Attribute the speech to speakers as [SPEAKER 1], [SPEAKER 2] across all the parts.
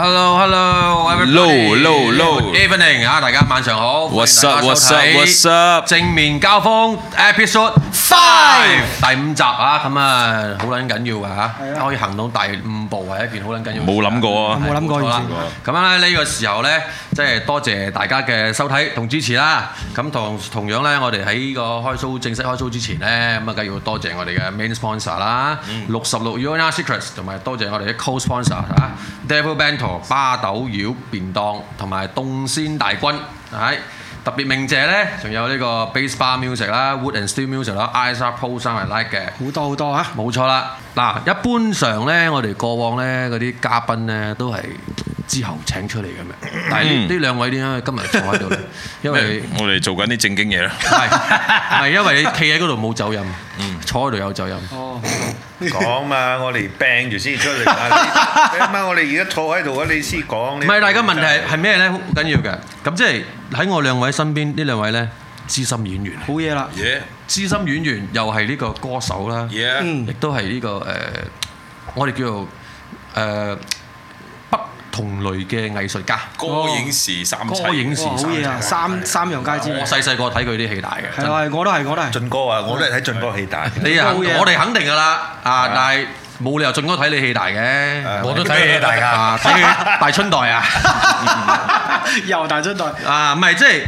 [SPEAKER 1] Hello, hello, everybody.
[SPEAKER 2] Hello, hello, hello.
[SPEAKER 1] Good Evening 啊，大家晚上好。
[SPEAKER 2] What's
[SPEAKER 1] 歡
[SPEAKER 2] up?
[SPEAKER 1] 迎大家
[SPEAKER 2] What's
[SPEAKER 1] 收
[SPEAKER 2] up?
[SPEAKER 1] 睇
[SPEAKER 2] What's up?
[SPEAKER 1] 正面交鋒 Episode Five 第五集啊，咁啊好撚緊要㗎嚇，可以行到第五步係一件好撚緊要嘅事啊。
[SPEAKER 2] 冇諗過啊
[SPEAKER 1] 係
[SPEAKER 3] 冇諗過
[SPEAKER 1] 冇錯啦
[SPEAKER 3] 完全
[SPEAKER 1] 咁樣咧，呢個時候咧，即係多謝大家嘅收睇同支持啦。咁同同樣咧，我哋喺呢個開 show 正式開 show 之前咧，咁啊，梗係要多謝我哋嘅 main sponsor 啦，六十六 Urana Secrets，同埋多謝我哋嘅 co sponsor 啊，Devil Bento 巴豆妖便當，同埋凍鮮大軍，係。特別鳴謝咧，仲有呢個 Bass Bar Music 啦、Wood and Steel Music 啦、ISR Pro 三係 like 嘅。
[SPEAKER 3] 好多好多啊！
[SPEAKER 1] 冇錯啦，嗱，一般上咧，我哋過往咧嗰啲嘉賓咧都係之後請出嚟嘅咩？但係呢呢兩位點解今日坐喺度咧？因為
[SPEAKER 2] 我哋做緊啲正經嘢啦，
[SPEAKER 1] 係係因為你企喺嗰度冇走音，坐喺度有走音。
[SPEAKER 3] 哦，
[SPEAKER 4] 講嘛，我哋病住先出嚟啊！你你媽，我哋而家坐喺度啊，你先講。
[SPEAKER 1] 唔係，大家問題係係咩咧？好緊要嘅。咁即係喺我兩位身邊呢兩位咧，資深演員，
[SPEAKER 3] 好嘢啦！
[SPEAKER 2] 耶
[SPEAKER 1] 資深演員又係呢個歌手啦，
[SPEAKER 2] 耶，
[SPEAKER 1] 亦都係呢個誒，我哋叫做誒不同類嘅藝術家。
[SPEAKER 2] 歌影視三棲
[SPEAKER 1] 歌影視
[SPEAKER 3] 哇，好嘢啊！三三陽街之
[SPEAKER 1] 我細細個睇佢啲戲大嘅，
[SPEAKER 3] 係
[SPEAKER 1] 真係
[SPEAKER 3] 啊，我都係，我都係。
[SPEAKER 4] 俊哥啊，我都係睇俊哥戲大嘅。
[SPEAKER 1] 你啊，
[SPEAKER 3] 好嘢
[SPEAKER 1] 我哋肯定噶啦，啊，但係冇理由俊哥睇你戲大嘅，
[SPEAKER 4] 我都睇戲大㗎
[SPEAKER 1] 啊 睇佢大春代啊，
[SPEAKER 3] 又大樽袋，
[SPEAKER 1] 啊，唔係即係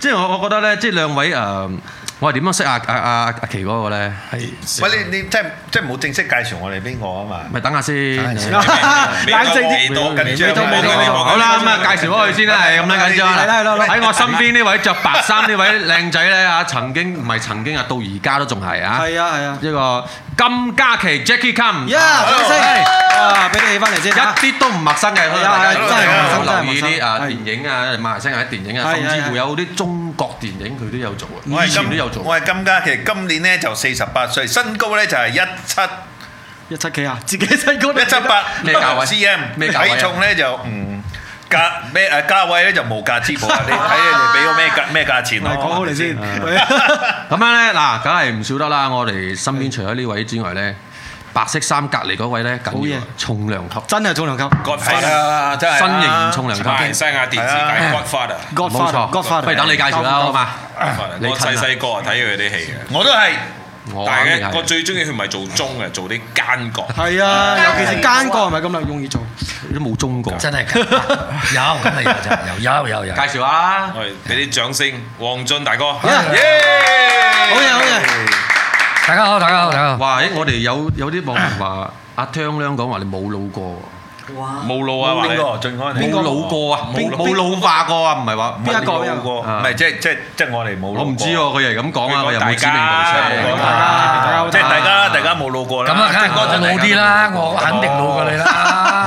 [SPEAKER 1] 即係我我覺得咧，即係兩位誒，我係點樣識阿阿阿阿琪嗰個咧？係
[SPEAKER 4] 喂，你你真係真係冇正式介紹我哋邊個啊嘛？
[SPEAKER 1] 咪等下先？
[SPEAKER 3] 冷靜
[SPEAKER 2] 你
[SPEAKER 3] 啲。
[SPEAKER 2] 多緊
[SPEAKER 3] 未到
[SPEAKER 2] 張啊，
[SPEAKER 3] 未到
[SPEAKER 2] 你
[SPEAKER 3] 未
[SPEAKER 2] 望下
[SPEAKER 3] 到
[SPEAKER 1] 好啦，咁啊介紹開佢先啦，係咁啦，緊張
[SPEAKER 3] 係啦係啦係
[SPEAKER 1] 啦。
[SPEAKER 3] 啦
[SPEAKER 1] 喺我身邊呢位着白衫呢位靚仔咧啊，曾經唔係曾經啊，到而家都仲係啊，
[SPEAKER 3] 係啊係啊。
[SPEAKER 1] 呢個金嘉琪 Jackie Cam。
[SPEAKER 3] 呀！掌聲
[SPEAKER 1] 係
[SPEAKER 3] 啊！俾你起翻嚟先啊！
[SPEAKER 1] 一啲都唔陌生嘅，所以
[SPEAKER 3] 係啊
[SPEAKER 1] 大家
[SPEAKER 3] 係
[SPEAKER 1] 如
[SPEAKER 3] 啊
[SPEAKER 1] 果
[SPEAKER 3] 真係唔陌生
[SPEAKER 1] 有留意
[SPEAKER 3] 真係唔陌
[SPEAKER 1] 啲啊
[SPEAKER 3] 生係
[SPEAKER 1] 電影啊，馬來西亞啲電影啊，
[SPEAKER 3] 係
[SPEAKER 1] 甚至乎
[SPEAKER 3] 係
[SPEAKER 1] 有啲中國電影佢都有做
[SPEAKER 4] 我
[SPEAKER 1] 嘅，以
[SPEAKER 4] 係
[SPEAKER 1] 前都有
[SPEAKER 4] 金，
[SPEAKER 1] 做。
[SPEAKER 4] 我係金家琪，今年咧就四十八歲，身高咧就係一七
[SPEAKER 3] 一七幾啊？自己身高都
[SPEAKER 4] 一七八
[SPEAKER 1] 咩價位
[SPEAKER 4] cm，
[SPEAKER 1] 咩價位啊
[SPEAKER 4] 體重咧就嗯價咩誒價位咧就無價之 寶啊！你睇你哋俾咗咩價咩價錢
[SPEAKER 3] 嚟講好
[SPEAKER 4] 咯？
[SPEAKER 3] 你先。
[SPEAKER 1] 咁樣咧，嗱，梗係唔少得啦。我哋身邊除咗呢位之外咧，白色衫隔離嗰位咧
[SPEAKER 3] 好
[SPEAKER 1] 緊要
[SPEAKER 3] 嘢
[SPEAKER 1] 啊，重量級，
[SPEAKER 3] 真係重量級
[SPEAKER 4] 係啊，真係
[SPEAKER 1] 新型重量級。啊
[SPEAKER 2] 馬來西亞電視界 Godfather。
[SPEAKER 1] 冇錯
[SPEAKER 3] Godfather，Godfather。
[SPEAKER 1] 不如等你介紹啦，好嘛？你
[SPEAKER 2] 我細細個啊睇佢啲戲嘅，
[SPEAKER 4] 我都係。
[SPEAKER 1] 我
[SPEAKER 2] 但係
[SPEAKER 1] 肯定
[SPEAKER 2] 咧我
[SPEAKER 1] 係
[SPEAKER 2] 最中意佢唔係做中嘅，做啲奸 角。
[SPEAKER 3] 係啊，尤其是奸角係咪咁容易做？
[SPEAKER 1] 你都冇中過。
[SPEAKER 5] 真係㗎 有，咁咪有就有，有有有
[SPEAKER 1] 介。紹啊！
[SPEAKER 2] 我哋俾啲掌聲，黃俊大哥。
[SPEAKER 3] Yeah 好嘢好嘢！
[SPEAKER 5] 大家好，大家好，大家好。
[SPEAKER 1] 哇！咦我哋有有啲網民話阿張亮講話你冇腦過喎。
[SPEAKER 2] 冇路啊，話你
[SPEAKER 4] 邊個？俊安，
[SPEAKER 1] 冇老過啊，冇
[SPEAKER 3] 邊
[SPEAKER 1] 冇老化過啊，唔係話
[SPEAKER 3] 邊一個
[SPEAKER 4] 冇
[SPEAKER 3] 邊
[SPEAKER 4] 老
[SPEAKER 3] 一個
[SPEAKER 4] 過，
[SPEAKER 1] 啊
[SPEAKER 4] 唔係即係即係即係我哋冇老過。
[SPEAKER 1] 我唔知喎，佢係咁講啊，
[SPEAKER 2] 佢講
[SPEAKER 1] 我又冇指名道
[SPEAKER 2] 大家
[SPEAKER 1] 姓。
[SPEAKER 3] 大家好
[SPEAKER 4] 即係大家大家冇路過啦。
[SPEAKER 5] 咁啊，梗係
[SPEAKER 4] 即係
[SPEAKER 5] 我
[SPEAKER 4] 嗰陣
[SPEAKER 5] 老啲啦，我肯定老過你啦。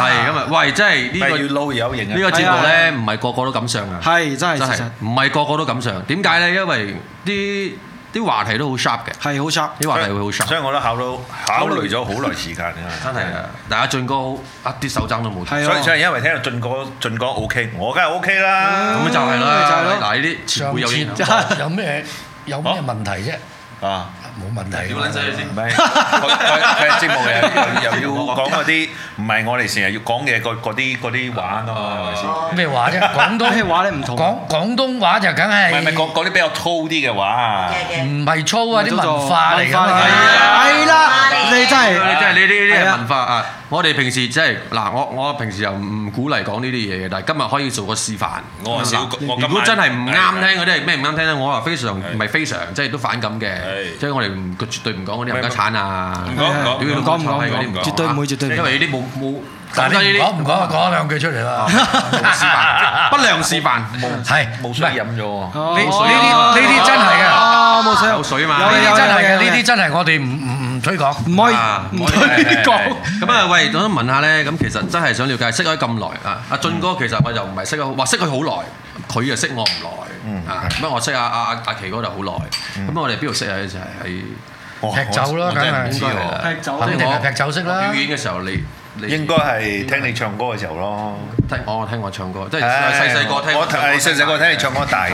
[SPEAKER 1] 係咁啊！喂，真係呢
[SPEAKER 4] 大家
[SPEAKER 1] 個
[SPEAKER 4] 要撈有型啊！
[SPEAKER 1] 呢個節目咧，唔係個個都敢上啊，
[SPEAKER 3] 係真
[SPEAKER 1] 真
[SPEAKER 3] 係事
[SPEAKER 1] 係
[SPEAKER 3] 實，
[SPEAKER 1] 唔係個個都敢上。點解咧？因為啲啲話題都好 sharp 嘅，
[SPEAKER 3] 係好 sharp。
[SPEAKER 1] 啲話題會好 sharp，
[SPEAKER 4] 所以我都考到考慮咗好耐時間啊！
[SPEAKER 1] 真係啊！但阿俊哥啊一啲手踭都冇，咁
[SPEAKER 3] 係
[SPEAKER 4] 所以
[SPEAKER 3] 啊。
[SPEAKER 4] 所以因為聽到俊哥俊哥 OK，我梗係會 OK 啦。
[SPEAKER 1] 就係
[SPEAKER 3] 就係
[SPEAKER 1] 啦。
[SPEAKER 3] 咯
[SPEAKER 1] 嗱，呢啲前
[SPEAKER 5] 上
[SPEAKER 1] 輩有影響。
[SPEAKER 5] 次有咩有咩問題啫？
[SPEAKER 4] 啊，
[SPEAKER 5] 冇問題。
[SPEAKER 1] 屌撚死你先
[SPEAKER 4] 唔！係佢佢佢係節目嚟，又又要講嗰啲唔係我哋成日要講嘅嗰嗰啲嗰啲話啊嘛，係咪先？
[SPEAKER 5] 咩話啫？廣東
[SPEAKER 3] 咩話咧唔同
[SPEAKER 5] 廣廣東話就梗
[SPEAKER 4] 唔係唔係
[SPEAKER 5] 係
[SPEAKER 4] 講講啲比較粗啲嘅話啊！
[SPEAKER 5] 唔係粗啊，啲文化嚟
[SPEAKER 3] 文
[SPEAKER 5] 㗎嘛。
[SPEAKER 3] 化嚟㗎係啦，你真
[SPEAKER 1] 你
[SPEAKER 3] 係
[SPEAKER 1] 真係呢啲呢啲
[SPEAKER 3] 係
[SPEAKER 1] 係
[SPEAKER 3] 啊
[SPEAKER 1] 文化啊！我哋平時即係嗱，我我平時又唔鼓勵講呢啲嘢嘅，但係今日可以做個示範。
[SPEAKER 2] 我係少我今晚
[SPEAKER 1] 如果真係唔啱聽嗰啲係咩唔啱聽咧，我話非常唔係非常，即係都反感嘅。
[SPEAKER 2] 係
[SPEAKER 1] 即係我哋唔絕對唔講嗰啲冚家產啊，
[SPEAKER 3] 네.
[SPEAKER 2] 唔講唔講
[SPEAKER 1] 屌你老母
[SPEAKER 3] 唔講唔講
[SPEAKER 1] 臭閪嗰啲
[SPEAKER 2] 唔講
[SPEAKER 3] 絕對唔會絕對唔會
[SPEAKER 1] 因為呢啲冇冇
[SPEAKER 5] 但係
[SPEAKER 1] 得
[SPEAKER 5] 你唔
[SPEAKER 1] 呢
[SPEAKER 5] 講唔講，講兩句出嚟啦。
[SPEAKER 1] 啲冇示範，不良示範。
[SPEAKER 5] 係，
[SPEAKER 4] 冇
[SPEAKER 5] 唔
[SPEAKER 4] 水
[SPEAKER 5] 係
[SPEAKER 4] 飲咗喎。
[SPEAKER 3] 哦
[SPEAKER 5] 呢呢
[SPEAKER 1] 네.
[SPEAKER 3] 네.
[SPEAKER 1] 아,
[SPEAKER 5] 啲呢啲真係嘅。
[SPEAKER 3] 啊冇水
[SPEAKER 1] 有水嘛
[SPEAKER 3] 有
[SPEAKER 5] 呢
[SPEAKER 3] 有
[SPEAKER 5] 啲真係嘅，
[SPEAKER 3] 有有
[SPEAKER 5] 呢啲真係我哋唔唔唔推廣。
[SPEAKER 3] 唔可以
[SPEAKER 1] 啊
[SPEAKER 3] 唔
[SPEAKER 1] 唔可以
[SPEAKER 3] 可以講。
[SPEAKER 1] 咁啊，喂，我想問下咧，咁其實真係想了解，識咗咁耐啊，阿俊哥其實我就唔係識咗，話識佢好耐，佢又識我唔耐啊，咁啊我識阿阿阿阿奇哥就好耐，咁我哋邊度識啊？就係喺
[SPEAKER 4] 哇
[SPEAKER 5] 劈酒啦
[SPEAKER 4] 我我真係
[SPEAKER 5] 梗係
[SPEAKER 4] 唔知
[SPEAKER 1] 應該係啦
[SPEAKER 4] 喎。
[SPEAKER 3] 劈酒
[SPEAKER 1] 肯定
[SPEAKER 5] 肯定係劈酒識啦
[SPEAKER 1] 我表演嘅時候，你你
[SPEAKER 4] 應該係聽你唱歌嘅時候咯。
[SPEAKER 1] 聽我聽我唱歌，即係
[SPEAKER 4] 唉
[SPEAKER 1] 細細個聽
[SPEAKER 4] 我係細細個聽你唱歌大嘅。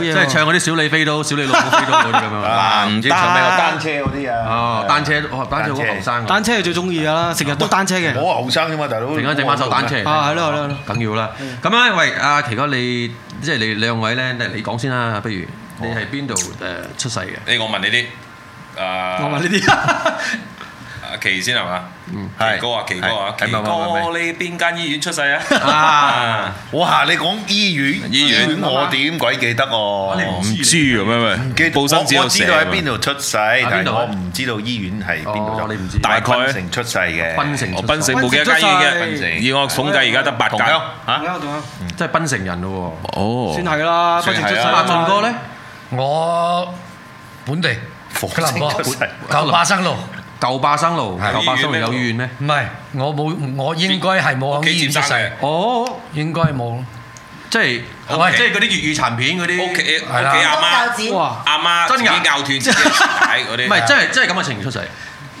[SPEAKER 1] 即
[SPEAKER 3] 嘢喎。
[SPEAKER 1] 係唱嗰啲小李飛刀、小李老虎飛刀嗰啲 咁樣啊，
[SPEAKER 4] 嗱
[SPEAKER 1] 唔知唱咩個單
[SPEAKER 4] 單車嗰啲啊。
[SPEAKER 1] 哦，單車哦，單車好
[SPEAKER 4] 單車
[SPEAKER 1] 後生㗎，
[SPEAKER 3] 單車係最鍾意㗎啦，成日都單車嘅。
[SPEAKER 4] 我後生啫嘛，大佬。
[SPEAKER 1] 突然間整翻首單車嚟聽
[SPEAKER 3] 啊係咯係咯係咯
[SPEAKER 1] 梗要啦。咁咧，喂，阿奇哥，你即係你兩位咧，你講先啦，不如你係邊度誒出世嘅？
[SPEAKER 2] 你我問你啲，誒，
[SPEAKER 3] 我話呢啲。
[SPEAKER 2] 阿奇先係嘛？
[SPEAKER 4] 係
[SPEAKER 2] 奇哥啊，奇哥啊，
[SPEAKER 4] 係
[SPEAKER 2] 奇
[SPEAKER 4] 唔係唔係唔係
[SPEAKER 2] 哥，你邊間醫院出世啊？
[SPEAKER 1] 啊
[SPEAKER 4] 哇！你講醫院，
[SPEAKER 2] 醫院
[SPEAKER 4] 我點鬼記得
[SPEAKER 2] 我
[SPEAKER 4] 喎？
[SPEAKER 2] 唔知咁樣
[SPEAKER 4] 記
[SPEAKER 2] 咪報生紙
[SPEAKER 4] 我
[SPEAKER 2] 有
[SPEAKER 4] 我知
[SPEAKER 2] 寫
[SPEAKER 4] 道喺
[SPEAKER 2] 喎
[SPEAKER 4] 邊度出世，
[SPEAKER 1] 度啊
[SPEAKER 4] 但係我唔知道醫院係邊度
[SPEAKER 1] 哦
[SPEAKER 4] 就。
[SPEAKER 1] 你唔知
[SPEAKER 2] 大概
[SPEAKER 4] 檳城出世嘅。
[SPEAKER 1] 檳城出世，
[SPEAKER 2] 我檳城冇幾多間醫
[SPEAKER 4] 檳城
[SPEAKER 2] 院嘅，以我統計而家得八
[SPEAKER 4] 同
[SPEAKER 2] 間
[SPEAKER 4] 鄉。 嚇，
[SPEAKER 3] 同鄉，同鄉。
[SPEAKER 1] 即係檳城人咯喎。
[SPEAKER 2] 哦
[SPEAKER 3] 算係㗎啦，
[SPEAKER 4] 算係啊。
[SPEAKER 1] 阿
[SPEAKER 3] 不斷出世啊嘛。
[SPEAKER 1] 俊哥咧，
[SPEAKER 5] 我本地
[SPEAKER 4] 火
[SPEAKER 5] 吉林
[SPEAKER 4] 星出世
[SPEAKER 5] 哥舊巴生路，
[SPEAKER 1] 舊巴生路，
[SPEAKER 2] 係
[SPEAKER 1] 舊巴生路有醫院咩？
[SPEAKER 5] 唔係我冇，我應該係冇
[SPEAKER 2] 屋
[SPEAKER 5] 喺
[SPEAKER 2] 企
[SPEAKER 5] 醫院
[SPEAKER 2] 接
[SPEAKER 5] 出
[SPEAKER 2] 生
[SPEAKER 5] 世
[SPEAKER 2] 嘅，，
[SPEAKER 1] 哦，
[SPEAKER 5] 應該冇。
[SPEAKER 1] 即係即
[SPEAKER 5] 喂
[SPEAKER 1] 係嗰啲粵語殘片嗰啲
[SPEAKER 2] 屋企屋企
[SPEAKER 5] 係啦
[SPEAKER 2] 阿媽
[SPEAKER 3] 哇，
[SPEAKER 2] 阿媽自己
[SPEAKER 1] 真㗎
[SPEAKER 2] 拗斷自己臍帶嗰啲。
[SPEAKER 1] 唔係，真係真係咁嘅情形出世。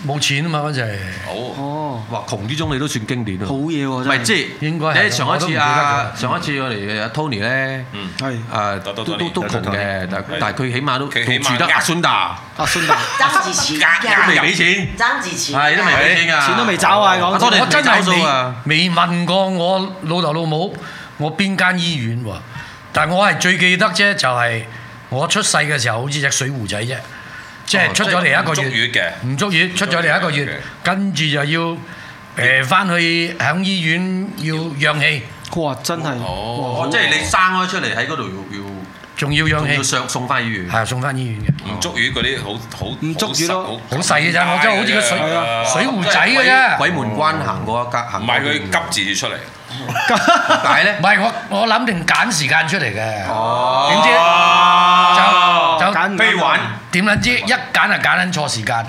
[SPEAKER 5] 冇錢啊嘛嗰陣，
[SPEAKER 2] 好。
[SPEAKER 3] 어.
[SPEAKER 1] 哇，窮之中你都算經典啊！唔
[SPEAKER 3] 好嘢喎，真係。
[SPEAKER 1] 係即係
[SPEAKER 5] 應該係
[SPEAKER 1] 你上一次啊，
[SPEAKER 5] 我
[SPEAKER 1] 上一次我哋阿 Tony 咧，誒
[SPEAKER 2] 多
[SPEAKER 1] 都
[SPEAKER 2] 多
[SPEAKER 1] 都
[SPEAKER 2] Tony，
[SPEAKER 1] 都窮嘅，但但係佢起碼都
[SPEAKER 2] 佢起碼
[SPEAKER 1] 仲住得阿
[SPEAKER 2] 呃
[SPEAKER 1] Sunda，
[SPEAKER 3] 阿孫大。
[SPEAKER 1] 都未俾錢，係都未俾錢㗎，
[SPEAKER 3] 錢都未找啊，
[SPEAKER 1] 啊，
[SPEAKER 3] 講真。
[SPEAKER 1] 多謝。
[SPEAKER 5] 我真
[SPEAKER 1] 你走數
[SPEAKER 5] 係
[SPEAKER 1] 啊
[SPEAKER 5] 未未問過我老豆老母我邊間醫院喎，但我係最記得啫，就係我出世嘅時候好似只水壺仔啫，即係
[SPEAKER 1] 哦
[SPEAKER 5] 出咗嚟一個
[SPEAKER 2] 即係唔足
[SPEAKER 5] 月
[SPEAKER 2] 月嘅，
[SPEAKER 5] 唔足月出咗嚟一個
[SPEAKER 2] 唔足月
[SPEAKER 5] 月
[SPEAKER 2] 嘅，
[SPEAKER 5] 跟住就要誒翻去喺醫院要氧氣，
[SPEAKER 3] 哇，真係。
[SPEAKER 1] 哦，即係你生開出嚟喺嗰度要
[SPEAKER 5] 仲要氧
[SPEAKER 1] 要要
[SPEAKER 5] 氣，
[SPEAKER 1] 上送翻醫院。
[SPEAKER 5] 係啊送翻醫院嘅。
[SPEAKER 2] 唔足魚嗰啲好好
[SPEAKER 3] 唔足魚咯
[SPEAKER 5] 好細嘅咋，我真係好似個水
[SPEAKER 2] 係啊
[SPEAKER 5] 水壺仔嘅
[SPEAKER 1] 鬼
[SPEAKER 5] 啫。
[SPEAKER 1] 鬼門關行過一格，
[SPEAKER 2] 唔
[SPEAKER 1] 行過
[SPEAKER 2] 係
[SPEAKER 1] 一段
[SPEAKER 2] 佢急字出嚟，
[SPEAKER 1] 點解咧
[SPEAKER 5] 唔？係我我諗定揀時間出嚟嘅，點知
[SPEAKER 1] Ờ. 哦
[SPEAKER 5] 就
[SPEAKER 3] 揀
[SPEAKER 5] 就
[SPEAKER 3] 唔
[SPEAKER 1] 飛玩，
[SPEAKER 5] 點撚知一揀就揀撚錯時間。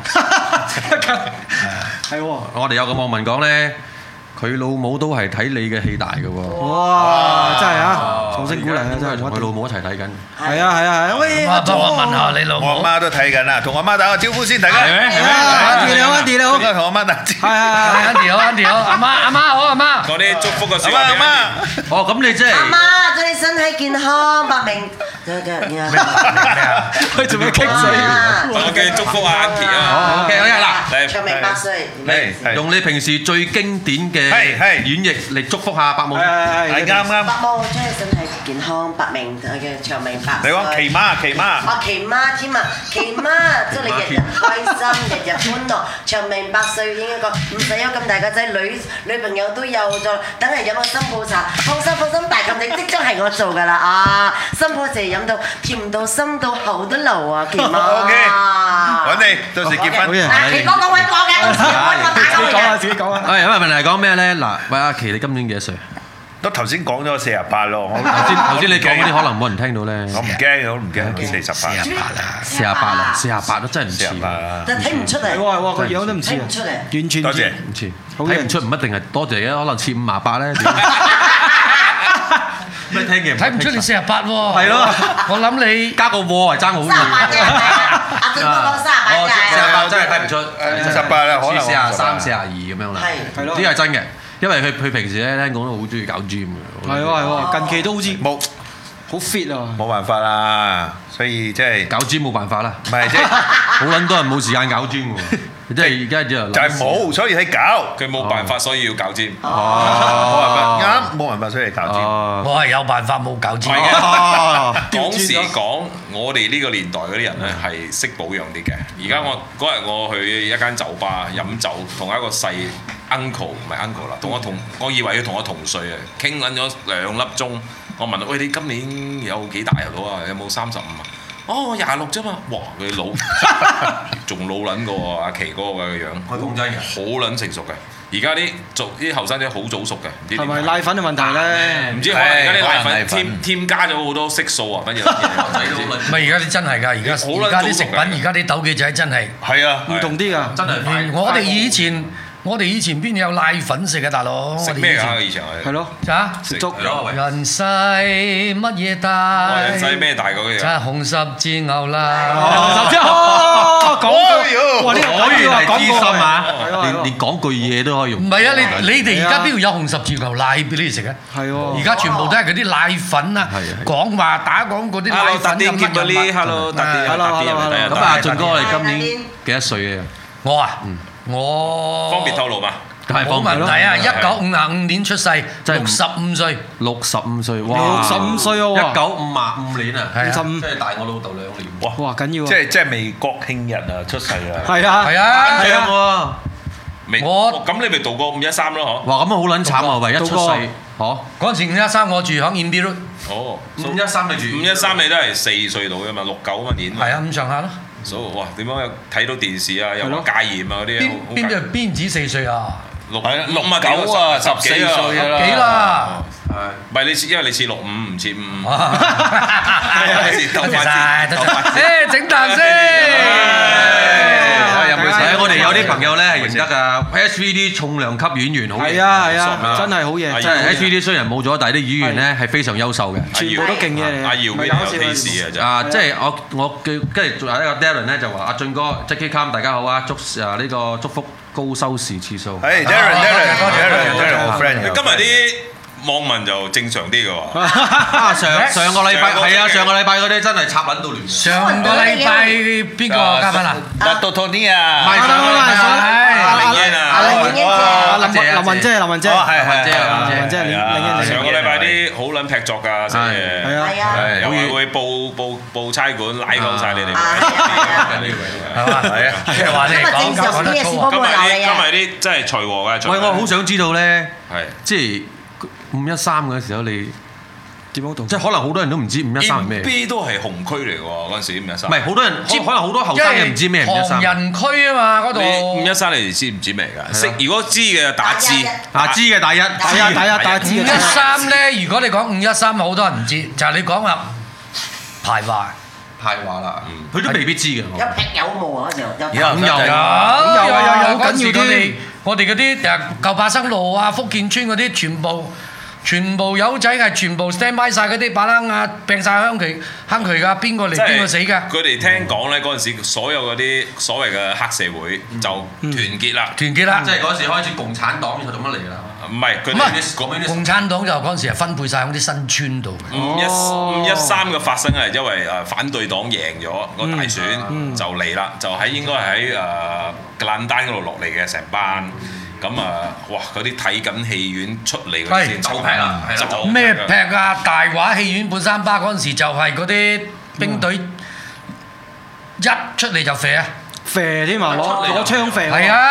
[SPEAKER 3] 係喎。哇，
[SPEAKER 1] 我哋有個網民講咧，佢老母都係睇你嘅戲大嘅喎。
[SPEAKER 3] Ờ, 真係啊，重新鼓勵啊，
[SPEAKER 1] 而家應該係
[SPEAKER 3] 真係，
[SPEAKER 1] 同佢老母一齊睇緊。
[SPEAKER 3] 係啊，係啊，係啊，喂，
[SPEAKER 5] 我幫我問下你老
[SPEAKER 4] 我阿
[SPEAKER 5] 母，
[SPEAKER 4] 媽都睇緊啦，同我媽打個招呼先，大家。
[SPEAKER 5] 係咩係咩
[SPEAKER 3] 啊，Andy你好，Andy你好。
[SPEAKER 4] 應該同我媽打招呼。
[SPEAKER 3] 係，係，係，係。
[SPEAKER 5] 阿屌阿屌，阿媽阿媽好阿媽，
[SPEAKER 2] 嗰啲祝福嘅
[SPEAKER 4] 阿
[SPEAKER 2] 說
[SPEAKER 4] 媽
[SPEAKER 2] 話
[SPEAKER 4] 阿
[SPEAKER 2] 俾阿
[SPEAKER 4] 媽，
[SPEAKER 1] 哦，咁你即係
[SPEAKER 2] 我嘅祝福啊 Auntie 啊，
[SPEAKER 4] 係係
[SPEAKER 1] 用你平時最經典嘅
[SPEAKER 4] 係係
[SPEAKER 1] 演繹嚟祝福下伯母。
[SPEAKER 3] 係，係，係，
[SPEAKER 4] 係啱啱。你講奇媽奇媽，
[SPEAKER 6] 啊，奇媽添啊，奇媽，祝你日日開心，日日歡樂，長命百歲已經一個唔使有咁大個仔，女女朋友都有咗，等人飲個新抱茶，放心放心，大妗你即將係我做㗎啦啊！新抱茶飲到甜到心到喉都流啊，奇媽。
[SPEAKER 4] OK，揾你到時結
[SPEAKER 3] 好
[SPEAKER 4] 婚
[SPEAKER 3] 嘢。
[SPEAKER 6] 啊，奇哥講揾我嘅，到時我打鳩你
[SPEAKER 3] 自己
[SPEAKER 6] 嘅。
[SPEAKER 3] 講啊，自己講啊。
[SPEAKER 1] 喂，有問題講咩咧？嗱，喂，阿琪，你今年幾多歲？
[SPEAKER 4] 都頭先講咗四十八咯，我
[SPEAKER 1] 頭先 頭先你講嗰啲
[SPEAKER 4] 我
[SPEAKER 1] 可能冇人聽到咧
[SPEAKER 4] 唔。驚，我唔驚，啊四十八，
[SPEAKER 5] 四十八啦，
[SPEAKER 1] 四廿八啦，四廿八都真係唔
[SPEAKER 4] 四
[SPEAKER 1] 似
[SPEAKER 4] 十，八。
[SPEAKER 6] 但睇唔出嚟，
[SPEAKER 3] 係喎，係喎，個樣都唔似啊。
[SPEAKER 6] 睇唔出嚟。
[SPEAKER 3] 完全唔似。
[SPEAKER 4] 多謝。
[SPEAKER 1] 唔似。
[SPEAKER 3] 好嘢
[SPEAKER 1] 睇唔出唔一定係多謝嘅，可能似五廿八咧。點咩聽嘅？
[SPEAKER 5] 睇唔出你四十八喎。係
[SPEAKER 1] 咯，
[SPEAKER 5] 我諗你
[SPEAKER 1] 加個禍係爭好遠。
[SPEAKER 6] 三萬啫，阿俊哥
[SPEAKER 1] Ờ.
[SPEAKER 6] 講三萬
[SPEAKER 1] 哦，四
[SPEAKER 6] 啫
[SPEAKER 1] 廿。八真係睇唔出，
[SPEAKER 4] 五十八啦可能
[SPEAKER 1] 四廿三、四廿二咁樣啦。
[SPEAKER 6] 係
[SPEAKER 3] 係咯
[SPEAKER 1] 呢個係真嘅，因為佢佢平時咧聽講都好中意搞 gym 嘅。
[SPEAKER 3] 係喎，係喎，近期都好似
[SPEAKER 4] 冇
[SPEAKER 3] 好fit啊。
[SPEAKER 4] 冇辦法啦，所以即係
[SPEAKER 1] 搞 gym 冇辦法啦，
[SPEAKER 4] 唔係 即係
[SPEAKER 1] 好撚多人冇時間搞 gym 喎，即係而家就
[SPEAKER 4] 就係冇，所以係搞。
[SPEAKER 2] 佢冇辦法，所以要搞尖。
[SPEAKER 1] Ờ.
[SPEAKER 4] 冇辦
[SPEAKER 1] 哦，
[SPEAKER 4] 法，啱冇辦法，所以搞掂。
[SPEAKER 1] 哦，
[SPEAKER 5] 我係有辦法冇搞知
[SPEAKER 2] 唔。係嘅，
[SPEAKER 3] 調轉咗
[SPEAKER 2] 啊
[SPEAKER 3] 嗯
[SPEAKER 2] 講時講，我哋呢個年代嗰啲人咧係識保養啲嘅。而家我嗰日我去一間酒吧飲酒，同一個細 uncle 唔係 uncle
[SPEAKER 3] 嗯
[SPEAKER 2] 啦，同我同我以為佢同我同歲啊，傾撚咗兩粒鐘。我問佢：喂，你今年有幾大啊佬啊？有冇三十五啊？哦，廿六啫嘛。哇，佢老 仲老撚過阿奇哥嘅樣，
[SPEAKER 1] 佢控制嘅
[SPEAKER 2] 好撚成熟嘅。而家啲做啲後生仔好早熟嘅，唔知點解。
[SPEAKER 3] 係咪奶粉嘅問題呢？
[SPEAKER 2] 唔知可能而家啲奶
[SPEAKER 4] 可能奶
[SPEAKER 2] 粉添
[SPEAKER 4] 粉
[SPEAKER 2] 添加咗好多色素啊，乜 嘢
[SPEAKER 1] 仔
[SPEAKER 2] 嘢？
[SPEAKER 1] 都
[SPEAKER 5] 唔係而家啲真係㗎，而家
[SPEAKER 2] 好撚
[SPEAKER 5] 而家啲食
[SPEAKER 2] 早熟㗎
[SPEAKER 5] 品，而家啲豆記仔真係。
[SPEAKER 4] 係啊，
[SPEAKER 3] 唔同啲㗎。
[SPEAKER 1] 真係快
[SPEAKER 5] 我哋以前我哋以前邊有奶粉食嘅大佬？
[SPEAKER 2] 食
[SPEAKER 5] 我哋以
[SPEAKER 2] 咩
[SPEAKER 5] 前
[SPEAKER 2] 㗎？以前我哋
[SPEAKER 3] 係咯，
[SPEAKER 5] 啊？
[SPEAKER 3] 食粥。
[SPEAKER 2] 係咯喂
[SPEAKER 5] 人世乜嘢大？
[SPEAKER 2] 我哋使咩大嗰啲
[SPEAKER 5] 就
[SPEAKER 2] 啊？
[SPEAKER 5] 係紅十字牛啦。
[SPEAKER 3] 頭先哦，講
[SPEAKER 4] 哎
[SPEAKER 3] 過，哇呢個
[SPEAKER 1] 果
[SPEAKER 3] 緊要啊
[SPEAKER 1] 然係
[SPEAKER 3] 講
[SPEAKER 1] 資
[SPEAKER 3] 過
[SPEAKER 1] 深
[SPEAKER 3] 係
[SPEAKER 1] 啊！
[SPEAKER 3] 咯係
[SPEAKER 1] 連
[SPEAKER 3] 咯
[SPEAKER 1] 連講句嘢都可以用。
[SPEAKER 5] 唔係啊！你你哋而
[SPEAKER 3] 係
[SPEAKER 5] 家
[SPEAKER 3] 啊
[SPEAKER 5] 邊度有紅十字牛奶俾你哋食啊？
[SPEAKER 3] 係喎
[SPEAKER 5] 而家全部都係嗰啲奶粉啊
[SPEAKER 1] 係啊係啊，
[SPEAKER 5] 講話打廣告啲奶
[SPEAKER 2] Hello，特
[SPEAKER 5] 粉
[SPEAKER 2] 啲
[SPEAKER 5] 咁乜
[SPEAKER 2] Kimberly，
[SPEAKER 5] 乜
[SPEAKER 2] hello，特啲
[SPEAKER 3] Hello，
[SPEAKER 2] 特啲特
[SPEAKER 3] hello，
[SPEAKER 2] 啲
[SPEAKER 3] hello
[SPEAKER 1] 咁
[SPEAKER 2] 特
[SPEAKER 1] 啊，
[SPEAKER 2] 啲
[SPEAKER 1] 俊
[SPEAKER 2] 特啲
[SPEAKER 1] 哥，你今年
[SPEAKER 6] 大家
[SPEAKER 1] 幾多歲啊？
[SPEAKER 5] 我啊，我
[SPEAKER 2] 方便透露嘛？
[SPEAKER 1] 梗係
[SPEAKER 5] 冇
[SPEAKER 1] 方便
[SPEAKER 5] 問
[SPEAKER 1] 啦，
[SPEAKER 5] 題啊！一
[SPEAKER 2] 係
[SPEAKER 5] 九五啊五年出世，
[SPEAKER 1] 真係
[SPEAKER 5] 六
[SPEAKER 1] 唔
[SPEAKER 5] 十五歲，
[SPEAKER 1] 六十五歲，哇！
[SPEAKER 3] 65歲喎
[SPEAKER 1] 一九五啊五年啊，
[SPEAKER 5] 係啊
[SPEAKER 3] 55
[SPEAKER 1] 即係大我老豆兩年。
[SPEAKER 4] 哇！
[SPEAKER 3] 哇緊要啊
[SPEAKER 4] 即！係即係未國慶日啊，出世啊！
[SPEAKER 3] 係啊，
[SPEAKER 5] 係啊
[SPEAKER 1] 係
[SPEAKER 3] 係
[SPEAKER 1] 啊！
[SPEAKER 3] 啊，
[SPEAKER 1] 哇，
[SPEAKER 2] 未
[SPEAKER 5] 我
[SPEAKER 2] 哦咁你咪度過五一三咯，
[SPEAKER 1] 咁啊好撚慘啊！喂，一出
[SPEAKER 3] 道哥
[SPEAKER 1] 世，嗬，
[SPEAKER 5] 嗰陣時五一三我住響 i n b i r
[SPEAKER 2] 嗬？哦，
[SPEAKER 1] 五一三你住
[SPEAKER 2] 五一三你都係四歲到噶嘛，六九乜年嘛
[SPEAKER 5] 係啊，咁上下咯。
[SPEAKER 2] 所以哇，點樣有睇到電視啊，又
[SPEAKER 3] 係
[SPEAKER 2] 話
[SPEAKER 3] 咯
[SPEAKER 2] 戒嚴啊嗰啲
[SPEAKER 5] 邊
[SPEAKER 2] 好，好
[SPEAKER 5] 邊
[SPEAKER 2] 緊
[SPEAKER 5] 度邊止四歲啊？
[SPEAKER 2] 六
[SPEAKER 4] 係啊
[SPEAKER 2] 六啊
[SPEAKER 4] 六九啊
[SPEAKER 2] 屌十
[SPEAKER 4] 十四歲啊
[SPEAKER 5] 幾啦？
[SPEAKER 1] 係
[SPEAKER 2] 唔係你似，因為你似六五唔似五 五。
[SPEAKER 5] 多謝 晒，多謝晒。誒，整啖
[SPEAKER 1] 係
[SPEAKER 5] 先。
[SPEAKER 1] 啊
[SPEAKER 3] 大家
[SPEAKER 1] 係啊我哋有啲
[SPEAKER 3] 大家
[SPEAKER 1] 朋友咧係認得㗎，SVD 重量級演員好
[SPEAKER 3] 係
[SPEAKER 1] 嘢，
[SPEAKER 3] 啊係
[SPEAKER 2] 傻咩
[SPEAKER 3] 啊，真係好
[SPEAKER 2] 哎
[SPEAKER 3] 嘢，
[SPEAKER 1] 即
[SPEAKER 3] 真係
[SPEAKER 1] 係
[SPEAKER 3] 好嘢
[SPEAKER 1] SVD 雖然冇咗，但係啲演員咧係非常優秀嘅。
[SPEAKER 3] 全部都勁嘢嚟嘅
[SPEAKER 2] 阿耀
[SPEAKER 3] 唔係
[SPEAKER 2] 邊
[SPEAKER 3] 搞笑
[SPEAKER 2] 有 taste 啊
[SPEAKER 1] 啊，
[SPEAKER 2] 真係。
[SPEAKER 1] 即係我我叫跟住仲有一個 Darren 咧就話阿俊哥 Jackie Cam 大家好啊，祝啊呢個祝福高收視次數。
[SPEAKER 4] 誒哎 Darren Darren
[SPEAKER 1] 哦
[SPEAKER 4] Darren Darren 我 friend 嚟㗎
[SPEAKER 2] 今日啲網民就正常啲嘅喎，
[SPEAKER 1] 啊上上個禮拜
[SPEAKER 2] 上個星期
[SPEAKER 1] 係啊，上個禮拜嗰啲真係插撚到亂。唔
[SPEAKER 5] 上個禮拜邊個嘉賓啊？
[SPEAKER 4] 嗱到 Tony 啊，
[SPEAKER 1] 係
[SPEAKER 3] 啊
[SPEAKER 1] 上個禮拜
[SPEAKER 3] 啊
[SPEAKER 5] 係
[SPEAKER 2] 阿玲英
[SPEAKER 3] 阿
[SPEAKER 2] 啊，
[SPEAKER 3] 玲
[SPEAKER 6] 阿玲英姐
[SPEAKER 3] 啊林
[SPEAKER 1] 多謝
[SPEAKER 3] 林雲姐，林雲姐，
[SPEAKER 4] 哦係係
[SPEAKER 1] 係
[SPEAKER 3] 林雲姐，林雲姐
[SPEAKER 2] 上
[SPEAKER 4] 啊
[SPEAKER 2] 個禮拜啲好撚劈作㗎，真
[SPEAKER 3] 係
[SPEAKER 2] 係
[SPEAKER 3] 啊。
[SPEAKER 6] 係啊，
[SPEAKER 1] 係
[SPEAKER 2] 又
[SPEAKER 1] 好
[SPEAKER 2] 話
[SPEAKER 1] 嘢
[SPEAKER 2] 會報報報差館拉鳩晒你哋。
[SPEAKER 6] 啊
[SPEAKER 5] 係嘛？
[SPEAKER 4] 係啊
[SPEAKER 5] 即係話你
[SPEAKER 6] 今日
[SPEAKER 5] 哋講
[SPEAKER 6] 正常
[SPEAKER 5] 講得
[SPEAKER 6] 啲嘅
[SPEAKER 5] 粗
[SPEAKER 6] 事
[SPEAKER 5] 啊
[SPEAKER 6] 幫
[SPEAKER 2] 今日
[SPEAKER 6] 我鬧你啊！
[SPEAKER 2] 啲今日啲真係隨和嘅，
[SPEAKER 1] 喂，我好想知道咧，
[SPEAKER 2] 係
[SPEAKER 1] 即係五一三嗰時候你，
[SPEAKER 3] 點樣讀？
[SPEAKER 1] 即係可能好多人都唔知五一三係咩，唔
[SPEAKER 2] B 都係紅區嚟嘅喎，嗰陣時五一三。
[SPEAKER 1] 係好多人啊知，可能好多後
[SPEAKER 5] 因
[SPEAKER 1] 生
[SPEAKER 5] 為
[SPEAKER 1] 人唔知咩五一
[SPEAKER 5] 唐
[SPEAKER 1] 三。
[SPEAKER 5] 人區啊嘛，嗰度
[SPEAKER 2] 你五一三你哋知唔知咩㗎？識如果知嘅打字，
[SPEAKER 1] 啊，知嘅大一，
[SPEAKER 3] 打一打一打一知嘅
[SPEAKER 5] 五一
[SPEAKER 3] 真係，
[SPEAKER 5] 三咧，如果你講五一三，好多人唔知，就係你講話排華
[SPEAKER 1] 太話啦，佢都未必知嘅。我
[SPEAKER 6] 有劈有毛啊嗰時候，有
[SPEAKER 4] 有
[SPEAKER 1] 咁又
[SPEAKER 5] 有
[SPEAKER 1] 有
[SPEAKER 5] 有
[SPEAKER 3] 啊
[SPEAKER 5] 有
[SPEAKER 3] 好緊要
[SPEAKER 5] 嗰陣時
[SPEAKER 3] 添
[SPEAKER 5] 我哋我哋嗰啲誒舊百生路啊、福建村嗰啲，全部全部友仔係全部 stand by 曬嗰啲把楞啊，病晒香佢坑佢㗎，邊個嚟
[SPEAKER 2] 即係
[SPEAKER 5] 邊個死㗎？
[SPEAKER 2] 佢哋聽講咧，嗰陣時所有嗰啲所謂嘅黑社會就團結啦，
[SPEAKER 5] 團結啦
[SPEAKER 1] 即！係嗰時開始共產黨就咁樣嚟啦。
[SPEAKER 2] 唔係佢
[SPEAKER 5] 咁
[SPEAKER 2] 哋
[SPEAKER 5] 啊
[SPEAKER 2] 啲講，
[SPEAKER 5] 共產黨就嗰陣時係分配晒喺啲新村度嘅。
[SPEAKER 2] 五一
[SPEAKER 3] 哦
[SPEAKER 2] 五一三嘅發生係因為誒反對黨贏咗個大選就嚟啦，就喺應該喺誒格蘭丹嗰度落嚟嘅成班。咁啊，哇！嗰啲睇緊戲院出嚟嗰啲先
[SPEAKER 5] 喂
[SPEAKER 2] 走
[SPEAKER 1] 劈啦係啦
[SPEAKER 2] 走
[SPEAKER 5] 咩劈啊！大話戲院半山巴嗰陣時就係嗰啲兵隊一出嚟就肥啊！
[SPEAKER 3] 肥添啊，攞攞槍肥，
[SPEAKER 5] 係，啊，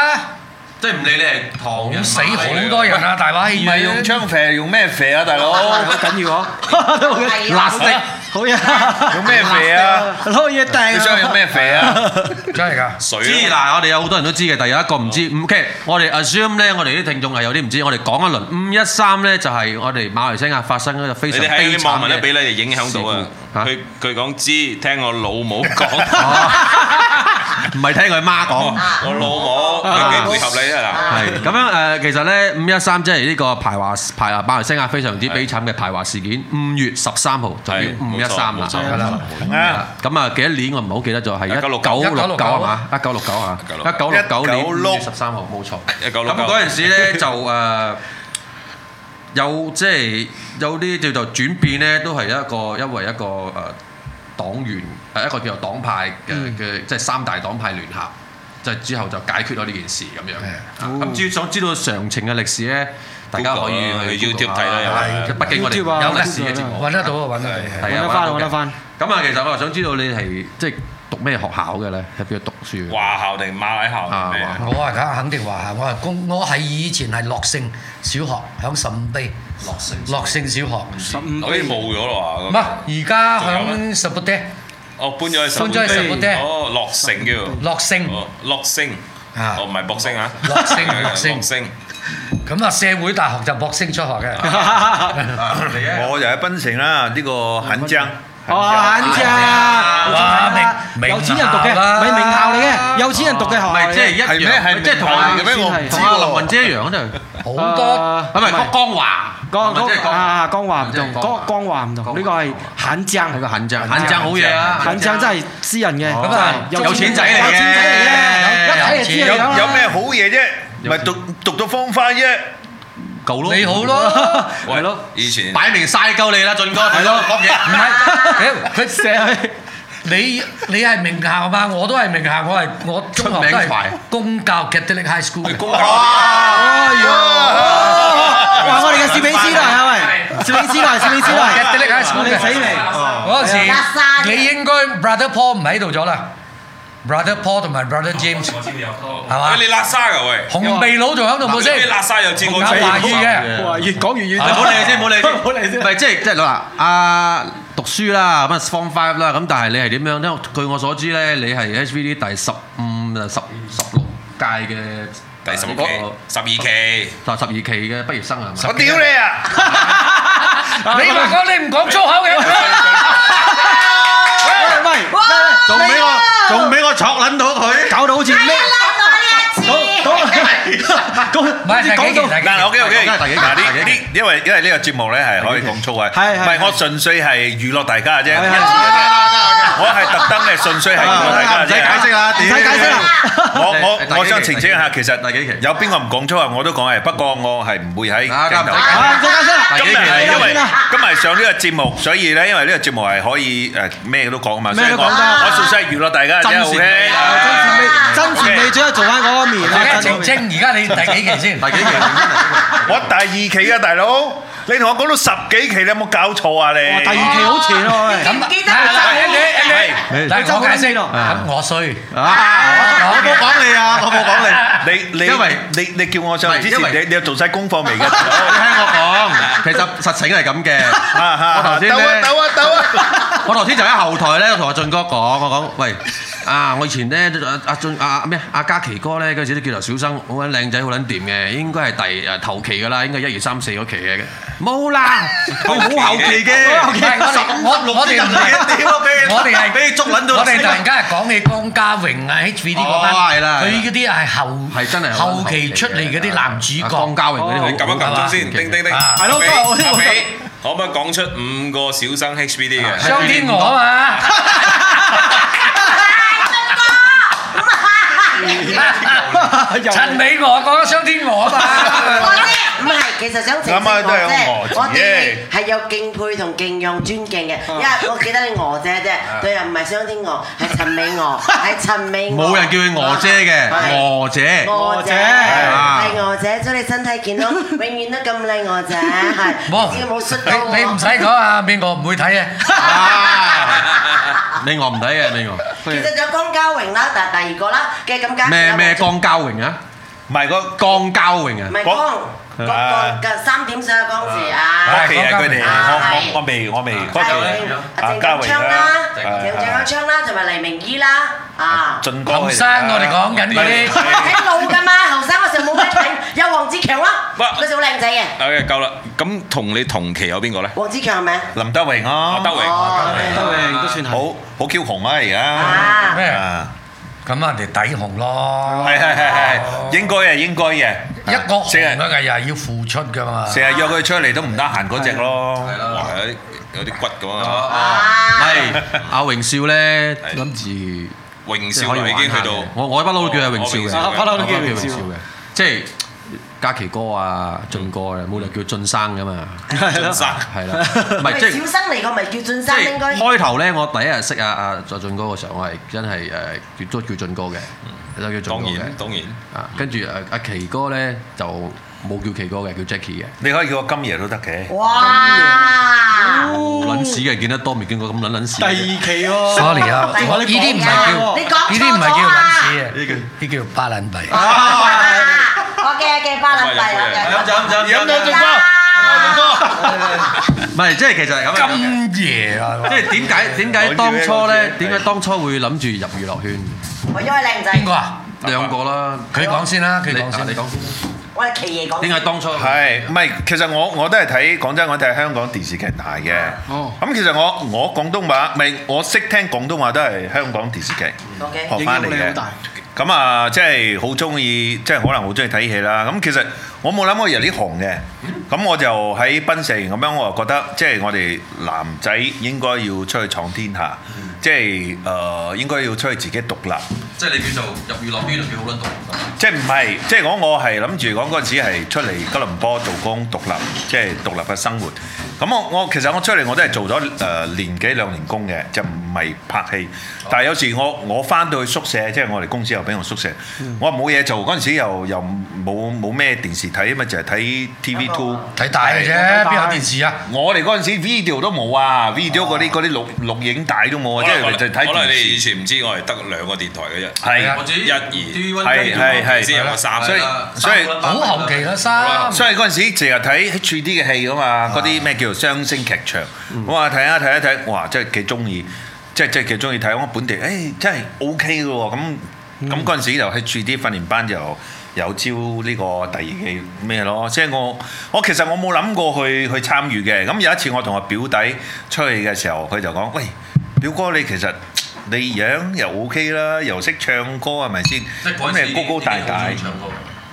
[SPEAKER 1] 即係唔理你係唐
[SPEAKER 5] 咁
[SPEAKER 1] 人
[SPEAKER 5] 死好多人啊！大話戲
[SPEAKER 4] 唔係用
[SPEAKER 5] 院
[SPEAKER 4] 槍射，用咩射啊，大佬？
[SPEAKER 3] 好緊要啊，
[SPEAKER 6] 辣色
[SPEAKER 3] 好嘢，
[SPEAKER 4] 用咩射啊？
[SPEAKER 3] 攞嘢
[SPEAKER 4] 你
[SPEAKER 3] 掟
[SPEAKER 4] 想
[SPEAKER 3] 啊
[SPEAKER 4] 用，咩射啊？
[SPEAKER 5] 真係㗎。
[SPEAKER 1] 知
[SPEAKER 2] 水啦，
[SPEAKER 1] 嗱，我哋有好多人都知嘅，但有一個唔知。五 K，我哋 assume 咧，我哋啲聽眾係有啲唔知。我哋講一輪五一三咧，就係我哋馬來西亞發生一個非
[SPEAKER 2] 你
[SPEAKER 1] 常
[SPEAKER 2] 哋喺
[SPEAKER 1] 悲
[SPEAKER 2] 啲網
[SPEAKER 1] 慘
[SPEAKER 2] 民咧俾
[SPEAKER 1] 嘅。
[SPEAKER 2] 你哋影響到啊
[SPEAKER 1] 事！故嚇
[SPEAKER 2] 佢佢講知，聽我老母 講，
[SPEAKER 1] 唔係聽佢媽講。
[SPEAKER 6] À.
[SPEAKER 2] 我
[SPEAKER 6] Ờ.
[SPEAKER 2] 老母佢幾配合你啊
[SPEAKER 1] 係咁樣誒、呃其實咧五一三即係呢個排華排華馬來西亞非常之悲慘嘅排華事件，五月十三號就叫
[SPEAKER 2] 係
[SPEAKER 1] 五一三啦
[SPEAKER 2] 冇錯冇錯
[SPEAKER 1] 係啦。
[SPEAKER 4] 啊！
[SPEAKER 1] 咁啊幾多年我唔好記得咗，係一九六
[SPEAKER 5] 1969
[SPEAKER 1] 九係嘛？一九六九啊，一九六九年五月十三號，冇錯。
[SPEAKER 2] 嗱，一九
[SPEAKER 1] 咁
[SPEAKER 2] 六九
[SPEAKER 1] 嗰陣時咧就誒有即係有啲叫做轉變咧，都係一個因為一個誒黨員呃誒一個叫做黨派嘅嘅，即係三大黨派聯合，就之後就解決咗呢件事咁樣。啊咁至於想知道詳情嘅歷史咧，大家可
[SPEAKER 2] Google 啊
[SPEAKER 1] 以去
[SPEAKER 2] 去
[SPEAKER 1] Google
[SPEAKER 2] YouTube 睇啦又係
[SPEAKER 1] 啊係畢竟我哋
[SPEAKER 3] YouTube 啊
[SPEAKER 1] 有
[SPEAKER 5] 有
[SPEAKER 1] 歷
[SPEAKER 5] 嘅
[SPEAKER 1] 史嘅節目。
[SPEAKER 5] 揾得到啊，揾得到。
[SPEAKER 1] 係
[SPEAKER 3] 揾得
[SPEAKER 1] 啊揾
[SPEAKER 3] 翻，揾
[SPEAKER 1] 到
[SPEAKER 3] 得
[SPEAKER 1] 嘅
[SPEAKER 3] 翻，
[SPEAKER 1] 咁啊，其實我又想知道你係即係讀咩學校嘅咧？喺邊度讀書嘅？
[SPEAKER 2] 華校定馬拉校定咩
[SPEAKER 1] 啊
[SPEAKER 2] 啊？
[SPEAKER 5] 我係梗肯定話係，我係公，我係以前係樂勝小學，響十五碑
[SPEAKER 1] 樂城
[SPEAKER 5] 樂勝小學。
[SPEAKER 3] 十五
[SPEAKER 2] 好似冇咗啦
[SPEAKER 5] 唔
[SPEAKER 2] 喎，
[SPEAKER 5] 係，而家
[SPEAKER 2] 仲有
[SPEAKER 5] 響十八爹
[SPEAKER 2] 哦搬咗去十
[SPEAKER 5] 搬咗去十
[SPEAKER 2] 個
[SPEAKER 5] 個爹
[SPEAKER 2] 哦落成叫，
[SPEAKER 5] 樂勝，
[SPEAKER 2] 哦落星，
[SPEAKER 5] 啊
[SPEAKER 2] 哦唔係博星啊，
[SPEAKER 5] 樂星樂星
[SPEAKER 2] 落星，
[SPEAKER 5] 咁啊社會大學就博星出學嘅。
[SPEAKER 1] 啊你咧
[SPEAKER 4] 我就喺檳城啦，呢個肯章
[SPEAKER 3] Ờ, 哦，肯定啊，
[SPEAKER 5] 哇，
[SPEAKER 3] 有錢人啊，
[SPEAKER 5] 名-
[SPEAKER 3] 有錢人讀嘅，
[SPEAKER 5] 名校啦。
[SPEAKER 3] 咪名校嚟嘅，有錢人讀嘅學校
[SPEAKER 1] 唔係，即係一樣，
[SPEAKER 4] 係咩？係
[SPEAKER 1] 即係同
[SPEAKER 4] 名校
[SPEAKER 1] 阿-
[SPEAKER 3] 嚟嘅咩？我唔知喎。
[SPEAKER 1] 同阿林雲姐一樣，真係。
[SPEAKER 5] 好多
[SPEAKER 1] 啊，唔係，
[SPEAKER 3] 唔係。
[SPEAKER 1] 江華，
[SPEAKER 3] 江-江-
[SPEAKER 1] 林雲姐係江華。
[SPEAKER 3] 啊，江華唔同，
[SPEAKER 1] 林雲姐係江華。
[SPEAKER 3] 江-江華唔
[SPEAKER 1] 江
[SPEAKER 3] 同，
[SPEAKER 1] 華。
[SPEAKER 3] 呢個係閒掙。
[SPEAKER 1] 係個限制，限制好嘢啊，
[SPEAKER 3] 閒掙真係私人嘅，
[SPEAKER 5] 咁啊，
[SPEAKER 3] 真係，
[SPEAKER 1] 有
[SPEAKER 3] 有錢人。
[SPEAKER 1] 錢仔嚟嘅。
[SPEAKER 3] 有錢仔嚟嘅，
[SPEAKER 5] 有
[SPEAKER 3] 一
[SPEAKER 5] 錢。
[SPEAKER 3] 睇就知係有啦。
[SPEAKER 1] 夠咯。
[SPEAKER 5] 你好咯。
[SPEAKER 2] 喂
[SPEAKER 3] 係咯。
[SPEAKER 2] 以前
[SPEAKER 1] 擺明嘥鳩你啦，俊哥，講嘢。
[SPEAKER 3] 射去。
[SPEAKER 5] 你你係名校啊嘛，我都係名校，我係我中學都
[SPEAKER 1] 出名牌
[SPEAKER 5] 係公教 Catholic High School 嘅。
[SPEAKER 2] 公教
[SPEAKER 3] 哇，我哋嘅攝影師都係啊，喂。攝影師都係，攝影師都係。
[SPEAKER 5] Catholic High School
[SPEAKER 3] 你
[SPEAKER 5] 嘅
[SPEAKER 3] 死未？
[SPEAKER 5] 嗰陣時，你應該 Brother Paul 唔喺度咗啦，Brother Paul 同埋 Brother James 係嘛
[SPEAKER 2] 喂，？你辣沙㗎喂，
[SPEAKER 5] 紅鼻佬仲喺度冇
[SPEAKER 2] 你
[SPEAKER 5] 先？
[SPEAKER 2] 辣沙又知我
[SPEAKER 5] 紅眼 華語嘅。
[SPEAKER 3] 哇，越講越遠。
[SPEAKER 1] À, 啊，唔 好理先，唔好理先。
[SPEAKER 3] 唔好理先。
[SPEAKER 1] 唔係，即係-即係嗱，啊，讀書啦，咁啊，Form Five 啦，咁但係你係點樣？因為據我所知呢，你係 SVD 第15啊，10 16屆嘅，
[SPEAKER 2] 第十
[SPEAKER 1] 啊，呢個，
[SPEAKER 2] 期、十二期，
[SPEAKER 1] 啊，12期嘅畢業生啊，係咪？
[SPEAKER 4] à?
[SPEAKER 5] 你話講你唔講粗口嘅，
[SPEAKER 3] 喂，喂，
[SPEAKER 1] 仲俾我-仲俾我戳撚到佢。
[SPEAKER 3] 搞到好似咩？講-講-講-
[SPEAKER 5] 唔
[SPEAKER 3] 講到-
[SPEAKER 5] 係係幾件係幾件。
[SPEAKER 4] à.
[SPEAKER 1] 唔使解釋啦，屌。嗱，幾期嚟㗎？
[SPEAKER 3] 唔使解釋啦。啊，唔使解釋啦。先啦
[SPEAKER 4] 今日係因為今日上呢個節目，所以咧，因為呢個節目係可以誒咩都講啊嘛，所以
[SPEAKER 3] 咩都
[SPEAKER 4] 我
[SPEAKER 3] 講得
[SPEAKER 4] 我純粹係娛樂大家
[SPEAKER 1] 真
[SPEAKER 4] 啫
[SPEAKER 1] 善
[SPEAKER 4] ，OK
[SPEAKER 1] 美啊
[SPEAKER 3] ờ, 真善美-真善美，最後做返嗰個面啦，
[SPEAKER 5] 大家
[SPEAKER 3] 真善美。
[SPEAKER 5] 澄清，而家你第幾期先？
[SPEAKER 4] 我第二期啊，大佬，你同我講到十幾期，你有冇搞錯啊你？
[SPEAKER 3] 哇，第二期好前喎，喂。
[SPEAKER 5] 係但係我解釋咯，咁我衰，
[SPEAKER 1] À. 啊，我冇講你啊，我冇講你。
[SPEAKER 4] 你你
[SPEAKER 1] 因為
[SPEAKER 4] 你你叫我上嚟之
[SPEAKER 1] 唔係因
[SPEAKER 4] 前，
[SPEAKER 1] 為
[SPEAKER 4] 你你有做晒功課未嘅？大佬
[SPEAKER 1] 你聽我講，其實實情係咁嘅。
[SPEAKER 4] 啊啊
[SPEAKER 1] 我頭先呢，
[SPEAKER 4] 抖啊抖啊抖啊！
[SPEAKER 1] 我頭先就喺後台呢，我同阿俊哥講，我講，喂，啊，我以前呢，阿俊-啊-咩？阿嘉琪哥呢，嗰陣時都叫做小生，好撚靚仔，好撚掂嘅，應該係第-誒，頭期㗎啦，應該一二三四嗰期嘅。冇啦，佢好後期嘅，
[SPEAKER 5] 唔係我哋我我哋唔係。
[SPEAKER 1] 屌，俾你-
[SPEAKER 5] 我哋係
[SPEAKER 1] 俾你捉撚到
[SPEAKER 5] 我哋突然間係講起江家榮啊、HVD 嗰班，
[SPEAKER 1] 哦係啦
[SPEAKER 5] 佢嗰啲係後
[SPEAKER 1] 係真係好
[SPEAKER 5] 後期出嚟嗰啲男主
[SPEAKER 1] À,
[SPEAKER 5] 角，
[SPEAKER 1] 啊，江嘉榮嗰啲好-
[SPEAKER 2] 你撳一撳鐘先，叮叮叮，
[SPEAKER 5] 啊
[SPEAKER 2] 係
[SPEAKER 3] 係咯都係我都係
[SPEAKER 2] 阿
[SPEAKER 3] 我
[SPEAKER 2] 比，可唔可以講出五個小生 HBD 嘅？
[SPEAKER 5] 雙天鵝啊嘛，
[SPEAKER 3] 又-
[SPEAKER 5] 陳美娥講雙天鵝啊嘛，
[SPEAKER 6] 唔係，其實想澄清我啫，我哋係有敬佩同敬仰、尊敬嘅，因為我記得你娥姐啫，對人唔係雙天鵝，係陳美娥，係陳美娥。Ờ.
[SPEAKER 1] 冇人叫佢娥姐嘅，娥姐。
[SPEAKER 6] 娥姐
[SPEAKER 1] 啊
[SPEAKER 6] 係娥姐，祝你身體健康，永遠都咁靚娥姐，係
[SPEAKER 5] 冇
[SPEAKER 6] 只要冇摔到
[SPEAKER 5] 你
[SPEAKER 6] 我
[SPEAKER 5] 你唔使講啊，美娥唔會睇嘅，
[SPEAKER 1] 啊，你我唔睇嘅，你我。
[SPEAKER 6] 其實有江嘉榮啦，但係第二個啦嘅咁加
[SPEAKER 1] 咩-咩江嘉榮啊？
[SPEAKER 4] 唔係個
[SPEAKER 1] 江嘉榮啊？
[SPEAKER 6] 唔係江，江江三點水嘅江字啊。
[SPEAKER 4] 嗰期係佢哋，我我我未我未嗰期啊，
[SPEAKER 6] 鄭
[SPEAKER 4] 嘉
[SPEAKER 6] 國
[SPEAKER 4] 榮
[SPEAKER 6] 昌
[SPEAKER 4] 啦
[SPEAKER 6] 啦，，鄭鄭國昌啦，同埋黎明依啦，啊，
[SPEAKER 4] 俊哥
[SPEAKER 5] 後生我哋
[SPEAKER 4] Ờ,
[SPEAKER 5] 講緊嗰啲，
[SPEAKER 6] 睇老噶嘛，後生嗰時候冇咩睇，有黃子強啦，嗰時好靚仔嘅，
[SPEAKER 2] OK，夠啦。咁同你同期有邊個咧？
[SPEAKER 6] 黃子強係咪？
[SPEAKER 4] 林德榮
[SPEAKER 2] 阿
[SPEAKER 4] 啊
[SPEAKER 2] 德，榮，
[SPEAKER 6] 哦，
[SPEAKER 3] 都係，都算係。
[SPEAKER 4] 好好 Q 紅啊而家。
[SPEAKER 6] 啊，
[SPEAKER 5] 咩
[SPEAKER 4] 啊
[SPEAKER 5] 咁啊人哋抵紅咯，
[SPEAKER 4] 係係係係，應該嘅應該嘅，
[SPEAKER 5] 一個
[SPEAKER 4] 成
[SPEAKER 5] 紅
[SPEAKER 4] 日
[SPEAKER 5] 嘅藝人要付出噶嘛，
[SPEAKER 4] 成日約佢出嚟都唔得閒嗰只咯，
[SPEAKER 2] 哇，有啲有啲骨咁
[SPEAKER 1] 哦，
[SPEAKER 2] 啊！
[SPEAKER 6] 啊，
[SPEAKER 1] 係，阿榮少呢，諗住
[SPEAKER 2] 榮
[SPEAKER 1] 即係
[SPEAKER 2] 少
[SPEAKER 1] 可以
[SPEAKER 2] 啊已經去
[SPEAKER 1] 玩下
[SPEAKER 2] 到
[SPEAKER 1] 嘅，我我不嬲都叫佢榮
[SPEAKER 2] 我榮
[SPEAKER 1] 少
[SPEAKER 2] 少
[SPEAKER 1] 嘅，
[SPEAKER 2] 啊
[SPEAKER 1] 我
[SPEAKER 3] 不嬲都叫
[SPEAKER 1] 我
[SPEAKER 3] 榮
[SPEAKER 1] 榮
[SPEAKER 3] 少
[SPEAKER 1] 嘅，即係嘉琪哥啊、俊哥啊，冇理由叫俊生噶嘛，
[SPEAKER 2] 俊生，
[SPEAKER 1] 係啦，唔係即係
[SPEAKER 6] 小。生嚟個咪叫俊
[SPEAKER 1] 即
[SPEAKER 6] 生
[SPEAKER 1] 係
[SPEAKER 6] 應該。
[SPEAKER 1] 開頭咧，我第一日識阿阿佐俊哥嘅時候，我係真係誒叫都叫俊哥嘅，都叫俊
[SPEAKER 2] 當
[SPEAKER 1] 哥嘅
[SPEAKER 2] 然。當然。
[SPEAKER 1] 啊，跟住阿阿奇哥咧就冇叫奇哥嘅，叫 Jackie 嘅。
[SPEAKER 4] 你可以叫我金爺都得嘅。
[SPEAKER 6] 哇！
[SPEAKER 1] 撚屎嘅，見得多未見過咁撚撚屎嘅。
[SPEAKER 3] 第二期喎。
[SPEAKER 5] sorry à, 啊，
[SPEAKER 6] 第二
[SPEAKER 5] 我呢啲唔係叫
[SPEAKER 6] 你講錯咗啊
[SPEAKER 5] 呢啲唔係叫撚屎啊，呢叫巴撚幣。
[SPEAKER 6] 我嘅嘅巴林幣，我嘅。
[SPEAKER 1] 飲
[SPEAKER 4] 飲咗
[SPEAKER 6] 俊
[SPEAKER 4] 仲
[SPEAKER 1] 唔係，即係其實係咁樣嘅。
[SPEAKER 5] 今夜啊，
[SPEAKER 1] 即係點解點解當初咧？點解當初會諗住入娛樂圈？
[SPEAKER 6] 我因為靚仔。
[SPEAKER 5] 邊個啊？
[SPEAKER 1] 兩個啦，
[SPEAKER 5] 佢講先啦，佢
[SPEAKER 1] 你
[SPEAKER 5] 講
[SPEAKER 1] 啊
[SPEAKER 5] 先。
[SPEAKER 1] 你講先。
[SPEAKER 6] 我係奇爺講先。
[SPEAKER 1] 點解當初
[SPEAKER 4] 係，唔係？其實我我都係睇講真，我睇香港電視劇大嘅。
[SPEAKER 5] 哦
[SPEAKER 4] 咁其實我我廣東話，咪我識聽廣東話都係香港電視劇
[SPEAKER 6] OK
[SPEAKER 4] 學翻嚟
[SPEAKER 7] 影響力好
[SPEAKER 4] 嘅
[SPEAKER 7] 大。
[SPEAKER 4] 咁啊，即係好中意，即係可能好中意睇戲啦。咁其實我冇諗過入呢行嘅。咁我就喺賓城咁樣，我就覺得即係我哋男仔應該要出去闖天下，
[SPEAKER 7] 嗯
[SPEAKER 4] 即係誒、呃、應該要出去自己獨立。
[SPEAKER 1] 即係你叫做入娛樂圈就叫好撚啊獨
[SPEAKER 4] 即係唔係？即係講我係諗住講嗰陣時係出嚟吉隆坡做工獨立，即係獨立嘅生活。咁我我其實我出嚟我都係做咗誒、呃年幾兩年工嘅，就唔係拍戲。但係有時我我翻到去宿舍，即係我哋公司又俾我宿舍，
[SPEAKER 2] 嗯
[SPEAKER 4] 我冇嘢做嗰陣時又又冇冇咩電視睇，咪就係睇 TV Two。
[SPEAKER 5] 睇大嘅啫，邊有電視啊？
[SPEAKER 4] 我哋嗰陣時 video 都冇啊，video 嗰啲嗰啲錄錄影帶都冇啊，即
[SPEAKER 2] 哦可能
[SPEAKER 4] 係就睇
[SPEAKER 2] 可能
[SPEAKER 4] 電
[SPEAKER 2] 你啊哋以
[SPEAKER 4] 視。
[SPEAKER 2] 前唔知，我哋得兩個電台嘅啫。
[SPEAKER 4] 係
[SPEAKER 1] 立。我知
[SPEAKER 2] 一二
[SPEAKER 1] TV One
[SPEAKER 4] 係係係
[SPEAKER 2] 先有個三，
[SPEAKER 4] 所以所以
[SPEAKER 2] 啊
[SPEAKER 5] 好後期啦，三。
[SPEAKER 4] 所以嗰陣時成日睇 HD 嘅戲噶嘛，嗰啲咩叫做雙星劇場，哇睇下睇下睇，哇真係幾中意，即係即係幾中意睇我本地，誒、真係 OK 嘅喎，咁咁嗰陣時就 HD 訓練班就有招呢個第二嘅咩咯，即係我我其實我冇諗過去去參與嘅，咁有一次我同我表弟出去嘅時候，佢就講喂。表哥你其實你樣又 OK 啦，又識唱歌係咪先？
[SPEAKER 1] 立，
[SPEAKER 4] 咁你又高高大大，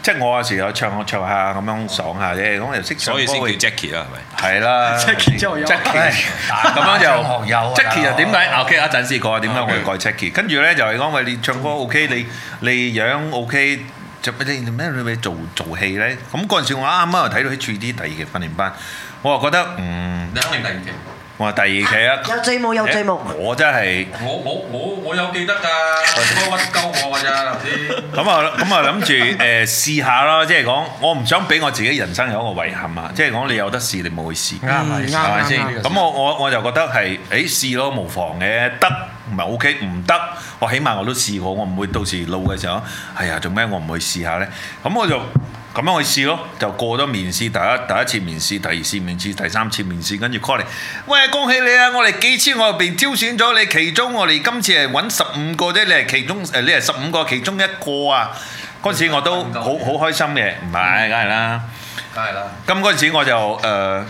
[SPEAKER 4] 即係我有時有唱下唱下咁樣爽下啫，咁又識唱
[SPEAKER 2] 所以先
[SPEAKER 4] 歌
[SPEAKER 2] 叫
[SPEAKER 4] 嘅
[SPEAKER 2] Jackie 啦，係咪？
[SPEAKER 4] 係 啦。
[SPEAKER 7] Jackie 之後有
[SPEAKER 4] Jackie
[SPEAKER 5] 唉
[SPEAKER 4] 咁樣
[SPEAKER 5] 張學友啊
[SPEAKER 4] 就 Jackie 又點解
[SPEAKER 5] 大佬
[SPEAKER 4] ？OK，一陣先講點解我哋改 Jackie。跟住咧就係講喂，你唱歌 OK，你你樣 OK，做咩你咩你咪做做戲咧？咁嗰陣時我啱啱又睇到喺 G D 第二期訓練班，我又覺得嗯，
[SPEAKER 1] 你肯定第二期。
[SPEAKER 4] 我話第二期啊，
[SPEAKER 6] 有最冇有最冇。
[SPEAKER 4] 我真係。
[SPEAKER 1] 我我我我有記得㗎，我屈鳩我㗎咋頭先。
[SPEAKER 4] 咁啊，咁啊諗住誒試下啦，即係講我唔想俾我自己人生有一個遺憾啊！即係講你有得試，你冇去試，
[SPEAKER 5] 啱啊
[SPEAKER 7] 嗯，啱，
[SPEAKER 4] 係咪
[SPEAKER 7] 啱，啱。
[SPEAKER 4] 先？咁我我我就覺得係，誒試咯，無妨嘅，得咪 OK，唔得我起碼我都試過，我唔會到時老嘅時候，哎呀，做咩我唔去試下咧？咁我就咁樣去試咯，就過咗面試第一第一次面試，第二次面試，第三次面試，跟住 call 你，喂，恭喜你啊！我哋幾千個入邊挑選咗你，其中我哋今次係揾十五個啫，你係其中誒，你係十五個其中一個啊！嗰陣時我都好好開心嘅，唔係，梗係啦。
[SPEAKER 1] 梗係啦，
[SPEAKER 4] 咁嗰陣時我就誒，呃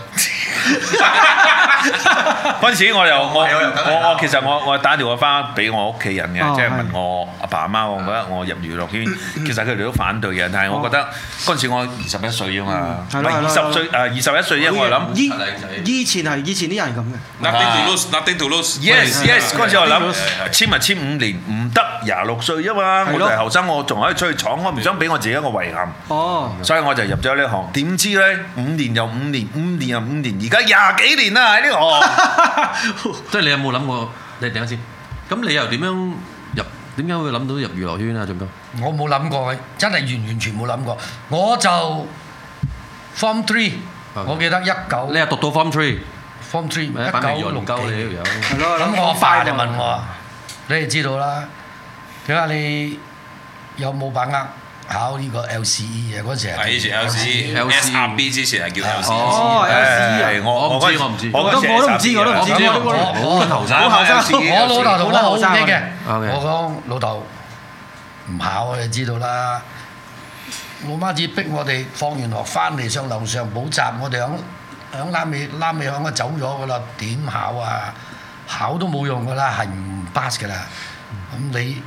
[SPEAKER 4] 嗰陣時我就我
[SPEAKER 7] 啊
[SPEAKER 1] 係我又梗係
[SPEAKER 4] 我我其實我我打電話翻俾我屋企人
[SPEAKER 7] 哦
[SPEAKER 4] 嘅，即係
[SPEAKER 7] 係
[SPEAKER 4] 問我阿爸阿媽，我覺
[SPEAKER 7] 嗯
[SPEAKER 4] 得我入娛 樂圈，其實佢哋都反對嘅，但係我覺得嗰陣時我二十一歲啊嘛，
[SPEAKER 7] 哦嗯係
[SPEAKER 4] 唔
[SPEAKER 7] 咯
[SPEAKER 4] 係
[SPEAKER 7] 係
[SPEAKER 4] 二
[SPEAKER 7] 咯
[SPEAKER 4] 十歲誒啊二十一歲啫，我就諗
[SPEAKER 7] 依-
[SPEAKER 1] 靚仔。
[SPEAKER 7] 以前係-以前啲人係咁嘅。
[SPEAKER 2] Nothing to lose，nothing to lose。
[SPEAKER 4] yes yes 嗰陣時我
[SPEAKER 7] 係
[SPEAKER 4] 諗
[SPEAKER 7] 咯
[SPEAKER 4] 簽咪簽五年，唔得廿六歲啊嘛，我
[SPEAKER 7] 係
[SPEAKER 4] 就
[SPEAKER 7] 咯
[SPEAKER 4] 係後生，我仲可以出去闖，我唔想俾我自己一個遺憾。
[SPEAKER 7] 嗯
[SPEAKER 4] 所以我就入咗呢行，點知呢？五年又五年，五年又五年，而家廿幾年啦喺呢行。
[SPEAKER 1] 即係你有冇諗過？你等下先。咁你又點樣入？點解會諗到入娛樂圈啊？俊哥？
[SPEAKER 5] 我冇諗過，真係完完全冇諗過。我就 Form Three，
[SPEAKER 1] 嗯
[SPEAKER 5] 我記得一九
[SPEAKER 1] 你又讀到 Form Three，
[SPEAKER 5] Form Three
[SPEAKER 1] 咪擺明
[SPEAKER 5] 一九
[SPEAKER 1] 人
[SPEAKER 5] 六
[SPEAKER 1] 鳩
[SPEAKER 5] 幾。
[SPEAKER 1] 你條友。
[SPEAKER 7] 係咯，
[SPEAKER 5] 咁我
[SPEAKER 7] 快
[SPEAKER 5] 爸就
[SPEAKER 7] 樂。
[SPEAKER 5] 問我：你哋知道啦，點解你有冇把握考呢個 LCE 嘅？嗰陣時
[SPEAKER 2] 係以前 L C E。
[SPEAKER 1] LC
[SPEAKER 2] SRB 之前係叫 L C。
[SPEAKER 7] 哦，有事啊。
[SPEAKER 4] 誒我
[SPEAKER 1] 我唔知
[SPEAKER 4] 嗰陣時
[SPEAKER 1] 我唔知
[SPEAKER 4] 嗰陣時
[SPEAKER 7] 我都唔知
[SPEAKER 4] 係
[SPEAKER 7] 我都唔知我
[SPEAKER 5] 我咁我
[SPEAKER 7] 都
[SPEAKER 5] 我我
[SPEAKER 4] 後生
[SPEAKER 7] 我後生
[SPEAKER 4] 有時
[SPEAKER 5] 我老豆同我好 OK 嘅，
[SPEAKER 1] OK
[SPEAKER 5] 我講老豆唔考我就知道啦。老媽子逼我哋放完學翻嚟上樓上補習，我哋響響拉尾拉尾響啊走咗噶啦，點考啊？考都冇用噶啦，係唔 pass 噶啦。咁你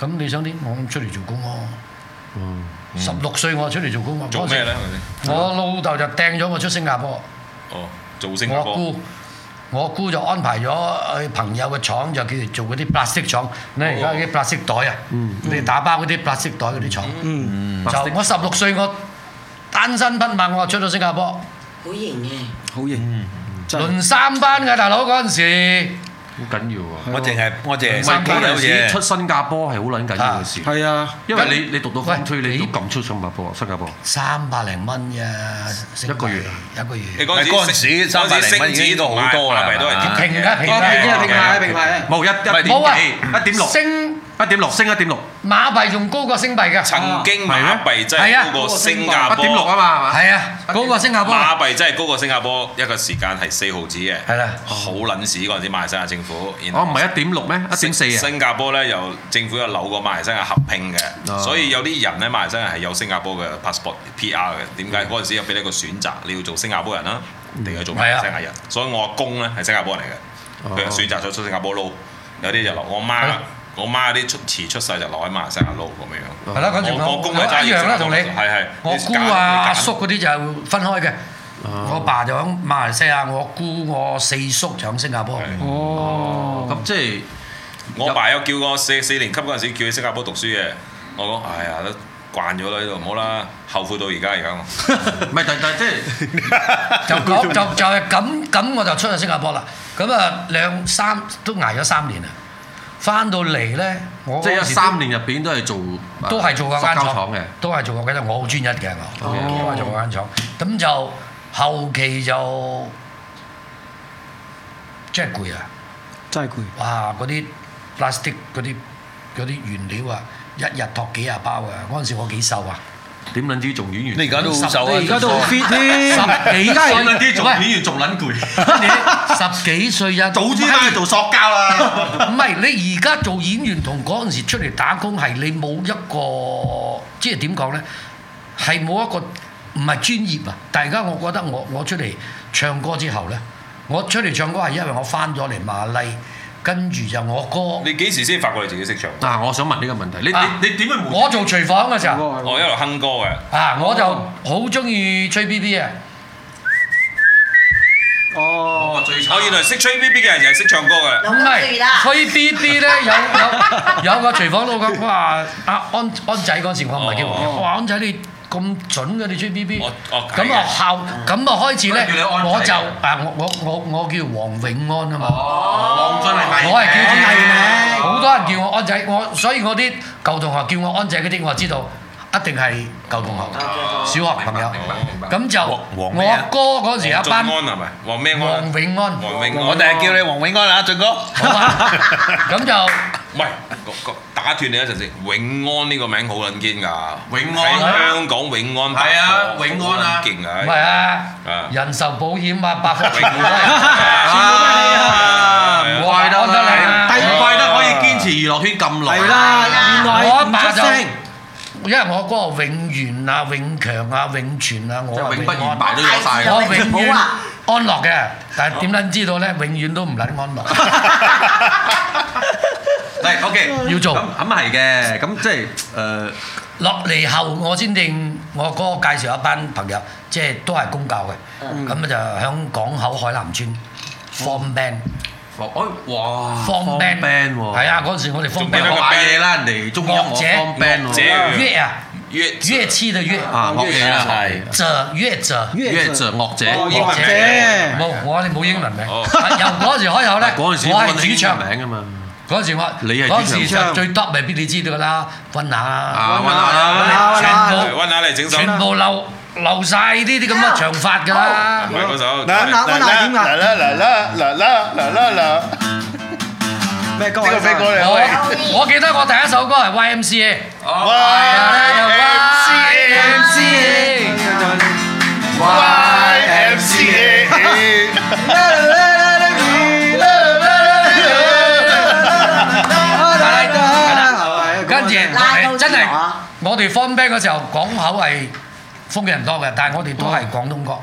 [SPEAKER 5] 咁你想點？我出嚟做工咯。十六歲我出嚟做工喎，
[SPEAKER 2] 嗯
[SPEAKER 5] 啊
[SPEAKER 2] 做咩咧？係咪先
[SPEAKER 5] 嗰時我老豆就掟咗我出新加坡。
[SPEAKER 2] 哦，做星加
[SPEAKER 5] 我
[SPEAKER 2] 坡。
[SPEAKER 5] 姑，我姑就安排咗去朋友嘅廠，就叫佢做嗰啲 plastic 廠。你而家啲 plastic à? 袋啊，你打包嗰啲 plastic 袋嗰啲廠。
[SPEAKER 7] 嗯，
[SPEAKER 5] 就我十六歲，我單身匹馬，我出到新加坡，
[SPEAKER 6] 好型嘅。
[SPEAKER 7] 好型，真係。
[SPEAKER 5] 輪三班嘅大佬嗰陣時，
[SPEAKER 1] 好緊要啊！
[SPEAKER 4] 我淨係我淨係
[SPEAKER 1] 唔
[SPEAKER 4] 識
[SPEAKER 1] 係
[SPEAKER 4] 幾
[SPEAKER 1] 嗰
[SPEAKER 4] 樣
[SPEAKER 1] 陣時出
[SPEAKER 4] 嘢。
[SPEAKER 1] 新加坡係好撚緊要嘅事，
[SPEAKER 7] 係啊，
[SPEAKER 1] 因為你你讀到
[SPEAKER 5] 喂
[SPEAKER 1] Form Three，你
[SPEAKER 5] 你
[SPEAKER 1] 要撳出新加坡，新加坡。
[SPEAKER 5] 三百零蚊嘅星幣
[SPEAKER 1] 一個月啊，
[SPEAKER 5] 一個月。
[SPEAKER 2] 你
[SPEAKER 4] 嗰陣時
[SPEAKER 2] 嗰
[SPEAKER 4] 三百零蚊已經都好多啦
[SPEAKER 2] 馬幣都係
[SPEAKER 4] 係嘛
[SPEAKER 2] 跌嘅
[SPEAKER 5] 平啊平啊
[SPEAKER 7] 哦，平牌啊，平牌啊。
[SPEAKER 1] 冇一一點
[SPEAKER 5] 冇啊，
[SPEAKER 1] 幾，一點六，
[SPEAKER 5] 星
[SPEAKER 1] 一點六升一點六，
[SPEAKER 5] 唔馬幣仲高過星幣㗎。
[SPEAKER 2] 曾經馬幣真
[SPEAKER 5] 係啊
[SPEAKER 2] 係高過新加坡，
[SPEAKER 1] 1.6啊嘛，係嘛？
[SPEAKER 5] 係啊，高過新加坡。
[SPEAKER 2] 馬幣真係高過新加坡一個時間係四毫子嘅，
[SPEAKER 5] 係啦
[SPEAKER 2] 好撚屎嗰陣時馬來西亞政府，然後
[SPEAKER 1] 哦，唔係1.6咩？1.4啊？
[SPEAKER 2] 新加坡咧又政府又扭過馬來西亞合併
[SPEAKER 1] 哦
[SPEAKER 2] 嘅，所以有啲人咧馬來西亞係有新加坡嘅 passport PR 嘅。點
[SPEAKER 1] 嗯
[SPEAKER 2] 解嗰陣時又俾你一個選擇，你要做新加坡人啦，定係做馬來西亞人？所以我阿公咧係新加坡人嚟嘅，佢
[SPEAKER 1] 啊哦
[SPEAKER 2] 就選擇咗出新加坡撈，有啲就留我
[SPEAKER 5] 係
[SPEAKER 2] 媽
[SPEAKER 5] 咯。
[SPEAKER 2] 我媽啲出遲出世就留喺馬來西亞撈咁
[SPEAKER 1] 啊
[SPEAKER 2] 樣樣，
[SPEAKER 1] 哦
[SPEAKER 5] 係啦，跟住
[SPEAKER 2] 我我
[SPEAKER 5] 我
[SPEAKER 2] 公係揸
[SPEAKER 5] 一
[SPEAKER 2] 住
[SPEAKER 5] 樣啦，
[SPEAKER 2] 隻
[SPEAKER 5] 同你
[SPEAKER 2] 馬係係
[SPEAKER 5] 我
[SPEAKER 2] 你
[SPEAKER 5] 姑
[SPEAKER 2] 揀
[SPEAKER 5] 啊、
[SPEAKER 2] 你揀
[SPEAKER 5] 阿叔嗰啲就係分開嘅。
[SPEAKER 1] 哦
[SPEAKER 5] 我爸就喺馬來西亞，我姑我四叔就喺新加坡。
[SPEAKER 2] 係
[SPEAKER 7] 哦，
[SPEAKER 1] 咁即 係
[SPEAKER 2] 我爸有叫我四四年級嗰陣時叫去新加坡讀書嘅，我講哎呀都慣咗啦呢度，唔好啦，後悔到而家而家我。
[SPEAKER 1] 唔係？但但即係
[SPEAKER 5] 就講就就係咁咁，我就出咗新加坡啦。咁啊，兩三都捱咗三年啊。翻到嚟咧，我
[SPEAKER 1] 即係
[SPEAKER 5] 嗰
[SPEAKER 1] 一
[SPEAKER 5] 時
[SPEAKER 1] 三年入邊都係做
[SPEAKER 5] 都都係做過
[SPEAKER 1] 塑膠
[SPEAKER 5] 間
[SPEAKER 1] 廠嘅。哦
[SPEAKER 5] 都係做過間廠，我好專一嘅我，
[SPEAKER 1] OK
[SPEAKER 5] 我係做過間廠。咁就後期就即係攰啊！
[SPEAKER 7] 真係攰。
[SPEAKER 5] 哇！嗰啲 plastic 嗰啲嗰啲原料啊，一日托幾廿包啊！嗰陣時我幾瘦啊，
[SPEAKER 1] 點撚知做演員？
[SPEAKER 4] 你而家都好瘦啊，
[SPEAKER 7] 你而家都好 fit
[SPEAKER 5] 十
[SPEAKER 7] 添，
[SPEAKER 5] 幾
[SPEAKER 7] 而家
[SPEAKER 1] 點
[SPEAKER 7] 係
[SPEAKER 1] 撚知做
[SPEAKER 5] 喂
[SPEAKER 1] 演員仲撚 攰？
[SPEAKER 5] 十幾歲啊，
[SPEAKER 1] 早知啦，做塑膠 啦。
[SPEAKER 5] 唔係你而家做演員同嗰陣時出嚟打工係你冇一個即係點講咧？係冇一個唔係專業啊！但係而家我覺得我我出嚟唱歌之後咧，我出嚟唱歌係因為我翻咗嚟馬拉，跟住就我哥，
[SPEAKER 2] 你幾時先發覺你自己識唱？
[SPEAKER 1] 嗱，我想問呢個問題，你
[SPEAKER 5] 啊
[SPEAKER 1] 你你點會無？
[SPEAKER 5] 我做廚房嘅時候。
[SPEAKER 1] 哦
[SPEAKER 2] 我一路哼歌嘅，
[SPEAKER 5] 啊！我就好中意吹 B B 啊！
[SPEAKER 7] 哦，
[SPEAKER 1] 我最
[SPEAKER 2] 我原來識吹 B B 嘅人就係識唱歌嘅啦。
[SPEAKER 5] 唔係吹 B B 咧，有有有個廚房佬講哇！阿安安仔嗰時我唔係叫
[SPEAKER 2] 哦
[SPEAKER 5] 我話安仔你咁準嘅你吹 B B，
[SPEAKER 2] 我我
[SPEAKER 5] 咁啊後咁啊開始咧
[SPEAKER 1] 我叫你安仔
[SPEAKER 5] 我就啊我我我我叫黃永安啊嘛，
[SPEAKER 1] 哦，黃俊係
[SPEAKER 5] 我係叫
[SPEAKER 7] 藝名
[SPEAKER 5] 做好多人叫我安仔，我所以我啲舊同學叫我安仔嗰啲，我就知道一定係舊同學，小學朋友。咁就
[SPEAKER 4] 黃黃
[SPEAKER 5] 我
[SPEAKER 4] 咩啊
[SPEAKER 5] 阿哥嗰時有一
[SPEAKER 2] 俊安
[SPEAKER 5] 班
[SPEAKER 2] 係咪？黃咩安啊？
[SPEAKER 5] 黃永安。
[SPEAKER 2] 黃永安，
[SPEAKER 4] 我第日叫你黃永安啊，俊哥。
[SPEAKER 5] 好嘛？ 咁就
[SPEAKER 2] 唔係，個個打斷你一陣先。永安呢個名好撚堅㗎，
[SPEAKER 1] 永安
[SPEAKER 2] 喺
[SPEAKER 1] 啊
[SPEAKER 2] 香港永安百
[SPEAKER 1] 係
[SPEAKER 2] 貨
[SPEAKER 1] 啊永安啊
[SPEAKER 2] 好撚勁
[SPEAKER 5] 唔
[SPEAKER 2] 啊！
[SPEAKER 5] 係啊
[SPEAKER 2] 啊，
[SPEAKER 5] 人壽保險 啊，百貨
[SPEAKER 2] 永
[SPEAKER 1] 啊唔怪得啦，
[SPEAKER 5] 安得
[SPEAKER 7] 你
[SPEAKER 1] 唔怪得可以堅持娛樂圈咁耐。
[SPEAKER 7] 係啦，原來唔出聲，
[SPEAKER 5] 因為我嗰個永遠啊、永強啊、永全啊，我
[SPEAKER 1] 即係
[SPEAKER 5] 係
[SPEAKER 1] 永不言
[SPEAKER 5] 安
[SPEAKER 1] 敗都有晒
[SPEAKER 5] 我
[SPEAKER 1] 嘅。
[SPEAKER 5] 永遠
[SPEAKER 3] 唔好啊
[SPEAKER 5] 安樂嘅，但係點撚知道咧？永遠都唔撚安樂。
[SPEAKER 1] 係 OK，
[SPEAKER 5] 要做
[SPEAKER 1] 咁咁係嘅，咁即係誒
[SPEAKER 5] 落嚟後我先定我哥介紹一班朋友，即係都係公教嘅，
[SPEAKER 1] 嗯
[SPEAKER 5] 咁就響港口海南村 form band
[SPEAKER 1] 哇，哎哇
[SPEAKER 5] form
[SPEAKER 1] band
[SPEAKER 5] band
[SPEAKER 1] 喎，
[SPEAKER 5] 係啊，嗰陣時我哋 form
[SPEAKER 2] 仲記得個
[SPEAKER 5] band
[SPEAKER 1] 學嘢啦，人哋中意音
[SPEAKER 5] 樂者
[SPEAKER 1] 樂 form band
[SPEAKER 2] 樂者
[SPEAKER 1] 喎，
[SPEAKER 5] 樂啊，
[SPEAKER 2] 越
[SPEAKER 5] 樂器的樂，
[SPEAKER 1] 啊學嘢啦，係
[SPEAKER 5] 者樂者。
[SPEAKER 1] 越著樂者。
[SPEAKER 7] 哦
[SPEAKER 2] 英文名
[SPEAKER 7] 者，
[SPEAKER 5] 冇，我哋冇英文名。
[SPEAKER 2] 哦
[SPEAKER 5] 由嗰時開口咧，
[SPEAKER 1] 嗰陣時
[SPEAKER 5] 我
[SPEAKER 1] 冇
[SPEAKER 5] 係
[SPEAKER 1] 人
[SPEAKER 5] 主
[SPEAKER 1] 起
[SPEAKER 5] 唱。
[SPEAKER 1] 名啊嘛，
[SPEAKER 5] 嗰時我
[SPEAKER 1] 你係主唱
[SPEAKER 5] 嗰時就最 top 咪邊你知道㗎啦，温下，
[SPEAKER 1] 啊揾下啦，
[SPEAKER 7] 啊
[SPEAKER 5] 全部
[SPEAKER 2] 温下嚟整首，
[SPEAKER 5] 全部留留曬呢啲咁嘅長髮㗎啦
[SPEAKER 2] 唔。係嗰首。
[SPEAKER 7] 嗱，嗱，嗱，點啊？
[SPEAKER 4] 嗱，嗱，嗱，嗱，嗱，嗱，嗱，嗱，嗱。
[SPEAKER 7] 咩歌啊？
[SPEAKER 4] 呢個飛哥嚟，
[SPEAKER 5] 我
[SPEAKER 4] 喂。
[SPEAKER 5] 我記得我第一首歌係 YMCA。
[SPEAKER 4] 哇，YMCA
[SPEAKER 5] 跟住
[SPEAKER 3] 拉高
[SPEAKER 5] 真係
[SPEAKER 3] 啲啊，
[SPEAKER 5] 我哋 form band 嗰時候港口係風嘅人多嘅，但係我哋都係廣東歌，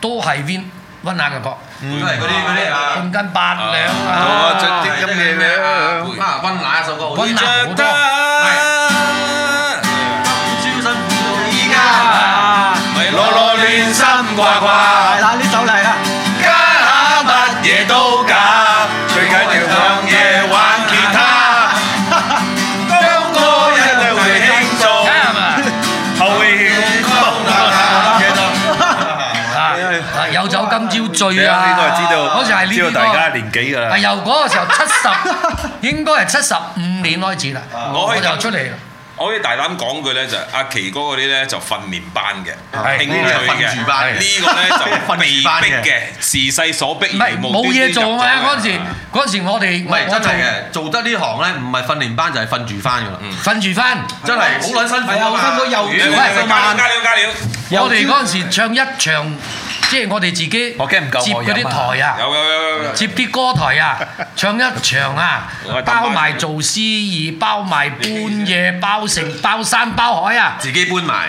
[SPEAKER 5] 都係 Win 温雅嘅歌，
[SPEAKER 1] 都係嗰啲嗰啲啊。
[SPEAKER 5] 中間八兩啊。
[SPEAKER 4] Ờ, 我最貼心嘅你。
[SPEAKER 1] 啊，温拿一首歌好
[SPEAKER 5] 温
[SPEAKER 1] 啲
[SPEAKER 5] 拿
[SPEAKER 1] 張
[SPEAKER 5] 好多，
[SPEAKER 1] 超辛苦到依
[SPEAKER 7] 啊，
[SPEAKER 2] 咪攞攞亂心掛掛，
[SPEAKER 7] 係啦，呢首嚟啦。
[SPEAKER 2] 家下乜嘢都假，最緊要放夜玩吉他，當歌一對會輕
[SPEAKER 5] 啱
[SPEAKER 2] 鬆，
[SPEAKER 5] 啊！啊啊有酒今朝醉啊！
[SPEAKER 4] 呢個係知道-
[SPEAKER 5] 嗰時係呢啲歌
[SPEAKER 4] 知道大家年紀㗎啦。
[SPEAKER 5] 係由嗰個時候七十，應該係七十五年開始啦。
[SPEAKER 2] 我可以
[SPEAKER 5] 就出嚟啦，
[SPEAKER 2] 我可以大膽講句咧，就係阿奇哥嗰啲咧就訓練班嘅，
[SPEAKER 4] 係
[SPEAKER 2] 興
[SPEAKER 4] 呢啲
[SPEAKER 1] 係
[SPEAKER 2] 趣
[SPEAKER 1] 訓住班
[SPEAKER 2] 嘅，
[SPEAKER 1] 嘅
[SPEAKER 2] 呢個
[SPEAKER 1] 訓
[SPEAKER 2] 咧
[SPEAKER 1] 住
[SPEAKER 2] 就
[SPEAKER 1] 班
[SPEAKER 2] 被
[SPEAKER 1] 嘅
[SPEAKER 2] 逼嘅，時勢所逼
[SPEAKER 5] 唔係
[SPEAKER 2] 而
[SPEAKER 5] 冇
[SPEAKER 2] 無端端
[SPEAKER 5] 嘢
[SPEAKER 2] 入
[SPEAKER 5] 做
[SPEAKER 2] 咗
[SPEAKER 5] 啊！
[SPEAKER 2] 嘅
[SPEAKER 5] 嗰陣時，嗰陣時我哋
[SPEAKER 1] 唔係
[SPEAKER 5] 我
[SPEAKER 1] 真係嘅，做得呢行咧，唔係訓練班就係瞓住翻噶啦，
[SPEAKER 5] 我瞓住翻。
[SPEAKER 1] 真係好撚辛苦
[SPEAKER 7] 係啊
[SPEAKER 1] 啊嘛
[SPEAKER 7] 好辛苦又
[SPEAKER 1] 如
[SPEAKER 2] 加
[SPEAKER 1] 果
[SPEAKER 7] 喂
[SPEAKER 1] 你
[SPEAKER 2] 料加料加料加料，
[SPEAKER 5] 我哋嗰陣時唱一場，即係我哋自己
[SPEAKER 4] 我驚唔夠
[SPEAKER 5] 接
[SPEAKER 4] 我
[SPEAKER 5] 嗰啲
[SPEAKER 4] 飲啊
[SPEAKER 5] 台啊。
[SPEAKER 2] 有有有有有。
[SPEAKER 5] 接啲歌 台啊，唱一場啊
[SPEAKER 2] 我係，
[SPEAKER 5] 包埋做司儀，包埋半夜，
[SPEAKER 2] 啊
[SPEAKER 5] 包城，包山，包海啊！
[SPEAKER 1] 自己搬埋，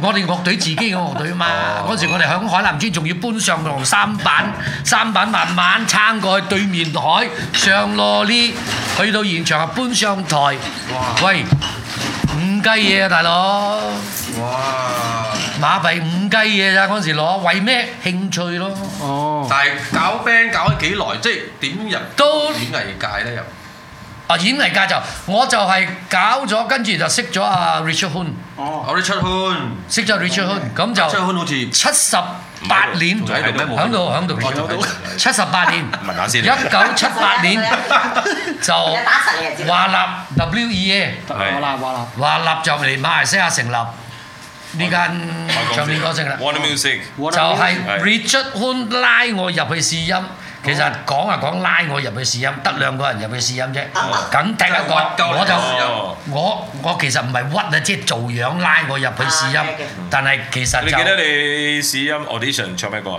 [SPEAKER 5] 我哋樂隊自己嘅樂隊啊嘛，
[SPEAKER 2] 哦
[SPEAKER 5] 嗰時我哋響海南村仲要搬上龍三板，三板慢慢撐過去對面海，上落呢，去到現場啊搬上台，喂五雞嘢啊大佬，
[SPEAKER 1] 哇！
[SPEAKER 5] 馬幣五雞嘢咋嗰時攞，為咩興趣咯？
[SPEAKER 7] 哦，
[SPEAKER 1] 但係搞 band 搞咗幾耐，即係點入
[SPEAKER 5] 都
[SPEAKER 1] 演藝界咧又？
[SPEAKER 5] 啊演藝界就我就係搞咗，跟住就識咗阿 Richard Hun，
[SPEAKER 7] 哦，
[SPEAKER 1] 我啲出圈，
[SPEAKER 5] 識咗 Richard Hun，咁
[SPEAKER 1] 出
[SPEAKER 5] 就
[SPEAKER 1] 圈好似
[SPEAKER 5] 七十八年
[SPEAKER 1] 仲喺度咩冇
[SPEAKER 5] 響度響度
[SPEAKER 1] 我仲喺度
[SPEAKER 5] 七十 八年，
[SPEAKER 2] 問下先
[SPEAKER 5] 一九七八 年就
[SPEAKER 6] 你打實你就知。
[SPEAKER 5] 華納 WEA
[SPEAKER 7] 得啦，啦，哇啦，
[SPEAKER 5] 華納就嚟馬來西亞成立呢間唱片歌成立，
[SPEAKER 2] Warner Music
[SPEAKER 7] 就
[SPEAKER 5] 就係
[SPEAKER 2] 係
[SPEAKER 5] Richard Hun 拉我入去試音。其實講啊講拉我入去試音，得兩個人入去試音啫，梗踢一個，我就。
[SPEAKER 2] 哦，
[SPEAKER 5] 我我其實唔係屈啊，即係做樣拉我入去試
[SPEAKER 6] 啊
[SPEAKER 5] 音
[SPEAKER 6] ，OK，OK，
[SPEAKER 5] 但係其實
[SPEAKER 2] 你記得
[SPEAKER 5] 就
[SPEAKER 2] 你試音 audition 唱咩歌啊？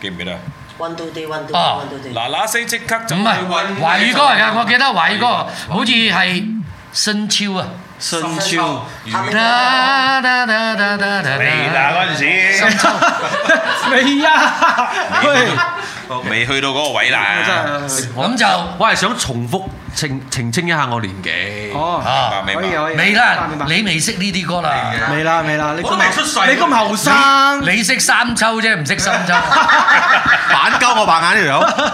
[SPEAKER 2] 記唔記得啊？
[SPEAKER 6] One two three one two
[SPEAKER 5] 哦
[SPEAKER 6] one two three。
[SPEAKER 2] 嗱嗱聲即刻就
[SPEAKER 5] 唔
[SPEAKER 2] 去
[SPEAKER 5] 係
[SPEAKER 2] 揾
[SPEAKER 5] 華語歌嚟㗎，我記得華語歌，好似係新超啊。
[SPEAKER 7] 新 超，
[SPEAKER 5] 啦啦啦啦啦啦
[SPEAKER 7] 未啊，喂，
[SPEAKER 2] 未去到嗰個位啦。
[SPEAKER 7] 真係，
[SPEAKER 5] 咁就
[SPEAKER 1] 我係想重複澄澄清一下我年紀。
[SPEAKER 7] 哦，
[SPEAKER 5] 啊
[SPEAKER 2] 明白
[SPEAKER 7] 可以可以，
[SPEAKER 5] 未啦
[SPEAKER 7] 明白，
[SPEAKER 5] 你未識呢啲歌啦，
[SPEAKER 7] 未啦未啦，你
[SPEAKER 1] 我都未出世
[SPEAKER 7] 你咁後生，
[SPEAKER 5] 你識三秋啫，唔識深秋。
[SPEAKER 1] 反鳩我白眼呢條 友。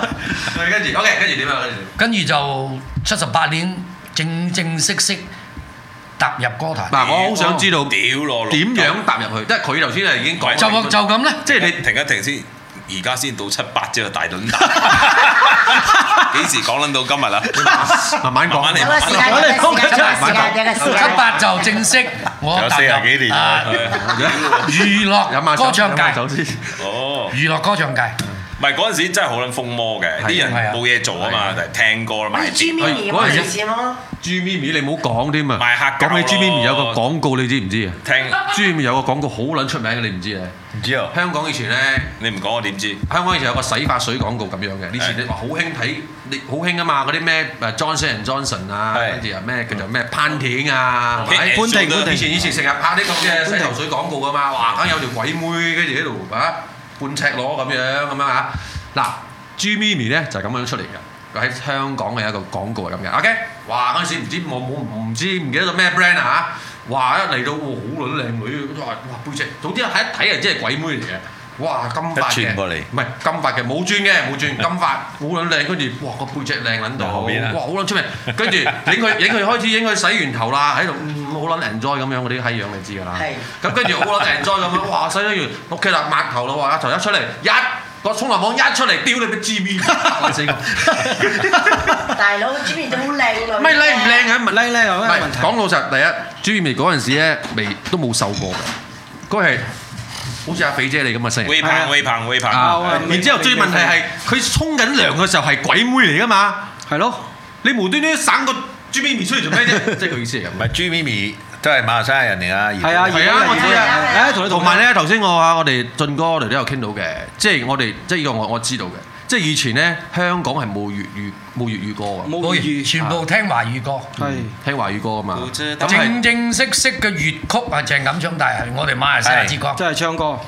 [SPEAKER 1] 跟住，OK，跟住點啊？跟住
[SPEAKER 5] 跟住就七十八年正正式式踏入歌壇，
[SPEAKER 1] 嗱，我好想知道點
[SPEAKER 2] 屌咯，
[SPEAKER 1] 樣踏入去，即係佢頭先係已經講
[SPEAKER 5] 就就咁咧。
[SPEAKER 1] 即係
[SPEAKER 2] 你
[SPEAKER 1] 你
[SPEAKER 2] 停一停先，而家先到七八之後大輪打，幾時講撚到今日啊啦？
[SPEAKER 1] 慢慢
[SPEAKER 2] 慢慢
[SPEAKER 1] 講
[SPEAKER 2] 嚟。
[SPEAKER 6] 有個時間，有個時間，有個時間，有個時間。
[SPEAKER 5] 七八就正式，我
[SPEAKER 4] 有
[SPEAKER 5] 踏入
[SPEAKER 4] 40幾年
[SPEAKER 5] 啊娛
[SPEAKER 1] 飲下
[SPEAKER 5] 樂
[SPEAKER 1] 酒
[SPEAKER 5] 歌唱界，
[SPEAKER 1] 飲下酒先。
[SPEAKER 2] 哦，
[SPEAKER 5] 娛樂歌唱界，
[SPEAKER 2] 唔係嗰陣時真係好撚瘋魔嘅，啲人
[SPEAKER 5] 係啊
[SPEAKER 2] 冇嘢做啊嘛，就係聽歌啦，賣碟
[SPEAKER 6] G Mini 嗰陣時咯，
[SPEAKER 1] 朱咪咪，你唔好講添啊！
[SPEAKER 2] 賣黑膠
[SPEAKER 1] 講起朱咪咪有個
[SPEAKER 2] 咯
[SPEAKER 1] 廣告，你知唔知啊？
[SPEAKER 2] 聽，
[SPEAKER 1] 朱咪咪有個廣告好撚出名嘅，你唔知啊？香港以前咧。
[SPEAKER 2] 你唔講我點知？
[SPEAKER 1] 香港以前有個洗髮水廣告咁樣嘅，以前你話好興睇，你好興啊嘛，嗰啲咩誒 Johnson and Johnson 啊，
[SPEAKER 2] 係
[SPEAKER 1] 跟住啊咩叫做咩潘田啊，係咪
[SPEAKER 7] 潘婷潘婷
[SPEAKER 1] 以前以前成日拍啲咁嘅洗頭水廣告噶嘛，哇！梗有條鬼妹跟住喺度啊半赤裸咁樣咁樣啊，嗱朱咪咪咧就係咁樣出嚟嘅，佢喺香港嘅一個廣告係咁嘅，OK，哇！嗰陣時唔知我冇唔知唔記得咗咩 brand 啊哇！一嚟到哇好撚靚女，哇哇背脊，總之一睇就知係鬼妹嚟嘅。哇！金髮
[SPEAKER 4] 一轉
[SPEAKER 1] 嘅，
[SPEAKER 4] 過嚟
[SPEAKER 1] 唔係金髮嘅，冇轉嘅，冇轉，金髮好撚靚，跟住哇個背脊靚撚到，
[SPEAKER 4] 後邊啊
[SPEAKER 1] 哇好撚出名，跟住影佢影佢開始影佢洗完頭啦，喺度嗯好撚 ừ, enjoy 咁樣嗰啲閪樣你知㗎啦
[SPEAKER 6] 係，
[SPEAKER 1] 咁跟住好撚 enjoy 咁樣，哇洗咗完 OK 啦，抹頭啦喎，一頭一出嚟一個沖涼房一出嚟，屌你個 G V，嚇死我！
[SPEAKER 6] 大佬 G Mini 都好靚女。
[SPEAKER 1] 唔係靚唔靚啊？問
[SPEAKER 7] 靚靚有
[SPEAKER 1] 唔
[SPEAKER 7] 咩
[SPEAKER 1] 係
[SPEAKER 7] 問題？
[SPEAKER 1] 講老實，第一朱咪嗰陣時咧未都冇瘦過嘅，佢係好似阿肥姐你咁嘅身形。
[SPEAKER 2] 微
[SPEAKER 7] 係
[SPEAKER 2] 胖
[SPEAKER 7] 啊
[SPEAKER 2] 微胖微
[SPEAKER 1] 啊
[SPEAKER 2] 胖，
[SPEAKER 7] 啊
[SPEAKER 1] 然之後最問題係佢沖緊涼嘅時候係鬼妹嚟噶嘛？
[SPEAKER 7] 係咯，
[SPEAKER 1] 你無端端省個豬咪咪出嚟做咩 啫？即係佢意思係咁。
[SPEAKER 7] 係啊，
[SPEAKER 1] 係啊，
[SPEAKER 4] à,
[SPEAKER 1] 我知啊。
[SPEAKER 7] 誒，同你
[SPEAKER 1] 同埋，咧，頭先我話我哋俊哥我哋都有傾到嘅，即係我哋即係呢個我我知道嘅，即係以前咧香港係冇粵語冇粵語歌嘅，
[SPEAKER 7] 冇預，
[SPEAKER 5] 全部聽華語歌，
[SPEAKER 7] 係
[SPEAKER 1] 聽華語歌啊嘛。
[SPEAKER 2] 冇啫
[SPEAKER 1] 咁
[SPEAKER 5] 正
[SPEAKER 1] 係
[SPEAKER 5] 正式式嘅粵曲啊，鄭錦昌大係我哋馬來西亞之光，
[SPEAKER 7] 真係唱歌，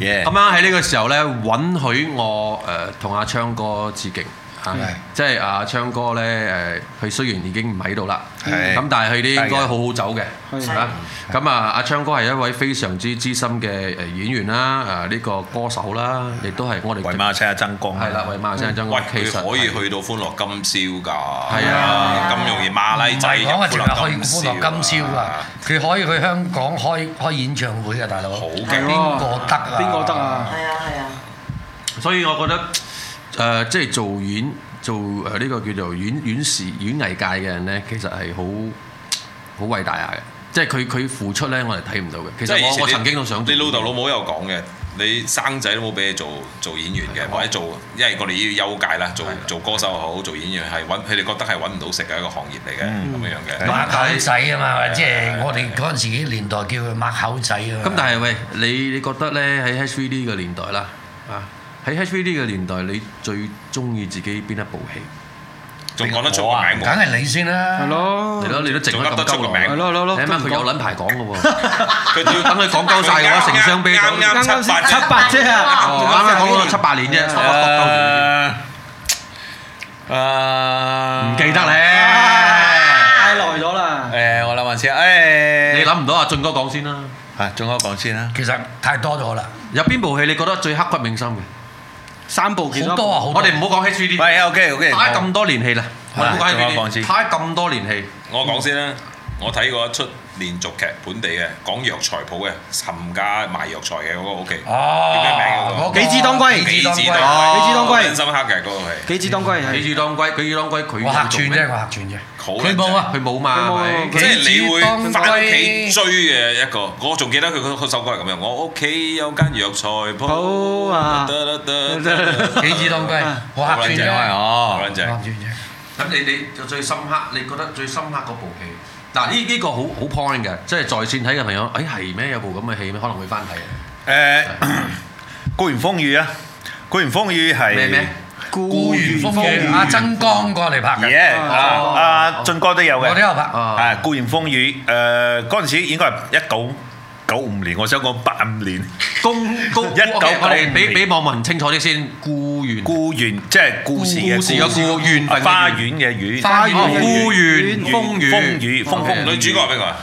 [SPEAKER 1] 咁啱喺呢個時候咧，允許我誒同阿昌哥致敬嚇
[SPEAKER 5] 係，
[SPEAKER 1] 即係阿昌哥咧誒，佢雖然已經唔喺度啦，
[SPEAKER 4] 係
[SPEAKER 1] 咁但係佢啲應該
[SPEAKER 4] 係嘅
[SPEAKER 1] 好好走嘅。
[SPEAKER 7] 係
[SPEAKER 1] 啊，咁啊，阿昌哥係一位非常之資深嘅誒演員啦，誒啊呢個歌手啦，亦都係我哋係啦，為馬來西亞爭
[SPEAKER 2] 喂
[SPEAKER 1] 光。其
[SPEAKER 2] 嗯佢
[SPEAKER 1] 實
[SPEAKER 2] 可以去到歡樂今宵㗎，係
[SPEAKER 1] 啊
[SPEAKER 2] 咁容易馬拉
[SPEAKER 5] 唔
[SPEAKER 2] 仔
[SPEAKER 5] 係
[SPEAKER 2] 入
[SPEAKER 5] 講啊，
[SPEAKER 2] 歡樂
[SPEAKER 5] 淨係去
[SPEAKER 2] 今
[SPEAKER 5] 歡
[SPEAKER 2] 宵
[SPEAKER 5] 樂今宵啊，佢可以去香港開開演唱會啊，大佬，
[SPEAKER 2] 好
[SPEAKER 5] 邊
[SPEAKER 2] 勁
[SPEAKER 7] 喎
[SPEAKER 5] 個得啊？
[SPEAKER 7] 邊個得？
[SPEAKER 3] à.
[SPEAKER 7] 啊？
[SPEAKER 6] 係啊係啊，
[SPEAKER 1] 所以我覺得誒、呃即係做呃演做誒呢、個叫做演演視演藝界嘅人咧，其實係好好偉大下嘅，即係佢佢付出咧，我哋睇唔到嘅。其
[SPEAKER 2] 即係
[SPEAKER 1] 實
[SPEAKER 2] 以前
[SPEAKER 1] 我我
[SPEAKER 2] 你
[SPEAKER 1] 曾經都想做
[SPEAKER 2] 你老豆老母有講嘅，你生仔都冇俾你做做演員嘅，或者做，因為我哋要休界啦，做做歌手又好，做演員係揾，佢哋覺得係揾唔到食嘅一個行業嚟嘅
[SPEAKER 1] 嗯
[SPEAKER 2] 咁樣樣嘅。
[SPEAKER 5] 抹口仔啊嘛，即係我哋嗰陣時啲年代叫佢抹口仔啊嘛。
[SPEAKER 1] 咁但係喂，你你覺得咧喺 HVD 嘅年代啦，啊喺 HVD 嘅年代，你最中意自己邊一部戲？
[SPEAKER 2] 仲講得出個名
[SPEAKER 5] 梗
[SPEAKER 2] 冇？
[SPEAKER 5] 係你先啦。
[SPEAKER 3] Ờ.
[SPEAKER 1] 係咯，你都整得咁鳩
[SPEAKER 2] 仲噏得出個名
[SPEAKER 1] 耐，
[SPEAKER 2] 係
[SPEAKER 7] 咯係咯
[SPEAKER 1] 你諗下
[SPEAKER 7] 都唔
[SPEAKER 1] 佢
[SPEAKER 7] 講
[SPEAKER 1] 有撚排講嘅喎，
[SPEAKER 2] 佢要
[SPEAKER 1] 等佢講鳩晒嘅話，成箱啤酒。
[SPEAKER 2] 啱啱
[SPEAKER 7] 啱啱
[SPEAKER 2] 七八
[SPEAKER 7] 先七八啫啊！
[SPEAKER 1] 哦啱啱講到七八年啫，
[SPEAKER 4] Ờ.
[SPEAKER 1] 十一十鳩年
[SPEAKER 4] ờ,
[SPEAKER 1] 唔記得咧。
[SPEAKER 7] 太耐咗啦，
[SPEAKER 1] 你諗唔到啊，俊哥講先啦。
[SPEAKER 4] À,
[SPEAKER 5] 其實太多咗啦，
[SPEAKER 1] 有邊部戲你覺得最刻骨銘心嘅？
[SPEAKER 7] 三部其中
[SPEAKER 5] 好
[SPEAKER 7] 一
[SPEAKER 5] 多
[SPEAKER 7] 部
[SPEAKER 5] 啊，好
[SPEAKER 1] 我
[SPEAKER 5] 多。
[SPEAKER 1] 哋唔好講 HVD，拍咁多年戲啦，我哋唔好講
[SPEAKER 4] 係俊哥講
[SPEAKER 1] HVD，
[SPEAKER 4] 先
[SPEAKER 1] 拍咁多年戲。
[SPEAKER 2] 我講先啦，我睇過一出連續劇，本地嘅講藥材鋪嘅，冚家賣藥材嘅嗰個 OK，叫
[SPEAKER 1] 啊
[SPEAKER 2] 咩名嗰個
[SPEAKER 5] 哦，嗰個
[SPEAKER 7] 幾支當歸
[SPEAKER 5] 幾支當
[SPEAKER 2] 子
[SPEAKER 5] 歸
[SPEAKER 2] 當哦
[SPEAKER 7] 幾支當歸
[SPEAKER 2] 真深刻嘅嗰個係。
[SPEAKER 7] 幾支當歸
[SPEAKER 1] 幾
[SPEAKER 7] 係
[SPEAKER 1] 語當歸，幾語當歸佢
[SPEAKER 5] 我客
[SPEAKER 1] 做
[SPEAKER 5] 串
[SPEAKER 1] 咩
[SPEAKER 5] 啫，我客串啫。
[SPEAKER 2] 好
[SPEAKER 5] 佢冇啊，
[SPEAKER 1] 佢冇嘛，係
[SPEAKER 7] 佢冇
[SPEAKER 2] 即
[SPEAKER 1] 咪
[SPEAKER 2] 係你會
[SPEAKER 5] 當歸
[SPEAKER 2] 翻屋企追嘅一個，我仲記得佢嗰嗰首歌係咁樣，我屋企有間藥材鋪
[SPEAKER 7] 好啊
[SPEAKER 2] 得得得 得得
[SPEAKER 5] 幾支當歸
[SPEAKER 7] 啊，
[SPEAKER 5] 我客串啫，我
[SPEAKER 2] 好
[SPEAKER 4] 啊
[SPEAKER 2] 撚
[SPEAKER 5] 客
[SPEAKER 2] 正
[SPEAKER 5] 串啫。
[SPEAKER 1] 咁你你最深刻，你覺得最深刻嗰部戲？嗱，呢呢個好好 point 嘅，即係在線睇嘅朋友，誒係咩？有部咁嘅戲咩？可能會翻睇啊！
[SPEAKER 4] 啊
[SPEAKER 1] 咩咩？
[SPEAKER 5] 顧源風雨，阿曾江過嚟拍嘅，哦我都有哦拍。
[SPEAKER 1] 啊，
[SPEAKER 4] 啊！固然風雨，誒嗰陣時應該係一九九五年，我想講八五年。
[SPEAKER 1] 公公
[SPEAKER 4] 一九九五
[SPEAKER 1] ，OK，我哋俾
[SPEAKER 4] 年
[SPEAKER 1] 俾網民清楚啲先，故園
[SPEAKER 4] 故園即係故事嘅
[SPEAKER 1] 故事嘅故緣分嘅緣
[SPEAKER 4] 花園嘅園，
[SPEAKER 5] 花園
[SPEAKER 1] 哦
[SPEAKER 5] 嘅
[SPEAKER 1] 故園
[SPEAKER 4] 園
[SPEAKER 1] 風雨
[SPEAKER 4] 風雨風風
[SPEAKER 2] 女主角係邊個啊？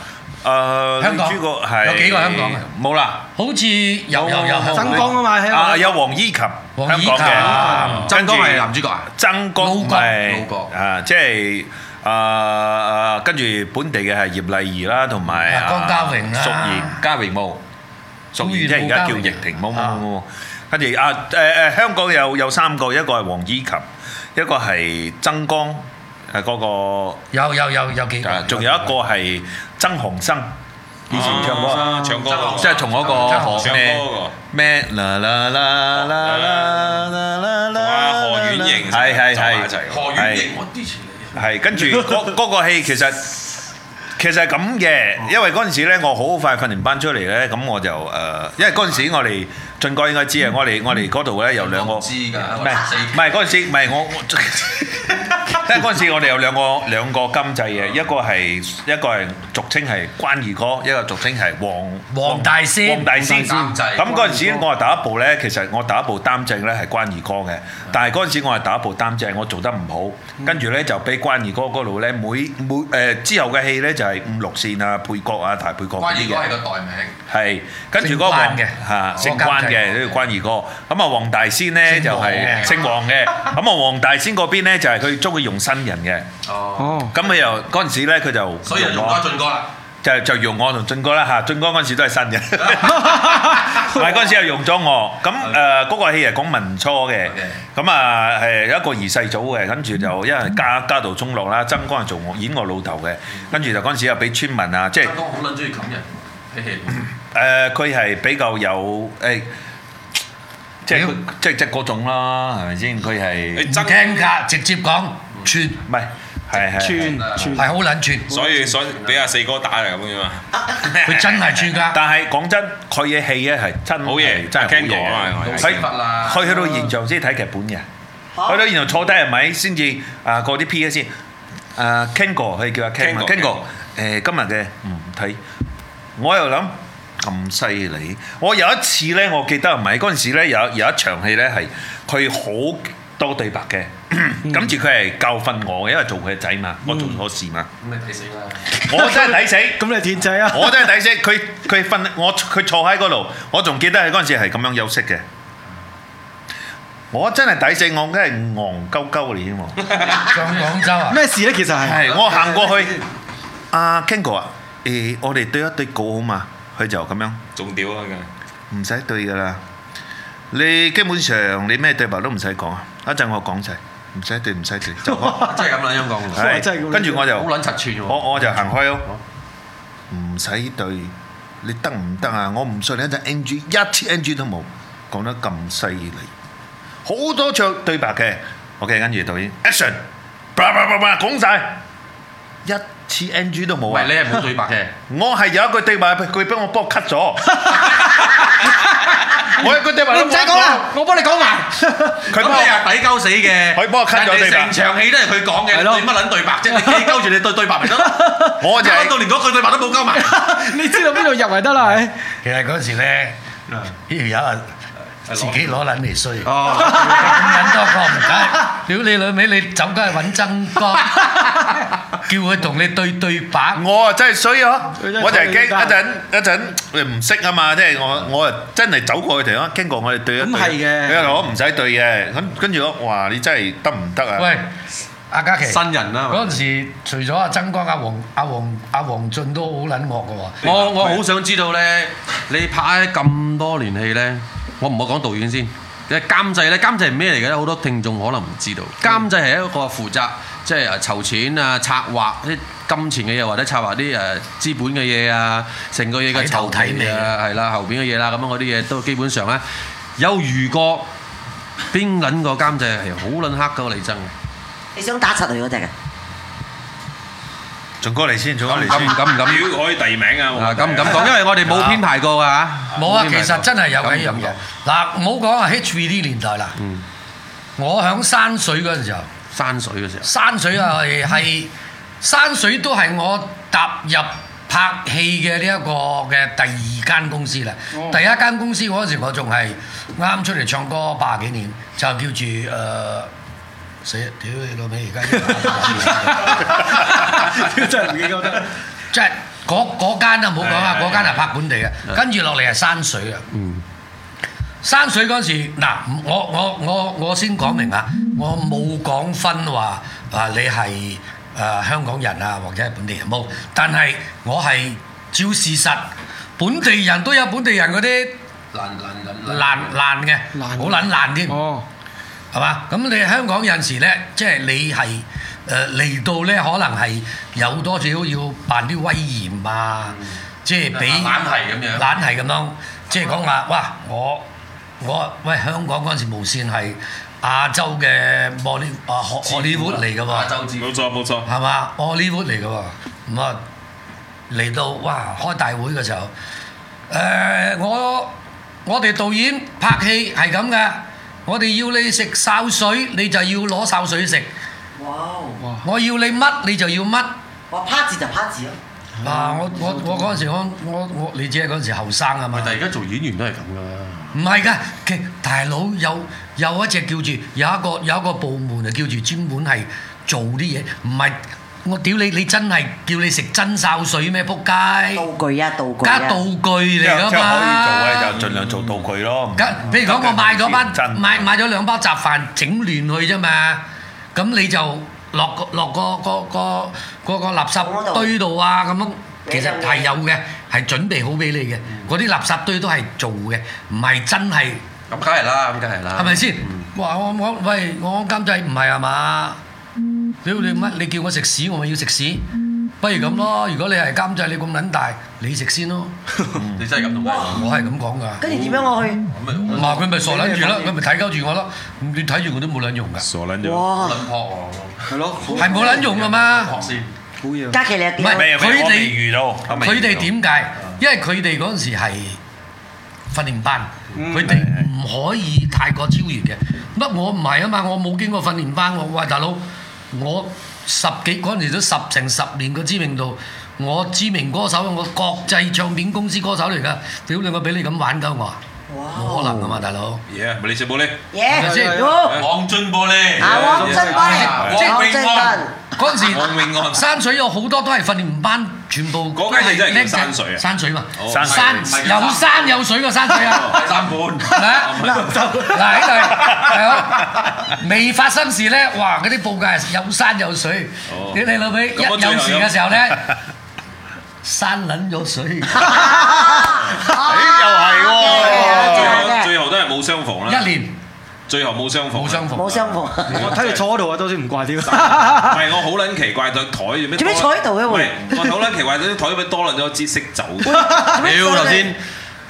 [SPEAKER 4] 誒，
[SPEAKER 5] 香港
[SPEAKER 4] 女主角係
[SPEAKER 5] 有幾個香港嘅？
[SPEAKER 4] 冇啦，
[SPEAKER 5] 好似有有有
[SPEAKER 7] 曾江啊嘛，喺
[SPEAKER 4] 啊
[SPEAKER 7] 我
[SPEAKER 4] 有黃依琴，
[SPEAKER 5] 黃依琴
[SPEAKER 4] 香港嘅，
[SPEAKER 1] 曾江係男
[SPEAKER 4] 主，
[SPEAKER 1] 主角啊！
[SPEAKER 4] 曾江唔
[SPEAKER 1] 老角
[SPEAKER 4] 係啊，即係。啊啊！跟住本地嘅係葉麗儀啦，同埋
[SPEAKER 5] 啊江嘉榮啦
[SPEAKER 4] 淑賢、嘉榮冇，淑
[SPEAKER 5] 好遠
[SPEAKER 4] 賢即係而家叫易婷冇冇冇冇。跟住啊誒誒，香港有有三個，一個係黃依琴，一個係曾江，誒嗰個。
[SPEAKER 5] 有有有有幾個，
[SPEAKER 4] 啊仲有一個係曾航生，以前嗯唱歌，啊
[SPEAKER 2] 啊唱歌嗰個
[SPEAKER 4] 即係同嗰
[SPEAKER 5] 曾航
[SPEAKER 4] 個
[SPEAKER 5] 生
[SPEAKER 4] 學
[SPEAKER 2] 唱歌
[SPEAKER 4] 咩
[SPEAKER 2] 嗰個
[SPEAKER 4] 咩啦啦啦啦啦啦啦啦，
[SPEAKER 2] 同阿何婉瑩
[SPEAKER 4] 係係
[SPEAKER 2] 走埋一
[SPEAKER 4] 係
[SPEAKER 2] 齊
[SPEAKER 1] 何
[SPEAKER 2] 嘅。
[SPEAKER 1] 遠瑩，我支持你啊！
[SPEAKER 4] 係跟住嗰嗰個戲其實。其實係咁嘅，因為嗰陣時咧，我好快訓練班出嚟咧，咁我就誒、呃因為嗰陣時我哋俊哥應該知啊，我哋我哋嗰度咧有兩個，
[SPEAKER 1] 我唔知㗎
[SPEAKER 4] 唔
[SPEAKER 1] 我
[SPEAKER 4] 係
[SPEAKER 1] 四
[SPEAKER 4] 唔係嗰陣時，唔係我我，因為嗰陣時我哋有兩個兩個監製嘅，一個係一個係俗稱係關二哥，一個俗稱係黃
[SPEAKER 5] 黃大仙
[SPEAKER 4] 黃大仙
[SPEAKER 1] 黃大仙
[SPEAKER 4] 咁嗰陣時我係第一部咧，其實我第一部擔正咧係關二哥嘅，但係嗰陣時我係第一部擔正，我做得唔好，跟住咧就俾關二哥嗰度咧每每誒、呃之後嘅戲咧就係五六線啊、配角啊、大配角嗰
[SPEAKER 1] 關
[SPEAKER 4] 啲
[SPEAKER 1] 二哥係
[SPEAKER 4] 嘅。
[SPEAKER 1] 個代名。
[SPEAKER 4] 係，跟住嗰個
[SPEAKER 5] 姓關
[SPEAKER 4] 黃
[SPEAKER 5] 嘅
[SPEAKER 4] 嚇
[SPEAKER 5] 哦
[SPEAKER 4] 姓關
[SPEAKER 5] 監製
[SPEAKER 4] 嘅呢個關二哥，咁啊黃大仙咧就
[SPEAKER 5] 姓黃嘅
[SPEAKER 4] 係姓黃嘅，咁啊黃大仙嗰邊咧就係佢中意用新人嘅，
[SPEAKER 1] 哦，
[SPEAKER 3] Ờ.
[SPEAKER 7] 哦，
[SPEAKER 4] 咁佢又嗰陣時咧佢就
[SPEAKER 1] 所以就用
[SPEAKER 4] 我
[SPEAKER 1] 多俊哥啦。
[SPEAKER 4] 就就用我同俊哥啦 嚇，俊哥嗰陣時都係新嘅，但係嗰陣時又用咗我。咁誒嗰個戲係講民初嘅
[SPEAKER 1] OK，
[SPEAKER 4] 咁啊係一個二世祖嘅，跟住就
[SPEAKER 2] 嗯
[SPEAKER 4] 因為家家道中落啦，曾江係做我演我老豆嘅，跟住就嗰陣時又俾村民啊，即係
[SPEAKER 1] 曾江好撚中意冚人喺戲裏面。
[SPEAKER 4] 誒佢係比較有誒，即係
[SPEAKER 5] 屌
[SPEAKER 4] 即係即係嗰種啦，係咪先？佢係
[SPEAKER 2] 誒
[SPEAKER 5] 唔
[SPEAKER 2] 曾
[SPEAKER 5] 聽㗎，直接講串
[SPEAKER 4] 唔係係係係
[SPEAKER 7] 串串
[SPEAKER 5] 係好撚串，
[SPEAKER 2] 所以所以俾阿四哥打嚟啊咁樣嘛，
[SPEAKER 5] 佢真係串㗎。
[SPEAKER 4] 但係講真，佢嘅戲咧係真
[SPEAKER 2] 好嘢
[SPEAKER 4] 真係好
[SPEAKER 2] 聽講啊係
[SPEAKER 4] 嘢嘅。佢
[SPEAKER 1] 老屎忽啦
[SPEAKER 4] 佢去到現場先睇劇本嘅，
[SPEAKER 6] 嚇
[SPEAKER 4] 去到現場坐低係咪先至啊過啲 P 先？啊 Ken 哥，佢叫阿 Ken 啊
[SPEAKER 2] Ken
[SPEAKER 4] Ken
[SPEAKER 2] 哥
[SPEAKER 4] 哥，誒今日嘅唔睇，我又諗咁犀利。我有一次咧，我記得係咪嗰陣時咧有有一場戲咧係佢好多對白嘅，跟住佢係教訓我嘅，因為做佢嘅仔嘛，我做錯事嘛，
[SPEAKER 1] 咁你睇死啦！
[SPEAKER 4] 我真係睇死。
[SPEAKER 7] 咁你田仔啊？
[SPEAKER 4] 我真係抵死，佢佢瞓我佢坐喺嗰度，我仲記得佢嗰陣時係咁樣休息嘅。我真係抵死，我真係戇鳩鳩嚟添喎。
[SPEAKER 5] 上廣州啊，
[SPEAKER 7] 咩事咧？其實係
[SPEAKER 4] 係我行過去，阿 Ken 哥啊，誒，我哋對一對稿好嘛？佢就咁樣，
[SPEAKER 2] 仲屌啊！梗係
[SPEAKER 4] 唔使對噶啦。你基本上你咩對白都唔使講啊，一陣我講齊，唔使對唔使對就開。
[SPEAKER 1] 真係咁啦，香港。
[SPEAKER 7] 哇真係咁
[SPEAKER 4] 係跟住我就
[SPEAKER 1] 好撚柒串喎。
[SPEAKER 4] 我我就行開咯。唔使對你得唔得啊？我唔信你一陣 NG 一次 NG 都冇，講得咁犀利，好多唱對白嘅。OK，跟住導演 action，叭叭叭叭講晒，一次 NG 都冇啊！
[SPEAKER 1] 喂，你係冇對白嘅。
[SPEAKER 4] 我係有一句對白，佢俾我幫我 cut 咗。我有一句對白都
[SPEAKER 3] à?
[SPEAKER 4] 冇講，佢幫我。
[SPEAKER 1] 啊佢幫我抵鳩死嘅。
[SPEAKER 4] 佢幫我cut咗
[SPEAKER 1] 人哋
[SPEAKER 4] 對白。
[SPEAKER 1] 成場戲都係佢講嘅，
[SPEAKER 7] 係咯。
[SPEAKER 1] 你對乜撚對白啫？你記鳩住你對對白咪得咯。
[SPEAKER 4] 我就係-
[SPEAKER 1] 搞到連嗰句對白都冇鳩埋。
[SPEAKER 5] 其實嗰時咧，呢條友啊自己攞撚嚟衰，咁撚多個唔解，屌你老味，你走梗係揾曾哥，叫佢同你對對
[SPEAKER 4] 嗯
[SPEAKER 5] 白，
[SPEAKER 4] 我啊真係衰啊，
[SPEAKER 7] 佢真係
[SPEAKER 4] 我就係驚
[SPEAKER 7] 衰到
[SPEAKER 4] 一陣-一陣你唔識啊嘛，即係我-我啊真係走過去突然間經過我哋對一對，
[SPEAKER 7] 咁係嘅。
[SPEAKER 4] 佢又話我唔使對嘅，咁-跟住我，哇，你真係得唔得啊？
[SPEAKER 5] 喂，阿嘉琪。
[SPEAKER 3] 啊
[SPEAKER 1] 新人啦嘛。
[SPEAKER 5] 嗰陣時，除咗阿曾哥、阿黃、阿黃、阿黃俊都好撚惡嘅喎。
[SPEAKER 1] 我-我好想知道呢，你拍咗咁多年戲呢，我唔好講導演先，因為監製呢，監製係咩嚟嘅呢？好多聽眾可能唔知道。監製係一個負責即係籌錢啊、策劃啲金錢嘅嘢或者策劃啲，誒，資本嘅嘢啊、成個嘢嘅籌備啊，係啦，後邊嘅嘢啦，咁樣嗰啲嘢都基本上呢，有遇過邊撚個監製係好撚黑嗰個李真嘅？
[SPEAKER 6] 你想打柒佢嗰只嘅？
[SPEAKER 4] 仲過嚟先，仲過嚟先。
[SPEAKER 1] 敢唔敢唔敢？
[SPEAKER 2] 屌可以第名啊！
[SPEAKER 1] 啊，敢唔敢講？因為我哋冇編排過㗎嚇。
[SPEAKER 5] 冇啊，其
[SPEAKER 1] 編排
[SPEAKER 5] 實
[SPEAKER 1] 過
[SPEAKER 5] 真係有幾樣
[SPEAKER 1] 敢唔
[SPEAKER 5] 嘢
[SPEAKER 1] 敢。
[SPEAKER 5] 嗱，唔好講啊 HVD 年代啦。我喺山水嗰陣時候，
[SPEAKER 1] 山水嘅時候，
[SPEAKER 5] 山水啊係係山水都係我踏入拍戲嘅呢一個嘅第二間公司啦。第一間公司嗰陣時，我仲係啱出嚟唱歌八十幾年，就叫住誒。呃死啊！屌你老味，而家即係嗰嗰間啊，唔好講啊，嗰間係拍本地嘅，跟住落嚟係山水啊。山水嗰陣時，嗱，我我我我先講明啊，我冇講分話啊，你係誒、呃香港人啊，或者係本地人冇，但係我係照事實，本地人都有本地人嗰啲爛爛嘅，
[SPEAKER 7] 爛
[SPEAKER 5] 好撚爛添。
[SPEAKER 3] Ờ.
[SPEAKER 7] 哦，
[SPEAKER 5] 係嘛？咁你香港有陣時咧，即係你係誒嚟到咧，可能係有多少要扮啲威嚴啊，即係俾
[SPEAKER 1] 嗯懶係咁樣
[SPEAKER 5] 懶係咁樣，即係 講話哇！我我喂香港嗰陣時無線係亞洲嘅莫呢啊荷荷里活嚟嘅喎。
[SPEAKER 1] 亞洲之
[SPEAKER 2] 冇錯冇錯，
[SPEAKER 5] 係嘛？我呢 l 嚟嘅喎，咁啊嚟到哇開大會嘅時候，誒、我我哋導演拍戲係咁嘅，我哋要你食潲水，你就要攞潲水食；
[SPEAKER 6] 哇！
[SPEAKER 5] 我要你乜，你就要乜。
[SPEAKER 6] 我趴字就趴字咯。
[SPEAKER 5] 啊！我我我嗰陣時，我我我你知啊，嗰陣時後生啊嘛
[SPEAKER 1] 但。係而家做演員都係咁㗎啦。
[SPEAKER 5] 唔係㗎，其大佬有有一隻叫住有一個有一個部門啊，叫住專門係做啲嘢，唔係我屌你，你真係叫你食真潲水咩？仆街，
[SPEAKER 6] 道具啊，道具
[SPEAKER 5] 加
[SPEAKER 6] 啊
[SPEAKER 5] 道。具嚟
[SPEAKER 4] 之後-
[SPEAKER 5] 㗎嘛。
[SPEAKER 4] 之後可以做嘅，就盡量做到佢咯。
[SPEAKER 5] 咁譬如講，我買咗
[SPEAKER 4] 真。
[SPEAKER 5] 班買買咗兩包雜飯，整亂佢啫嘛。咁你就落個落個個個個個垃圾堆度啊，咁樣其實係有嘅，係準備好俾你嘅。嗰啲垃圾堆都係做嘅，唔係真係。
[SPEAKER 1] 咁梗係啦，咁梗係啦。
[SPEAKER 5] 係咪先？話我我喂我監製唔係啊嘛？屌你乜？你叫我食屎，我咪要食屎。不如咁咯，如果你係監製，你咁撚大，你食先咯。
[SPEAKER 1] 你真係咁同我講。
[SPEAKER 5] 我係咁講 㗎。
[SPEAKER 6] 跟住點樣我去？
[SPEAKER 1] 咁
[SPEAKER 5] 唔
[SPEAKER 1] 咪好
[SPEAKER 5] 係佢咪傻撚住咯，佢咪睇鳩住我咯。你睇住我都冇撚用㗎，
[SPEAKER 2] 傻撚
[SPEAKER 6] 哇！
[SPEAKER 1] 撚撲
[SPEAKER 5] 係冇撚用㗎
[SPEAKER 1] 喎，
[SPEAKER 5] 嘛
[SPEAKER 1] 撲。先。
[SPEAKER 6] 嘉琪你又
[SPEAKER 5] 唔係
[SPEAKER 6] 點？
[SPEAKER 4] 咩？咩？
[SPEAKER 5] 佢哋-
[SPEAKER 4] 我未遇到。
[SPEAKER 5] 佢哋點解？因為佢哋嗰陣時係訓練班，佢哋唔可以太過超越嘅。乜我唔係啊嘛，我冇經過訓練班喎。喂，大佬，我十幾嗰陣時都十成十年個知名度，我知名歌手，我國際唱片公司歌手嚟㗎。屌你，我俾你咁玩鳩我啊，冇可能㗎嘛，大佬。
[SPEAKER 2] 嘢，咪你食冇咧？
[SPEAKER 5] 係咪先
[SPEAKER 6] 耶！
[SPEAKER 2] Dạ,
[SPEAKER 6] 哇！
[SPEAKER 1] 黃俊玻璃。
[SPEAKER 6] 啊，汪真斌，
[SPEAKER 1] 黃
[SPEAKER 6] 汪真
[SPEAKER 1] 永安。
[SPEAKER 6] 斌，
[SPEAKER 5] 嗰 陣
[SPEAKER 2] 王永安
[SPEAKER 5] 時，山水有好多都係訓練班，全部
[SPEAKER 2] 嗰間嘢真係叫
[SPEAKER 5] 叻嘅
[SPEAKER 2] 山水啊
[SPEAKER 5] 山水嘛，
[SPEAKER 2] 哦
[SPEAKER 4] 山水
[SPEAKER 5] 山
[SPEAKER 1] 唔係叫
[SPEAKER 5] 有山有水嘅山水啊！
[SPEAKER 1] 第三 本。
[SPEAKER 2] 啊
[SPEAKER 5] 嗱嗱喺度係咯，未發生事咧，哇！嗰啲報價係有山有水
[SPEAKER 2] 哦，
[SPEAKER 5] 你你老味一
[SPEAKER 2] 咁我最後
[SPEAKER 5] 有事
[SPEAKER 2] 有
[SPEAKER 5] 嘅時 候咧，山撚咗水，
[SPEAKER 4] 咦，又係喎。
[SPEAKER 6] 啊，
[SPEAKER 2] 最
[SPEAKER 6] 真係
[SPEAKER 2] 後
[SPEAKER 6] 嘅啊
[SPEAKER 2] 最後都係冇相逢啦。
[SPEAKER 5] 一年
[SPEAKER 2] 最後冇相逢。
[SPEAKER 5] 冇相。逢，
[SPEAKER 6] 冇相逢。
[SPEAKER 7] 我睇你坐嗰度啊，都先唔怪屌。
[SPEAKER 2] 唔係，我好撚奇怪對台做咩多？
[SPEAKER 6] 做咩坐喺度嘅
[SPEAKER 2] 唔
[SPEAKER 6] 會
[SPEAKER 2] 係我好撚奇怪對台做咩多撚咗支色酒？
[SPEAKER 1] 屌頭先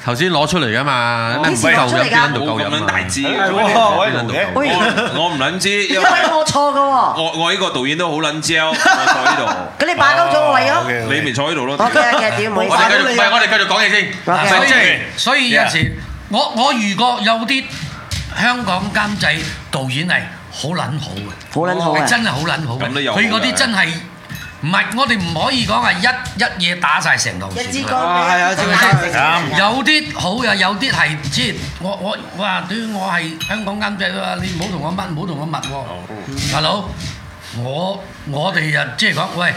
[SPEAKER 1] 頭先攞出嚟㗎嘛，
[SPEAKER 6] 幾時攞出嚟㗎
[SPEAKER 1] 邊撚度夠
[SPEAKER 2] 冇
[SPEAKER 1] 飲
[SPEAKER 2] 咁撚大支。
[SPEAKER 4] 係
[SPEAKER 2] 我
[SPEAKER 4] 喎
[SPEAKER 1] 邊撚度
[SPEAKER 4] 哎喂
[SPEAKER 1] 夠
[SPEAKER 6] 喂
[SPEAKER 2] 我唔撚知，因
[SPEAKER 6] 因
[SPEAKER 2] 為
[SPEAKER 6] 為我錯嘅喎，
[SPEAKER 2] 我我呢個導演都好撚焦，我坐喺度，
[SPEAKER 6] 佢哋擺鳩咗我位咯。
[SPEAKER 2] 你咪坐喺度咯。
[SPEAKER 6] 我嘅嘅屌，唔好意
[SPEAKER 1] 我哋繼續，
[SPEAKER 6] 思。
[SPEAKER 1] 唔係我哋繼續講嘢先。
[SPEAKER 6] OK
[SPEAKER 1] 所以即係
[SPEAKER 5] 所以有時我我遇過有啲香港監製導演係好撚好嘅，
[SPEAKER 6] 好撚好啊
[SPEAKER 5] 係真係好撚好嘅。
[SPEAKER 2] 咁都有好嘅
[SPEAKER 5] 佢嗰啲真係唔係我哋唔可以講係一一夜打晒成套。
[SPEAKER 6] 一支
[SPEAKER 5] 線。
[SPEAKER 6] 歌
[SPEAKER 7] 啊係啊一支歌
[SPEAKER 5] 有啲好嘅，有啲係即係我我哇！對於我係香港監製啊，你唔好同我乜，唔好同我密喎，大佬。我我哋啊，即係講喂，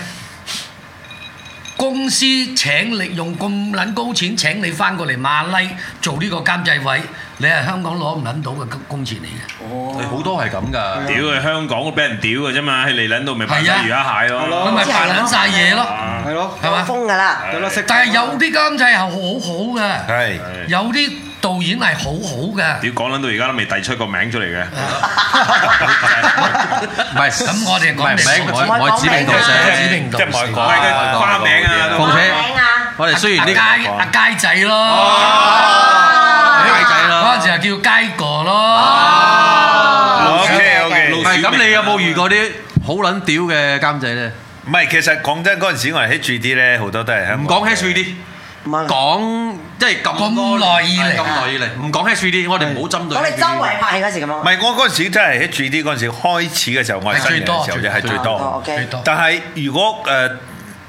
[SPEAKER 5] 公司請你用咁撚高錢請你翻過嚟馬拉做呢個監製位，你係香港攞唔撚到嘅工工錢嚟嘅。
[SPEAKER 1] 好多係咁㗎。
[SPEAKER 2] 屌佢香港俾人屌嘅啫嘛，嚟撚到咪扮
[SPEAKER 5] 係啊
[SPEAKER 2] 魚蝦蟹
[SPEAKER 7] 係咯
[SPEAKER 2] 咯。
[SPEAKER 5] 佢咪扮撚晒嘢咯，
[SPEAKER 7] 係咯，
[SPEAKER 5] 係嘛？
[SPEAKER 6] 風㗎啦，
[SPEAKER 7] 有得識。
[SPEAKER 5] 但係有啲監製係好好嘅，
[SPEAKER 4] 係。
[SPEAKER 5] 有啲導演係好好嘅。
[SPEAKER 2] 屌講撚到而家都未遞出個名出嚟嘅，
[SPEAKER 1] 唔係
[SPEAKER 5] 咁我哋講
[SPEAKER 1] 唔係
[SPEAKER 5] 明
[SPEAKER 1] 我我我指名道
[SPEAKER 6] 係
[SPEAKER 1] 姓。
[SPEAKER 5] 指名道
[SPEAKER 4] 即係唔係
[SPEAKER 5] 姓
[SPEAKER 4] 講
[SPEAKER 2] 唔係佢花名啊都
[SPEAKER 1] 況且
[SPEAKER 6] 名啊，
[SPEAKER 1] 我哋雖
[SPEAKER 5] 阿
[SPEAKER 1] 然呢
[SPEAKER 5] 佳阿佳仔咯，
[SPEAKER 1] 雞哦仔哦
[SPEAKER 5] 嗰陣
[SPEAKER 1] 啦，
[SPEAKER 5] 時係叫佳哥咯。
[SPEAKER 4] OK，OK。
[SPEAKER 2] 老鼠
[SPEAKER 1] 係咁，你有冇遇過啲好撚屌嘅監仔咧？唔
[SPEAKER 4] 唔係，其實講真，嗰陣時我哋喺GD呢，好多都係香港
[SPEAKER 1] 講
[SPEAKER 4] 嘅。
[SPEAKER 1] H3D，
[SPEAKER 6] 唔係
[SPEAKER 1] 講即係咁多
[SPEAKER 5] 咁耐以嚟
[SPEAKER 1] 咁耐以嚟，唔講 H3D，我哋唔好針對
[SPEAKER 6] 我
[SPEAKER 1] H3D。
[SPEAKER 6] 哋周圍拍戲嗰時咁樣。
[SPEAKER 4] 唔係，我嗰陣時真係喺GD嗰陣時，開始嘅時候，我係
[SPEAKER 5] 係最
[SPEAKER 4] 新人嘅
[SPEAKER 5] 多，
[SPEAKER 4] 時候啫，
[SPEAKER 5] 最
[SPEAKER 4] 係
[SPEAKER 5] 多。
[SPEAKER 4] 最多。
[SPEAKER 6] 哦
[SPEAKER 5] 最
[SPEAKER 6] ，OK。
[SPEAKER 5] 多
[SPEAKER 4] 呃但係如果，誒，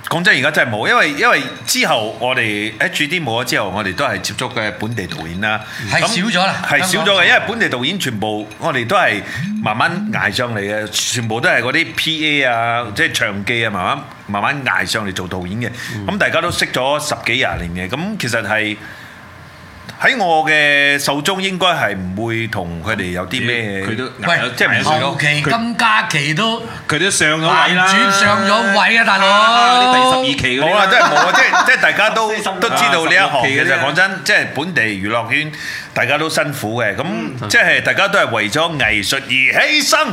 [SPEAKER 4] 講真，而家真係冇，因為-因為之後我哋 HGD 冇咗之後，我哋都係接觸嘅本地導演啦。
[SPEAKER 5] 係
[SPEAKER 4] 咁
[SPEAKER 5] 少咗啦，
[SPEAKER 4] 係
[SPEAKER 5] 香港
[SPEAKER 4] 少咗嘅，因為本地導演全部我哋都係慢慢捱上嚟嘅，全部都係嗰啲 PA 啊，即係場記啊，慢慢-慢慢捱上嚟做導演嘅。
[SPEAKER 5] 嗯
[SPEAKER 4] 咁大家都識咗十幾廿年嘅，咁其實係-喺我嘅手中應該係唔會同佢哋有啲咩
[SPEAKER 2] 佢都
[SPEAKER 5] 喂，
[SPEAKER 4] 即係唔
[SPEAKER 2] 係啊
[SPEAKER 4] 算
[SPEAKER 5] 後期金嘉琪都
[SPEAKER 2] 佢都上咗位
[SPEAKER 5] 男
[SPEAKER 2] 啦，
[SPEAKER 5] 主上咗位啊，大
[SPEAKER 2] 啊啲
[SPEAKER 5] 佬。
[SPEAKER 2] 第十二期嗰
[SPEAKER 4] 冇
[SPEAKER 2] 啲
[SPEAKER 4] 啦，真係冇啊！即係即係大家都都知道呢一行，
[SPEAKER 2] 十六期
[SPEAKER 4] 其
[SPEAKER 2] 嗰啲
[SPEAKER 4] 實
[SPEAKER 2] 啊
[SPEAKER 4] 講真，即係本地娛樂圈大家都辛苦嘅，咁即係大家都係為咗藝術而犧牲。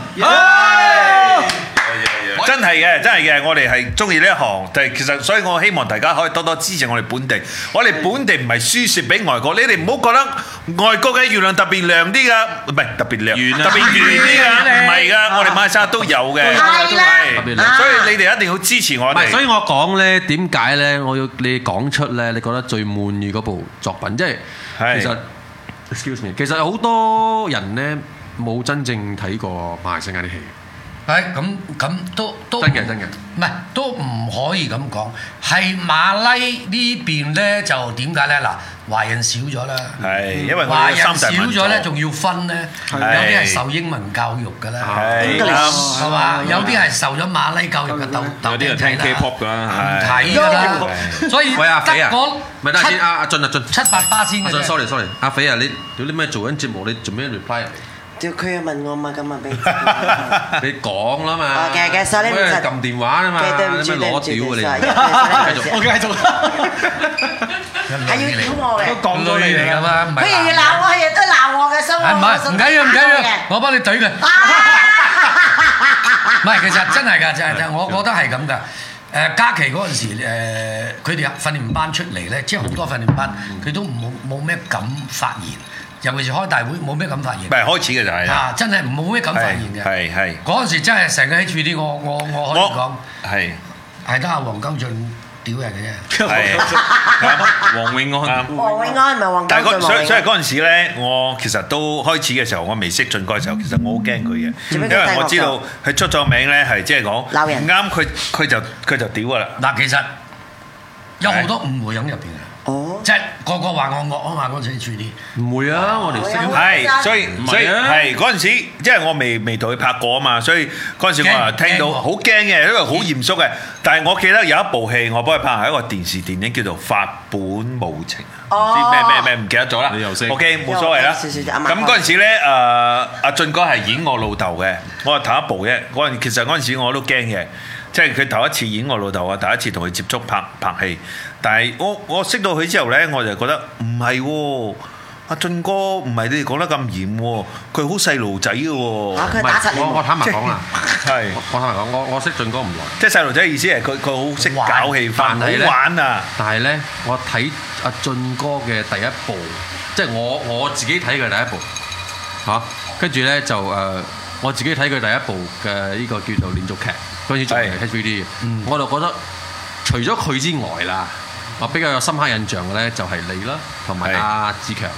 [SPEAKER 4] 真係嘅，真係嘅，我哋係中意呢一行，但係其實所以我希望大家可以多多支持我哋本地，我哋本地唔係輸蝕俾外國，你哋唔好覺得外國嘅月亮特別亮啲㗎，唔係特別亮，
[SPEAKER 2] 圓啊
[SPEAKER 4] 特別圓啲㗎，唔係㗎，我哋馬來西亞都有嘅，
[SPEAKER 6] 係啦
[SPEAKER 1] 特別
[SPEAKER 4] 係
[SPEAKER 1] 亮
[SPEAKER 4] 所以你哋一定要支持我
[SPEAKER 1] 唔係，
[SPEAKER 4] 哋
[SPEAKER 1] 所。以我講咧，點解咧？我要你講出咧，你覺得最滿意嗰部作品，即係
[SPEAKER 4] 係
[SPEAKER 1] 其實，excuse me，其實好多人咧冇真正睇過馬來西亞啲戲，
[SPEAKER 5] 係哎咁咁都都
[SPEAKER 1] 真嘅真嘅。
[SPEAKER 5] 唔係都唔可以咁講，係馬拉呢邊咧就點解咧？嗱，華人少咗啦。
[SPEAKER 4] 係，因為我
[SPEAKER 5] 華
[SPEAKER 4] 哋
[SPEAKER 5] 嗯人
[SPEAKER 4] 有
[SPEAKER 5] 少
[SPEAKER 4] 三大民族
[SPEAKER 5] 咗咧，仲要分咧，有啲係受英文教育嘅咧，
[SPEAKER 4] 係啱，
[SPEAKER 5] 係嘛？有啲係受咗馬拉教育嘅鬥鬥
[SPEAKER 2] 有啲人聽 K-pop 㗎啊啦，
[SPEAKER 5] 唔
[SPEAKER 4] 係
[SPEAKER 5] 睇㗎啦，所以
[SPEAKER 1] 喂阿
[SPEAKER 5] 得
[SPEAKER 1] 肥啊
[SPEAKER 5] 嗰，
[SPEAKER 1] 咪等下先，阿阿俊啊俊，
[SPEAKER 5] 七七八八先
[SPEAKER 1] 阿
[SPEAKER 5] 嘅
[SPEAKER 1] 俊
[SPEAKER 5] 啫。
[SPEAKER 1] ，sorry sorry，阿肥啊，你屌你咩做緊節目，你做咩 reply 入嚟？
[SPEAKER 6] 屌佢又問我嘛，咁啊俾。
[SPEAKER 1] 你講啦嘛
[SPEAKER 6] 哦嘅嘅，sorry，唔
[SPEAKER 1] 喂
[SPEAKER 6] 實
[SPEAKER 1] 撳電話啊嘛，
[SPEAKER 6] 嘅對唔住
[SPEAKER 1] 你咪攞
[SPEAKER 6] 對唔住
[SPEAKER 1] 屌
[SPEAKER 6] 對唔住
[SPEAKER 1] 啊你，繼
[SPEAKER 6] sorry，對
[SPEAKER 1] 續
[SPEAKER 6] 唔
[SPEAKER 7] 我繼續。
[SPEAKER 6] 係要屌我嘅，
[SPEAKER 7] 講咗你
[SPEAKER 5] 女嚟
[SPEAKER 7] 嚟
[SPEAKER 5] 㗎
[SPEAKER 7] 㗎嘛。
[SPEAKER 5] 嘛，唔係
[SPEAKER 6] 佢又要鬧我，日日都鬧我嘅，所以
[SPEAKER 5] 啊唔係
[SPEAKER 6] 我啊
[SPEAKER 5] 唔緊要唔緊要
[SPEAKER 6] 嘅。，
[SPEAKER 5] 我幫你懟佢。唔係，其實真係㗎，就係就係我覺得係咁㗎。誒假期嗰陣時，誒佢哋啊訓練班出嚟咧，即係好多訓練班，佢都冇冇咩敢發言，尤其是開大會冇咩敢發言。
[SPEAKER 4] 唔係，開始嘅就係啦。
[SPEAKER 5] 啊，真係冇咩敢發言嘅。
[SPEAKER 4] 係，係，係。
[SPEAKER 5] 嗰陣時真係成個 H D，我我我可以講
[SPEAKER 4] 係，
[SPEAKER 5] 係得阿黃金俊屌人嘅啫。
[SPEAKER 2] 黃永安
[SPEAKER 4] 啱。
[SPEAKER 6] 黃永安唔係黃金
[SPEAKER 4] 啊但係嗰-
[SPEAKER 6] 俊
[SPEAKER 4] 所以-
[SPEAKER 6] 黃永安。
[SPEAKER 4] 所以嗰陣時呢，我其實都開始嘅時候，我未識俊哥嘅時候，其實我好驚佢嘅。
[SPEAKER 6] 做咩佢
[SPEAKER 4] 因為我
[SPEAKER 6] 低落咗？
[SPEAKER 4] 知道佢出咗名呢，係即係講，
[SPEAKER 6] 鬧人。
[SPEAKER 4] 唔啱佢-佢就-佢就屌㗎啦。
[SPEAKER 5] 嗱，其實有好多誤會喺入邊嘅，
[SPEAKER 6] 哦，
[SPEAKER 5] 即係個個話我惡啊嘛，嗰陣時 H D。
[SPEAKER 1] 唔會啊，我哋識
[SPEAKER 6] 我有
[SPEAKER 1] 啊。
[SPEAKER 4] 係，所以-
[SPEAKER 2] 唔係啊。
[SPEAKER 4] 所以-係，嗰陣時，因為我未-未同佢拍過啊嘛，所以嗰陣時我話
[SPEAKER 5] 驚-
[SPEAKER 4] 聽到-
[SPEAKER 5] 驚喎。
[SPEAKER 4] 好驚嘅，因為好嚴肅嘅。但係我記得有一部戲，我幫佢拍，係一個電視電影，叫做《法本無情》。
[SPEAKER 6] 哦。
[SPEAKER 4] 唔知咩-咩-咩唔記得咗啦。
[SPEAKER 2] 你又識。
[SPEAKER 4] OK，冇所謂啦。
[SPEAKER 6] 少少啫，啱啱
[SPEAKER 4] 咁嗰陣時咧，誒呃阿俊哥係演我老豆嘅，我係頭一部啫。嗰陣其實嗰陣時我都驚嘅，即係佢頭一次演我老豆啊，第一次同佢接觸拍拍戲。但係我我識到佢之後咧，我就覺得唔係喎，阿俊哥唔係你哋講得咁嚴喎，佢好細路仔嘅喎，
[SPEAKER 6] 啊嚇，佢係打柒你
[SPEAKER 1] 我我
[SPEAKER 6] 喎。
[SPEAKER 1] 坦白講啦，
[SPEAKER 4] 係
[SPEAKER 1] 我我坦白講，我我識俊哥唔耐，
[SPEAKER 4] 即係細路仔意思係佢佢好識搞氣
[SPEAKER 1] 但係
[SPEAKER 4] 氛，
[SPEAKER 1] 呢
[SPEAKER 4] 好玩啊！
[SPEAKER 1] 但係咧，我睇阿俊哥嘅第一部，即係我我自己睇佢第一部嚇，跟住咧就誒、呃我自己睇佢第一部嘅呢個叫做連續劇，嗰陣時仲係
[SPEAKER 4] 係
[SPEAKER 1] HVD 嘅，我就覺得除咗佢之外啦，我比較有深刻印象嘅咧就係你啦，同埋
[SPEAKER 4] 係
[SPEAKER 1] 阿志強，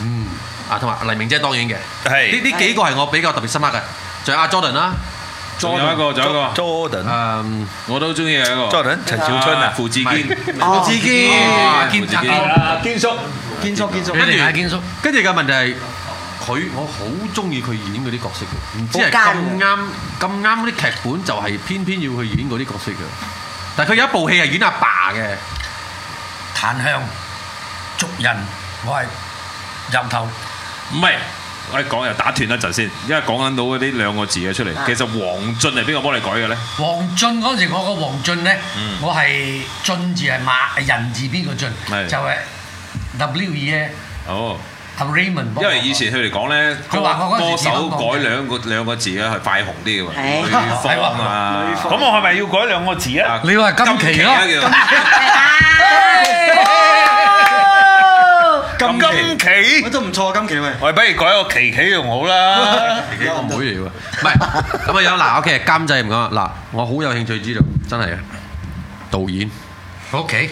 [SPEAKER 1] 嗯，啊同埋黎明姐當然嘅，
[SPEAKER 4] 係
[SPEAKER 1] 呢呢幾個係我比較特別深刻嘅，仲有阿 Jordan 啦，嗯
[SPEAKER 2] 仲有一個，仲有一
[SPEAKER 4] 啊
[SPEAKER 2] 個，
[SPEAKER 4] Jordan，Jordan，
[SPEAKER 1] 誒。
[SPEAKER 2] 我都中意有一個。
[SPEAKER 4] 陳小春啊，
[SPEAKER 2] 傅志堅，
[SPEAKER 1] 我自己
[SPEAKER 2] 哦
[SPEAKER 1] 見
[SPEAKER 2] 自己
[SPEAKER 1] 啊
[SPEAKER 7] 堅叔，堅叔，堅叔，
[SPEAKER 1] 跟住
[SPEAKER 5] 嗌堅叔，
[SPEAKER 1] 跟住嘅問題係佢，我好中意佢演嗰啲角色嘅，唔知係
[SPEAKER 6] 好
[SPEAKER 1] 咁
[SPEAKER 6] 奸
[SPEAKER 1] 啱咁啱嗰啲劇本就係偏偏要佢演嗰啲角色嘅。但係佢有一部戲係演阿爸嘅，
[SPEAKER 5] 檀香捉人，我係由頭
[SPEAKER 2] 唔係。我哋講又打斷一陣先，因為講緊到嗰啲兩個字嘅
[SPEAKER 5] 啊
[SPEAKER 2] 出嚟。其實黃俊係邊個幫你改嘅咧？
[SPEAKER 5] 黃俊嗰陣時，我個黃俊咧，我係俊字係馬人字邊個俊，
[SPEAKER 2] 係
[SPEAKER 5] 就係 W E 二咧，
[SPEAKER 2] 哦，
[SPEAKER 5] 阿 Raymond 幫我
[SPEAKER 2] 因為以前佢哋講咧，
[SPEAKER 5] 佢話我嗰
[SPEAKER 2] 歌
[SPEAKER 5] 陣時
[SPEAKER 2] 手
[SPEAKER 5] 點樣講
[SPEAKER 2] 改兩個兩個字咧係快紅啲嘅
[SPEAKER 6] 係
[SPEAKER 2] 喎，女方啊，
[SPEAKER 4] 咁我係咪要改兩個字啊？
[SPEAKER 5] 你話係金奇咯
[SPEAKER 2] 啊 叫
[SPEAKER 4] 金奇，
[SPEAKER 7] 都唔錯，今期喂，
[SPEAKER 4] 我哋不如改個奇奇仲好啦。
[SPEAKER 1] 幾個妹嚟喎，唔係咁啊有嗱，OK 監製唔講啦，嗱我好有興趣知道，真係嘅啊導演。
[SPEAKER 5] ，OK，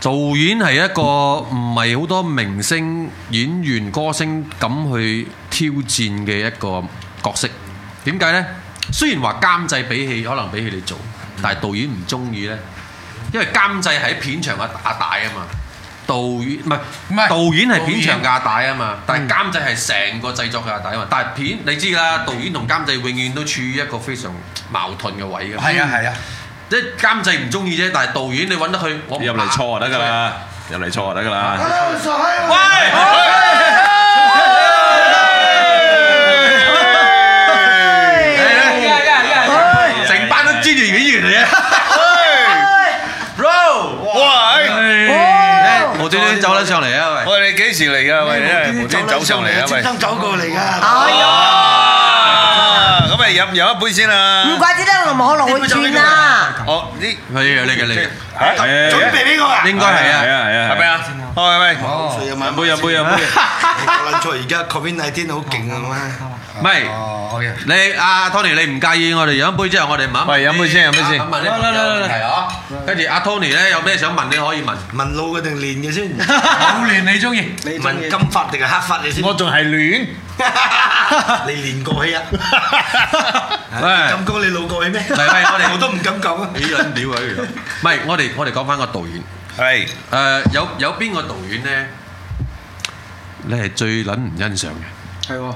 [SPEAKER 1] 導演係一個唔係好多明星、演員、歌星咁去挑戰嘅一個角色。點解呢？雖然話監製俾戲可能俾戲你做，但係導演唔中意呢，因為監製係喺片場嘅阿大啊嘛。導演唔係
[SPEAKER 5] 唔係
[SPEAKER 1] 導演係片場
[SPEAKER 5] 導演
[SPEAKER 1] 嘅阿大啊嘛，但係監製係成個製作嘅阿大啊嘛。但係片你知啦，導演同監製永遠都處於一個非常矛盾嘅位嘅。
[SPEAKER 5] 係啊係啊，
[SPEAKER 1] 即係監製唔中意啫，但係導演你揾得佢，我唔
[SPEAKER 2] 入嚟錯就得㗎啦，入嚟錯就得㗎啦。
[SPEAKER 1] 成班都專業演員嚟嘅，bro，
[SPEAKER 4] 喂，
[SPEAKER 6] 哎
[SPEAKER 1] 無端端走咗上嚟啊喂！
[SPEAKER 4] 喂，你幾時嚟㗎？喂，你係無端走上嚟啊？喂，À, 啊，咁咪飲飲一杯先啦。我呢
[SPEAKER 1] 係啊，你嘅你嘅，
[SPEAKER 4] 嚇
[SPEAKER 2] 準備
[SPEAKER 1] 應該係
[SPEAKER 2] 係
[SPEAKER 1] 啊。
[SPEAKER 2] 啊係啊，
[SPEAKER 4] 係咪啊？喂喂，
[SPEAKER 2] 飲杯飲杯飲杯。
[SPEAKER 1] 唔係
[SPEAKER 5] 哦，OK，
[SPEAKER 1] 你阿 Tony，你唔介意我哋飲杯之後，我哋問一
[SPEAKER 4] 喂飲杯先飲杯先
[SPEAKER 1] 問問啲朋友問題啊。跟住阿 Tony 咧有咩想問你可以問。
[SPEAKER 5] 九年你中意，
[SPEAKER 7] 你中意
[SPEAKER 4] 我仲係亂。
[SPEAKER 1] 嚟，喂，我哋-幾撚料啊！唔係我哋我哋講翻個導演，
[SPEAKER 4] 係
[SPEAKER 1] 誒呃有有邊個導演咧？你係最撚唔欣賞嘅？
[SPEAKER 7] 係喎，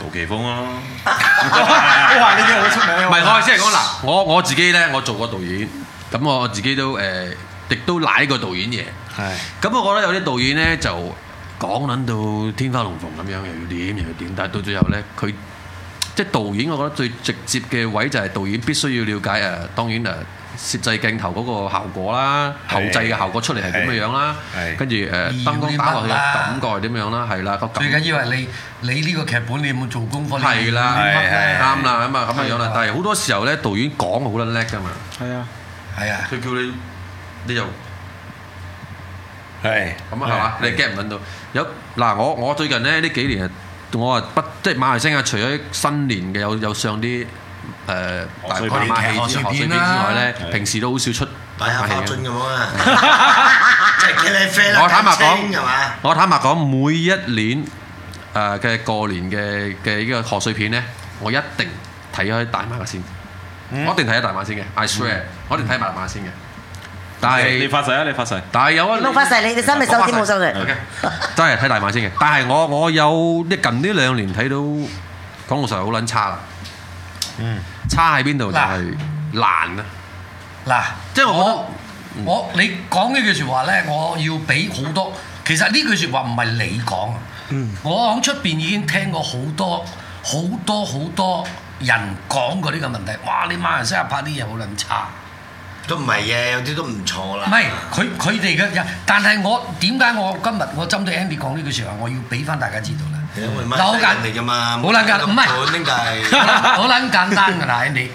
[SPEAKER 2] 杜琪峰咯，
[SPEAKER 7] 哇！呢啲好出名喎，
[SPEAKER 1] 唔係，我係先係講嗱，我我自己咧，我做過導演，咁我自己都誒、呃亦都舐過導演嘢。
[SPEAKER 7] 係
[SPEAKER 1] 咁我覺得有啲導演咧就講撚到天花龍鳳咁樣，又要點又要點，但係到最後咧，佢即係導演，我覺得最直接嘅位就係導演必須要了解誒、呃，當然誒。呃攝製鏡頭嗰個效果啦，後製嘅效果出嚟係點樣樣啦
[SPEAKER 4] 係，
[SPEAKER 1] 跟住誒
[SPEAKER 5] 意
[SPEAKER 1] 燈
[SPEAKER 5] 料
[SPEAKER 1] 光
[SPEAKER 5] 之
[SPEAKER 1] 打落去
[SPEAKER 5] 外啦
[SPEAKER 1] 嘅感覺係點樣啦，係啦個感
[SPEAKER 5] 最緊要係你你呢個劇本你有冇做功課？
[SPEAKER 1] 係啦，啱
[SPEAKER 4] 係
[SPEAKER 1] 啦，咁啊咁樣樣啦
[SPEAKER 5] 係。
[SPEAKER 1] 但係好多時候咧，導演講好撚叻㗎嘛。
[SPEAKER 7] 係
[SPEAKER 3] à.
[SPEAKER 7] 啊，
[SPEAKER 5] 係啊，
[SPEAKER 1] 佢叫你，你就咁
[SPEAKER 4] 係
[SPEAKER 1] 啊，係嘛？
[SPEAKER 4] dạ.
[SPEAKER 1] 你 get 唔揾到？有嗱，我我最近咧呢幾年啊，我啊不即係馬來西亞，除咗新年嘅有有上啲誒大
[SPEAKER 2] 賀歲
[SPEAKER 1] 馬
[SPEAKER 2] 片
[SPEAKER 1] 馬戲之
[SPEAKER 5] 賀
[SPEAKER 1] 賀歲片
[SPEAKER 5] 歲片
[SPEAKER 1] 之
[SPEAKER 5] 啦
[SPEAKER 1] 外咧，
[SPEAKER 2] 係
[SPEAKER 1] 平時都好少出馬戲嘅我坦白講，每一年誒嘅過年嘅嘅呢個賀歲片咧，我一定睇開大馬嘅先，我一定睇咗大馬先嘅，I swear，我一定睇埋大馬先嘅。但
[SPEAKER 2] 你
[SPEAKER 1] 係
[SPEAKER 2] 發誓啊！你發誓。
[SPEAKER 1] 但係有一年，OK，真係睇大馬先嘅。但係我我有呢近呢兩年睇到講老實好撚差啦。嗯，差喺邊度就係難啊！
[SPEAKER 5] 嗱，
[SPEAKER 1] 即係我覺得嗯
[SPEAKER 5] 我你講呢句説話咧，我要俾好多。其實呢句説話唔係你講，啊
[SPEAKER 1] 嗯
[SPEAKER 5] 我喺出邊已經聽過好多好多好多人講過呢個問題。哇！你馬來西亞拍啲嘢好撚差，
[SPEAKER 8] 都唔係嘅，有啲都唔錯啦。
[SPEAKER 5] 唔係佢佢哋嘅，但係我點解我今日我針對 Andy 講呢句説話，我要俾翻大家知道咧？
[SPEAKER 8] 因為
[SPEAKER 5] 嗱好
[SPEAKER 8] 乜
[SPEAKER 5] 簡
[SPEAKER 8] 人嚟㗎嘛，
[SPEAKER 5] 好撚簡，唔係
[SPEAKER 8] 拎大，
[SPEAKER 5] 好撚簡單㗎啦，Andy。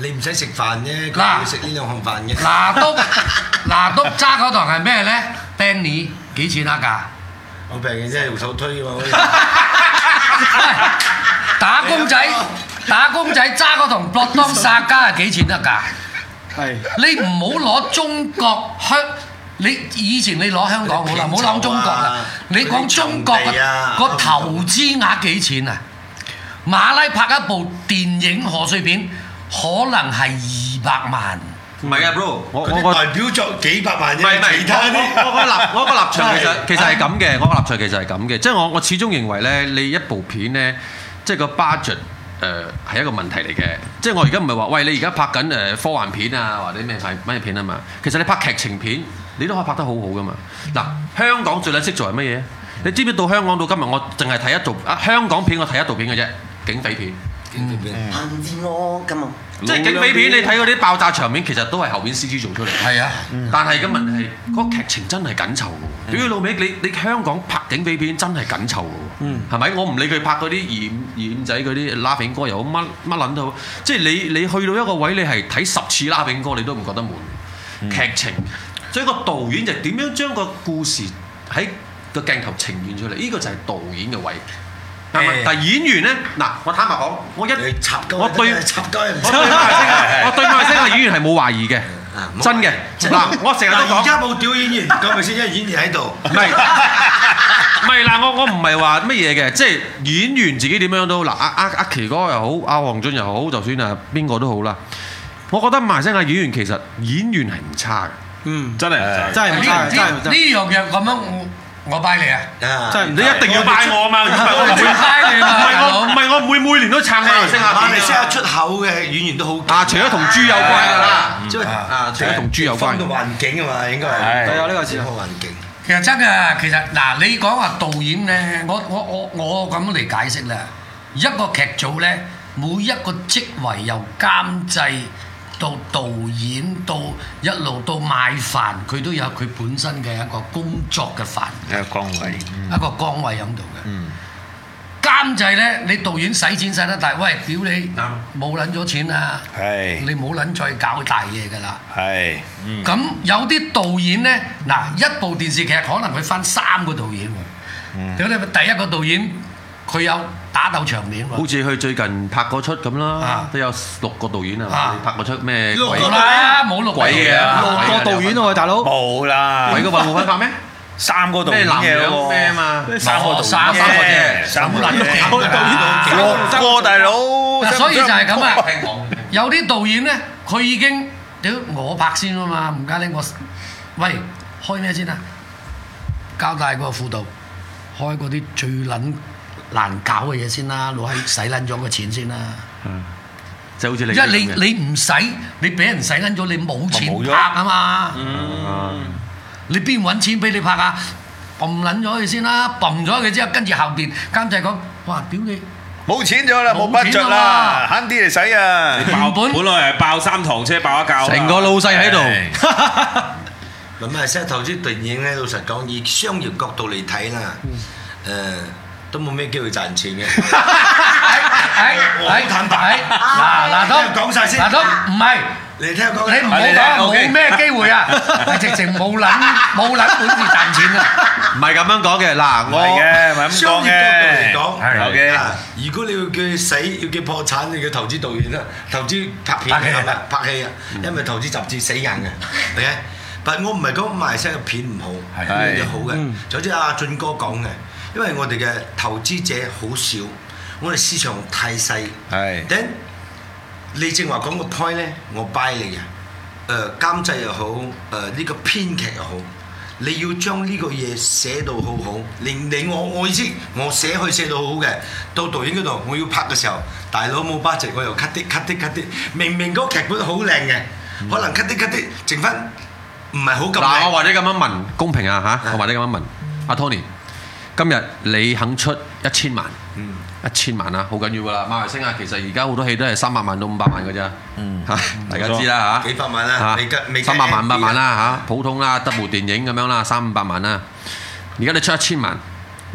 [SPEAKER 8] 你唔使食飯啫，
[SPEAKER 5] 嗱
[SPEAKER 8] 佢會食呢兩項飯嘅。
[SPEAKER 5] 嗱 督嗱督揸嗰堂係咩咧？Benny 幾錢啊㗎？
[SPEAKER 8] 我病嘅真係用手推㗎嘛，
[SPEAKER 5] 打工仔打工仔揸嗰堂博當殺家係幾錢得㗎？
[SPEAKER 3] à.
[SPEAKER 5] 你唔好攞中國香，你以前你攞香港好啦，唔好諗中國啦。你講中國
[SPEAKER 8] 嗰啲啊
[SPEAKER 5] 個投資額幾錢啊？馬拉拍一部電影賀歲片，可能係二百萬。
[SPEAKER 1] 唔係嘅，bro，我我個
[SPEAKER 8] 代表作幾百萬
[SPEAKER 1] 唔係唔
[SPEAKER 8] 啫，
[SPEAKER 1] 係
[SPEAKER 8] 其他
[SPEAKER 1] 我我我個立
[SPEAKER 8] 啲。
[SPEAKER 1] 我個立場其實其實係咁嘅，我個立場其實係咁嘅，即係我我始終認為咧，你一部片咧，即係個 budget。誒係、一個問題嚟嘅，即係我而家唔係話，喂你而家拍緊誒、科幻片啊，或者咩係咩片啊嘛，其實你拍劇情片，你都可以拍得好好噶嘛。嗱，香港最叻識做係乜嘢？你知唔知到香港到今日，我淨係睇一套啊香港片，我睇一套片嘅啫，警匪片。
[SPEAKER 6] 行至我咁啊！
[SPEAKER 1] 即係警匪片，你睇嗰啲爆炸場面，其實都係後邊 C G 做出嚟。
[SPEAKER 5] 係啊，
[SPEAKER 1] 但係嘅問題係，嗰個劇情真係緊湊嘅喎。屌你老味，你你香港拍警匪片真係緊湊嘅喎，係咪？我唔理佢拍嗰啲二五仔嗰啲拉炳哥又好乜乜撚都好，即係你你去到一個位，你係睇十次拉炳哥你都唔覺得悶。劇情，所以個導演就點樣將個故事喺個鏡頭呈現出嚟，呢個就係導演嘅位。啱唔啱
[SPEAKER 8] 誒
[SPEAKER 1] 但係演員咧，嗱，我坦白講，我一
[SPEAKER 8] 你插鳩
[SPEAKER 1] 我對
[SPEAKER 8] 人插鳩人，
[SPEAKER 1] 我對馬來西亞，我對馬來西亞演員係冇懷疑嘅
[SPEAKER 8] 啊，冇
[SPEAKER 1] 真嘅。嗱，我成日都
[SPEAKER 8] 嗱而
[SPEAKER 1] 講，
[SPEAKER 8] 家冇屌演員，咁咪先，因為演員喺度。
[SPEAKER 1] 唔係唔係嗱，我我唔係話乜嘢嘅，即係演員自己點樣都好嗱，阿阿阿奇哥又好，阿黃俊又好，就算啊邊個都好啦。我覺得馬來西亞演員其實演員係唔差嘅，
[SPEAKER 5] 呢呢呢樣嘢咁樣，我我拜你啊！
[SPEAKER 8] 啊，
[SPEAKER 7] 真係唔
[SPEAKER 1] 你一定要拜我啊嘛，如果唔係我唔會
[SPEAKER 5] 拜你啊
[SPEAKER 1] 唔係
[SPEAKER 5] 大
[SPEAKER 1] 我唔
[SPEAKER 5] 佬
[SPEAKER 1] 係我唔會每年都撐馬來西亞
[SPEAKER 8] 馬來
[SPEAKER 1] 片
[SPEAKER 8] 西
[SPEAKER 1] 㗎
[SPEAKER 8] 亞出口嘅演員都好勁
[SPEAKER 1] 啊，除咗同豬有關㗎啦，
[SPEAKER 8] 即係
[SPEAKER 1] 啊，除咗同豬有關
[SPEAKER 8] 風。土環境啊嘛，應該
[SPEAKER 4] 係
[SPEAKER 8] 係
[SPEAKER 4] 都有
[SPEAKER 7] 呢個字
[SPEAKER 8] 風土環境。
[SPEAKER 5] 其實真㗎，其實嗱，你講話導演咧，我我我我咁嚟解釋啦，一個劇組咧，每一個職位由監製到導演到一路到賣飯，佢都有佢本身嘅一個工作嘅範圍一個崗位喺度嘅。監製咧，你導演使錢使得大，喂，屌你冇撚咗錢啊！你冇撚再搞大嘢㗎啦。咁、有啲導演呢，嗱一部電視劇可能佢分三個導演喎。屌你、第一個導演佢有打鬥場面
[SPEAKER 1] 好
[SPEAKER 5] 喎。
[SPEAKER 1] 似佢最近拍嗰出咁啦
[SPEAKER 5] 啊，
[SPEAKER 1] 都有六個導演係嘛
[SPEAKER 5] 啊？
[SPEAKER 1] 你拍嗰出咩
[SPEAKER 8] 六個
[SPEAKER 1] 鬼
[SPEAKER 5] 冇啦，冇六個
[SPEAKER 1] 鬼嘢啊
[SPEAKER 5] 導演
[SPEAKER 1] 六個
[SPEAKER 5] 啊
[SPEAKER 1] 鬼嗰份冇分拍咩？咩男樣咩嘛？
[SPEAKER 5] 三個啫，好撚勁㗎啦嗱，所以就係咁啊。有啲導演呢，佢已經屌我拍先啊嘛，唔加你我喂開咩先啊？交代個輔導，開嗰啲最撚難搞嘅嘢先啦，攞喺使撚咗個錢先啦。
[SPEAKER 1] 就好似你
[SPEAKER 5] 因
[SPEAKER 1] 咁
[SPEAKER 5] 為
[SPEAKER 1] 嘅
[SPEAKER 5] 你你唔使，你俾人使撚咗，你冇
[SPEAKER 4] 咪冇
[SPEAKER 5] 錢
[SPEAKER 4] 咗
[SPEAKER 5] 拍啊嘛。你邊揾錢俾你拍啊？冧撚咗佢先啦，冧咗佢之後，跟住後邊監製講：哇，屌你！
[SPEAKER 2] 爆
[SPEAKER 4] à,
[SPEAKER 5] 原本
[SPEAKER 2] 本來係爆三堂車爆一教，
[SPEAKER 1] 成個老細喺度，
[SPEAKER 8] 咁啊，即係投資電影咧，老實講，以商業角度嚟睇啦，
[SPEAKER 5] 嗯
[SPEAKER 8] 誒、都冇咩機會賺錢嘅。
[SPEAKER 5] 哎係坦白，哎嗱嗱都
[SPEAKER 8] 講晒先
[SPEAKER 5] 嗱都唔係。
[SPEAKER 8] 你聽我講，
[SPEAKER 5] 你唔好講冇咩機會啊！係直情冇撚冇撚本事賺錢啊！
[SPEAKER 1] 唔係咁樣講嘅。嗱，我
[SPEAKER 8] 商業角度嚟講，啊如果你要叫佢死，要叫破產，你叫投資導演啦，投資拍片
[SPEAKER 5] 拍戲
[SPEAKER 8] 係咪拍戲啊，因為投資雜誌死硬嘅，OK。但我唔係講賣西嘅片唔好，
[SPEAKER 4] 係
[SPEAKER 8] 呢樣嘢好嘅。就好似阿俊哥講嘅，因為我哋嘅投資者好少，我哋市場太細。等你正話講個 point 咧，我 buy 你嘅。誒、監製又好，誒、呢個編劇又好，你要將呢個嘢寫到好好。你你我我意思，我寫去寫到好好嘅，到導演嗰度我要拍嘅時候，大佬冇 budget，我又 cut 啲 cut 啲 cut 啲。明明嗰個劇本好靚嘅，可能 cut 啲 cut 啲，剩翻唔係好咁
[SPEAKER 1] 嗱，我
[SPEAKER 8] 靚。
[SPEAKER 1] 或者咁樣問公平啊嚇，我或者咁樣問阿 Tony，今日你肯出一一千萬，一千萬啊，好緊要㗎啦！馬來西亞其實而家好多戲都係三百萬到五百萬㗎咋，嚇大家知啦嚇。
[SPEAKER 8] 幾百萬啦啊未計未計啊
[SPEAKER 1] 三百萬、五
[SPEAKER 8] MV
[SPEAKER 1] 百萬
[SPEAKER 8] 啦
[SPEAKER 1] 啦嚇，普通啦，得部電影咁樣啦，三五百萬啦。而家你出一千萬，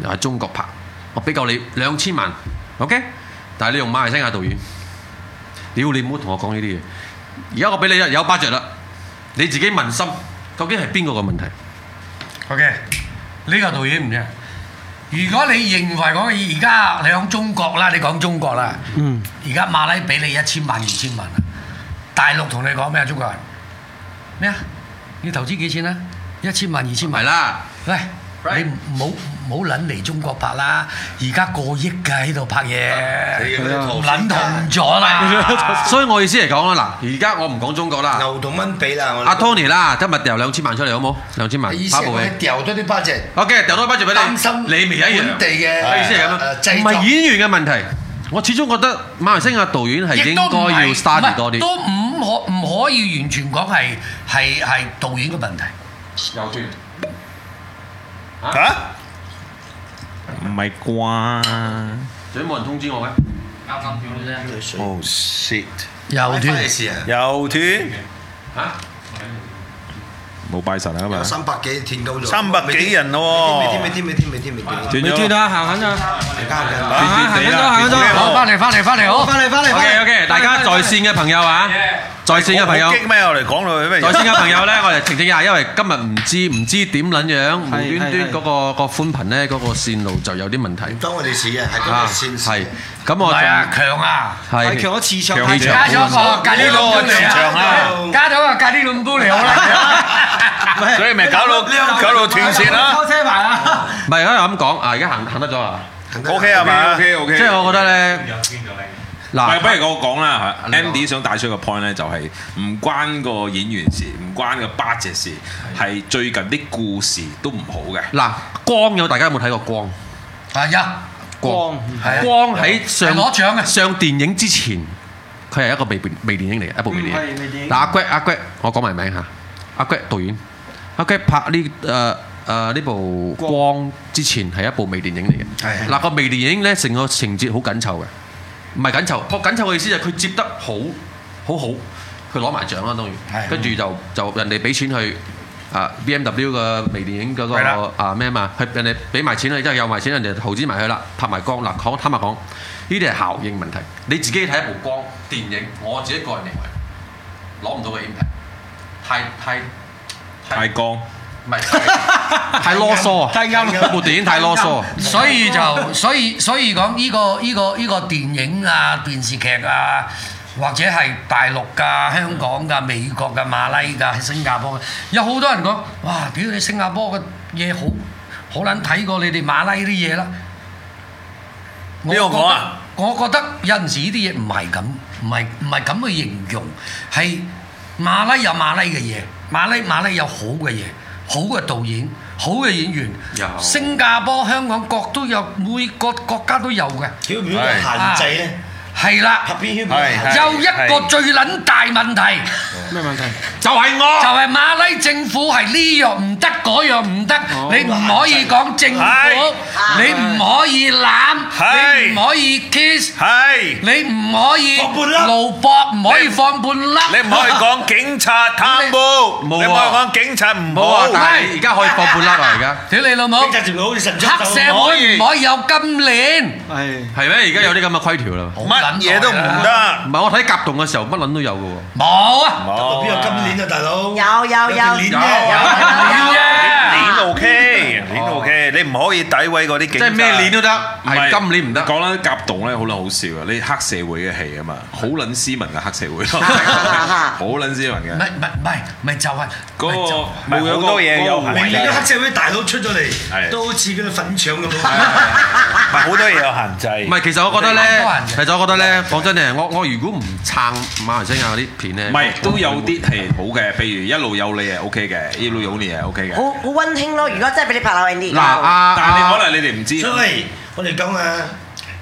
[SPEAKER 1] 又係中國拍，我俾夠你兩千萬，OK？但係你用馬來西亞導演，屌你唔好同我講呢啲嘢。而家我俾你有 budget 啦，你自己問心，究竟係邊個嘅問題？
[SPEAKER 5] OK，呢個導演唔知。如果你認為講而家你講中國啦，你講中國啦，
[SPEAKER 1] 嗯，
[SPEAKER 5] 而家馬拉俾你一千萬、二千萬啦，大陸同你講咩啊？中國人咩啊？要投資幾錢啊？一千萬、二千
[SPEAKER 1] 係
[SPEAKER 5] 萬。
[SPEAKER 1] 啦。
[SPEAKER 5] 喂，
[SPEAKER 1] Right.
[SPEAKER 5] 你唔好唔好撚嚟中國拍啦，而家過億㗎喺度拍
[SPEAKER 1] 啊
[SPEAKER 5] 嘢，撚同咗 啦。
[SPEAKER 1] 所以我意思嚟講啦，嗱，而家我唔講中國 啦，
[SPEAKER 8] 牛同蚊比啦，我
[SPEAKER 1] 阿 Tony 啦，今日掉兩千萬出嚟好冇？兩千
[SPEAKER 8] 啊
[SPEAKER 1] 萬，拍部戲。
[SPEAKER 5] 掉多啲budget，
[SPEAKER 1] OK，掉多筆住俾你。
[SPEAKER 5] 擔心
[SPEAKER 1] 你咪一樣。
[SPEAKER 5] 本地嘅，
[SPEAKER 1] 我意思係咁
[SPEAKER 5] 誒，
[SPEAKER 1] 樣，
[SPEAKER 5] 製
[SPEAKER 1] 唔
[SPEAKER 5] 作。
[SPEAKER 1] 係演員嘅問題。我始終覺得馬來西亞導演係應
[SPEAKER 5] 亦都唔
[SPEAKER 1] 該
[SPEAKER 5] 係
[SPEAKER 1] 要
[SPEAKER 5] 唔
[SPEAKER 1] study
[SPEAKER 5] 係
[SPEAKER 1] 多啲。
[SPEAKER 5] 都唔可唔可以完全講係係係導演嘅問題。
[SPEAKER 1] 右轉。
[SPEAKER 4] 嚇？
[SPEAKER 1] 最冇人通知我嘅。
[SPEAKER 4] Oh shit！
[SPEAKER 5] 右
[SPEAKER 8] 關你事啊！
[SPEAKER 4] 又斷，
[SPEAKER 1] 嚇？
[SPEAKER 8] 有三百幾斷鳩咗，
[SPEAKER 4] 三百幾人
[SPEAKER 8] 未
[SPEAKER 4] 咯
[SPEAKER 8] 添，未添，未添，未添，未添，未添，
[SPEAKER 4] 斷斷地
[SPEAKER 1] Dạ,
[SPEAKER 4] 啦，
[SPEAKER 7] 行緊咗行緊咗
[SPEAKER 4] 斷斷地啦
[SPEAKER 5] 好，翻嚟翻嚟翻嚟好。
[SPEAKER 1] OK OK，大家在線嘅朋友啊，在線嘅朋友
[SPEAKER 4] 好。激咩？我哋講到去咩？
[SPEAKER 1] 在線嘅朋友咧，我哋澄清一下，因為今日唔知唔知點撚樣，無端端
[SPEAKER 7] 係係
[SPEAKER 1] 嗰個個寬頻咧，嗰個線路就有啲問題。
[SPEAKER 8] 當我哋事嘅係咁
[SPEAKER 1] 啊，
[SPEAKER 8] 嘅線
[SPEAKER 1] 係。咁我
[SPEAKER 5] 唔係啊，
[SPEAKER 1] 仲
[SPEAKER 5] 強啊！
[SPEAKER 1] 係
[SPEAKER 7] 強咗次長
[SPEAKER 1] 強氣
[SPEAKER 7] 氣
[SPEAKER 1] 場。
[SPEAKER 5] 加咗個咖喱
[SPEAKER 4] 呢
[SPEAKER 5] 龍
[SPEAKER 4] 個
[SPEAKER 5] 杯嚟
[SPEAKER 4] 全場
[SPEAKER 5] 啊
[SPEAKER 8] 啊！
[SPEAKER 5] 加咗個咖喱龍杯嚟好啦。
[SPEAKER 4] 所以咪搞到搞到斷線 啦。
[SPEAKER 1] 唔係啊，咁講啊，而家行行得咗啊，
[SPEAKER 4] O K 係嘛？
[SPEAKER 1] 即係我覺得咧，
[SPEAKER 2] 唔係，
[SPEAKER 1] 嗱
[SPEAKER 2] 不。如我講啦嚇。
[SPEAKER 1] 你講
[SPEAKER 2] Andy 想帶出個 point 咧，就係唔關個演員事，唔關個 budget 事，係最近啲故事都唔好嘅。
[SPEAKER 1] 嗱，光有大家有冇睇過光？
[SPEAKER 5] 係啊，
[SPEAKER 7] 光
[SPEAKER 5] 係啊
[SPEAKER 1] 光喺上
[SPEAKER 5] 係攞獎嘅
[SPEAKER 1] 上電影之前，佢係一個微電微電影嚟嘅，一部微電
[SPEAKER 7] 嗯係微電
[SPEAKER 1] 影。
[SPEAKER 7] 影
[SPEAKER 1] 嗱，阿 g 阿 g 我講埋名嚇，阿 g 導演，阿 g 拍呢誒誒呢部
[SPEAKER 7] 光
[SPEAKER 1] 光之前係一部微電影嚟嘅。
[SPEAKER 8] 係
[SPEAKER 1] 嗱個微電影咧，成個情節好緊湊嘅，唔係緊湊，個緊湊嘅意思就係佢接得好好好，佢攞埋獎啦，當然。
[SPEAKER 5] 係
[SPEAKER 1] 跟住就就人哋俾錢去。啊 BMW 嘅微電影嗰
[SPEAKER 5] 係啦
[SPEAKER 1] 個啊咩嘛，佢人哋俾埋錢啦，即係有埋錢，人哋投資埋佢啦，拍埋光嗱，講坦白講，呢啲係效應問題。你自己睇一部光電影，我自己個人認為攞唔到嘅 impact，太太
[SPEAKER 2] 太光，
[SPEAKER 1] 唔 係太囉嗦啊！太啱部電影太囉嗦啊。
[SPEAKER 5] 所以就所以所以講呢個呢個呢個電影啊、電視劇啊，或者係大陸㗎、香港㗎、美國㗎、馬拉㗎、新加坡㗎，啊有好多人講：哇！屌你新加坡嘅嘢好好撚睇過你哋馬拉啲嘢啦。
[SPEAKER 4] 邊個講啊
[SPEAKER 5] 我覺得？我覺得有陣時呢啲嘢唔係咁，唔係唔係咁去形容，係馬拉有馬拉嘅嘢，馬拉馬拉有好嘅嘢，好嘅導演，好嘅演員
[SPEAKER 1] 有，
[SPEAKER 5] 新加坡、香港各都有，每個國家都有嘅，
[SPEAKER 8] 曉唔曉得限制咧？
[SPEAKER 5] 係啦
[SPEAKER 8] 拍。片曉唔
[SPEAKER 4] 係
[SPEAKER 8] 曉
[SPEAKER 4] 係
[SPEAKER 8] 得？
[SPEAKER 5] 有一個最撚大問題，
[SPEAKER 1] 就係
[SPEAKER 5] 就
[SPEAKER 1] 我。
[SPEAKER 5] 係馬拉政府係呢樣唔得，嗰樣唔得，你唔可以講政
[SPEAKER 4] 係
[SPEAKER 5] 府，你唔可以攬，
[SPEAKER 4] 係
[SPEAKER 5] 你唔可以 kiss。
[SPEAKER 4] 係
[SPEAKER 5] 你唔可以
[SPEAKER 8] 放半粒
[SPEAKER 5] 勞博，唔可以放半粒。
[SPEAKER 4] 你唔可以講警察貪污，你唔可以講警察唔
[SPEAKER 1] 冇啊！
[SPEAKER 4] 好。
[SPEAKER 1] 但係而家可以放半粒啊！而 家
[SPEAKER 5] 屌你老母！
[SPEAKER 8] 警察條路好似神槍
[SPEAKER 5] 黑社會唔可以有金鏈，
[SPEAKER 7] 係
[SPEAKER 1] 係咩？而家有啲咁嘅規條啦。
[SPEAKER 4] 乜嘢都唔得。
[SPEAKER 1] 唔係我睇甲動嘅時候，乜撚都有嘅喎。
[SPEAKER 5] 冇啊！
[SPEAKER 8] 邊有今年啊，大佬？
[SPEAKER 5] 哦
[SPEAKER 6] 有有有
[SPEAKER 8] 有條鏈啫
[SPEAKER 5] Dạ,
[SPEAKER 6] 有有有
[SPEAKER 4] 鏈 OK，鏈 OK，你唔可以詆毀嗰啲警
[SPEAKER 1] 即
[SPEAKER 4] 察。
[SPEAKER 1] 係咩鏈都得，係金鏈唔得。
[SPEAKER 2] 講啦，夾動咧好撚好笑啊！你黑社會嘅戲啊嘛，好撚斯文嘅黑社會咯，好撚斯文
[SPEAKER 5] 唔
[SPEAKER 2] 嘅。
[SPEAKER 5] 係唔係唔係，咪就係
[SPEAKER 2] 嗰
[SPEAKER 5] 咪就係
[SPEAKER 2] 個冇
[SPEAKER 4] 唔係
[SPEAKER 2] 咗
[SPEAKER 4] 好多嘢有
[SPEAKER 8] 明
[SPEAKER 2] 係
[SPEAKER 8] 年啲黑社會大佬出咗
[SPEAKER 2] 係
[SPEAKER 8] 嚟，都好似嗰啲粉 腸咁樣。
[SPEAKER 4] 唔係好多嘢有限制。
[SPEAKER 1] 唔係，其實我覺得
[SPEAKER 5] 好多
[SPEAKER 1] 咧
[SPEAKER 5] 人，
[SPEAKER 1] 其實我覺得咧，講真嘅，我我如果唔撐馬來西亞嗰啲片咧，
[SPEAKER 2] 唔係都有啲係好嘅，譬如一路有你係 OK 嘅，一路有你係 OK 嘅。
[SPEAKER 6] 好好温馨咯。如果真係俾你拍落 Andy，
[SPEAKER 1] 嗱啊
[SPEAKER 2] 但係你
[SPEAKER 1] 啊
[SPEAKER 2] 可能你哋唔知。
[SPEAKER 8] 所以我哋講啊，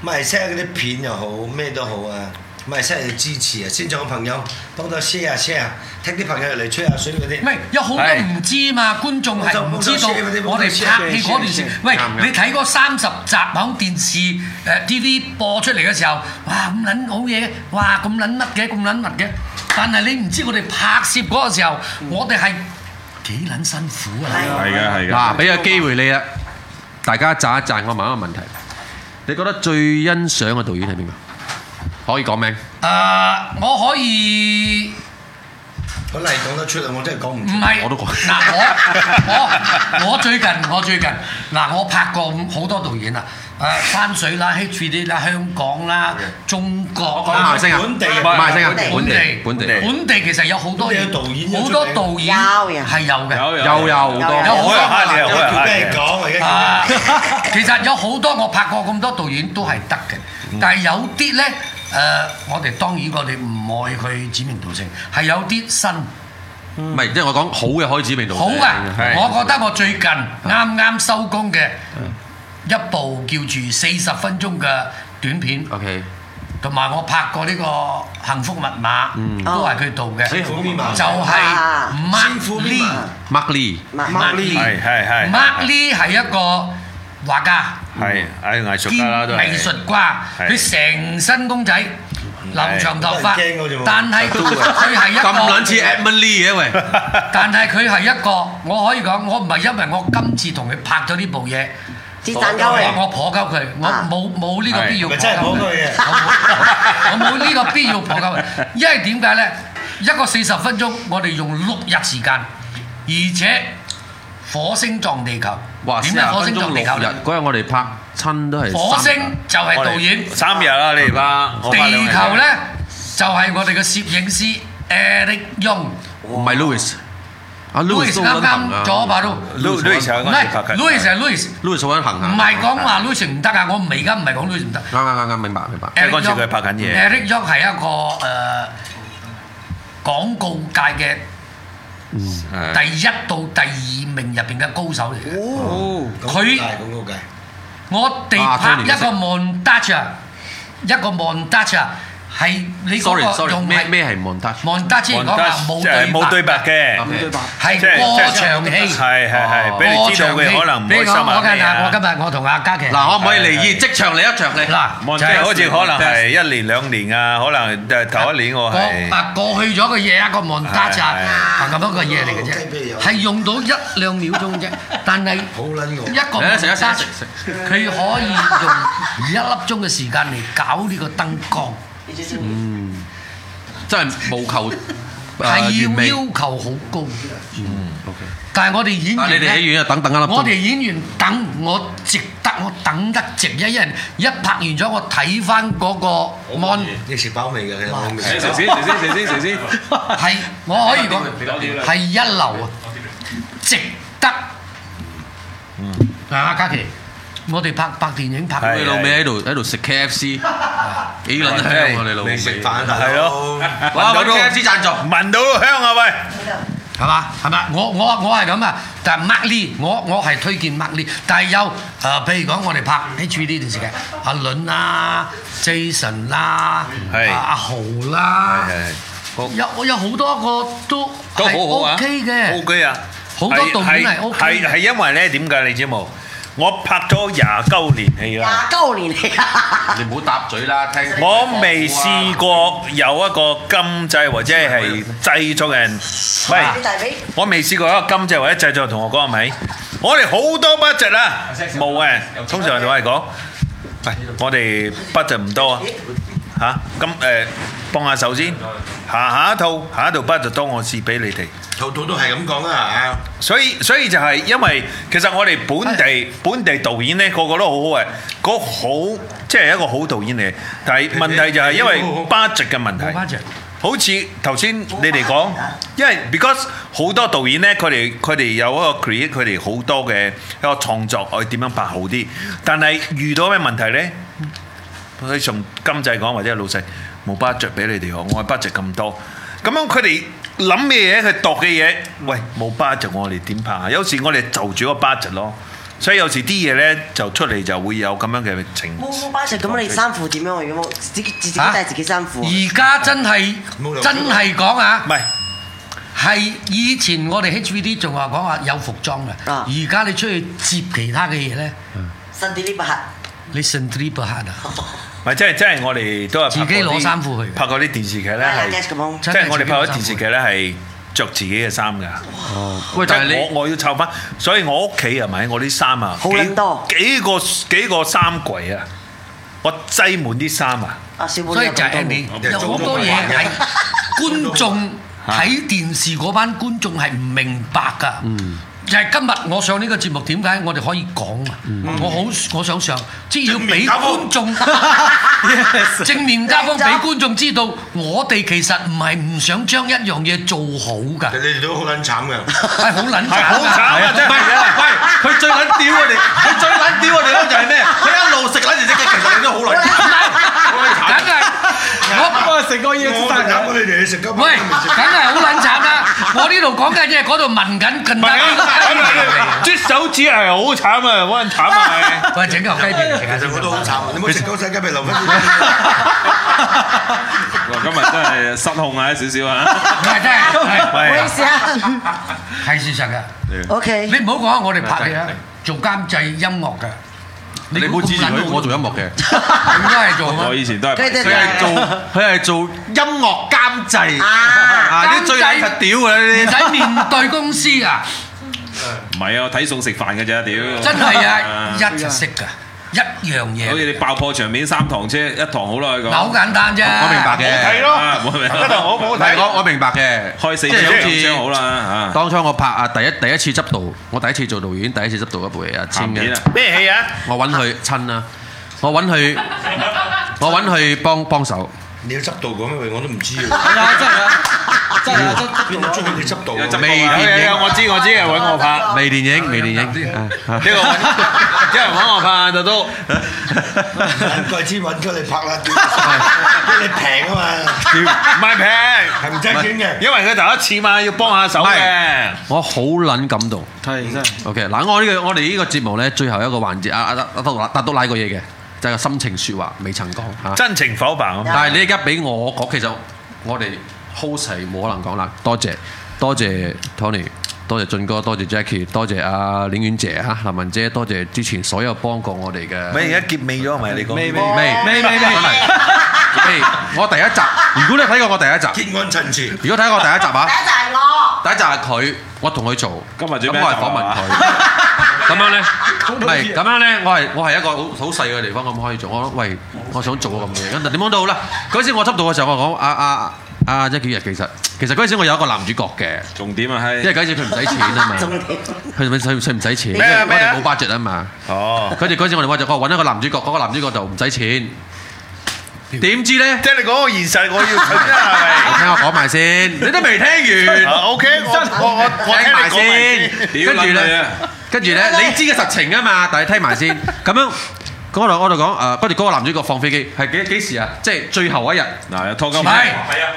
[SPEAKER 8] 馬來西亞嗰啲片又好，咩都好啊，唔係真係要支持啊！先做嘅朋友幫多 share share，聽啲朋友入嚟吹下水嗰啲。
[SPEAKER 5] 唔係有好多唔知嘛，觀眾係唔知道我哋拍戲嗰段時。喂，你睇嗰三十集響電視誒 Ờ, TV 播出嚟嘅時候，哇咁撚好嘢，哇咁撚乜嘅，咁撚乜嘅。但係你唔知我哋拍攝嗰個時候，我哋係幾撚辛苦啊！
[SPEAKER 4] 係嘅係嘅。
[SPEAKER 1] 嗱，俾個機會你啊，大家贊一贊我問一個問題，你覺得最欣賞嘅導演係邊個？可以講名。
[SPEAKER 5] 誒、呃我可以
[SPEAKER 8] 可能係講得出啊，我真係講唔
[SPEAKER 5] 唔
[SPEAKER 8] 出。
[SPEAKER 5] 係
[SPEAKER 1] 我都講
[SPEAKER 5] 嗱，我我我最近我最近嗱，我拍過好多導演啊，誒山水啦、HVD 啦、香港啦、中國
[SPEAKER 1] 馬
[SPEAKER 5] 啦
[SPEAKER 1] 來。西亞，
[SPEAKER 8] 本地啊
[SPEAKER 1] 馬來西亞，
[SPEAKER 5] 本地
[SPEAKER 1] 本地，
[SPEAKER 5] 本地其實有好多
[SPEAKER 8] 本地有導演
[SPEAKER 5] 好多導演
[SPEAKER 6] 有有
[SPEAKER 5] 係有嘅，
[SPEAKER 2] 有
[SPEAKER 1] 又有好多。
[SPEAKER 5] 有好
[SPEAKER 4] 好
[SPEAKER 5] 多
[SPEAKER 4] 人蝦你啊，好人蝦你
[SPEAKER 5] 啊
[SPEAKER 8] 叫咩
[SPEAKER 4] 啊。
[SPEAKER 8] 講啊？而家
[SPEAKER 5] 啊， 其實有好多我拍過咁多導演都係得
[SPEAKER 1] 嗯
[SPEAKER 5] 嘅，但係有啲咧誒，我哋當然我哋唔愛佢指名道姓，係有啲新。
[SPEAKER 1] 唔係，即係我講好嘅開始未到。
[SPEAKER 5] 好啊！
[SPEAKER 1] 係
[SPEAKER 5] 我覺得我最近啱啱收工嘅一部叫住四十分鐘嘅短片，
[SPEAKER 1] OK，
[SPEAKER 5] 同埋我拍過呢個《幸福密碼》，
[SPEAKER 4] 嗯
[SPEAKER 5] 都係佢導嘅，
[SPEAKER 1] 幸
[SPEAKER 8] 福密碼
[SPEAKER 5] 就係
[SPEAKER 6] 啊
[SPEAKER 5] Mark
[SPEAKER 8] 密
[SPEAKER 5] Lee。
[SPEAKER 1] Mark Lee，
[SPEAKER 5] Mark
[SPEAKER 4] 係係係。
[SPEAKER 5] Lee，Mark Lee 係一個畫家。
[SPEAKER 4] 係係藝術
[SPEAKER 5] 兼
[SPEAKER 4] 家啦，都係
[SPEAKER 5] 藝術家，
[SPEAKER 4] 係
[SPEAKER 5] 佢成身公仔，留長頭
[SPEAKER 8] 好多人驚嗰
[SPEAKER 5] 髮
[SPEAKER 8] 種喎，
[SPEAKER 5] 但係佢係一個
[SPEAKER 1] 咁撚似 Edmund Lee 嘅喂。
[SPEAKER 8] 啊
[SPEAKER 5] 但係佢係一個，我可以講，我唔係因為我今次同佢拍咗呢部嘢，
[SPEAKER 6] 節賺鳩嚟。
[SPEAKER 5] 我我破鳩佢，我
[SPEAKER 6] 啊
[SPEAKER 5] 冇冇呢個必要
[SPEAKER 8] 唔係
[SPEAKER 5] 破
[SPEAKER 8] 真係講
[SPEAKER 5] 鳩
[SPEAKER 8] 佢
[SPEAKER 5] 佢，
[SPEAKER 8] 嘅。
[SPEAKER 5] 我冇呢個必要破鳩佢，因為點解咧？一個四十分鐘，我哋用六日時間，而且火星撞地球，
[SPEAKER 1] 哇！
[SPEAKER 5] 點
[SPEAKER 1] 四
[SPEAKER 5] 解
[SPEAKER 1] 十
[SPEAKER 5] 火
[SPEAKER 1] 分
[SPEAKER 5] 星
[SPEAKER 1] 鐘
[SPEAKER 5] 撞地球
[SPEAKER 1] 六日
[SPEAKER 5] 咧？
[SPEAKER 1] 嗰日我哋拍親都係
[SPEAKER 5] 火
[SPEAKER 1] 三日
[SPEAKER 5] 星就係
[SPEAKER 4] 我
[SPEAKER 5] 導
[SPEAKER 4] 哋
[SPEAKER 5] 演。
[SPEAKER 4] 三日啦，你哋班我班兩
[SPEAKER 5] 地
[SPEAKER 4] 日
[SPEAKER 5] 球咧就係、我哋嘅攝影師 Eric Young。
[SPEAKER 1] 唔係 Louis，阿
[SPEAKER 5] Louis
[SPEAKER 1] Louis 都好撚
[SPEAKER 5] 啱
[SPEAKER 1] 行啊
[SPEAKER 5] 啱咗把刀，
[SPEAKER 4] Lu- Louis 係
[SPEAKER 5] 唔
[SPEAKER 4] 嗰
[SPEAKER 5] 係
[SPEAKER 4] 陣時拍嘅
[SPEAKER 5] Louis 係 Louis，
[SPEAKER 1] Louis 好撚行啊！
[SPEAKER 5] 唔係講話 Louis 唔得啊！我唔而家唔係講 Louis 唔得。
[SPEAKER 1] 啱啱啱啱明白明白。
[SPEAKER 4] 係嗰陣時佢拍緊嘢
[SPEAKER 5] Eric Young 係一個誒、呃、廣告界嘅第一到第二名入邊嘅高手嚟嘅。
[SPEAKER 8] 哦，
[SPEAKER 5] 佢
[SPEAKER 8] 咁高計，
[SPEAKER 5] 我哋
[SPEAKER 1] 啊
[SPEAKER 5] 拍
[SPEAKER 1] ，Tony
[SPEAKER 5] 一個 montage，啊一個 montage 啊係你嗰
[SPEAKER 1] sorry
[SPEAKER 5] 個
[SPEAKER 1] sorry，
[SPEAKER 5] 用
[SPEAKER 1] 咩
[SPEAKER 5] 係
[SPEAKER 1] 咩係 montage？
[SPEAKER 5] montage 嚟講話冇
[SPEAKER 4] 即係冇對
[SPEAKER 5] 對白。
[SPEAKER 4] 白嘅，
[SPEAKER 1] 對白。
[SPEAKER 5] 係
[SPEAKER 4] 即係
[SPEAKER 5] 過
[SPEAKER 4] 即係
[SPEAKER 5] 場戲，
[SPEAKER 4] 係係係，俾你知道
[SPEAKER 5] 過場戲
[SPEAKER 4] 佢可能唔開心
[SPEAKER 5] 俾我我
[SPEAKER 4] 啊
[SPEAKER 5] 今
[SPEAKER 4] 咩
[SPEAKER 5] 日我
[SPEAKER 4] 啊。
[SPEAKER 5] 今日我同阿嘉琪
[SPEAKER 1] 嗱，可唔可以嚟意即場嚟一場嚟？
[SPEAKER 5] 嗱
[SPEAKER 4] 即係好似可能係一年兩年啊，可能誒頭一年我係
[SPEAKER 5] 過啊過去咗嘅嘢一個 montage
[SPEAKER 4] 係係
[SPEAKER 5] 啊咁樣嘅嘢嚟嘅
[SPEAKER 8] 雞髀
[SPEAKER 5] 啫，
[SPEAKER 8] 有
[SPEAKER 5] 係用到一兩秒鐘啫，但係
[SPEAKER 8] 好撚
[SPEAKER 5] 一
[SPEAKER 8] 惡。
[SPEAKER 5] 個
[SPEAKER 1] 嚟食一食
[SPEAKER 5] montage
[SPEAKER 1] 食食。
[SPEAKER 5] 佢可以用一粒鐘嘅時間嚟搞呢個燈光，
[SPEAKER 1] 真係無求
[SPEAKER 5] 係
[SPEAKER 1] 誒啊完
[SPEAKER 5] 要
[SPEAKER 1] 美。
[SPEAKER 5] 要求好高嘅。但係我哋演
[SPEAKER 1] 但係
[SPEAKER 5] 員
[SPEAKER 1] 你哋喺
[SPEAKER 5] 咧
[SPEAKER 1] 院啊，等等一粒
[SPEAKER 5] 我哋
[SPEAKER 1] 鐘。
[SPEAKER 5] 演員等我值得，我等得值，因為一拍完咗，我睇翻嗰個 mon
[SPEAKER 8] 你食飽未㗎？你我未
[SPEAKER 2] 食
[SPEAKER 8] 食
[SPEAKER 2] 先，食先，食先，食先。
[SPEAKER 5] 係，我可以講係一流啊，值得。嗱，阿嘉琪，我哋拍拍電影拍
[SPEAKER 1] 你
[SPEAKER 5] 到
[SPEAKER 1] 老味喺度喺度食 KFC，幾撚香啊！你老味。
[SPEAKER 8] 食飯大佬
[SPEAKER 4] 係咯，
[SPEAKER 1] 哇！揾 KFC 贊助。
[SPEAKER 4] 聞到都香啊喂！
[SPEAKER 5] 係嘛？係嘛？我我我係咁啊，但係 Mark Lee，我我係推薦 Mark Lee，但係有誒，呃譬如講我哋拍 HVD 段時間，阿倫啦、Jason 啦、
[SPEAKER 4] 係
[SPEAKER 5] 阿阿豪啦。
[SPEAKER 4] 係
[SPEAKER 5] 有有好多個都
[SPEAKER 4] 都好好啊
[SPEAKER 5] O K 嘅，
[SPEAKER 4] OK à. 啊，
[SPEAKER 5] 好多導演係 OK
[SPEAKER 4] 係係因為咧點解你知冇？我拍咗廿鳩年戲啦。
[SPEAKER 6] 廿九年嚟啊！
[SPEAKER 1] 你唔好搭嘴啦，聽。
[SPEAKER 4] 我未試過有一個監製或者係製作人，喂，
[SPEAKER 6] 你大髀
[SPEAKER 4] 我未試過有一個監製或者製作人同我講係咪？我哋好多 budget 啦，冇嘅，通常我係講，喂，我哋 budget 唔多啊，嚇，咁誒幫下手先，下下一套下一套 budget 多，我試俾你哋。
[SPEAKER 8] 套套都係咁講啊！
[SPEAKER 4] 所以所以就係因為其實我哋本地本地導演咧個個都好好嘅，嗰好即係一個好導演嚟嘅。但係問題就係因為 budget 嘅問題
[SPEAKER 5] 冇 budget，
[SPEAKER 4] 好似頭先你哋講，因為 because 好多導演咧，佢哋佢哋有一個 create 佢哋好多嘅一個創作，我哋點樣拍好啲。但係遇到咩問題咧？佢從金仔講或者係老細冇 budget 俾你哋喎，我係 budget 咁多，咁樣佢哋諗嘅嘢，佢度嘅嘢，喂冇 budget 我哋點拍啊？有時我哋就住個 budget 咯，所以有時啲嘢咧就出嚟就會有咁樣嘅情
[SPEAKER 6] 冇冇巴士咁，你衫褲點樣啊？如果冇自己自己
[SPEAKER 5] 嚇
[SPEAKER 6] 帶自己衫褲啊，
[SPEAKER 5] 而家真係
[SPEAKER 8] 冇理由
[SPEAKER 5] 真係講啊
[SPEAKER 4] 唔！係
[SPEAKER 5] 係以前我哋 HVD 仲話講話有服裝嘅，
[SPEAKER 6] 啊
[SPEAKER 5] 而家你出去接其他嘅嘢咧，
[SPEAKER 6] 新啲呢把鞋。
[SPEAKER 5] 你 s e n t r i b 啊，
[SPEAKER 4] 唔係即係即係我哋都係
[SPEAKER 5] 自己
[SPEAKER 4] 拍過啲
[SPEAKER 5] 攞衫褲去嘅
[SPEAKER 4] 拍過啲電視劇咧
[SPEAKER 6] 拉拉
[SPEAKER 4] 係
[SPEAKER 6] dash 咁樣
[SPEAKER 4] 即係我哋拍過啲電視劇咧係着自己嘅衫㗎。
[SPEAKER 1] 喂，但係
[SPEAKER 4] 即係
[SPEAKER 1] 你
[SPEAKER 4] 我我要湊翻，所以我屋企係咪我啲衫啊，
[SPEAKER 6] 好
[SPEAKER 4] 幾
[SPEAKER 6] 撚多
[SPEAKER 4] 幾個幾個衫櫃啊，我擠滿啲衫啊，
[SPEAKER 6] 啊，小妹
[SPEAKER 5] 所以
[SPEAKER 6] 有
[SPEAKER 5] 就係
[SPEAKER 6] 咁多
[SPEAKER 5] Andy
[SPEAKER 8] 我
[SPEAKER 5] 有好多嘢係觀眾睇電視嗰班觀眾係唔明白㗎。就係今日我上呢個節目，點解我哋可以講啊？我好我想上，即係要俾觀眾正面交鋒，俾觀眾知道我哋其實唔係唔想將一樣嘢做好㗎，
[SPEAKER 8] 你哋都好撚慘㗎。
[SPEAKER 5] 係好撚慘
[SPEAKER 4] 係好
[SPEAKER 5] 㗎。
[SPEAKER 4] 慘啊！真係啊！
[SPEAKER 7] 佢最撚屌我哋，佢最撚屌我哋咧就係咩？佢一路食撚住隻雞，其實你都好撚慘。
[SPEAKER 5] 梗係我
[SPEAKER 7] 哇！成個嘢
[SPEAKER 8] 我
[SPEAKER 7] 曬
[SPEAKER 8] 攬你哋去食金。
[SPEAKER 5] 喂，梗係好撚慘啦！我呢度講緊嘢，嗰度問緊更
[SPEAKER 4] 唔係
[SPEAKER 5] 加
[SPEAKER 4] 啊，啲手指係好慘啊，好撚慘啊！
[SPEAKER 5] 喂，整嚿雞皮嚟食下先
[SPEAKER 8] 其實我都好慘，你冇食鳩世雞咪留翻啲。
[SPEAKER 2] 哇今日真係失控啊，少少啊！
[SPEAKER 5] 唔係真係
[SPEAKER 4] 喂
[SPEAKER 6] 唔好意思啊
[SPEAKER 5] 係事實㗎。
[SPEAKER 6] ，OK，
[SPEAKER 5] 你唔好講我哋拍戲啊，做監製音樂㗎。
[SPEAKER 1] 你唔好指住佢，我做音樂嘅，
[SPEAKER 5] 咁都係做
[SPEAKER 2] 我
[SPEAKER 5] 啊。
[SPEAKER 2] 以前都係
[SPEAKER 6] 佢哋
[SPEAKER 1] 佢
[SPEAKER 2] Dạ.
[SPEAKER 1] 係做佢係做音樂監製
[SPEAKER 6] 啊，
[SPEAKER 1] 啊！啲最撚柒屌嘅呢
[SPEAKER 5] 唔
[SPEAKER 1] 啲。
[SPEAKER 5] 使面對 公司啊，
[SPEAKER 2] 唔係啊，我睇餸食飯嘅啫，屌！
[SPEAKER 5] 真 係啊，一就識㗎，一樣
[SPEAKER 2] 好似
[SPEAKER 5] 嘢，
[SPEAKER 2] 你爆破場面三堂車，一堂好耐咁。
[SPEAKER 5] 嗱好簡單啫。
[SPEAKER 1] 我明白嘅，
[SPEAKER 4] 係咯
[SPEAKER 2] 啊冇明白
[SPEAKER 4] 一堂好冇
[SPEAKER 1] 唔係我我明白嘅，
[SPEAKER 2] 開四
[SPEAKER 1] 即係好
[SPEAKER 2] 張好
[SPEAKER 1] 似
[SPEAKER 2] 啦啊！
[SPEAKER 1] 當初我拍啊第一第一次執導，我第一次做導演，第一次執導一部戲啊，簽
[SPEAKER 2] 鹹片
[SPEAKER 1] 嘅
[SPEAKER 2] 啊。
[SPEAKER 4] 咩戲啊？
[SPEAKER 1] 我揾佢親啦，我揾佢，我揾佢幫幫手。
[SPEAKER 8] 你要執到嘅咩？喂我都唔知喎。
[SPEAKER 7] 係啊！真係啊！真係啊！真
[SPEAKER 8] 邊度中意你執到
[SPEAKER 2] 有
[SPEAKER 8] 啊？
[SPEAKER 2] 執
[SPEAKER 1] 未
[SPEAKER 2] 有
[SPEAKER 1] 電
[SPEAKER 4] 有
[SPEAKER 1] 影，
[SPEAKER 4] 有，我知我知，係揾我拍呢
[SPEAKER 1] 未電影，未電影。啊啊
[SPEAKER 4] 個揾，有人揾我拍就都
[SPEAKER 8] 難怪之揾咗你拍啦，因為你平啊嘛，
[SPEAKER 4] 唔係平，
[SPEAKER 8] 係唔使錢嘅。
[SPEAKER 4] 因為佢第一次嘛，要幫下手嘅。
[SPEAKER 1] 我好撚感動。
[SPEAKER 7] 係真係。
[SPEAKER 1] OK，嗱，我呢個我哋呢個節目咧，最後一個環節，阿啊阿阿都達都拉過嘢嘅，就係個心情説話未曾講嚇。
[SPEAKER 4] 真情否白咁，
[SPEAKER 1] 但係你而家俾我講，其實我哋 host 係冇可能講啦。多謝多謝 Tony，多謝俊哥，多謝 Jackie，多謝阿玲婉姐嚇，林文姐，多謝之前所有幫過我哋嘅。
[SPEAKER 4] 咪而家結尾咗咪你講？
[SPEAKER 7] 未未
[SPEAKER 1] 未
[SPEAKER 7] 未未未。
[SPEAKER 1] 未，我第一集，如果你睇過我第一集，
[SPEAKER 8] 結案陳詞，
[SPEAKER 1] 如果睇過我第一集啊
[SPEAKER 6] 第。一就係我，
[SPEAKER 1] 第一集係佢，我同佢做，
[SPEAKER 2] 今日最
[SPEAKER 1] 咁
[SPEAKER 2] 尾一集
[SPEAKER 1] 我係訪問
[SPEAKER 2] 啊
[SPEAKER 1] 佢，咁樣咧，唔
[SPEAKER 7] 好
[SPEAKER 1] 係咁樣咧，我係我係一個好好細嘅地方咁可以做，我喂，我想做咁嘢，咁但點講都好啦。嗰陣時我執到嘅時候，我講啊啊啊一幾日其實其實嗰陣時我有一個男主角嘅，
[SPEAKER 2] 重點啊，係
[SPEAKER 1] 因為嗰陣時佢唔使錢啊嘛，
[SPEAKER 6] 重點
[SPEAKER 1] 佢唔使佢唔使錢，因
[SPEAKER 4] 咩啊
[SPEAKER 1] 為我哋
[SPEAKER 4] 咩啊
[SPEAKER 1] 冇 budget 啊嘛。
[SPEAKER 4] 哦，
[SPEAKER 1] 佢哋嗰陣時我哋 budget，我揾一個男主角，嗰個男主角就唔使錢。點知咧？
[SPEAKER 4] 即係你講個現實，我要睇啦，
[SPEAKER 1] 你聽我講埋先，你都未聽
[SPEAKER 4] 係
[SPEAKER 1] 完
[SPEAKER 4] 咪。？O K，我我我我
[SPEAKER 1] 聽
[SPEAKER 4] 聽
[SPEAKER 1] 埋
[SPEAKER 4] 你講埋
[SPEAKER 1] 先
[SPEAKER 4] 先。，
[SPEAKER 1] 跟住咧，跟住咧，你知嘅實情啊嘛，但係聽埋先。咁樣，嗰度我度講誒，不如嗰個男主角放飛機係幾幾時啊？即係最後一日，
[SPEAKER 2] 嗱有拖金
[SPEAKER 5] 唔係
[SPEAKER 2] 係啊，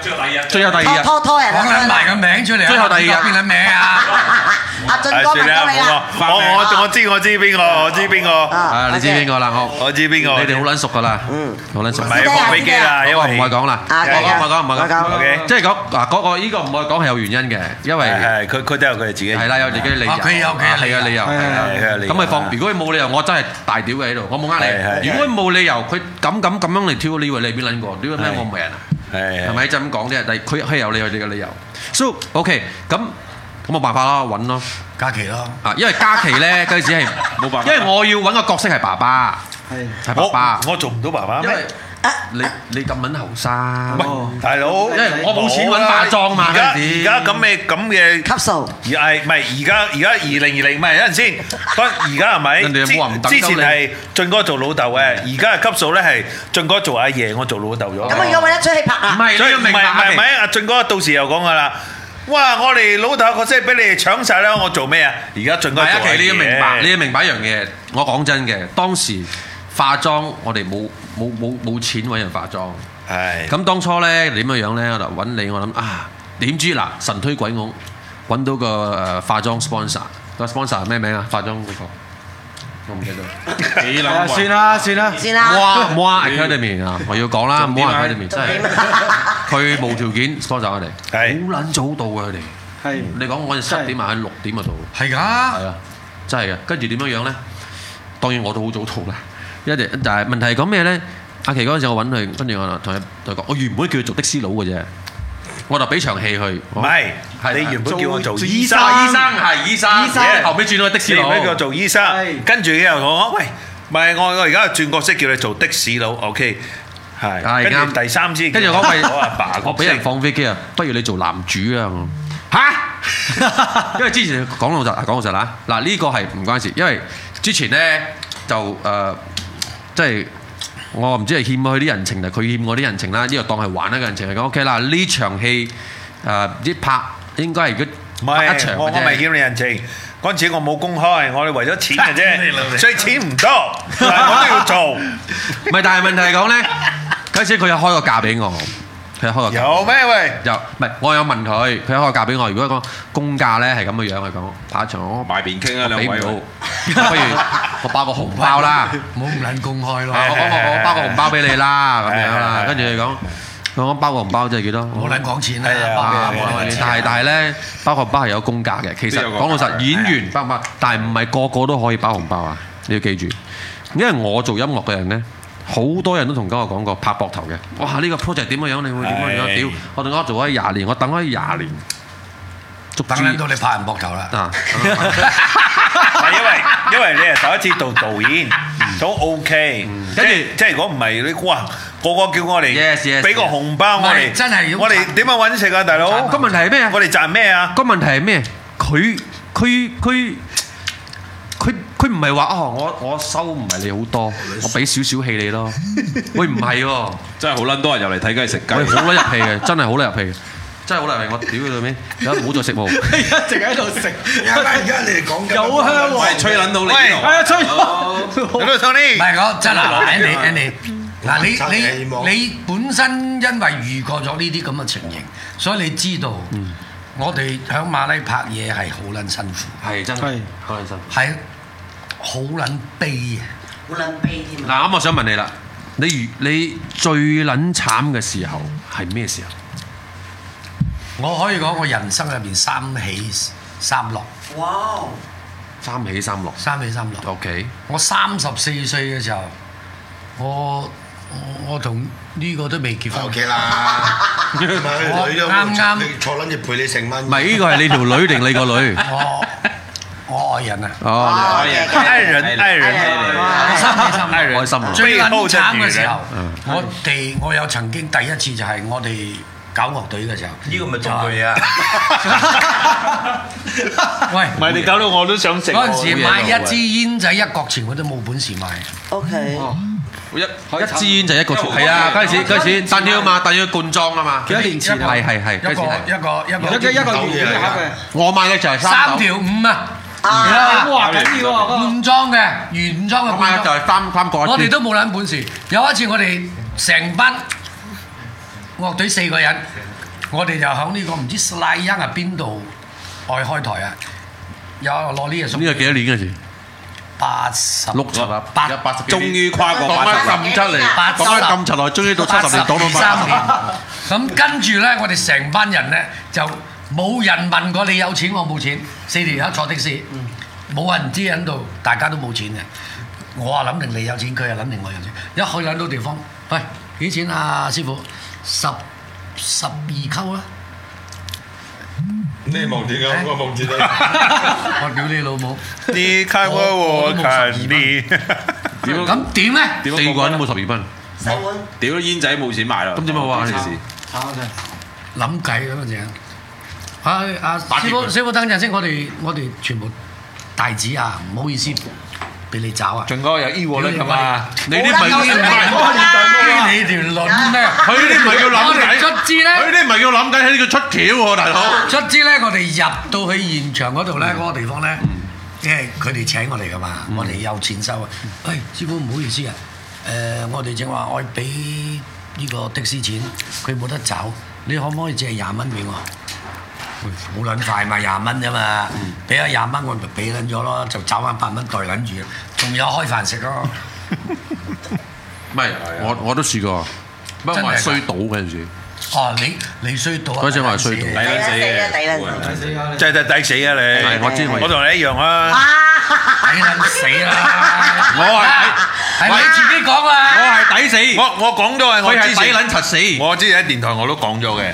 [SPEAKER 2] 最後第二日
[SPEAKER 1] 最後第二
[SPEAKER 6] 拖
[SPEAKER 1] 日，
[SPEAKER 6] 拖拖人
[SPEAKER 5] 講撚埋
[SPEAKER 6] 啊！
[SPEAKER 5] 個名出嚟啊，
[SPEAKER 1] 最後第二日
[SPEAKER 5] 邊個名啊？
[SPEAKER 6] 阿俊
[SPEAKER 4] 唉
[SPEAKER 6] 哥
[SPEAKER 4] 哎算
[SPEAKER 6] 咪
[SPEAKER 4] 啦，
[SPEAKER 6] 幫你啦，
[SPEAKER 4] 冇啊我我我知我知邊個，我知邊個，
[SPEAKER 6] À,
[SPEAKER 1] 啊，你知邊個啦？我
[SPEAKER 4] 我知邊個。
[SPEAKER 1] 你哋好撚熟噶啦，好撚熟。
[SPEAKER 4] 唔係放飛機啦，因
[SPEAKER 1] 我唔
[SPEAKER 4] 為
[SPEAKER 1] 愛講啦，我
[SPEAKER 6] 啊
[SPEAKER 1] 講唔愛講唔愛講。
[SPEAKER 4] O K，
[SPEAKER 1] 即係講嗱，嗰個依個唔愛講係有原因嘅，因為
[SPEAKER 4] 係係佢佢都有佢哋自己
[SPEAKER 1] 係啦，有自己理由，
[SPEAKER 5] 啊佢有佢嘅理由
[SPEAKER 1] 係嘅理由，
[SPEAKER 7] 係
[SPEAKER 1] 係啊。
[SPEAKER 4] 係佢哋
[SPEAKER 1] 咁咪放，如果佢冇理由，我真係大屌嘅喺度，我冇
[SPEAKER 4] 係
[SPEAKER 1] 呃
[SPEAKER 4] 係
[SPEAKER 1] 你。如果佢冇理由，佢咁咁咁樣嚟挑，你以為你係邊撚個？屌咩？
[SPEAKER 4] 係
[SPEAKER 1] 我唔係人啊，
[SPEAKER 4] 係
[SPEAKER 1] 係咪就咁講啫？但係佢係有你佢哋嘅理由。So OK，咁咁冇辦法啦，揾咯。
[SPEAKER 5] 假期咯，
[SPEAKER 1] 啊，因為嘉琪咧嗰陣時係
[SPEAKER 2] 冇辦法
[SPEAKER 1] 因為我要揾個角色係爸爸，
[SPEAKER 7] 係。
[SPEAKER 1] 係爸爸，
[SPEAKER 4] 我我做唔到爸爸
[SPEAKER 1] 因
[SPEAKER 4] 咩
[SPEAKER 1] 為？你你咁撚後生，
[SPEAKER 4] 喂，大佬，
[SPEAKER 1] 因為我冇錢揾化妝嘛
[SPEAKER 4] 而家
[SPEAKER 1] 嗰陣時
[SPEAKER 4] 而家咁嘅咁嘅。
[SPEAKER 6] 級數。
[SPEAKER 4] 而係唔係而家而家二零二零唔係有陣先，不過而家係 咪？
[SPEAKER 1] 人哋有冇話唔等
[SPEAKER 4] 之
[SPEAKER 1] 鳩
[SPEAKER 4] 前
[SPEAKER 1] 你
[SPEAKER 4] 係俊哥做老豆嘅，而家嘅級數咧係俊哥做阿爺，我做老豆咗。
[SPEAKER 6] 咁啊，如果揾一出戲拍
[SPEAKER 1] 唔
[SPEAKER 6] 啊，
[SPEAKER 1] 係
[SPEAKER 4] 所
[SPEAKER 1] 你
[SPEAKER 4] 以
[SPEAKER 1] 要
[SPEAKER 4] 唔
[SPEAKER 1] 明
[SPEAKER 4] 係
[SPEAKER 1] 白
[SPEAKER 4] 唔係唔
[SPEAKER 1] 啊。
[SPEAKER 4] 係，阿俊哥到時又講噶啦。哇！我哋老豆個真係俾你哋搶晒啦，我做咩啊？而家俊
[SPEAKER 1] 唔
[SPEAKER 4] 哥做
[SPEAKER 1] 係
[SPEAKER 4] 阿
[SPEAKER 1] 啊，其
[SPEAKER 4] 爺
[SPEAKER 1] 實你要明白，你要明白一樣嘢。我講真嘅，當時化妝我哋冇冇冇冇錢揾人化妝。
[SPEAKER 4] 係
[SPEAKER 1] 咁當初咧點樣樣咧，我就揾你，我諗啊，點知嗱神推鬼拱揾到個誒化妝 sponsor，個 sponsor 係咩名啊？化妝嗰個我唔記得。
[SPEAKER 2] 幾
[SPEAKER 1] 係啊
[SPEAKER 2] 撚
[SPEAKER 1] 算啦算啦，
[SPEAKER 6] 算啦
[SPEAKER 1] 哇哇 Academy 啊，我要講啦，
[SPEAKER 2] 重
[SPEAKER 1] 唔
[SPEAKER 2] 點
[SPEAKER 1] 好
[SPEAKER 2] 啊
[SPEAKER 1] Academy 真係佢無條件 sponsor 我哋，
[SPEAKER 4] 係
[SPEAKER 1] 好撚早到啊佢哋。
[SPEAKER 7] 係
[SPEAKER 1] 你講我哋七點啊，喺六點啊到。
[SPEAKER 7] 係㗎。
[SPEAKER 1] 係啊，真係嘅。跟住點樣樣咧？當然我都好早到啦，一定。但係問題係講咩咧？阿奇嗰陣時我揾佢，跟住我同佢同佢講，我原本叫佢做的士佬嘅啫，我就俾場戲佢。
[SPEAKER 4] 唔係，你原本叫我做醫生，
[SPEAKER 1] 醫生係醫生，
[SPEAKER 7] 醫生
[SPEAKER 1] 後尾轉咗去的士
[SPEAKER 4] 你
[SPEAKER 1] 佬。
[SPEAKER 4] 俾佢做醫生
[SPEAKER 7] 係，
[SPEAKER 4] 跟住佢又同我講：喂，唔係我我而家轉角色叫你做的士佬，OK。係，
[SPEAKER 1] 係
[SPEAKER 4] 跟
[SPEAKER 1] 啱。
[SPEAKER 4] 住第三支，
[SPEAKER 1] 跟住我講喂，
[SPEAKER 4] 我阿爸
[SPEAKER 1] 我俾人放飛機啊，不如你做男主啊咁。 嚇！因為之前講老實，啊講老實啦，嗱呢個係唔關事，因為之前咧就誒、呃即係我唔知係欠佢啲人情定係佢欠我啲人情啦，呢個當係玩一個人情嚟講。OK 啦，呢場戲誒唔知拍應該係如
[SPEAKER 4] 唔
[SPEAKER 1] 果拍一
[SPEAKER 4] 係，
[SPEAKER 1] 場
[SPEAKER 4] 我
[SPEAKER 1] 嘅
[SPEAKER 4] 我咪
[SPEAKER 1] 啫。
[SPEAKER 4] 欠你人情。嗰陣時我冇公開，我哋為咗錢嘅
[SPEAKER 7] 你老
[SPEAKER 4] 啫，
[SPEAKER 7] 味
[SPEAKER 4] 所以錢唔多，但係我都要做。
[SPEAKER 1] 唔係，但係問題係講咧，嗰陣時佢有開個價俾我，佢有開個價。
[SPEAKER 4] 有咩喂？
[SPEAKER 1] 又唔係，我有問佢，佢開個價俾我。如果講公價咧係咁嘅樣，佢講拍一場我
[SPEAKER 2] 埋邊傾啊，兩
[SPEAKER 1] 俾
[SPEAKER 2] 位
[SPEAKER 1] 唔到， 不如我包個紅包 啦，啊
[SPEAKER 5] 唔好咁撚公開咯
[SPEAKER 1] 我，我我我包個紅包俾你啦，咁樣啦，
[SPEAKER 4] 係係係
[SPEAKER 1] 跟住佢講，佢講包個紅包即係幾多？
[SPEAKER 5] 唔好撚講錢
[SPEAKER 4] 係啊
[SPEAKER 5] 啦，
[SPEAKER 1] 啊
[SPEAKER 5] 哇
[SPEAKER 4] 係
[SPEAKER 5] 冇
[SPEAKER 4] 啊
[SPEAKER 5] 撚
[SPEAKER 1] 但
[SPEAKER 5] 講錢
[SPEAKER 1] 係但係咧，包紅包係有公價嘅。其實
[SPEAKER 2] 都有個
[SPEAKER 1] 講老實
[SPEAKER 2] 價，嘅
[SPEAKER 1] 演員包唔包，但係唔係個個都可以包紅包啊！你要記住，因為我做音樂嘅人咧，好多人都同我講過拍膊頭嘅。哇！呢個 project 點樣樣，你會點樣樣？
[SPEAKER 4] 係
[SPEAKER 1] 屌！我同我做咗廿年，我等咗廿年，足
[SPEAKER 5] 等撚到
[SPEAKER 1] 之
[SPEAKER 5] 你拍人膊頭啦，
[SPEAKER 1] 啊！
[SPEAKER 4] 係因為因為你係第一次做導演，都 OK。即
[SPEAKER 1] 跟住
[SPEAKER 4] 係即係如果唔係你哇，個個叫我
[SPEAKER 1] Yes, yes,
[SPEAKER 4] 哋俾個
[SPEAKER 1] yes
[SPEAKER 4] 紅包我
[SPEAKER 5] 唔係
[SPEAKER 4] 哋，
[SPEAKER 5] 真係要
[SPEAKER 4] 我哋點樣揾食啊，大佬？
[SPEAKER 1] 個問題係咩啊
[SPEAKER 4] 我？哋賺咩啊？
[SPEAKER 1] 個問題係咩？佢佢佢佢佢唔係話哦，我我收唔係你好多，我俾少少氣你咯。喂，唔係喎。
[SPEAKER 2] 真係好撚多人入嚟睇雞食雞
[SPEAKER 1] 喂，。好撚入 戲嘅，真係好撚入戲嘅，真係好撚入戲。我屌佢老味，而家唔好再食霧。
[SPEAKER 7] 一直喺度食，
[SPEAKER 8] 而家你哋講緊
[SPEAKER 7] 有香喎
[SPEAKER 2] 喂，吹撚到你
[SPEAKER 4] 喂
[SPEAKER 2] 呢度
[SPEAKER 7] 係啊，吹咗。
[SPEAKER 4] 大佬 Tony，
[SPEAKER 5] 唔係我真係嗱 Andy Andy，嗱
[SPEAKER 8] 真
[SPEAKER 5] 你
[SPEAKER 8] 係希望
[SPEAKER 5] 你你本身因為遇過咗呢啲咁嘅情形，所以你知道我哋響馬拉拍嘢係好撚辛苦，
[SPEAKER 1] 係真
[SPEAKER 7] 係
[SPEAKER 1] 好撚辛
[SPEAKER 5] 係好撚悲啊！
[SPEAKER 6] 好撚悲添啊！
[SPEAKER 1] 嗱，咁我想問你啦，你如你最撚慘嘅時候係咩時候？
[SPEAKER 5] 我可以講我人生入邊三起三落，
[SPEAKER 6] 哇！
[SPEAKER 1] 三起三落。
[SPEAKER 5] 三起三落。
[SPEAKER 1] OK，
[SPEAKER 5] 我三十四歲嘅時候，我我我同呢個都未結婚，
[SPEAKER 8] OK 啦，唔係佢女都
[SPEAKER 5] 啱啱
[SPEAKER 8] 坐撚住陪你成蚊，
[SPEAKER 1] 唔係呢個係你條女定你個 女？
[SPEAKER 5] 我我愛人啊！
[SPEAKER 1] 哦，
[SPEAKER 6] 哦，OK，OK
[SPEAKER 4] 愛人愛人
[SPEAKER 6] 哇
[SPEAKER 1] 開心啊！
[SPEAKER 5] 最
[SPEAKER 4] 悲
[SPEAKER 5] 撚慘
[SPEAKER 4] 哭
[SPEAKER 5] 嘅
[SPEAKER 4] 的
[SPEAKER 5] 時
[SPEAKER 4] 女
[SPEAKER 5] 候，我哋我有曾經第一次就係我哋搞樂隊嘅時候，
[SPEAKER 8] 呢個咪仲佢啊！
[SPEAKER 5] 喂，
[SPEAKER 4] 唔係你搞到我都想食
[SPEAKER 5] 嗰陣時買一支煙仔一角錢，我都冇本事買。
[SPEAKER 6] OK，
[SPEAKER 2] 一
[SPEAKER 1] 一支煙就一個
[SPEAKER 2] 一毫
[SPEAKER 1] 係啊！
[SPEAKER 2] 一毫
[SPEAKER 1] 嗰陣時嗰陣時單挑啊嘛，單挑罐裝啊嘛。
[SPEAKER 7] 幾多年前啊
[SPEAKER 1] 係係係，
[SPEAKER 5] 一個
[SPEAKER 1] 嗰陣時係
[SPEAKER 5] 一個一個
[SPEAKER 7] 一一個月嘅嘅，
[SPEAKER 1] 我買嘅就係
[SPEAKER 5] 三
[SPEAKER 1] 斗
[SPEAKER 5] 條五啊，
[SPEAKER 7] 咁話緊要啊！嗰個
[SPEAKER 5] 罐裝嘅原裝嘅
[SPEAKER 1] 我買嘅
[SPEAKER 5] 罐
[SPEAKER 1] 就
[SPEAKER 5] 裝，
[SPEAKER 1] 係三三個一
[SPEAKER 5] 我哋都冇撚本事。有一次我哋成班樂隊四個人，我哋就喺呢個唔知 s l i 啊邊度外開台啊，有攞呢樣
[SPEAKER 1] 呢個
[SPEAKER 5] 餸
[SPEAKER 1] 幾多年嗰陣時？
[SPEAKER 5] 八十
[SPEAKER 1] 六十啊，
[SPEAKER 5] 八
[SPEAKER 1] 有八十幾
[SPEAKER 2] 終於跨過
[SPEAKER 1] 講
[SPEAKER 2] 八
[SPEAKER 1] 開
[SPEAKER 2] 十啦，
[SPEAKER 1] 咁出嚟，
[SPEAKER 5] 八十
[SPEAKER 1] 講開咁柒耐，終於到七十年講到
[SPEAKER 5] 三
[SPEAKER 1] 八
[SPEAKER 5] 年。咁跟住咧，我哋成班人咧就冇人問過你有錢，我冇錢。四條友坐的士，冇人知喺度，大家都冇錢嘅。我啊諗定你有錢，佢又諗定我有錢。一去撚到地方，喂幾錢啊，師傅？十十二溝啦！啊
[SPEAKER 8] 你夢見咁，我夢見你。
[SPEAKER 5] 我屌你老母！
[SPEAKER 4] 你看我，我看你。
[SPEAKER 1] 啊
[SPEAKER 2] 點樣
[SPEAKER 5] 咁點咧？
[SPEAKER 1] 十，
[SPEAKER 2] 點
[SPEAKER 1] 四
[SPEAKER 2] 樣
[SPEAKER 1] 個
[SPEAKER 2] 講
[SPEAKER 1] 人冇
[SPEAKER 2] 咧
[SPEAKER 1] 十二蚊，
[SPEAKER 6] 洗碗
[SPEAKER 2] 屌啲煙仔冇錢買啦，
[SPEAKER 1] 咁點啊哇
[SPEAKER 2] 呢件事
[SPEAKER 5] 諗計咁樣正。啊啊！師傅，師傅等陣先，我哋我哋全部大指啊，唔好意思，俾你找啊！
[SPEAKER 4] 俊哥有醫
[SPEAKER 5] 力㗎嘛？
[SPEAKER 1] 你啲咪
[SPEAKER 6] 好啦夠啦
[SPEAKER 5] 呢條輪咧，
[SPEAKER 1] 佢啲咪叫諗
[SPEAKER 5] 我哋
[SPEAKER 1] 計，
[SPEAKER 5] 出資
[SPEAKER 1] 佢
[SPEAKER 5] 咧，
[SPEAKER 1] 啲咪叫諗計，佢啲叫出橋喎，大佬。
[SPEAKER 5] 出資咧，我哋入到去現場嗰度咧，
[SPEAKER 1] 嗯
[SPEAKER 5] 嗰個地方咧，即係佢哋請我哋噶嘛，我哋有錢收啊。
[SPEAKER 1] 嗯
[SPEAKER 5] 喂，師傅唔好意思啊，誒，我哋正話我俾呢個的士錢，佢冇得走，你可唔可以借廿蚊俾我？喂
[SPEAKER 1] 嗯
[SPEAKER 5] 好撚快嘛，廿蚊啫嘛，俾咗廿蚊我咪俾撚咗咯，就找翻八蚊袋撚住，仲有開飯食咯。
[SPEAKER 1] 唔係，我我都試過，不過我係
[SPEAKER 5] 真係㗎
[SPEAKER 1] 衰賭嗰陣時，
[SPEAKER 5] 哦，你你衰到啊
[SPEAKER 1] 嗰陣時我係衰到
[SPEAKER 5] 抵死
[SPEAKER 2] 抵撚死嘅，
[SPEAKER 6] 抵撚死啊
[SPEAKER 2] 撚死
[SPEAKER 4] 真係抵死啊你！
[SPEAKER 1] 係我知我
[SPEAKER 4] 我同你一樣啊！
[SPEAKER 5] 抵撚死 啊啦！
[SPEAKER 4] 我係
[SPEAKER 5] 係你自己講
[SPEAKER 1] 我
[SPEAKER 5] 啦。
[SPEAKER 1] 係抵死，
[SPEAKER 4] 我我講咗係我
[SPEAKER 1] 佢係抵
[SPEAKER 4] 之前。
[SPEAKER 1] 撚柒死。
[SPEAKER 4] 我之前喺電台我都講咗嘅。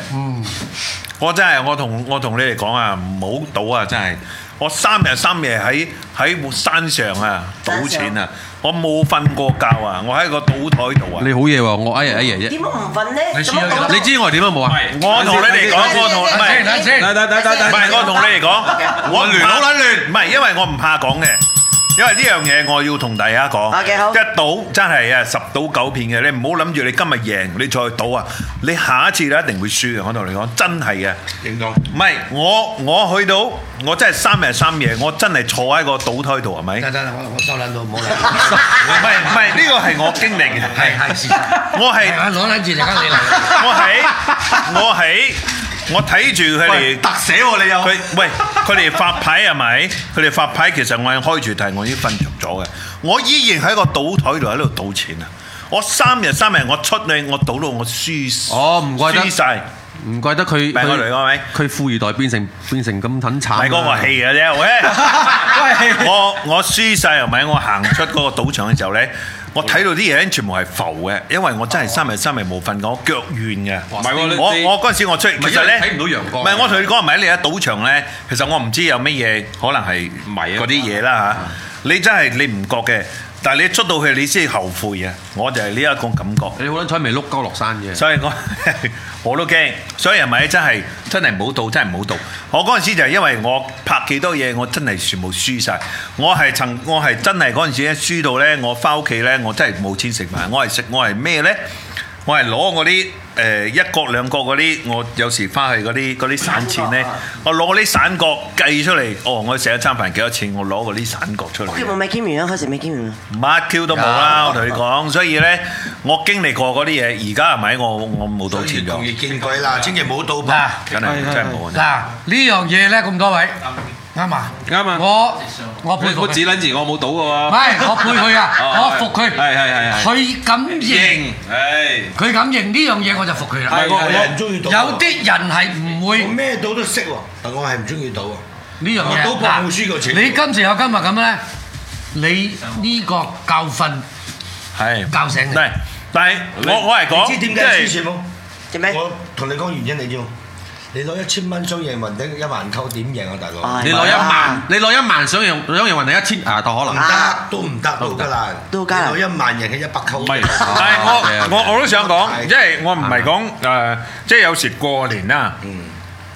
[SPEAKER 4] 我真係我同我同你哋講啊，唔好賭啊！真係，我三日三夜喺喺山上啊賭錢啊，我冇瞓過覺啊，我喺個賭台度啊。
[SPEAKER 1] 你好嘢喎，我哎呀哎呀啫。
[SPEAKER 6] 點解唔瞓呢？
[SPEAKER 5] 你輸咗
[SPEAKER 6] 咁樣
[SPEAKER 5] 幾
[SPEAKER 6] 講
[SPEAKER 5] 多
[SPEAKER 1] 你知我點啊冇啊？
[SPEAKER 4] 我同你哋講，我同唔係
[SPEAKER 5] 先睇先，
[SPEAKER 7] 等等等等
[SPEAKER 4] 唔
[SPEAKER 7] 等，
[SPEAKER 4] 係我同你哋講，我亂
[SPEAKER 7] 好撚亂
[SPEAKER 4] 唔係因為我唔怕講嘅。因為呢樣嘢我要同大家講
[SPEAKER 6] OK，好
[SPEAKER 4] 一賭真係啊十賭九騙嘅，你唔好諗住你今日贏，你再賭啊，你下一次你一定會輸嘅。我同你講，真係嘅。
[SPEAKER 8] 認同。
[SPEAKER 4] 唔係，我我去到，我真係三日三夜，我真係坐喺個賭台度，係咪？
[SPEAKER 5] 等等，我我收撚到，唔好嚟。
[SPEAKER 4] 唔係唔係，呢個係我經歷嘅，
[SPEAKER 5] 係係事實。
[SPEAKER 4] 我係
[SPEAKER 5] 係啊，攞撚住陣間你
[SPEAKER 4] 我喺
[SPEAKER 5] 嚟。
[SPEAKER 4] 我喺我睇住佢
[SPEAKER 7] 喂
[SPEAKER 4] 哋
[SPEAKER 7] 特寫喎你又，
[SPEAKER 4] 佢喂佢哋發牌係咪？佢哋發牌其實我係開住題，我已經瞓着咗嘅。我依然喺個賭台度喺度賭錢啊！我三日三日我出去，我賭到我輸，
[SPEAKER 1] 哦唔怪得
[SPEAKER 4] 輸曬。
[SPEAKER 1] 唔怪得佢
[SPEAKER 4] 咪我嚟講咪
[SPEAKER 1] 佢佢富二代變成變成咁撚慘啊。
[SPEAKER 4] 唔係嗰個戲嘅啫， 喂！我我輸晒又咪？我行出嗰個賭場嘅時候咧，我睇到啲嘢全部係浮嘅，因為我
[SPEAKER 1] 哦
[SPEAKER 4] 真係三日三夜冇瞓，我腳軟嘅。
[SPEAKER 2] 唔係喎你
[SPEAKER 4] 我
[SPEAKER 2] 你
[SPEAKER 4] 我嗰陣時我出，
[SPEAKER 1] 係
[SPEAKER 4] 其實咧
[SPEAKER 1] 因為睇唔到陽光
[SPEAKER 4] 唔係我同你講唔係，你喺賭場咧，其實我唔知有乜嘢，可能係
[SPEAKER 2] 迷啊
[SPEAKER 4] 嗰啲嘢啦嚇。你真係你唔覺嘅，但係你出到去你先後悔啊！我就係呢一個感覺。
[SPEAKER 1] 你好撚彩未碌鳩落山嘅。
[SPEAKER 4] 所以我 我都驚，所以係咪真係真係唔好賭，真係唔好賭。我嗰陣時就係因為我拍幾多嘢，我真係全部輸晒。我係曾我係真係嗰陣時咧輸到咧，我翻屋企咧，我真係冇錢食飯。我係食我係咩咧？我係攞嗰啲誒一角兩角嗰啲，我有時翻去嗰啲嗰啲散啊錢咧，我攞嗰啲散角計出嚟。哦，我食一餐飯幾多錢？我攞嗰啲散角出嚟
[SPEAKER 6] 屋。企冇米堅完啦，開始米堅完啦。
[SPEAKER 4] 乜 Q 都冇啦，我同你講，所以咧，我經歷過嗰啲嘢，而家係咪我我冇賭錢咗？
[SPEAKER 8] 所以同業見鬼啦，千祈唔好賭博。
[SPEAKER 5] 嗱
[SPEAKER 4] 真係真係冇啊！
[SPEAKER 5] 嗱，呢樣嘢咧，咁多位啱啊！
[SPEAKER 2] 啱啊
[SPEAKER 5] 我我佩服
[SPEAKER 2] 我
[SPEAKER 5] 佢
[SPEAKER 2] 指撚住我冇賭嘅
[SPEAKER 5] 唔
[SPEAKER 2] 喎。
[SPEAKER 5] 係，我配佢啊！
[SPEAKER 2] 哦
[SPEAKER 5] 我服佢，
[SPEAKER 2] 係係係係
[SPEAKER 5] 佢敢認，
[SPEAKER 2] 型，唉，
[SPEAKER 5] 佢敢認呢樣嘢我就服佢啦。
[SPEAKER 2] 係我我
[SPEAKER 8] 我唔中意賭。
[SPEAKER 5] 有啲人係唔會呢
[SPEAKER 8] 我咩賭都識喎，但我係唔中意賭喎。
[SPEAKER 5] 樣嘢。
[SPEAKER 8] 我賭博
[SPEAKER 5] 嗱
[SPEAKER 8] 冇輸過錢
[SPEAKER 5] 你今時有今日咁咧，你呢個教訓
[SPEAKER 4] 係
[SPEAKER 5] 教醒你。
[SPEAKER 4] 但係但係我我係講，即係
[SPEAKER 8] 你知點解輸錢冇？
[SPEAKER 6] 做咩？
[SPEAKER 8] 我同你講原因，你知冇？你攞1000想贏雲頂一萬溝，點贏啊，大佬？
[SPEAKER 6] 唉。
[SPEAKER 1] 你攞一萬，你攞一萬想用想用人哋一千啊，但可能。
[SPEAKER 8] 唔得，都唔得，都好艱難。
[SPEAKER 6] 都好艱難。
[SPEAKER 8] 你攞一萬贏佢一百溝。
[SPEAKER 4] 但係我我我都想講，
[SPEAKER 8] 係
[SPEAKER 4] 即係我唔係講誒，即係有時過年啦，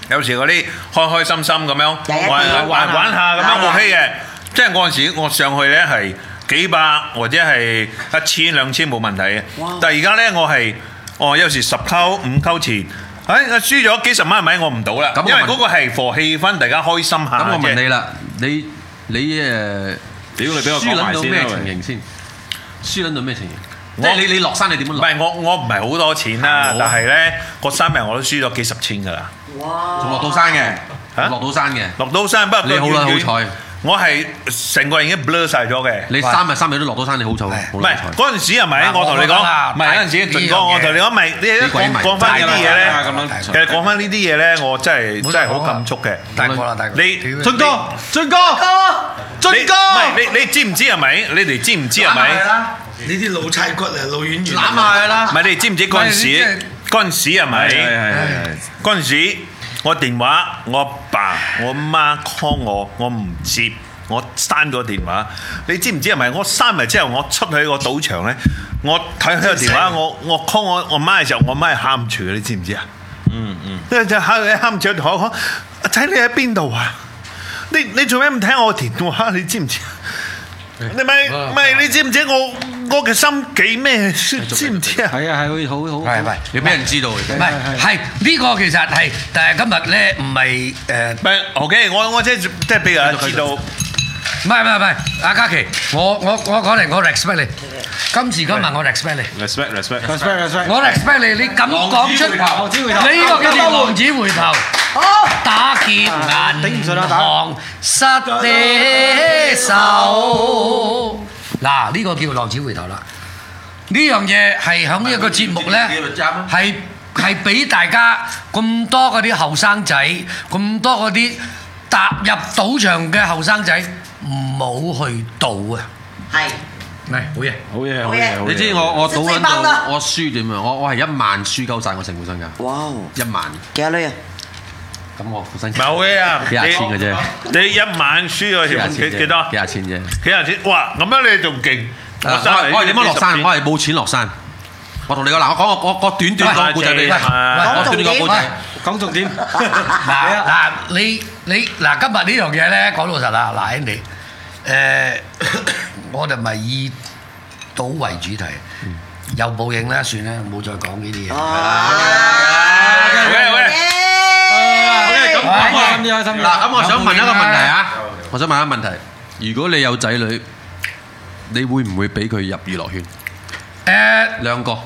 [SPEAKER 4] 有時嗰啲開開心心咁
[SPEAKER 6] 日日
[SPEAKER 4] 樣玩
[SPEAKER 6] 都
[SPEAKER 4] 玩玩下咁
[SPEAKER 6] 玩
[SPEAKER 4] 樣
[SPEAKER 6] 下
[SPEAKER 4] OK 嘅，即係嗰陣時我上去咧係幾百或者係一千兩千冇問題嘅
[SPEAKER 6] 哇，
[SPEAKER 4] 但係而家咧我係哦有時十溝五溝錢。誒，我輸咗幾十蚊係咪？我唔賭啦
[SPEAKER 1] 咁，我
[SPEAKER 4] 因為
[SPEAKER 1] 問
[SPEAKER 4] 嗰個係 for 氣氛，大家開心下
[SPEAKER 1] 咁我問
[SPEAKER 4] 啫
[SPEAKER 1] 你啦，你你誒
[SPEAKER 2] 屌你俾我
[SPEAKER 1] 輸
[SPEAKER 2] 講
[SPEAKER 1] 撚
[SPEAKER 2] 埋
[SPEAKER 1] 到
[SPEAKER 2] 先
[SPEAKER 1] 咩
[SPEAKER 2] 啦
[SPEAKER 1] 情
[SPEAKER 2] 喂。
[SPEAKER 1] 形先？輸撚到咩情形？
[SPEAKER 4] 我
[SPEAKER 1] 即係你你落山你點樣
[SPEAKER 4] 唔
[SPEAKER 1] 落？
[SPEAKER 4] 係我我唔係好多錢啦，
[SPEAKER 1] 冇啊
[SPEAKER 4] 但係咧嗰三日我都輸咗幾十千㗎啦。
[SPEAKER 6] 哇！
[SPEAKER 1] 仲落到山
[SPEAKER 4] 嚇
[SPEAKER 1] 嘅，落到山嘅。
[SPEAKER 4] 落到山不過
[SPEAKER 1] 你好啦
[SPEAKER 4] 遠遠
[SPEAKER 1] 好彩
[SPEAKER 4] 我係成個人已經 blur 晒咗嘅。
[SPEAKER 1] 你三日三夜都落到山，你好彩，好
[SPEAKER 4] 唔
[SPEAKER 1] 撚
[SPEAKER 4] 係
[SPEAKER 1] 彩。
[SPEAKER 4] 嗰陣時係咪？
[SPEAKER 5] 嗱
[SPEAKER 4] 我同你
[SPEAKER 5] 我覺
[SPEAKER 4] 講，
[SPEAKER 5] 得啦
[SPEAKER 4] 唔係嗰陣時，
[SPEAKER 5] 呢樣
[SPEAKER 4] 俊哥，
[SPEAKER 5] 嘢
[SPEAKER 4] 我同你講，咪你一
[SPEAKER 1] 鬼迷
[SPEAKER 4] 講講翻呢啲嘢
[SPEAKER 2] 大
[SPEAKER 4] 咧
[SPEAKER 2] 家，咁樣
[SPEAKER 4] 其實講翻呢啲嘢咧，我真係
[SPEAKER 5] 好
[SPEAKER 4] 真係
[SPEAKER 5] 講
[SPEAKER 4] 好
[SPEAKER 5] 啊
[SPEAKER 4] 感觸嘅。
[SPEAKER 5] 大個啦，大個。
[SPEAKER 4] 你
[SPEAKER 5] 屌
[SPEAKER 7] 俊哥，俊哥，
[SPEAKER 4] 你
[SPEAKER 7] 俊
[SPEAKER 4] 唔
[SPEAKER 7] 哥，
[SPEAKER 4] 係你你知唔知係咪？你哋知唔知係咪？
[SPEAKER 8] 呢啲老差骨啊，老演員。
[SPEAKER 7] 攬下佢啦
[SPEAKER 4] 唔。係你哋知唔知嗰陣時
[SPEAKER 5] 唔係你即
[SPEAKER 4] 嗰陣時係
[SPEAKER 2] 係係
[SPEAKER 4] 咪？
[SPEAKER 2] 係係。
[SPEAKER 4] 嗰陣時，我電話我阿爸我媽 call 我，我唔接，我刪咗電話。你知唔知係咪？我三日之後，我出去個賭場咧，我睇佢個電話，我我 call 我我媽嘅時候，我媽係喊住嘅，你知唔知啊？嗯嗯，佢就喊喊住同我講：阿仔你喺邊度啊？你你做咩唔聽我電話？你知唔知啊？你咪
[SPEAKER 5] 哇
[SPEAKER 4] 咪你知唔知我我嘅心幾咩？知唔知啊？
[SPEAKER 7] 係啊係，好好
[SPEAKER 5] 係係。
[SPEAKER 1] 你俾人知道嘅
[SPEAKER 5] 唔係，係呢個其實係，但係今日咧唔係誒，
[SPEAKER 4] 唔係，OK，我我即係即係俾人知道。
[SPEAKER 5] 唔係唔係唔係，阿嘉琪，我我我講嚟，我 respect 你，今時今日我 respect 你。
[SPEAKER 2] respect respect。
[SPEAKER 7] respect respect。
[SPEAKER 5] 我 respect 你，你敢講出，
[SPEAKER 7] 浪子回頭浪子回頭
[SPEAKER 5] 你呢個叫做浪子回頭。打劫銀
[SPEAKER 7] 頂唔順啦
[SPEAKER 5] 行
[SPEAKER 7] 打
[SPEAKER 5] 失的手，嗱，呢個叫浪子回頭啦。呢樣嘢係喺呢一個節目呢，係係俾大家咁多嗰啲後生仔，咁多嗰啲踏入賭場嘅後生仔唔好去賭啊！
[SPEAKER 6] 係
[SPEAKER 5] 係好嘢，
[SPEAKER 1] 好嘢，
[SPEAKER 6] 好嘢
[SPEAKER 1] 你知我我
[SPEAKER 6] 食四
[SPEAKER 1] 賭緊
[SPEAKER 6] 包啦
[SPEAKER 1] 到我輸點啊？我我係一萬輸鳩晒我成副身㗎，
[SPEAKER 6] 哇！
[SPEAKER 1] 一萬。
[SPEAKER 6] 幾多女啊？
[SPEAKER 1] 咁我副身幾
[SPEAKER 4] 冇嘅啊，
[SPEAKER 1] 廿千嘅啫，
[SPEAKER 4] 你你一晚輸咗
[SPEAKER 1] 幾
[SPEAKER 4] 條
[SPEAKER 1] 廿
[SPEAKER 4] 幾
[SPEAKER 1] 千啫，
[SPEAKER 4] 幾多
[SPEAKER 1] 幾？廿千啫。
[SPEAKER 4] 幾廿錢？哇！咁樣你仲勁，
[SPEAKER 1] 我係我係點樣落山？我係冇錢落山。我同你講嗱，我講我我我短短講故仔俾你聽。我短短講故仔，
[SPEAKER 7] 講重點。
[SPEAKER 5] 嗱嗱，你你嗱今日呢樣嘢咧，講老實啦，嗱 Andy，誒， 我哋咪以賭為主題，有報應啦，算啦，冇再講呢啲嘢。Ờ,
[SPEAKER 4] 喂喂，
[SPEAKER 7] 咁
[SPEAKER 5] 咁啊
[SPEAKER 7] 開心啲，開心啲。
[SPEAKER 1] 嗱，咁我想問一個問題啊，我想問一個問題，如果你有仔女，你會唔會俾佢入娛樂圈？
[SPEAKER 5] 誒，
[SPEAKER 1] 兩個，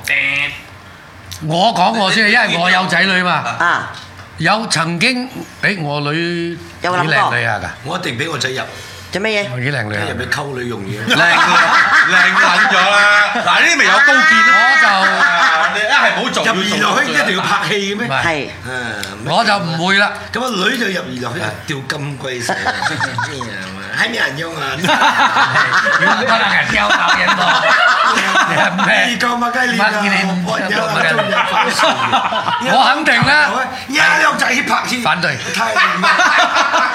[SPEAKER 5] 我講我先，因為我有仔女嘛，
[SPEAKER 6] 啊！
[SPEAKER 5] 有曾經，誒，我女幾
[SPEAKER 6] 有諗過
[SPEAKER 5] 靚女下㗎，
[SPEAKER 8] 我一定俾我仔入，
[SPEAKER 6] 做乜嘢？
[SPEAKER 5] 我幾靚女啊
[SPEAKER 8] 入去溝女用嘢。
[SPEAKER 1] 靚靚撚咗啦！嗱，呢啲咪有高見咯。
[SPEAKER 5] 我就。
[SPEAKER 1] 你一係唔好做，
[SPEAKER 8] 入娛樂圈一定要拍戲嘅咩？
[SPEAKER 5] 唔係。
[SPEAKER 6] 係
[SPEAKER 8] 嗯
[SPEAKER 5] 我就唔會啦。
[SPEAKER 8] 咁啊，女就入娛樂圈吊金龜石，咩啊？喺咩人用啊？
[SPEAKER 5] 你
[SPEAKER 8] 二嚿麥雞鏈啊！我有啊，中日
[SPEAKER 5] 我
[SPEAKER 8] 反常
[SPEAKER 5] 肯定啦，
[SPEAKER 8] 一兩仔拍先，
[SPEAKER 5] 反對
[SPEAKER 8] 太唔係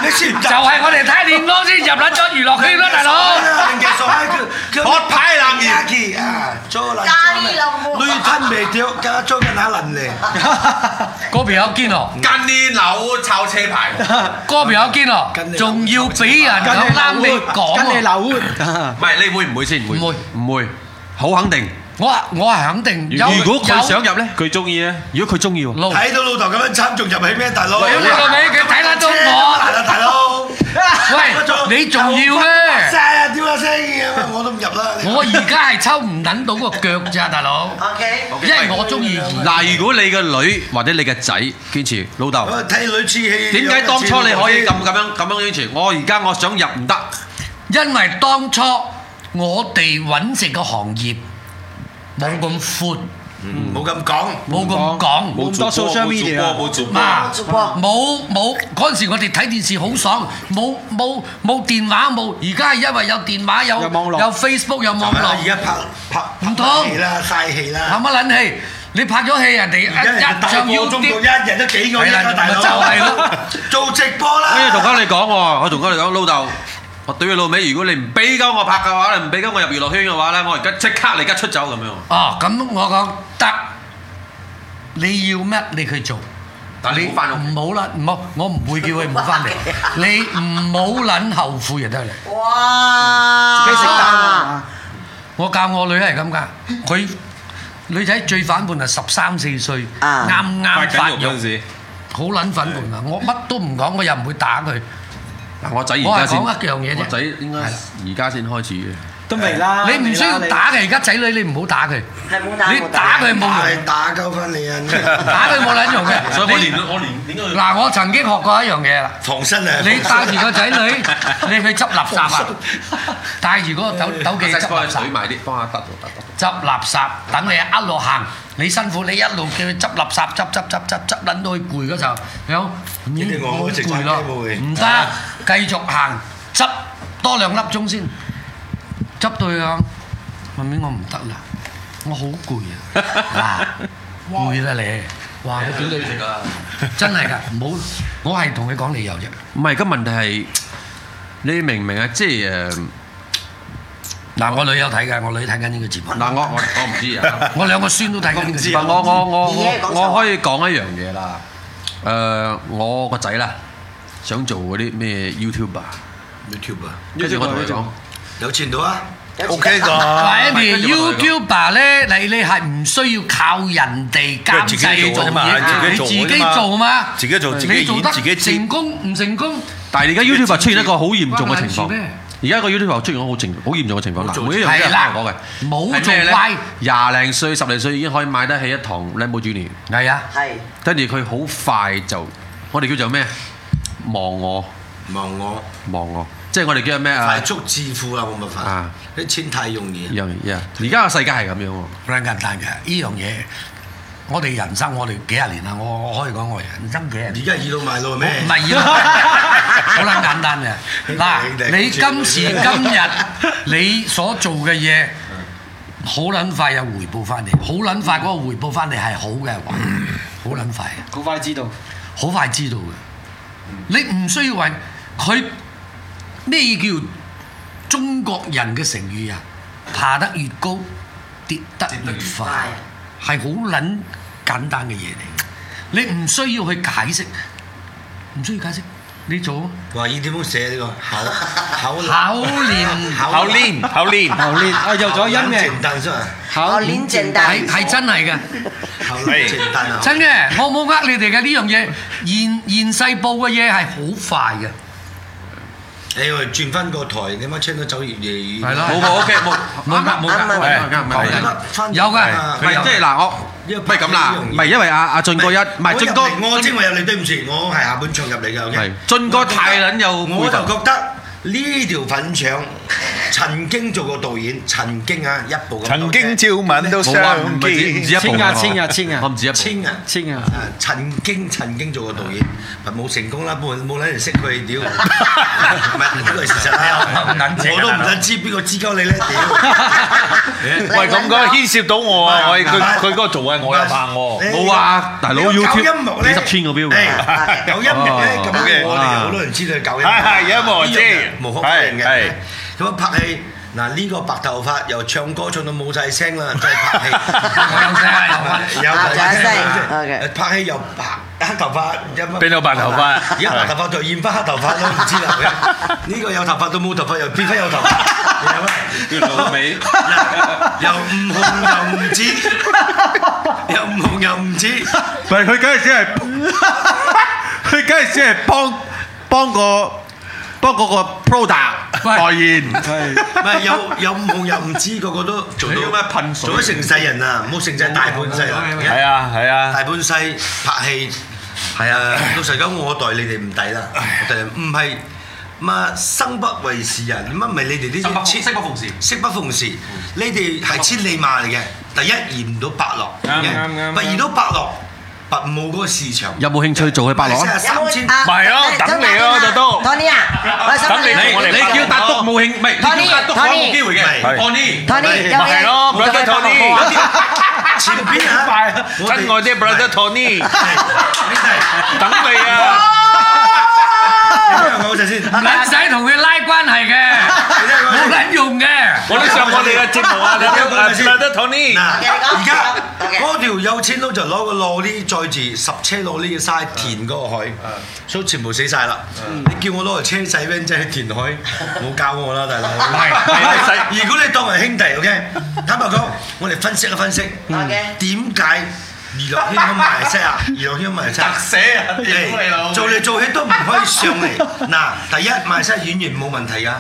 [SPEAKER 8] 你知唔
[SPEAKER 5] 就
[SPEAKER 8] 知？
[SPEAKER 5] 係我哋睇練歌先入撚咗娛樂圈咯，大佬。
[SPEAKER 8] 我拍男嘅啊，做男女吞未掉，加做緊下能力，
[SPEAKER 5] 嗰邊有堅哦，
[SPEAKER 7] 近年樓炒車牌，
[SPEAKER 5] 嗰邊有堅哦
[SPEAKER 8] 跟你，
[SPEAKER 5] 仲要俾人有啱你講
[SPEAKER 7] 跟你
[SPEAKER 5] 喎。
[SPEAKER 7] 樓，
[SPEAKER 1] 唔係你會唔會先？會
[SPEAKER 5] 唔會
[SPEAKER 1] 唔會？好肯定。
[SPEAKER 5] 我我係肯定有。
[SPEAKER 1] 如果佢想
[SPEAKER 5] 有
[SPEAKER 1] 入咧，
[SPEAKER 7] 佢中意啊！
[SPEAKER 1] 如果佢中意喎，
[SPEAKER 5] 路，屌
[SPEAKER 8] 睇到老豆咁樣慘，仲入去咩？大佬，
[SPEAKER 5] 你個尾，佢睇得到我。
[SPEAKER 8] 大佬，
[SPEAKER 5] 喂，你仲要咩？
[SPEAKER 8] 啊，屌啊聲嘅，我都唔入啦。
[SPEAKER 5] 我而家係抽唔撚到個腳咋，大佬，
[SPEAKER 6] ，OK。
[SPEAKER 5] 因為我中意二。
[SPEAKER 1] 嗱，如果你嘅女或者你嘅仔堅持老豆，
[SPEAKER 8] 睇女刺戲，
[SPEAKER 1] 點解當初你可以咁咁樣咁樣堅持？我而家我想入唔得，
[SPEAKER 5] 因為當初我哋揾食嘅行業冇咁闊，
[SPEAKER 8] 冇咁講，
[SPEAKER 5] 冇咁講，
[SPEAKER 7] 咁多 social media 啊
[SPEAKER 2] 冇做波，
[SPEAKER 5] 啊
[SPEAKER 6] 做播
[SPEAKER 5] 冇冇嗰陣時我哋睇電視好爽，冇冇冇電話冇，而家係因為有電話有
[SPEAKER 7] 有網絡
[SPEAKER 5] 有 Facebook 有網絡
[SPEAKER 8] 啊而，家拍拍戲啦，嘥氣
[SPEAKER 5] 冚
[SPEAKER 8] 啦。
[SPEAKER 5] 乜撚戲？你拍咗戲人哋
[SPEAKER 8] 而家
[SPEAKER 5] 一
[SPEAKER 8] 人哋
[SPEAKER 5] 一
[SPEAKER 8] 大
[SPEAKER 5] 上
[SPEAKER 8] 個
[SPEAKER 5] YouTube
[SPEAKER 8] 中度一日都幾個億啦，大佬 做直播啦。
[SPEAKER 1] 我要同鳩你講喎，我同鳩你講老豆。我對你老尾，如果你唔俾鳩我拍嘅話，你唔俾鳩我入娛樂圈嘅話咧，我而家即刻你而家出走咁樣。
[SPEAKER 5] 哦，咁我講得，你要乜你去做。
[SPEAKER 1] 但係你
[SPEAKER 5] 你
[SPEAKER 1] 唔好返屋企
[SPEAKER 5] 唔好啦，唔好，我唔會叫佢唔好翻嚟。你唔好撚後悔就得啦。À.
[SPEAKER 6] 哇！
[SPEAKER 7] 自己食單啊！
[SPEAKER 5] 我教我女係咁噶，佢女仔最反叛係十三四歲，
[SPEAKER 6] 啊
[SPEAKER 5] 啱
[SPEAKER 2] 發
[SPEAKER 5] 啱發
[SPEAKER 2] 緊
[SPEAKER 5] 育
[SPEAKER 2] 肉嗰陣，時，
[SPEAKER 5] 好撚反叛啊！我乜都唔講，我又唔會打佢。
[SPEAKER 1] 嗱，我仔而
[SPEAKER 5] 我
[SPEAKER 1] 家
[SPEAKER 5] 係
[SPEAKER 1] 先，
[SPEAKER 5] 講一樣嘢啫
[SPEAKER 1] 我仔應該
[SPEAKER 5] 係啦
[SPEAKER 1] 而家先開始嘅。
[SPEAKER 7] 都未啦。
[SPEAKER 5] 你唔需要
[SPEAKER 7] 未啦
[SPEAKER 5] 打嘅，而家仔女你唔好打佢，
[SPEAKER 6] 係冇打
[SPEAKER 5] 你
[SPEAKER 6] 冇
[SPEAKER 5] 打
[SPEAKER 6] 打。
[SPEAKER 5] 佢冇用，
[SPEAKER 8] 打鳩翻你啊！
[SPEAKER 5] 打佢冇撚用嘅。
[SPEAKER 1] 所以我
[SPEAKER 5] 你
[SPEAKER 1] 連我連點解要
[SPEAKER 5] 嗱，我曾經學過一樣嘢啦。
[SPEAKER 8] 唐僧啊，
[SPEAKER 5] 你帶住個仔女，你去執垃圾啊！帶住嗰個斗斗記執垃
[SPEAKER 1] 幫佢
[SPEAKER 5] 圾
[SPEAKER 1] 水，埋啲，幫下得喎得得。
[SPEAKER 5] 執垃圾，等你一路行，你辛苦，你一路叫佢執垃圾，執執執執執，撚到佢攰嗰時候，你好，
[SPEAKER 8] 你哋我
[SPEAKER 5] 嗯
[SPEAKER 8] 食
[SPEAKER 5] 攰
[SPEAKER 8] 炸雞冇嘅
[SPEAKER 5] 唔得，繼續行，執多兩粒鐘先，執到佢講，媽咪我唔得啦，我好攰啊，嗱，攰啦你，哇，我屌你，真係㗎，唔好，我係同佢講理由啫。
[SPEAKER 1] 唔係，個問題係你明唔明啊？即係誒
[SPEAKER 5] 嗱，我女有睇㗎，我女睇緊呢個節目。
[SPEAKER 1] 嗱，我我我唔知啊。
[SPEAKER 5] 我兩個孫都睇緊呢個
[SPEAKER 1] 唔
[SPEAKER 5] 節
[SPEAKER 1] 係
[SPEAKER 5] 目。
[SPEAKER 1] 我我我
[SPEAKER 6] 你嘢講
[SPEAKER 1] 我
[SPEAKER 6] 錯
[SPEAKER 1] 我可以講一樣嘢啦。誒、我個仔啦，想做嗰啲咩 YouTube 啊，
[SPEAKER 8] YouTube 啊，
[SPEAKER 1] 跟住我同佢
[SPEAKER 7] YouTuber，
[SPEAKER 1] 講，
[SPEAKER 8] 有錢到啊
[SPEAKER 4] ，OK 㗎。
[SPEAKER 5] 嗱，Andy
[SPEAKER 1] 跟住我同佢
[SPEAKER 5] YouTuber 咧，你你係唔需要靠人哋監
[SPEAKER 4] 自己做
[SPEAKER 5] 製做
[SPEAKER 4] 啫
[SPEAKER 5] 嘢
[SPEAKER 4] 嘛
[SPEAKER 5] 嘅，你
[SPEAKER 4] 自己做啫嘛
[SPEAKER 5] 自己做嘛，
[SPEAKER 4] 自己做自己
[SPEAKER 5] 你做得
[SPEAKER 4] 演自己知
[SPEAKER 5] 成功唔成功？
[SPEAKER 1] 但係而家 YouTube 出現一個好嚴重嘅情
[SPEAKER 5] 關
[SPEAKER 1] 況
[SPEAKER 5] 我事咩。
[SPEAKER 1] 而家個 YouTube 出現咗好情好嚴重嘅情況，嗱，每一樣嘢
[SPEAKER 5] 係啦
[SPEAKER 1] 都有講嘅，
[SPEAKER 5] 冇
[SPEAKER 1] 係
[SPEAKER 5] 做
[SPEAKER 1] 咩呢
[SPEAKER 5] 歪
[SPEAKER 1] 廿零歲、十零歲已經可以買得起一堂 Lamborghini，
[SPEAKER 5] 係啊，
[SPEAKER 6] 係
[SPEAKER 1] 跟住佢好快就，我哋叫做咩？忘我，
[SPEAKER 8] 望我
[SPEAKER 1] 忘我，即係我哋叫咩啊
[SPEAKER 8] 快？速致富啦，冇辦法
[SPEAKER 1] 啊，
[SPEAKER 8] 啲錢太容易，
[SPEAKER 1] 又而而家個世界係咁樣喎。
[SPEAKER 5] 好簡單嘅，呢樣嘢我哋人生我哋幾廿年啦，我我可以講我人生幾廿
[SPEAKER 8] 而
[SPEAKER 5] 年。
[SPEAKER 8] 家二路賣路係咩
[SPEAKER 5] 唔？係要， 好撚簡單 嘅。嗱，你今時今日你所做嘅嘢，好撚快有回報翻嚟，好撚快嗰個回報翻嚟係好嘅，好撚快嘅。
[SPEAKER 9] 好快知道。
[SPEAKER 5] 好快知道嘅。你唔需要話佢咩叫中國人嘅成語啊？爬得越高，跌得越快，係好撚簡單嘅嘢嚟。你唔需要去解釋，唔需要解釋，你做啊
[SPEAKER 8] 哇！呢點樣寫呢個口口
[SPEAKER 5] 口念
[SPEAKER 4] 口黏口黏，
[SPEAKER 9] 牛年啊，有咗音嘅
[SPEAKER 8] 靜凳啫嘛，
[SPEAKER 9] 考
[SPEAKER 6] 練正大
[SPEAKER 5] 係係真係嘅。
[SPEAKER 8] 口靜凳啊！
[SPEAKER 5] 真嘅，我冇呃你哋嘅呢樣嘢，現現世報嘅嘢係好快嘅，
[SPEAKER 8] 你我轉翻個台，你乜青到走越夜雨？
[SPEAKER 5] 係啦
[SPEAKER 1] 冇冇 OK 冇
[SPEAKER 5] 冇呃冇呃
[SPEAKER 6] 啱啊
[SPEAKER 5] 冇呃
[SPEAKER 1] 啱啊
[SPEAKER 5] 冇
[SPEAKER 1] 啱
[SPEAKER 5] 呃
[SPEAKER 1] 啊
[SPEAKER 8] 翻
[SPEAKER 5] 有嘅
[SPEAKER 8] 啊，
[SPEAKER 5] 佢有
[SPEAKER 1] 即係嗱，我
[SPEAKER 8] 呢個
[SPEAKER 1] 唔係咁啦，
[SPEAKER 8] 呢樣嘢
[SPEAKER 1] 唔係因為阿阿俊哥一唔係
[SPEAKER 8] 我
[SPEAKER 1] 俊
[SPEAKER 8] 入
[SPEAKER 1] 哥，
[SPEAKER 8] 嚟我正話入嚟，對唔住，我係下半場入嚟嘅。
[SPEAKER 1] 係
[SPEAKER 8] OK，
[SPEAKER 1] 俊哥太撚有
[SPEAKER 8] 我
[SPEAKER 1] 輩
[SPEAKER 8] 就
[SPEAKER 1] 分
[SPEAKER 8] 覺得呢條粉腸曾經做過導演，曾經啊一部咁多
[SPEAKER 4] 曾經
[SPEAKER 8] 啫
[SPEAKER 4] 朝吻都
[SPEAKER 1] 冇啊，唔
[SPEAKER 4] 相
[SPEAKER 1] 係止唔
[SPEAKER 4] 見。
[SPEAKER 1] 止一部
[SPEAKER 9] 千啊千啊千啊
[SPEAKER 1] 我唔止一部，
[SPEAKER 8] 千啊！
[SPEAKER 9] 千啊！
[SPEAKER 8] 啊曾經曾經做過導演，但冇成功啦，冇冇撚人識 佢，屌！唔係呢個係事實啦，
[SPEAKER 1] 啊
[SPEAKER 8] 我都唔想知邊個知鳩你咧，屌！
[SPEAKER 4] 喂，咁嗰個牽涉到我啊！我
[SPEAKER 8] 唔係
[SPEAKER 4] 佢
[SPEAKER 8] 唔係
[SPEAKER 4] 佢嗰個做嘅，我又怕我。
[SPEAKER 1] 冇啊大佬
[SPEAKER 8] 你要搞
[SPEAKER 1] YouTube
[SPEAKER 8] 音樂咧
[SPEAKER 1] 幾十千個 view 㗎
[SPEAKER 8] 係有音樂咧，咁啊
[SPEAKER 4] 嘅
[SPEAKER 8] 我哋有好多人知道搞音
[SPEAKER 4] 係係
[SPEAKER 8] 樂，
[SPEAKER 4] 有音樂知
[SPEAKER 8] 呢樣嘢無可否認
[SPEAKER 4] 係
[SPEAKER 8] 嘅
[SPEAKER 4] 係。
[SPEAKER 8] 咁啊拍戲嗱，呢個白頭髮又唱歌唱到冇晒聲啦，再拍戲
[SPEAKER 5] 有聲有
[SPEAKER 8] 有
[SPEAKER 6] 啊仲有聲
[SPEAKER 8] 有
[SPEAKER 6] OK
[SPEAKER 8] 拍戲又白黑頭髮，有乜
[SPEAKER 4] 變到白頭髮
[SPEAKER 8] 而家白頭髮就染翻黑頭髮咯，唔知啦。呢個有頭髮到冇頭髮又變翻有頭髮，係咪
[SPEAKER 2] 老尾。
[SPEAKER 8] 又唔紅又唔知，又唔紅又唔知。
[SPEAKER 7] 唔係佢梗係只係，佢梗係只係幫幫個幫嗰個 product
[SPEAKER 5] 喂
[SPEAKER 7] 代言。
[SPEAKER 8] 唔係有有唔紅又唔知，個個都做到
[SPEAKER 7] 你要咩噴水
[SPEAKER 8] 做咗成世人啊！唔好成世大半世啊！
[SPEAKER 4] 係啊係啊，
[SPEAKER 8] 大半世拍戲係啊，老實講，我代你哋唔抵啦，我代你唔係乜生不為時人，乜唔係你哋呢啲
[SPEAKER 7] 不逢時
[SPEAKER 8] 識不逢時，你哋係千里馬嚟嘅。第一移唔到伯樂，
[SPEAKER 2] 啱啱啱
[SPEAKER 8] 咪移到伯樂，拔冇嗰個市場。
[SPEAKER 1] 有冇興趣做去百樂啊？
[SPEAKER 8] 三千，
[SPEAKER 6] À,
[SPEAKER 4] 咪係咯等你咯就都
[SPEAKER 6] Tony à, ờ, 啊，我想
[SPEAKER 4] 等你
[SPEAKER 1] 你
[SPEAKER 4] 同我哋
[SPEAKER 1] 你叫達督冇興，唔係你叫達督我冇機會嘅
[SPEAKER 8] 係
[SPEAKER 1] ，Tony。
[SPEAKER 6] Tony 有
[SPEAKER 4] 咪係咯
[SPEAKER 6] 冇
[SPEAKER 4] ，Brother
[SPEAKER 6] 得幫我
[SPEAKER 4] Tony，
[SPEAKER 8] 前邊啊，
[SPEAKER 4] 親愛啲 Brother Tony，
[SPEAKER 8] 係
[SPEAKER 4] 等你啊！
[SPEAKER 8] 我就先，
[SPEAKER 5] 唔撚使同佢拉關係嘅，冇撚用嘅。
[SPEAKER 4] 我都上我哋嘅節目啊，你聽啊，Brother Tony，
[SPEAKER 8] 嗱，
[SPEAKER 6] 你講
[SPEAKER 8] 而家
[SPEAKER 6] OK
[SPEAKER 8] 嗰條有錢佬就攞個攞呢載住十車攞呢嘅沙填嗰個海，
[SPEAKER 4] 啊
[SPEAKER 8] 所以全部死晒啦。你叫我攞個車仔 van 仔去填 海，冇教我啦，大佬。係， 如果你當為兄弟，OK，坦白講，我哋分析一分析，
[SPEAKER 6] OK
[SPEAKER 8] 點解娛樂圈咁埋聲啊？娛樂圈咁埋聲。做嚟做去都唔可以上嚟。嗱，第一馬來西亞演員冇問題㗎，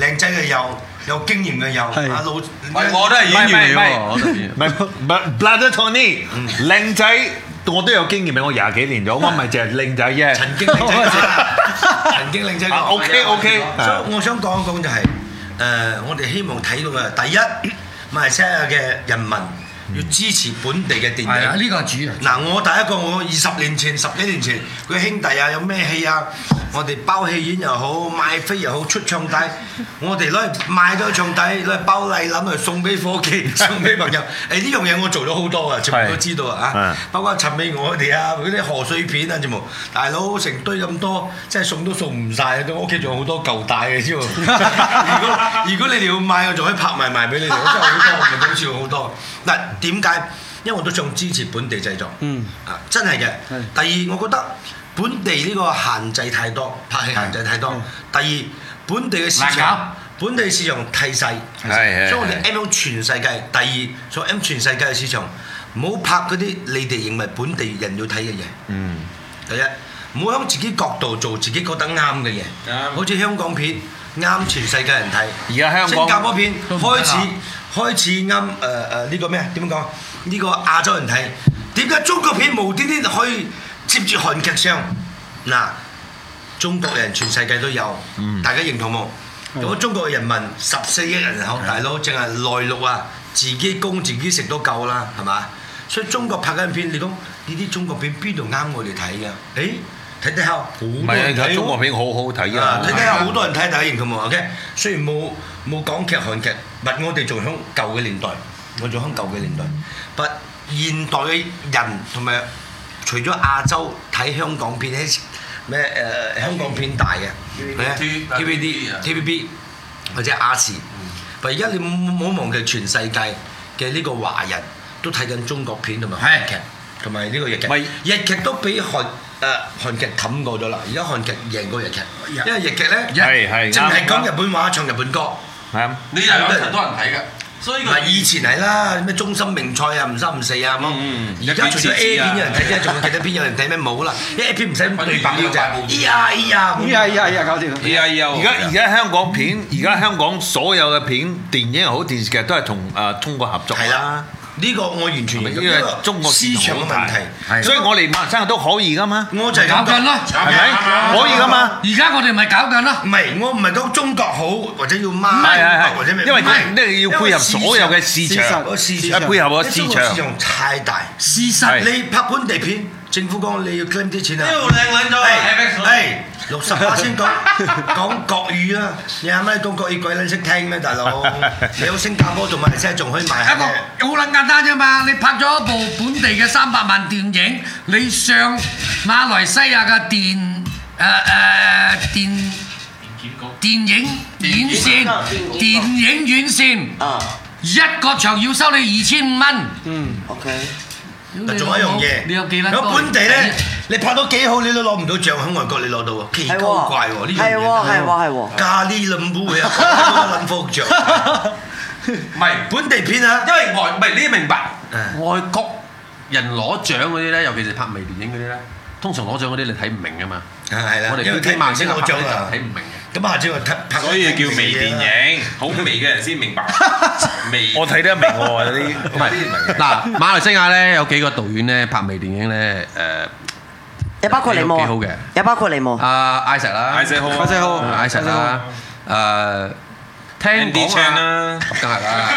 [SPEAKER 8] 靚仔嘅有，有經驗嘅有，啊老
[SPEAKER 1] 喂，我都係演員嚟嘅喎，我都係演員
[SPEAKER 4] 唔係唔係 Brother Tony，靚仔。我都有經驗嘅，我廿幾年咗，我唔係淨係靚仔啫。
[SPEAKER 8] 曾經靚 仔過，曾經靚仔過。
[SPEAKER 4] 啊，OK OK，
[SPEAKER 8] 所以我想講一講就係、誒、我哋希望睇到嘅第一，馬來西亞嘅人民要支持本地嘅電
[SPEAKER 5] 係啊，
[SPEAKER 8] 影。
[SPEAKER 5] 呢個係主人。
[SPEAKER 8] 嗱，我第一個我二十年前、十幾年前，佢兄弟啊有咩戲啊，我哋包戲院又好，買飛又好，出唱帶， 我哋攞去買咗唱帶，攞去包禮諗去送俾伙計，送俾朋友。誒呢樣嘢我做咗好多啊，全部都知道啊
[SPEAKER 4] 係
[SPEAKER 8] 啊，包括陳美我哋啊，嗰啲賀歲片啊，全部大佬成堆咁多，真係送都送唔晒啊！我屋企仲有好多舊帶嘅知喎。如果如果你哋要買，我仲可以拍埋賣俾你哋，我真係好多，我咪好似好多。嗱點解？因為我都想支持本地製作。嗯。啊，真係嘅。第二，我覺得本地呢個限制太多，拍戲限制太多。
[SPEAKER 4] 嗯
[SPEAKER 8] 第二，本地嘅市場
[SPEAKER 5] 難，
[SPEAKER 8] 本地市場太細，
[SPEAKER 4] 係係
[SPEAKER 8] 所以我哋
[SPEAKER 4] 係
[SPEAKER 8] M 全世界第二，所以 M 全世界嘅市場，唔好拍嗰啲你哋認為本地人要睇嘅嘢。
[SPEAKER 4] 嗯，
[SPEAKER 8] 第一，唔好響自己角度做自己覺得啱嘅嘢。好似香港片啱全世界人睇，
[SPEAKER 4] 而家香港
[SPEAKER 8] 新加坡片
[SPEAKER 5] 都唔得啦
[SPEAKER 8] 開始開始啱誒誒呢個咩啊？點講？呢個亞洲人睇，點解中國片無端端可以接住韓劇上？嗱，中國人全世界都有，
[SPEAKER 5] 嗯
[SPEAKER 8] 大家認同冇？如果中國嘅人民十四億人口，大佬淨係內陸啊，自己供自己食都夠啦，係嘛？所以中國拍緊片，你講呢啲中國片邊度啱我哋睇嘅？誒，睇睇下好多人睇喎啊！睇睇下好多人睇，大家認同冇？OK，雖然冇冇港劇、韓劇，但我哋仲響舊嘅年代，我仲響舊嘅年代。但現代嘅人同埋除咗亞洲睇香港片喺咩誒香港片大嘅咩
[SPEAKER 4] 啊
[SPEAKER 8] TVB、TVB 或者亞視，
[SPEAKER 4] 嗯
[SPEAKER 8] 但而家你冇冇忘記全世界嘅呢個華人都睇緊中國片同埋韓劇同埋呢個日劇，日劇都俾韓誒韓劇冚過咗啦，而家韓劇贏過日劇，因為日劇咧
[SPEAKER 4] 係係
[SPEAKER 8] 淨
[SPEAKER 4] 啱啊
[SPEAKER 8] 係講
[SPEAKER 4] 啱
[SPEAKER 8] 日本話唱日本歌。
[SPEAKER 1] 你又有成多人睇嘅，所以
[SPEAKER 8] 唔係以前係啦，咩中心名菜啊，唔三唔四啊咁。
[SPEAKER 4] 嗯
[SPEAKER 8] 而家除咗 A
[SPEAKER 4] 啊
[SPEAKER 8] 片有人睇啫，仲有其他片有人睇咩冇 啦？因為 A 片唔使對白 E 嘅啫，咿呀咿呀
[SPEAKER 4] E
[SPEAKER 8] 咁。
[SPEAKER 2] E
[SPEAKER 4] 而家-而家香港片-而家香港所有嘅片，電影又好，電視劇都係同，呃，中國合作。
[SPEAKER 8] 係啦，呢個我完全認同，呢個市
[SPEAKER 4] 因為中國市場好
[SPEAKER 8] 場嘅問題。
[SPEAKER 4] 大，所以我哋馬來西亞都可以㗎嘛，
[SPEAKER 8] 我就係咁講
[SPEAKER 5] 搞緊啦。
[SPEAKER 4] 係咪？可以㗎嘛。
[SPEAKER 5] 而家我哋咪搞緊啦。
[SPEAKER 8] 唔係，我唔係講中國好，或者要
[SPEAKER 4] 係係
[SPEAKER 8] 孖
[SPEAKER 4] 係，
[SPEAKER 8] 或者咩？
[SPEAKER 4] 因為
[SPEAKER 8] 唔係
[SPEAKER 4] 呢個要配合所有嘅市場
[SPEAKER 8] 因為個市場
[SPEAKER 4] 要配合個市場
[SPEAKER 8] 因為中國市場太大。事
[SPEAKER 4] 係
[SPEAKER 8] 你拍本地片，政府講你要 claim 啲錢啊。
[SPEAKER 2] 呢度靚撚咗
[SPEAKER 8] 係係六十八先講 講國語啊！你阿媽講國語鬼撚識聽咩，大佬？ 你好新加坡同馬來西亞仲可以賣下嘅。
[SPEAKER 5] 一個好撚簡單啫嘛，你拍咗一部本地嘅300萬電影，你上馬來西亞嘅電-誒，誒，電- à, 電影院線，
[SPEAKER 6] 電影局。
[SPEAKER 5] 電影院線，
[SPEAKER 6] 啊
[SPEAKER 5] 一個場要收你2500
[SPEAKER 6] ，OK，
[SPEAKER 8] 嗱，仲有一樣嘢，
[SPEAKER 5] 你有幾撚多？
[SPEAKER 8] 有本地咧，你拍到幾好，你都攞唔到獎，喺外國你攞到喎，奇
[SPEAKER 6] 係
[SPEAKER 8] 鳩
[SPEAKER 6] 喎，
[SPEAKER 8] 怪喎呢樣
[SPEAKER 6] 係
[SPEAKER 8] 嘢。
[SPEAKER 6] 喎，係喎，係喎。
[SPEAKER 8] 咖喱啊冧煲嘅，冧煲醬。
[SPEAKER 1] 唔係。
[SPEAKER 8] 本地片啊，
[SPEAKER 1] 因為外唔係你明白，
[SPEAKER 8] 嗯
[SPEAKER 1] 外國人攞獎嗰啲咧，尤其是拍微電影嗰啲咧，通常攞獎嗰啲你睇唔明噶嘛。
[SPEAKER 8] 啊係啦
[SPEAKER 1] 我，哋
[SPEAKER 8] 因為
[SPEAKER 1] 睇
[SPEAKER 8] 睇
[SPEAKER 1] 慢
[SPEAKER 8] 慢
[SPEAKER 1] 先
[SPEAKER 8] 先攞
[SPEAKER 1] 攞獎
[SPEAKER 8] 獎
[SPEAKER 1] 就
[SPEAKER 8] 啊
[SPEAKER 1] 睇。唔明嘅。
[SPEAKER 8] 咁下次我睇拍，
[SPEAKER 2] 所以叫微電影，好微嘅人先明白微。
[SPEAKER 4] 我睇得明喎，有啲-
[SPEAKER 1] 唔係嗱，馬來西亞咧有幾個導演咧拍微電影咧，誒
[SPEAKER 6] 有包括你冇啊？
[SPEAKER 1] 幾好嘅
[SPEAKER 6] 有包括你冇
[SPEAKER 5] À.
[SPEAKER 6] 啊？
[SPEAKER 1] 阿 Isaac 啦
[SPEAKER 2] Isaac Ho 啊
[SPEAKER 1] Isaac Ho，Isaac 啦，誒聽
[SPEAKER 2] Andy
[SPEAKER 1] 講
[SPEAKER 2] Chan
[SPEAKER 1] 啊。
[SPEAKER 2] 啦，
[SPEAKER 1] 梗係啦，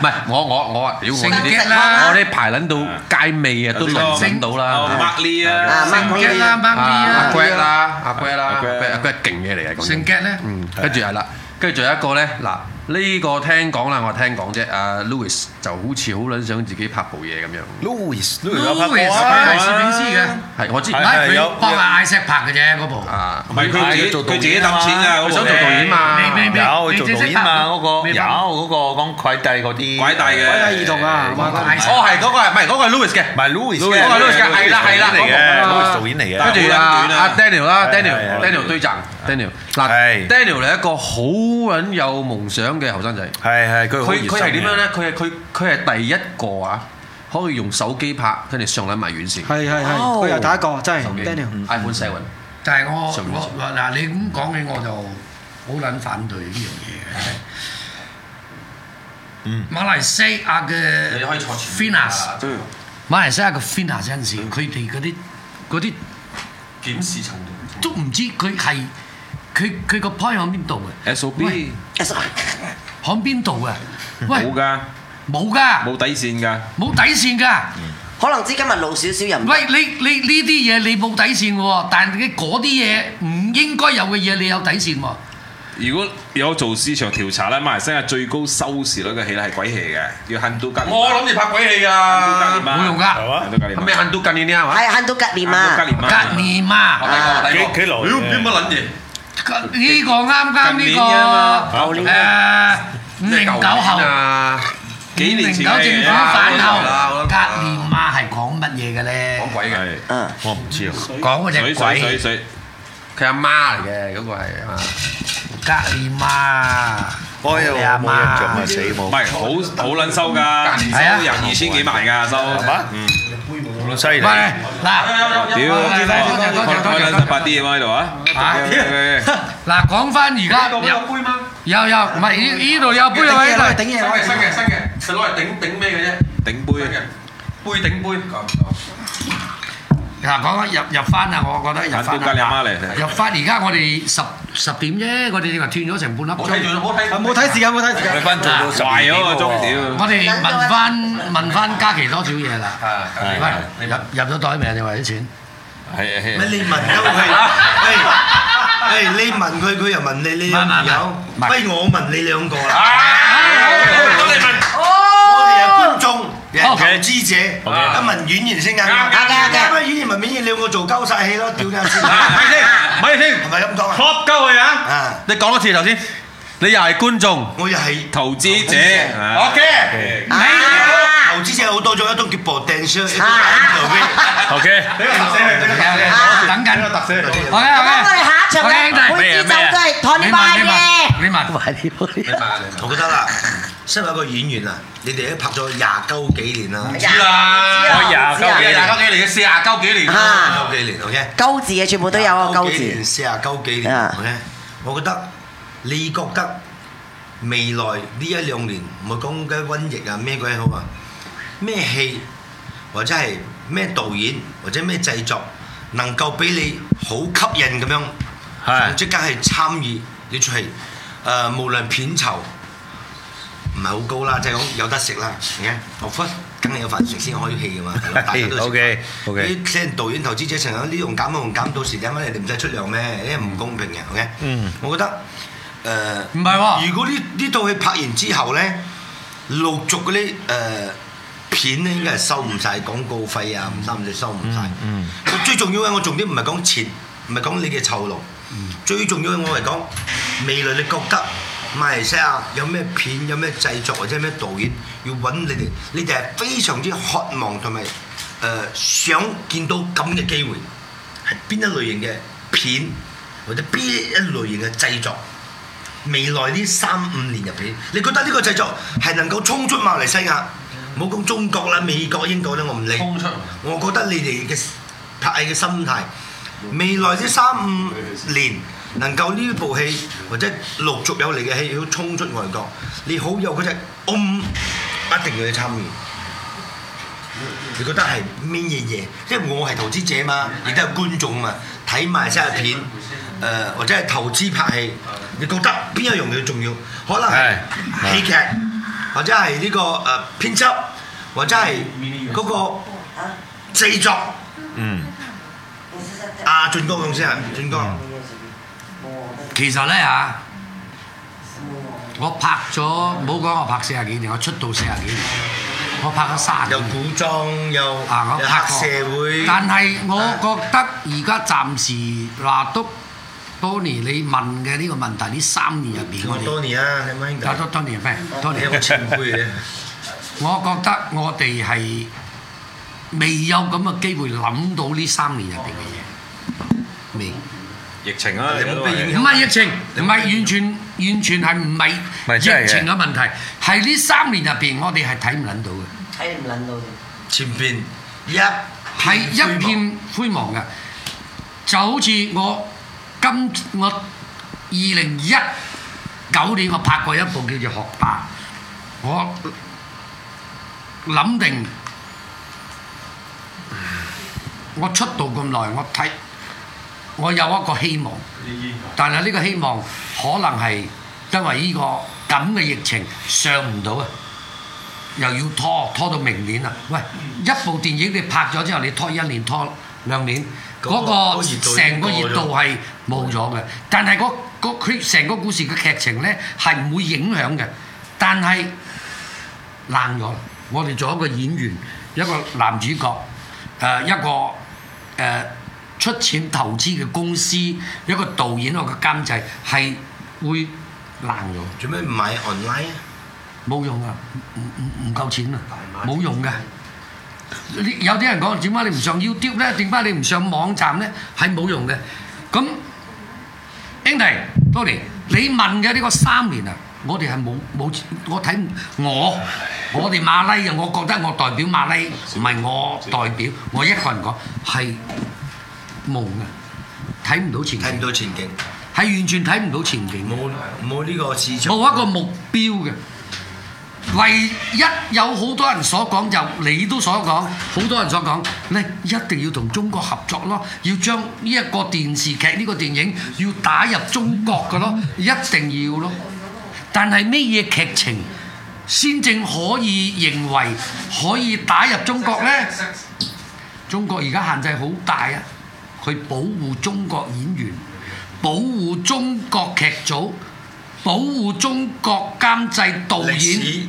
[SPEAKER 1] 唔係我我我啊，屌我呢
[SPEAKER 5] 成
[SPEAKER 1] 啲
[SPEAKER 5] 績啦
[SPEAKER 1] 我啲排撚到
[SPEAKER 2] À.
[SPEAKER 1] 街尾啊，都輪唔到
[SPEAKER 2] 哦
[SPEAKER 1] 啦。
[SPEAKER 2] ，Mark Lee 啊
[SPEAKER 6] 啊，
[SPEAKER 5] 成
[SPEAKER 6] ，Mark
[SPEAKER 5] 劇
[SPEAKER 6] Lee
[SPEAKER 5] 啦，
[SPEAKER 6] 啊
[SPEAKER 5] 掹
[SPEAKER 1] 啊阿
[SPEAKER 5] 啲
[SPEAKER 1] Greg
[SPEAKER 5] 啦，
[SPEAKER 1] 啦，阿 Greg 啦，阿
[SPEAKER 2] 阿 Greg
[SPEAKER 1] Greg 阿 Greg 勁嘢嚟嘅，講真
[SPEAKER 5] 成劇咧，
[SPEAKER 1] 嗯，跟住係啦，跟住仲有一個咧，嗱呢個聽講啦，我係聽講啫。阿 Louis 就好似好撚想自己拍部嘢咁樣，
[SPEAKER 4] Louis- Louis
[SPEAKER 5] ，Louis
[SPEAKER 4] 有拍過啊。
[SPEAKER 5] 係攝影師嘅，
[SPEAKER 1] 係我知
[SPEAKER 5] 唔
[SPEAKER 4] 係
[SPEAKER 5] 係
[SPEAKER 4] 有
[SPEAKER 5] 佢幫阿 Isaac 拍嘅啫嗰部。
[SPEAKER 1] 啊
[SPEAKER 2] 唔，係佢自己
[SPEAKER 4] 佢做
[SPEAKER 2] 佢
[SPEAKER 4] 導演
[SPEAKER 2] 自己揼錢
[SPEAKER 4] 啊
[SPEAKER 2] 㗎，嗰
[SPEAKER 4] 嘛
[SPEAKER 2] 部
[SPEAKER 1] 佢想做導演嘛
[SPEAKER 5] 你你你
[SPEAKER 4] 有，
[SPEAKER 5] 你
[SPEAKER 4] 做
[SPEAKER 5] 正式
[SPEAKER 4] 導演嘛，啊
[SPEAKER 5] 拍
[SPEAKER 4] 嗰個，
[SPEAKER 5] 未拍？
[SPEAKER 4] 有，嗰個講鬼帝嗰啲。
[SPEAKER 2] 拐帶嘅，
[SPEAKER 1] 哦係嗰個係唔係嗰個係 Louis 嘅？
[SPEAKER 4] 唔係，Louis
[SPEAKER 1] 嗰個
[SPEAKER 4] 嘅，
[SPEAKER 1] 係 Louis 嘅，係啦係啦，
[SPEAKER 4] 導演
[SPEAKER 1] 嗰個
[SPEAKER 4] 嚟嘅，Louis 導演嚟嘅。
[SPEAKER 1] 跟住阿
[SPEAKER 2] 好撚短啊
[SPEAKER 1] 阿 Daniel 啦
[SPEAKER 4] 係係係
[SPEAKER 1] ，Daniel，Daniel 對陣，Daniel 嗱
[SPEAKER 4] 係
[SPEAKER 1] ，Daniel 係一個好撚有夢想嘅後生仔。
[SPEAKER 4] 係，係，佢好
[SPEAKER 1] 佢佢
[SPEAKER 4] 熱心嘅。
[SPEAKER 1] 係點樣咧？佢係佢佢係第一個啊，可以用手機拍，跟住上撚埋院線。手機 iPhone Seven
[SPEAKER 5] 但係我
[SPEAKER 1] 上面
[SPEAKER 5] 我我嗱，你咁講起我就好撚反對呢樣嘢嘅。
[SPEAKER 4] 嗯
[SPEAKER 5] 馬來西亞嘅
[SPEAKER 1] 你可以坐前
[SPEAKER 5] Finas，馬來西亞嘅 Finas 有陣時佢哋嗰啲嗰啲
[SPEAKER 1] 檢視程度。
[SPEAKER 5] 都唔知佢係佢佢個 point 喺邊度嘅，
[SPEAKER 2] SOB
[SPEAKER 5] 喺邊度嘅？喂
[SPEAKER 2] 冇，㗎，
[SPEAKER 5] 冇㗎，
[SPEAKER 2] 冇底線㗎。
[SPEAKER 5] 冇底線㗎。
[SPEAKER 6] 可能知今日老少少人。
[SPEAKER 5] 喂，你你呢啲嘢你冇底線喎，但係你嗰啲嘢唔應該有嘅嘢你有底線喎。
[SPEAKER 2] 如果有做市場調查咧，馬來西亞最高收視率嘅戲咧係鬼戲嘅，要恨到吉。
[SPEAKER 1] 我諗住拍鬼戲
[SPEAKER 2] 恨
[SPEAKER 1] 㗎，
[SPEAKER 2] 到
[SPEAKER 5] 冇用㗎
[SPEAKER 4] 係嘛
[SPEAKER 2] 恨到吉
[SPEAKER 1] 咩恨到近年啲係嘛？
[SPEAKER 6] 係慳到吉年啊！
[SPEAKER 2] 吉
[SPEAKER 5] 隔年嘛
[SPEAKER 1] 我。睇過我睇過，
[SPEAKER 4] 幾幾耐
[SPEAKER 1] 屌邊乜撚嘢？
[SPEAKER 5] 呢個啱啱
[SPEAKER 2] 近年㗎嘛
[SPEAKER 5] 呢個
[SPEAKER 4] 舊
[SPEAKER 5] 誒五零九後，
[SPEAKER 1] 啊，
[SPEAKER 2] 幾年前
[SPEAKER 5] 五零九政府
[SPEAKER 2] 嘅
[SPEAKER 5] 反
[SPEAKER 1] 啦
[SPEAKER 5] 後
[SPEAKER 1] 我，都
[SPEAKER 5] 格
[SPEAKER 1] 覺得
[SPEAKER 5] 連馬係講乜嘢嘅咧
[SPEAKER 1] 講？鬼嘅，
[SPEAKER 2] 係
[SPEAKER 6] 嗯，
[SPEAKER 4] 我唔知啊。
[SPEAKER 5] 講嗰
[SPEAKER 2] 水水
[SPEAKER 5] 只
[SPEAKER 2] 水
[SPEAKER 5] 鬼
[SPEAKER 2] 水，
[SPEAKER 1] 佢阿媽嚟嘅嗰個係啊。
[SPEAKER 5] 格連馬，
[SPEAKER 4] 哎呀，
[SPEAKER 5] 你阿媽
[SPEAKER 4] 冇印象啊，死我。
[SPEAKER 2] 唔係好好撚收㗎，
[SPEAKER 5] 係啊
[SPEAKER 2] 收人二千幾萬㗎收，係
[SPEAKER 4] 嘛
[SPEAKER 5] 唔
[SPEAKER 4] 好犀利。
[SPEAKER 5] 係嗱，
[SPEAKER 2] 屌，
[SPEAKER 5] 多謝多謝多謝多謝
[SPEAKER 2] 開撚十八啲嘢喎喺度啊！
[SPEAKER 5] 嗱講翻而家有
[SPEAKER 1] 杯嗎？
[SPEAKER 5] 有有唔係呢呢度有杯
[SPEAKER 3] Dạ,
[SPEAKER 5] 有喺度，
[SPEAKER 1] 新嘅新嘅新嘅，佢攞嚟頂頂咩嘅啫？
[SPEAKER 2] 頂杯
[SPEAKER 1] 杯嘅，杯頂杯。
[SPEAKER 5] 嗱講緊入入翻啊，我覺得入
[SPEAKER 2] 眼
[SPEAKER 5] 翻
[SPEAKER 2] 都加你阿媽嚟
[SPEAKER 5] 入翻而家我哋十十點啫，我哋你話斷咗成半粒鐘。
[SPEAKER 3] À,
[SPEAKER 1] 冇睇時間，冇睇時間。
[SPEAKER 2] 壞咗個鐘
[SPEAKER 5] 我
[SPEAKER 2] 屌，
[SPEAKER 5] 哋問翻問翻嘉琪多少嘢啦？喂，入入咗袋未啊？你話啲錢？
[SPEAKER 2] 係係
[SPEAKER 8] 咪你問鳩佢？喂喂，你問佢，佢又問你，你又
[SPEAKER 5] 唔係唔係唔係
[SPEAKER 8] 有不如我問你兩個啦。
[SPEAKER 4] À,
[SPEAKER 2] 啊！
[SPEAKER 8] 我哋係觀眾，又係
[SPEAKER 5] 好
[SPEAKER 8] 投資者，一問婉言先啱啱
[SPEAKER 2] 啱啱啱
[SPEAKER 8] 啱婉言問婉言，兩個做鳩晒氣咯，屌你先，
[SPEAKER 4] À,
[SPEAKER 8] 係咪咁講啊？啊，我又係
[SPEAKER 2] 投資者，
[SPEAKER 6] à,
[SPEAKER 8] 投資者好多種，一種叫 potential，一種係
[SPEAKER 4] OK，
[SPEAKER 5] Dạ, 等緊。OK OK。你問你問你問，
[SPEAKER 8] 我覺得啦，身為一個演員啊，你哋都拍咗廿鳩幾年啦，
[SPEAKER 5] Dạ.
[SPEAKER 6] à,
[SPEAKER 1] dạ,
[SPEAKER 6] dạ.
[SPEAKER 1] à,
[SPEAKER 8] 廿鳩
[SPEAKER 6] à?
[SPEAKER 8] 幾年，OK。鳩幾年，四啊鳩幾年
[SPEAKER 6] 啊
[SPEAKER 8] ，OK。我覺得你覺得未來呢一兩年，唔係講緊瘟疫啊咩鬼好啊，咩戲或者係咩導演或者咩製作，能夠俾你好吸引咁樣，想即刻去參與你出戲，誒無論片酬。唔係好高啦，即係講有得食啦，你睇學分梗係有飯食先開戲噶嘛，大家都要食飯
[SPEAKER 4] OK，OK
[SPEAKER 8] 啲即係導演投資者成日呢樣減嗰樣減，到時點解你哋唔使出糧咩？因為唔公平嘅，OK？嗯，我覺得誒，
[SPEAKER 5] 唔係喎
[SPEAKER 8] 如果呢呢套戲拍完之後咧，陸續嗰啲誒片咧應該係收唔晒廣告費啊，唔三唔四收唔晒。嗯，最重要嘅我重點唔係講錢，唔係講你嘅酬勞，最重要嘅我係講未來你覺得。馬來西亞啊有咩片、有咩製作或者咩導演要揾你哋，你哋係非常之渴望同埋誒想見到咁嘅機會，係邊一類型嘅片或者邊一類型嘅製作？未來呢三五年入邊，你覺得呢個製作係能夠衝出馬來西亞？唔好講啊中國啦、美國、英國啦，我唔理。衝出！我覺得你哋嘅拍戲嘅心態，未來呢三五年能夠呢部戲或者陸續有嚟嘅戲要衝出外國，你好有嗰只嗡，一定要去參與。你覺得係咩嘢嘢？因為我係投資者嘛，亦都係觀眾嘛，睇埋西亞片，誒、或者係投資拍戲，你覺得邊一樣嘢重要？可能係戲劇，或者係呢、個誒、呃、編輯，或者係嗰個製作。
[SPEAKER 4] Ừ.
[SPEAKER 8] 阿、俊哥咁先啊，俊哥，
[SPEAKER 5] 其實咧嚇，我拍咗唔好講我拍四十幾年，我出道四十幾年，我拍咗三十
[SPEAKER 8] 有
[SPEAKER 5] 年。
[SPEAKER 8] 古裝，有
[SPEAKER 5] 啊！我
[SPEAKER 8] 有
[SPEAKER 5] 拍
[SPEAKER 8] 黑
[SPEAKER 5] 過
[SPEAKER 8] 社會，
[SPEAKER 5] 但係我覺得而家暫時嗱，督 Tony 你問嘅呢個問題，呢三年入邊
[SPEAKER 8] 我
[SPEAKER 5] 我
[SPEAKER 8] 多
[SPEAKER 5] 哋，
[SPEAKER 8] 年啊，你咪兄弟，
[SPEAKER 5] 啊 Tony 咩
[SPEAKER 8] 你係
[SPEAKER 5] ？Tony，
[SPEAKER 8] 我前輩嚟嘅。
[SPEAKER 5] 我覺得我哋係未有咁嘅機會諗到呢三年入邊嘅嘢，未。
[SPEAKER 2] 疫情啊，
[SPEAKER 8] 你冇被影
[SPEAKER 5] 唔係疫情，唔係完全完全係唔係
[SPEAKER 4] 係真係嘅
[SPEAKER 5] 疫情嘅問題，係呢三年入邊我哋係睇唔撚到嘅。
[SPEAKER 8] 前邊一
[SPEAKER 5] 係一片灰茫嘅，就好似我今我二零一九年我拍過一部叫做《學霸》，我諗定我出道咁耐，我睇我有一個希望，但係呢個希望可能係因為呢個咁嘅疫情上唔到啊。又要拖，拖到明年啦。啊喂，一部電影你拍咗之後，你拖一年拖兩年，
[SPEAKER 8] 嗰
[SPEAKER 5] 嗰
[SPEAKER 8] 個
[SPEAKER 5] 個
[SPEAKER 8] 嗰個熱度
[SPEAKER 5] 成個
[SPEAKER 8] 已經過咗
[SPEAKER 5] 熱度係冇咗嘅。但係嗰嗰佢成個故事嘅劇情咧係唔會影響嘅，但係爛咗。我哋做一個演員，一個男主角，誒、一個誒、出錢投資嘅公司，一個導演，一個監製係會爛咗。
[SPEAKER 8] 做咩唔買 online 啊？
[SPEAKER 5] 冇用啊，唔唔唔夠錢啊，冇用嘅。你有啲人講點解你唔上 YouTube 咧？點解你唔上網站咧？係冇用嘅。咁 Andy、Tony，你問嘅呢個三年啊，我哋係冇冇，我睇唔我我哋馬拉嘅，我覺得我代表馬拉，唔係我代表，我一個人講係夢啊，睇唔到前
[SPEAKER 8] 睇唔
[SPEAKER 5] 景，
[SPEAKER 8] 到前景，
[SPEAKER 5] 係完全睇唔到前景嘅。
[SPEAKER 8] 冇冇呢個市場，
[SPEAKER 5] 冇一個目標嘅。唯一有好多人所講就你都所講，好多人所講，你一定要同中國合作咯，要將呢一個電視劇呢、個電影要打入中國嘅咯，一定要咯。但係咩嘢劇情先正可以認為可以打入中國呢？中國而家限制好大啊！佢保護中國演員，保護中國劇組，保護中國監製導
[SPEAKER 8] 歷
[SPEAKER 5] 演、
[SPEAKER 8] 史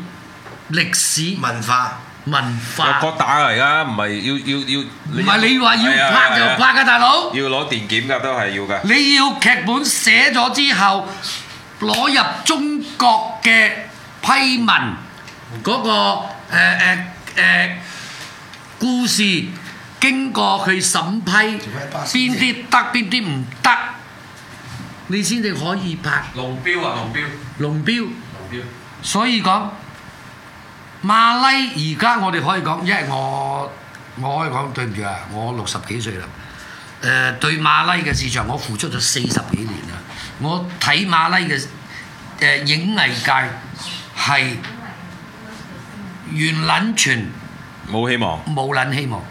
[SPEAKER 5] 歷史
[SPEAKER 8] 文化。
[SPEAKER 5] 文化。
[SPEAKER 2] 有角打嚟㗎，唔係要要要。
[SPEAKER 5] 唔係你話要
[SPEAKER 2] 係啊
[SPEAKER 5] 拍
[SPEAKER 2] 係啊
[SPEAKER 5] 就拍㗎，大佬。
[SPEAKER 2] 要攞電檢㗎，都係要㗎。
[SPEAKER 5] 你要劇本寫咗之後，攞入中國嘅批文嗰、個誒誒誒故事，經過佢審批，邊啲得邊啲唔得，你先至可以拍
[SPEAKER 1] 龍標啊，龍標，
[SPEAKER 5] 龍標。
[SPEAKER 1] 龍標。
[SPEAKER 5] 所以講馬拉而家我哋可以講，因為我我可以講對唔住啊，我六十幾歲啦。誒、對馬拉嘅市場，我付出咗四十幾年啦。我睇馬拉嘅誒、影藝界係完撚全
[SPEAKER 2] 冇希望。
[SPEAKER 5] 冇撚希望。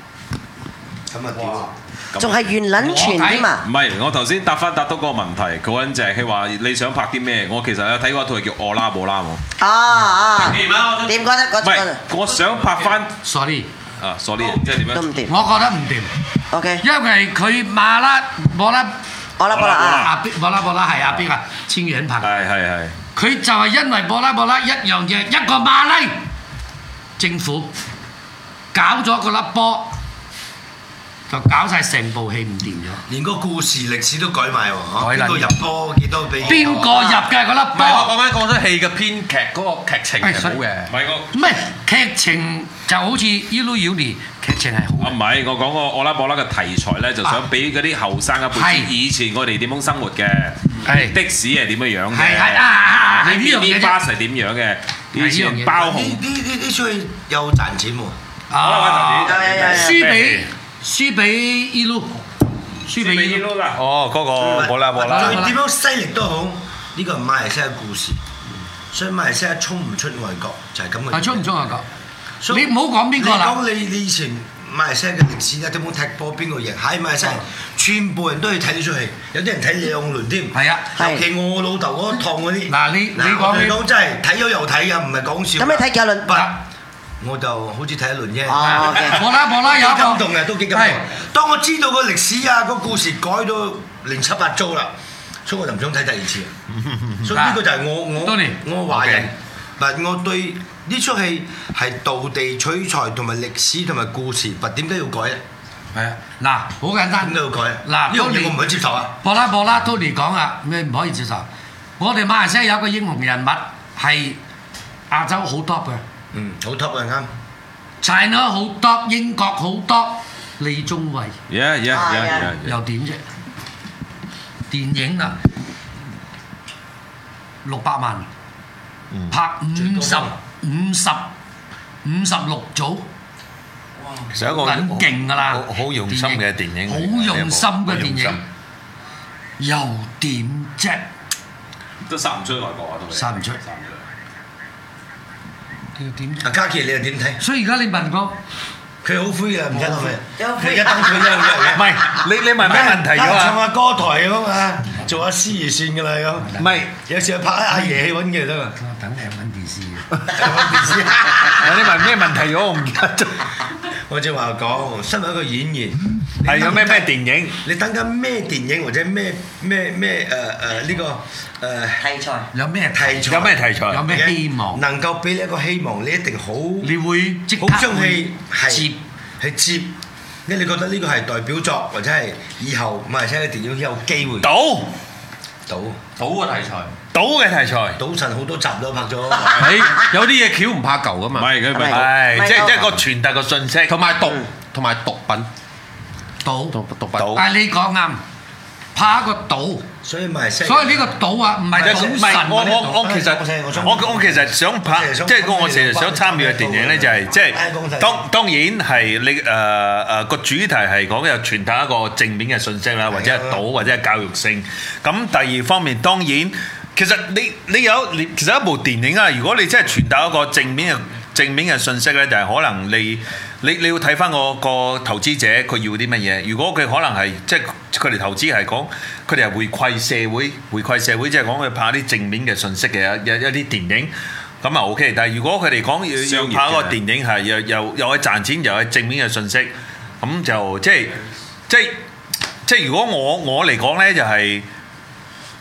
[SPEAKER 8] 咁啊屌！
[SPEAKER 6] 仲係原撚全添啊！
[SPEAKER 2] 唔係，我頭先答翻答到個問題，佢揾正，佢話你想拍啲咩？我其實有睇過一套叫《我拉布拉姆》，
[SPEAKER 6] 啊啊！點覺得嗰
[SPEAKER 2] 唔係
[SPEAKER 6] 陣，
[SPEAKER 2] 我想拍翻
[SPEAKER 5] sorry，
[SPEAKER 2] 啊，sorry，即係點
[SPEAKER 6] 都
[SPEAKER 2] 樣？
[SPEAKER 6] 唔掂
[SPEAKER 5] 我覺得唔掂，
[SPEAKER 6] ？OK，
[SPEAKER 5] 因為佢馬拉馬拉
[SPEAKER 6] 我啦我啦啊！
[SPEAKER 5] 阿 B 馬拉馬拉係阿 B 啊，千人拍。
[SPEAKER 2] 係係係，
[SPEAKER 5] 佢就係因為博拉博拉一樣嘢，一個馬拉政府搞咗個粒波，就搞晒成部戲唔掂咗。
[SPEAKER 8] 連個故事歷史都改埋喎，
[SPEAKER 5] 改啦
[SPEAKER 8] 邊個入波幾多俾？
[SPEAKER 5] 邊個入嘅嗰粒
[SPEAKER 1] 唔係，我
[SPEAKER 5] 波？
[SPEAKER 1] 講緊講咗戲嘅編劇嗰個劇情係好嘅
[SPEAKER 2] 唔。係我。
[SPEAKER 5] 唔係劇情就好似《伊魯妖尼》，劇情係好
[SPEAKER 2] 啊，唔係，我講個我拉布拉嘅題材咧，就想俾嗰啲後生一輩
[SPEAKER 5] 係
[SPEAKER 2] 知以前我哋點樣生活嘅，
[SPEAKER 5] 係
[SPEAKER 2] 的士係點樣樣嘅，
[SPEAKER 5] 係係啊啊啊係呢樣
[SPEAKER 2] mini
[SPEAKER 5] 嘢啫
[SPEAKER 2] bus 係點樣嘅，以
[SPEAKER 5] 係呢樣嘢
[SPEAKER 2] 前包
[SPEAKER 8] 呢
[SPEAKER 2] 紅
[SPEAKER 8] 呢呢呢出戲又賺錢喎，
[SPEAKER 5] 啊！
[SPEAKER 2] 可能
[SPEAKER 6] 有有有
[SPEAKER 5] 輸俾輸俾伊魯，輸俾伊魯。
[SPEAKER 2] Elo 啦。
[SPEAKER 4] 哦，嗰個冇啦冇啦。
[SPEAKER 8] 再嗯啊點樣犀利都好，呢個係馬來西亞故事，所以馬來西亞衝唔出外國就係咁嘅原
[SPEAKER 5] 啊，
[SPEAKER 8] 因。
[SPEAKER 5] 出唔出外國？
[SPEAKER 8] 所以
[SPEAKER 5] 你唔好講邊個啦
[SPEAKER 8] 你講你你以前馬來西亞嘅歷史咧，啊點樣踢波邊個贏？喺馬來西亞，全部人都去睇呢出戲，有啲人睇兩輪添。
[SPEAKER 5] 係啊
[SPEAKER 6] 係
[SPEAKER 8] 尤其我老豆嗰趟嗰啲。
[SPEAKER 5] 嗱你你講
[SPEAKER 8] 我哋
[SPEAKER 5] 你
[SPEAKER 8] 講真係睇咗又睇啊，唔係講笑。
[SPEAKER 6] 咁你睇幾多輪
[SPEAKER 8] 不，我就好似睇一輪啫。
[SPEAKER 6] 哦，OK。À,
[SPEAKER 5] 博拉博
[SPEAKER 8] 都
[SPEAKER 5] 拉
[SPEAKER 8] 幾
[SPEAKER 5] 有一
[SPEAKER 8] 感
[SPEAKER 5] 個
[SPEAKER 8] 動嘅，都幾感
[SPEAKER 5] 係
[SPEAKER 8] 動。當我知道個歷史啊、個故事改到亂七八糟啦，所以我就唔想睇第 二次。所以呢個就係我我
[SPEAKER 5] Tony，
[SPEAKER 8] 我華人，但我對呢出戲係道地取材同埋歷史同埋故事，但點解要改咧？
[SPEAKER 5] 係啊，嗱，好簡單
[SPEAKER 8] 點解。要改咧？
[SPEAKER 5] 嗱
[SPEAKER 8] 呢樣
[SPEAKER 5] 當
[SPEAKER 8] 嘢
[SPEAKER 5] 年
[SPEAKER 8] 我唔可以接受啊！
[SPEAKER 5] 博拉博拉都嚟講啊，你唔可以接受。我哋馬來西亞有一個英雄人物係亞洲好 top 嘅
[SPEAKER 8] 嗯，好 top 啊啱。
[SPEAKER 5] ，China 好 top，英國好 top，李宗偉
[SPEAKER 2] Yeah yeah
[SPEAKER 6] 啊
[SPEAKER 2] yeah
[SPEAKER 6] yeah
[SPEAKER 2] yeah, yeah。
[SPEAKER 5] 又點啫？電影啊，六百萬拍五十五十五十六組，
[SPEAKER 4] 其實一個
[SPEAKER 5] 撚勁㗎啦
[SPEAKER 4] 好好用心嘅電影嚟嘅，
[SPEAKER 5] 好用心嘅電
[SPEAKER 4] 好用心
[SPEAKER 5] 影，又點啫？
[SPEAKER 2] 都殺唔出外國啊，都係
[SPEAKER 5] 殺唔出又點啫？
[SPEAKER 8] 阿嘉琪你又點睇？
[SPEAKER 5] 所以而家你 問我。
[SPEAKER 8] 佢好灰啊，唔使諗嘅。
[SPEAKER 6] 有
[SPEAKER 8] 你而家等佢啫，唔係
[SPEAKER 4] 你你問咩問題咗
[SPEAKER 8] 唱
[SPEAKER 4] 啊？
[SPEAKER 8] 下歌台咁啊，做下司儀算㗎啦咁。
[SPEAKER 4] 唔係
[SPEAKER 8] 有時去拍阿爺戲揾嘅得啦。
[SPEAKER 5] 我等你揾電視嘅。
[SPEAKER 4] 你問咩問題咗？我唔記得咗。
[SPEAKER 8] 我正話講，身為一個演員，
[SPEAKER 4] 係有咩咩電影？
[SPEAKER 8] 你等緊咩電影或者咩咩咩誒誒呢個誒、呃、
[SPEAKER 6] 題材。
[SPEAKER 5] 有咩睇？
[SPEAKER 8] 題材？
[SPEAKER 4] 有咩題材？
[SPEAKER 5] 有咩希望？
[SPEAKER 8] 能夠俾你一個希望，你一定好
[SPEAKER 5] 你會即刻
[SPEAKER 8] 好將氣
[SPEAKER 5] 會接
[SPEAKER 8] 係去接。你你覺得呢個係代表作，或者係以後馬來西亞嘅電影有機會
[SPEAKER 4] 賭
[SPEAKER 8] 賭
[SPEAKER 1] 賭嘅題材。
[SPEAKER 4] 賭嘅題材。
[SPEAKER 8] 賭神好多集都拍咗，
[SPEAKER 1] 你有啲嘢橋唔怕舊噶
[SPEAKER 2] 唔
[SPEAKER 1] 嘛。
[SPEAKER 2] 係佢唔係
[SPEAKER 4] 係，即係
[SPEAKER 6] 咪賭
[SPEAKER 4] 即係個傳達個信息。
[SPEAKER 1] 同埋毒，同埋毒品，
[SPEAKER 5] 賭。
[SPEAKER 1] 毒毒品。
[SPEAKER 4] 賭
[SPEAKER 5] 但係你講啱，怕一個賭，
[SPEAKER 8] 所以馬來西亞
[SPEAKER 5] 所以呢個賭啊，唔
[SPEAKER 4] 唔
[SPEAKER 5] 係賭神
[SPEAKER 4] 係我
[SPEAKER 5] 嗰啲賭
[SPEAKER 4] 我我其實我我其實想拍，即係我成日想參與嘅電影咧，就係即係當當然係你誒誒個主題係講又傳達一個正面嘅信息啦，或者係賭或者係教育性。咁第二方面當然其實你你有你其實一部電影啊，如果你真係傳達一個正面嘅正面嘅信息咧，就係、可能你你你要睇翻個個投資者佢要啲乜嘢。如果佢可能係即係佢哋投資係講佢哋係回饋社會，回饋社會即係講佢拍啲正面嘅信息嘅一一一啲電影。咁啊 OK，但係如果佢哋講要
[SPEAKER 2] 商
[SPEAKER 4] 要
[SPEAKER 2] 業嘅
[SPEAKER 4] 拍一個電影係又又又係賺錢又係正面嘅信息，咁就即係即係即係如果我我嚟講咧就係、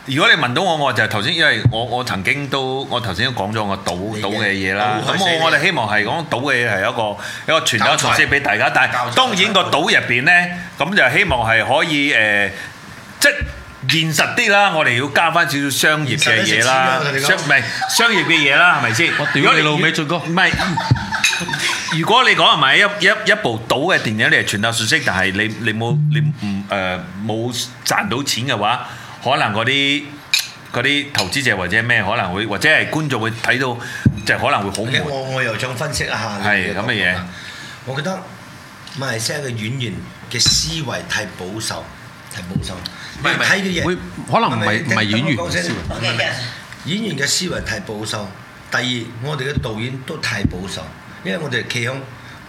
[SPEAKER 4] 如果你問到我，我就係頭先，因為我我曾經都我頭先都講咗我賭賭嘅嘢啦。
[SPEAKER 8] 賭
[SPEAKER 4] 咁
[SPEAKER 8] 開死你
[SPEAKER 4] 我我哋希望係講賭嘅嘢係一個一個傳達信息俾大家，但
[SPEAKER 8] 教材
[SPEAKER 4] 係當然個賭入邊咧，咁就希望係可以誒、呃即係現實啲啦。我哋要加翻少少商業嘅嘢啦
[SPEAKER 8] 現實啲食屎啊我同你，講
[SPEAKER 4] 商唔係商業嘅嘢啦，係咪先？
[SPEAKER 1] 我屌你老味，俊哥！
[SPEAKER 4] 唔係。如果你講係咪一一一部賭嘅電影，你係傳達信息，但係你你冇你唔誒冇賺到錢嘅話，可能嗰啲嗰啲投資者或者咩可能會或者係觀眾會睇到，就可能會好悶。
[SPEAKER 8] 我
[SPEAKER 1] 嗯
[SPEAKER 8] 我又想分析一下你
[SPEAKER 4] 係
[SPEAKER 8] 嘅
[SPEAKER 4] 咁嘅嘢
[SPEAKER 8] 講法我覺得馬來西亞嘅演員嘅思維太保守，太保守。
[SPEAKER 1] 唔係唔係
[SPEAKER 8] 你睇嘅嘢
[SPEAKER 1] 會可能唔係
[SPEAKER 8] 咪
[SPEAKER 1] 唔係演員
[SPEAKER 8] 等我講先
[SPEAKER 1] 嘅思維
[SPEAKER 8] 唔係唔係演員嘅思維太保守。第二，我哋嘅導演都太保守，因為我哋企響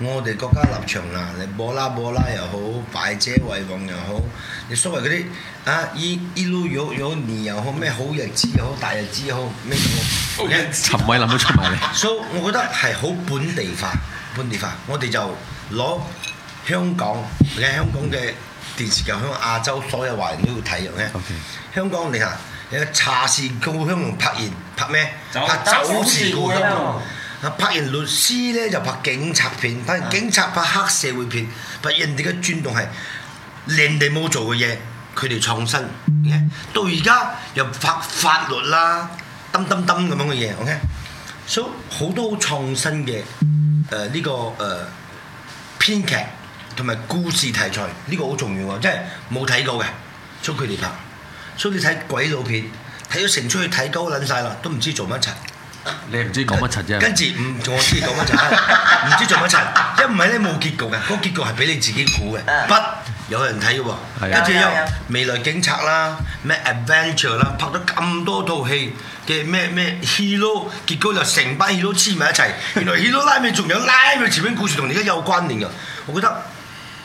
[SPEAKER 8] 我哋國家立場啊，你波拉波拉又好，敗者為王又好，你所謂嗰啲啊一一路有有你又好，咩好日子又好，大日子又好，咩都好。
[SPEAKER 1] 陳偉林都出埋嚟。
[SPEAKER 8] 所以我覺得係好本地化，本地化，我哋就攞香港嘅香港嘅電視劇，香港亞洲所有華人都要睇嘅。香港你看，有茶是故鄉同拍完拍咩？
[SPEAKER 2] 酒
[SPEAKER 8] 拍酒是故
[SPEAKER 6] 酒是故
[SPEAKER 8] 鄉
[SPEAKER 6] 鄉。
[SPEAKER 8] 啊！拍完律師咧就拍警察片，拍完警察拍黑社會片，拍人哋嘅轉動係人哋冇做嘅嘢，佢哋創新。OK？到而家又拍法律啦，噔噔噔咁樣嘅嘢。OK，所以好多好創新嘅誒呢個誒、呃、編劇同埋故事題材呢、個好重要啊！即係冇睇過嘅，所以佢哋拍，所以你睇鬼佬片睇咗成出去睇鳩撚晒啦，都唔知做乜柒。
[SPEAKER 1] 你唔知講乜柒
[SPEAKER 8] 跟
[SPEAKER 1] 啫？
[SPEAKER 8] 住唔我知講乜柒，唔知做乜柒。一唔係咧冇結局嘅，嗰、個結局係俾你自己估嘅。
[SPEAKER 6] 啊
[SPEAKER 8] 不有人睇嘅
[SPEAKER 1] 係
[SPEAKER 8] 喎，
[SPEAKER 1] 啊
[SPEAKER 8] 跟住
[SPEAKER 6] 有
[SPEAKER 8] 有
[SPEAKER 6] 有有
[SPEAKER 8] 未來警察啦，咩 Adventure 啦，拍咗咁多套戲嘅咩咩 hero，結果就成班 hero 黐埋一齊。原來 hero 拉尾仲有拉尾前面故事同而家有關聯嘅，我覺得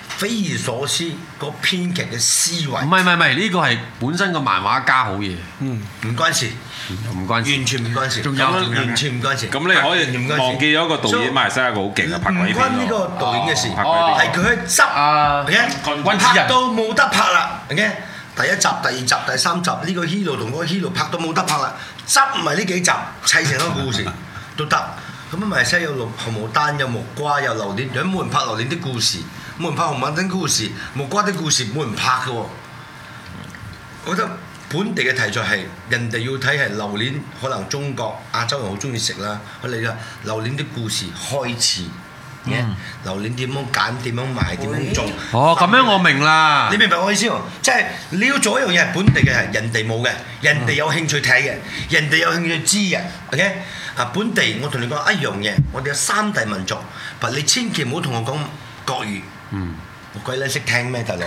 [SPEAKER 8] 匪夷所思個編劇嘅思
[SPEAKER 1] 唔
[SPEAKER 8] 維
[SPEAKER 1] 係唔係唔係，呢個係本身個漫畫家好嘢，
[SPEAKER 8] 唔關事，
[SPEAKER 1] 唔關事。
[SPEAKER 8] 完全唔關事，
[SPEAKER 1] 仲有
[SPEAKER 8] 咁樣
[SPEAKER 1] 仲有
[SPEAKER 8] 完全唔關事。
[SPEAKER 2] 咁你
[SPEAKER 8] 唔
[SPEAKER 2] 可以
[SPEAKER 8] 關事
[SPEAKER 2] 忘記咗個導演馬來西亞一個好勁啊嘅拍鬼
[SPEAKER 8] 唔關呢
[SPEAKER 2] 片咯。
[SPEAKER 8] 個導演嘅事，
[SPEAKER 2] 哦拍鬼
[SPEAKER 8] 係佢去執
[SPEAKER 1] 啊
[SPEAKER 8] ，OK，
[SPEAKER 1] 君子
[SPEAKER 8] 拍
[SPEAKER 1] 人
[SPEAKER 8] 到冇得拍啦，OK，第一集、第二集、第三集呢個 hero 同嗰個 hero 拍到冇得拍啦，執埋呢幾集砌成一個 故事都得。咁啊，馬來西亞有綠紅毛丹，有木瓜，有榴蓮，有冇人拍榴蓮的故事？冇人拍紅毛丹的故事，木瓜的故事冇人拍嘅喎。我覺得本地嘅題材係人哋要睇係榴蓮，可能中國亞洲人好中意食啦。佢哋嘅榴蓮啲故事開始，榴蓮點樣揀、點樣賣、點樣種。
[SPEAKER 1] 嗯哦，咁樣我明啦
[SPEAKER 8] 你。明白我意思喎？即係你要做一樣嘢係本地嘅係人哋冇嘅，人哋有興趣睇嘅，人哋有興趣知嘅，OK？啊，本地我同你講一樣嘢，我哋有三大民族，但你千祈唔好同我講國語。我鬼撚識聽咩，大佬？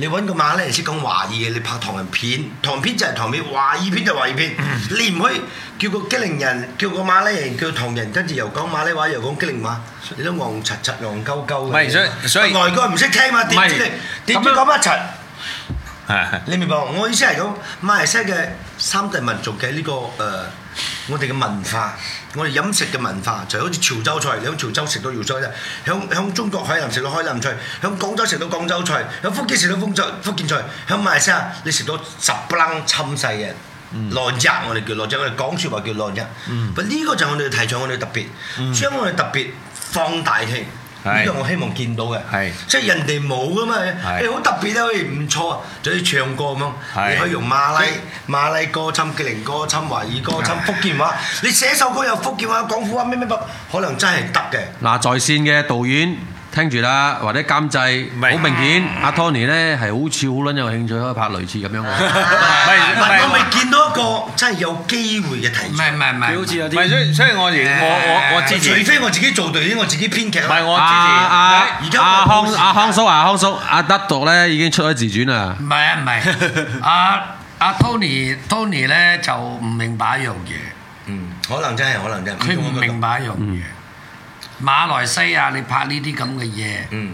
[SPEAKER 8] 你揾個馬來人識講華語嘅，你拍唐人片，唐人片就係唐人片，華語片就華語片。你唔可以叫個吉寧人，叫個馬來人，叫唐人，跟住又講馬來話，又講吉寧話，你都戇柒柒、戇鳩鳩嘅。
[SPEAKER 4] 唔係所以所以
[SPEAKER 8] 外國人唔識聽嘛，點知
[SPEAKER 1] 唔係
[SPEAKER 8] 你點知
[SPEAKER 1] 咁樣
[SPEAKER 8] 講乜柒？
[SPEAKER 4] 係
[SPEAKER 8] 你明白我我意思係咁，馬來西亞嘅三大民族嘅呢、個誒、呃我哋嘅文化，我哋飲食嘅文化就好似潮州菜，你喺潮州食到潮州菜，響響中國海南食到海南菜，響廣州食到廣州菜，響福建食到福建菜，福建菜，響馬來西亞你食到十不楞侵世嘅。
[SPEAKER 4] 嗯
[SPEAKER 8] 內隻我哋叫內隻，我哋講説話叫內隻。不呢個就係我哋嘅題材，我哋特別將我哋特別放大去，呢
[SPEAKER 4] 嗯係
[SPEAKER 8] 個我希望見到嘅。
[SPEAKER 4] 係
[SPEAKER 8] 即係人哋冇噶嘛，
[SPEAKER 4] 係
[SPEAKER 8] 誒好特別啊，喂唔錯啊，就要唱歌咁樣，
[SPEAKER 4] 係
[SPEAKER 8] 你可以用馬拉馬拉歌、侵吉靈歌、侵華語歌、侵福建話，你寫首歌有福建話、廣府話咩咩乜，可能真係得嘅。
[SPEAKER 1] 嗱，在線嘅導演聽住啦，或者監製，
[SPEAKER 4] 唔係
[SPEAKER 1] 好明顯，阿 Tony 咧係好似好撚有興趣可以拍類似咁樣嘅。
[SPEAKER 4] 唔
[SPEAKER 8] 但我未見到一個真係有機會嘅題材，
[SPEAKER 4] 唔係，所以所以我而我我我支
[SPEAKER 8] 除
[SPEAKER 4] 持，
[SPEAKER 8] 非我自己做導演，我自己編劇
[SPEAKER 4] 唔
[SPEAKER 8] 啦。
[SPEAKER 4] 係我
[SPEAKER 1] 阿阿
[SPEAKER 4] 支
[SPEAKER 8] 而家
[SPEAKER 1] 阿
[SPEAKER 8] 我冇
[SPEAKER 1] 康
[SPEAKER 8] 時間
[SPEAKER 1] 阿康叔啊，康叔阿德度咧已經出咗自傳啦。
[SPEAKER 5] 唔係啊，唔係。阿阿 Tony Tony 咧就唔明白一樣嘢，
[SPEAKER 8] 嗯，可能真係，可能真係。
[SPEAKER 5] 佢唔明白一樣嘢。馬來西亞你拍呢啲咁嘅嘢
[SPEAKER 8] 嗯，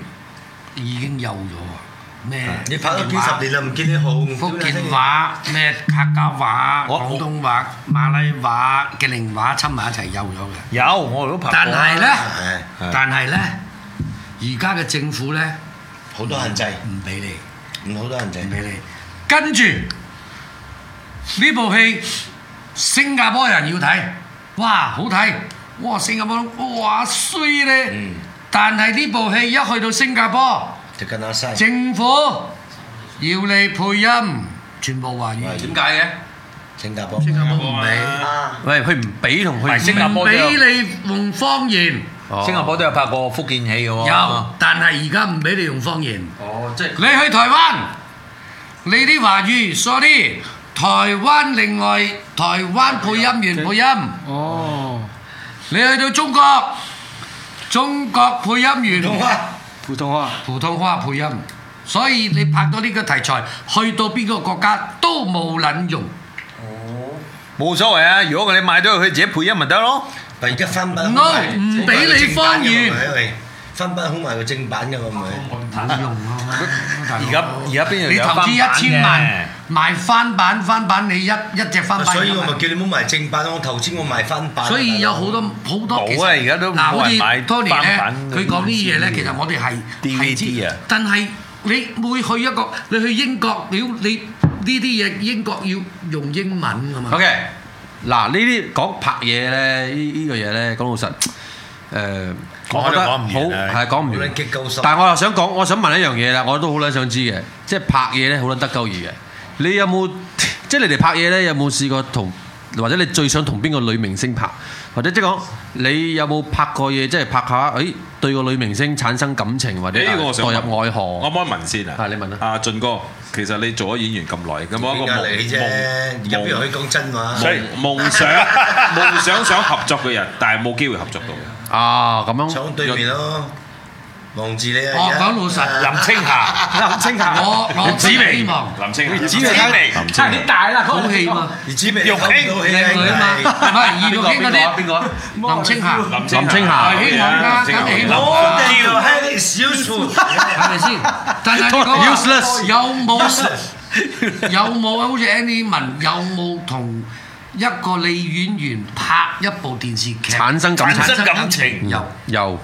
[SPEAKER 5] 已經有咗啊！咩？
[SPEAKER 8] 你拍咗幾十年啦，唔見你紅。
[SPEAKER 5] 福建話、咩客家話、
[SPEAKER 4] 我
[SPEAKER 5] 廣東話、馬拉話、嘅寧話侵埋一齊有咗嘅。
[SPEAKER 4] 有我都拍過。
[SPEAKER 5] 但係咧
[SPEAKER 8] 啊係，
[SPEAKER 5] 但係咧，而家嘅政府咧
[SPEAKER 8] 好多限制，
[SPEAKER 5] 唔俾你。
[SPEAKER 8] 唔好多限制。
[SPEAKER 5] 俾你。跟住呢部戲，新加坡人要睇，哇，好睇！哇，新加坡哇衰咧，
[SPEAKER 4] 嗯
[SPEAKER 5] 但係呢部戲一去到新加坡，
[SPEAKER 8] 就跟阿西。
[SPEAKER 5] 政府要你配音，全部華語。
[SPEAKER 1] 點解嘅？
[SPEAKER 8] 新加坡。
[SPEAKER 5] 新加坡唔俾，
[SPEAKER 6] 啊，
[SPEAKER 1] 喂，佢唔俾同佢
[SPEAKER 4] 係
[SPEAKER 1] 唔
[SPEAKER 4] 新加
[SPEAKER 5] 唔
[SPEAKER 4] 坡都有
[SPEAKER 5] 俾你用方言，
[SPEAKER 1] 哦
[SPEAKER 4] 新加坡都有拍過福建戲嘅喎。
[SPEAKER 5] 有，但係而家唔俾你用方言。
[SPEAKER 1] 哦，即係
[SPEAKER 5] 你去台灣，你啲華語，sorry，台灣另外台灣配音員配音。
[SPEAKER 9] 哦，
[SPEAKER 5] 你去到中國，中國配音員
[SPEAKER 9] 普通話。
[SPEAKER 5] 普通話配音，所以你拍到呢個題材，去到邊個國家都冇撚用。
[SPEAKER 4] 冇所謂啊！如果佢哋買到佢自己配音咪得咯。
[SPEAKER 8] 但而家翻版
[SPEAKER 5] No，唔俾你方言哦
[SPEAKER 8] 翻版好埋個正版㗎嘛，咪
[SPEAKER 5] 冇用啊！
[SPEAKER 4] 而
[SPEAKER 5] 而
[SPEAKER 4] 家而家邊度
[SPEAKER 5] 你
[SPEAKER 4] 有
[SPEAKER 5] 投資
[SPEAKER 4] 翻版
[SPEAKER 5] 一千萬賣翻版，翻版你一一隻翻版
[SPEAKER 8] 所以
[SPEAKER 5] 一
[SPEAKER 8] 我
[SPEAKER 5] 萬
[SPEAKER 8] 咪叫你唔好賣正版，我頭先我賣翻
[SPEAKER 4] 啊
[SPEAKER 8] 版。
[SPEAKER 5] 所以有好多好多其實
[SPEAKER 4] 冇啊而家都
[SPEAKER 5] 嗱，好
[SPEAKER 4] 冇
[SPEAKER 5] 似
[SPEAKER 4] 人買
[SPEAKER 5] Tony
[SPEAKER 4] 翻
[SPEAKER 5] 咧
[SPEAKER 4] 版，嗰啲
[SPEAKER 5] 佢講呢啲嘢咧，其實我哋係
[SPEAKER 4] DVD
[SPEAKER 5] 係知
[SPEAKER 4] 啊
[SPEAKER 5] 但係你每去一個，你去英國，你要你呢啲嘢英國要用英文噶嘛
[SPEAKER 1] O K，嗱呢啲講拍嘢咧，呢呢個嘢咧，講老實，誒，我覺得
[SPEAKER 4] 講唔完啊
[SPEAKER 1] 好係講唔
[SPEAKER 8] 好
[SPEAKER 1] 完
[SPEAKER 8] 撚激鳩心。
[SPEAKER 1] 但係我又想講，我想問一樣嘢啦，我都好撚想知嘅，即係拍嘢咧，好撚得鳩意嘅。你有冇 即係你哋拍嘢咧？有冇試過同或者你最想同邊個女明星拍？或者即係講你有冇拍過嘢，即係拍下，誒、對個女明星產生感情或者
[SPEAKER 2] 誒呢個我
[SPEAKER 1] 代
[SPEAKER 2] 想問
[SPEAKER 1] 入愛
[SPEAKER 2] 我
[SPEAKER 1] 河？
[SPEAKER 2] 可唔可以問先啊？
[SPEAKER 1] 係你問啊
[SPEAKER 2] 阿俊哥，其實你做咗演員咁耐，有冇一個
[SPEAKER 8] 壓力
[SPEAKER 2] 夢
[SPEAKER 8] 啊啫，而家邊度可以講真話？
[SPEAKER 2] 夢夢夢想夢想想合作嘅人，但係冇機會合作到？
[SPEAKER 1] 啊，咁樣
[SPEAKER 8] 廠對面咯，望住你啊！
[SPEAKER 5] 我哦講老實，
[SPEAKER 4] 林青霞，
[SPEAKER 9] 林青霞，
[SPEAKER 5] 我我
[SPEAKER 4] 子
[SPEAKER 5] 真係
[SPEAKER 4] 明
[SPEAKER 5] 希望
[SPEAKER 2] 林青霞，林
[SPEAKER 4] 紫薇睇嚟，
[SPEAKER 2] 林青
[SPEAKER 9] 差
[SPEAKER 2] 霞
[SPEAKER 9] 啲大啦，
[SPEAKER 5] 好戲 嘛，
[SPEAKER 8] 你知未？睇唔到戲
[SPEAKER 5] 靚女啊嘛， 唔係
[SPEAKER 1] 邊
[SPEAKER 5] 葉
[SPEAKER 1] 個
[SPEAKER 5] 玉
[SPEAKER 1] 邊
[SPEAKER 5] 卿嗰
[SPEAKER 1] 個邊
[SPEAKER 5] 啲，
[SPEAKER 1] 個啊？
[SPEAKER 5] 林青霞，
[SPEAKER 2] 林
[SPEAKER 1] 林青霞
[SPEAKER 5] 係希望啦，梗係希望
[SPEAKER 8] 我
[SPEAKER 5] 啦，
[SPEAKER 8] 哋就係少 數，
[SPEAKER 5] 係咪先？但係你講話
[SPEAKER 1] Useless
[SPEAKER 5] 有冇？有冇啊？好似 Andy 問，有冇同一個女演員拍一部電視劇
[SPEAKER 1] 產生感
[SPEAKER 4] 產
[SPEAKER 1] 情
[SPEAKER 4] 生感情
[SPEAKER 5] 有，
[SPEAKER 1] 有，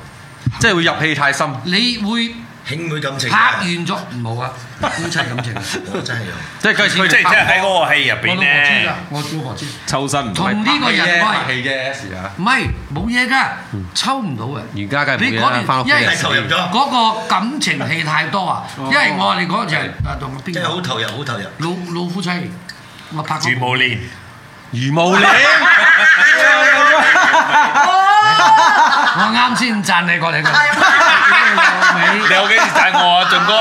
[SPEAKER 1] 即係會入戲太深。
[SPEAKER 5] 你會
[SPEAKER 8] 兄妹感情
[SPEAKER 5] 拍完咗冇啊？夫妻感情，
[SPEAKER 8] 我真係啊有。
[SPEAKER 1] 即係佢
[SPEAKER 4] 即係即係喺嗰個戲入
[SPEAKER 5] 我
[SPEAKER 4] 邊
[SPEAKER 5] 老婆知
[SPEAKER 4] 咧
[SPEAKER 5] 㗎，，我老婆知。
[SPEAKER 2] 抽身唔
[SPEAKER 5] 同呢個人
[SPEAKER 1] 拍
[SPEAKER 5] 喂，
[SPEAKER 1] 戲啫，有時啊。
[SPEAKER 5] 唔係冇嘢㗎，抽唔到啊！
[SPEAKER 1] 而家梗係冇嘢啦
[SPEAKER 5] 你嗰年，
[SPEAKER 1] 翻屋企
[SPEAKER 5] 因為
[SPEAKER 8] 係投入咗，
[SPEAKER 5] 嗰個感情戲太多啊！
[SPEAKER 1] Ờ.
[SPEAKER 5] 因為我哋嗰陣啊同邊
[SPEAKER 8] 真係好
[SPEAKER 5] 個
[SPEAKER 8] 投入，好投入。
[SPEAKER 5] 老老夫妻，我拍
[SPEAKER 4] 住
[SPEAKER 5] 過。
[SPEAKER 4] 冇練，
[SPEAKER 1] 余慕蓮，
[SPEAKER 5] 我啱先讚你過你個，
[SPEAKER 4] 你有幾時讚我啊，俊哥？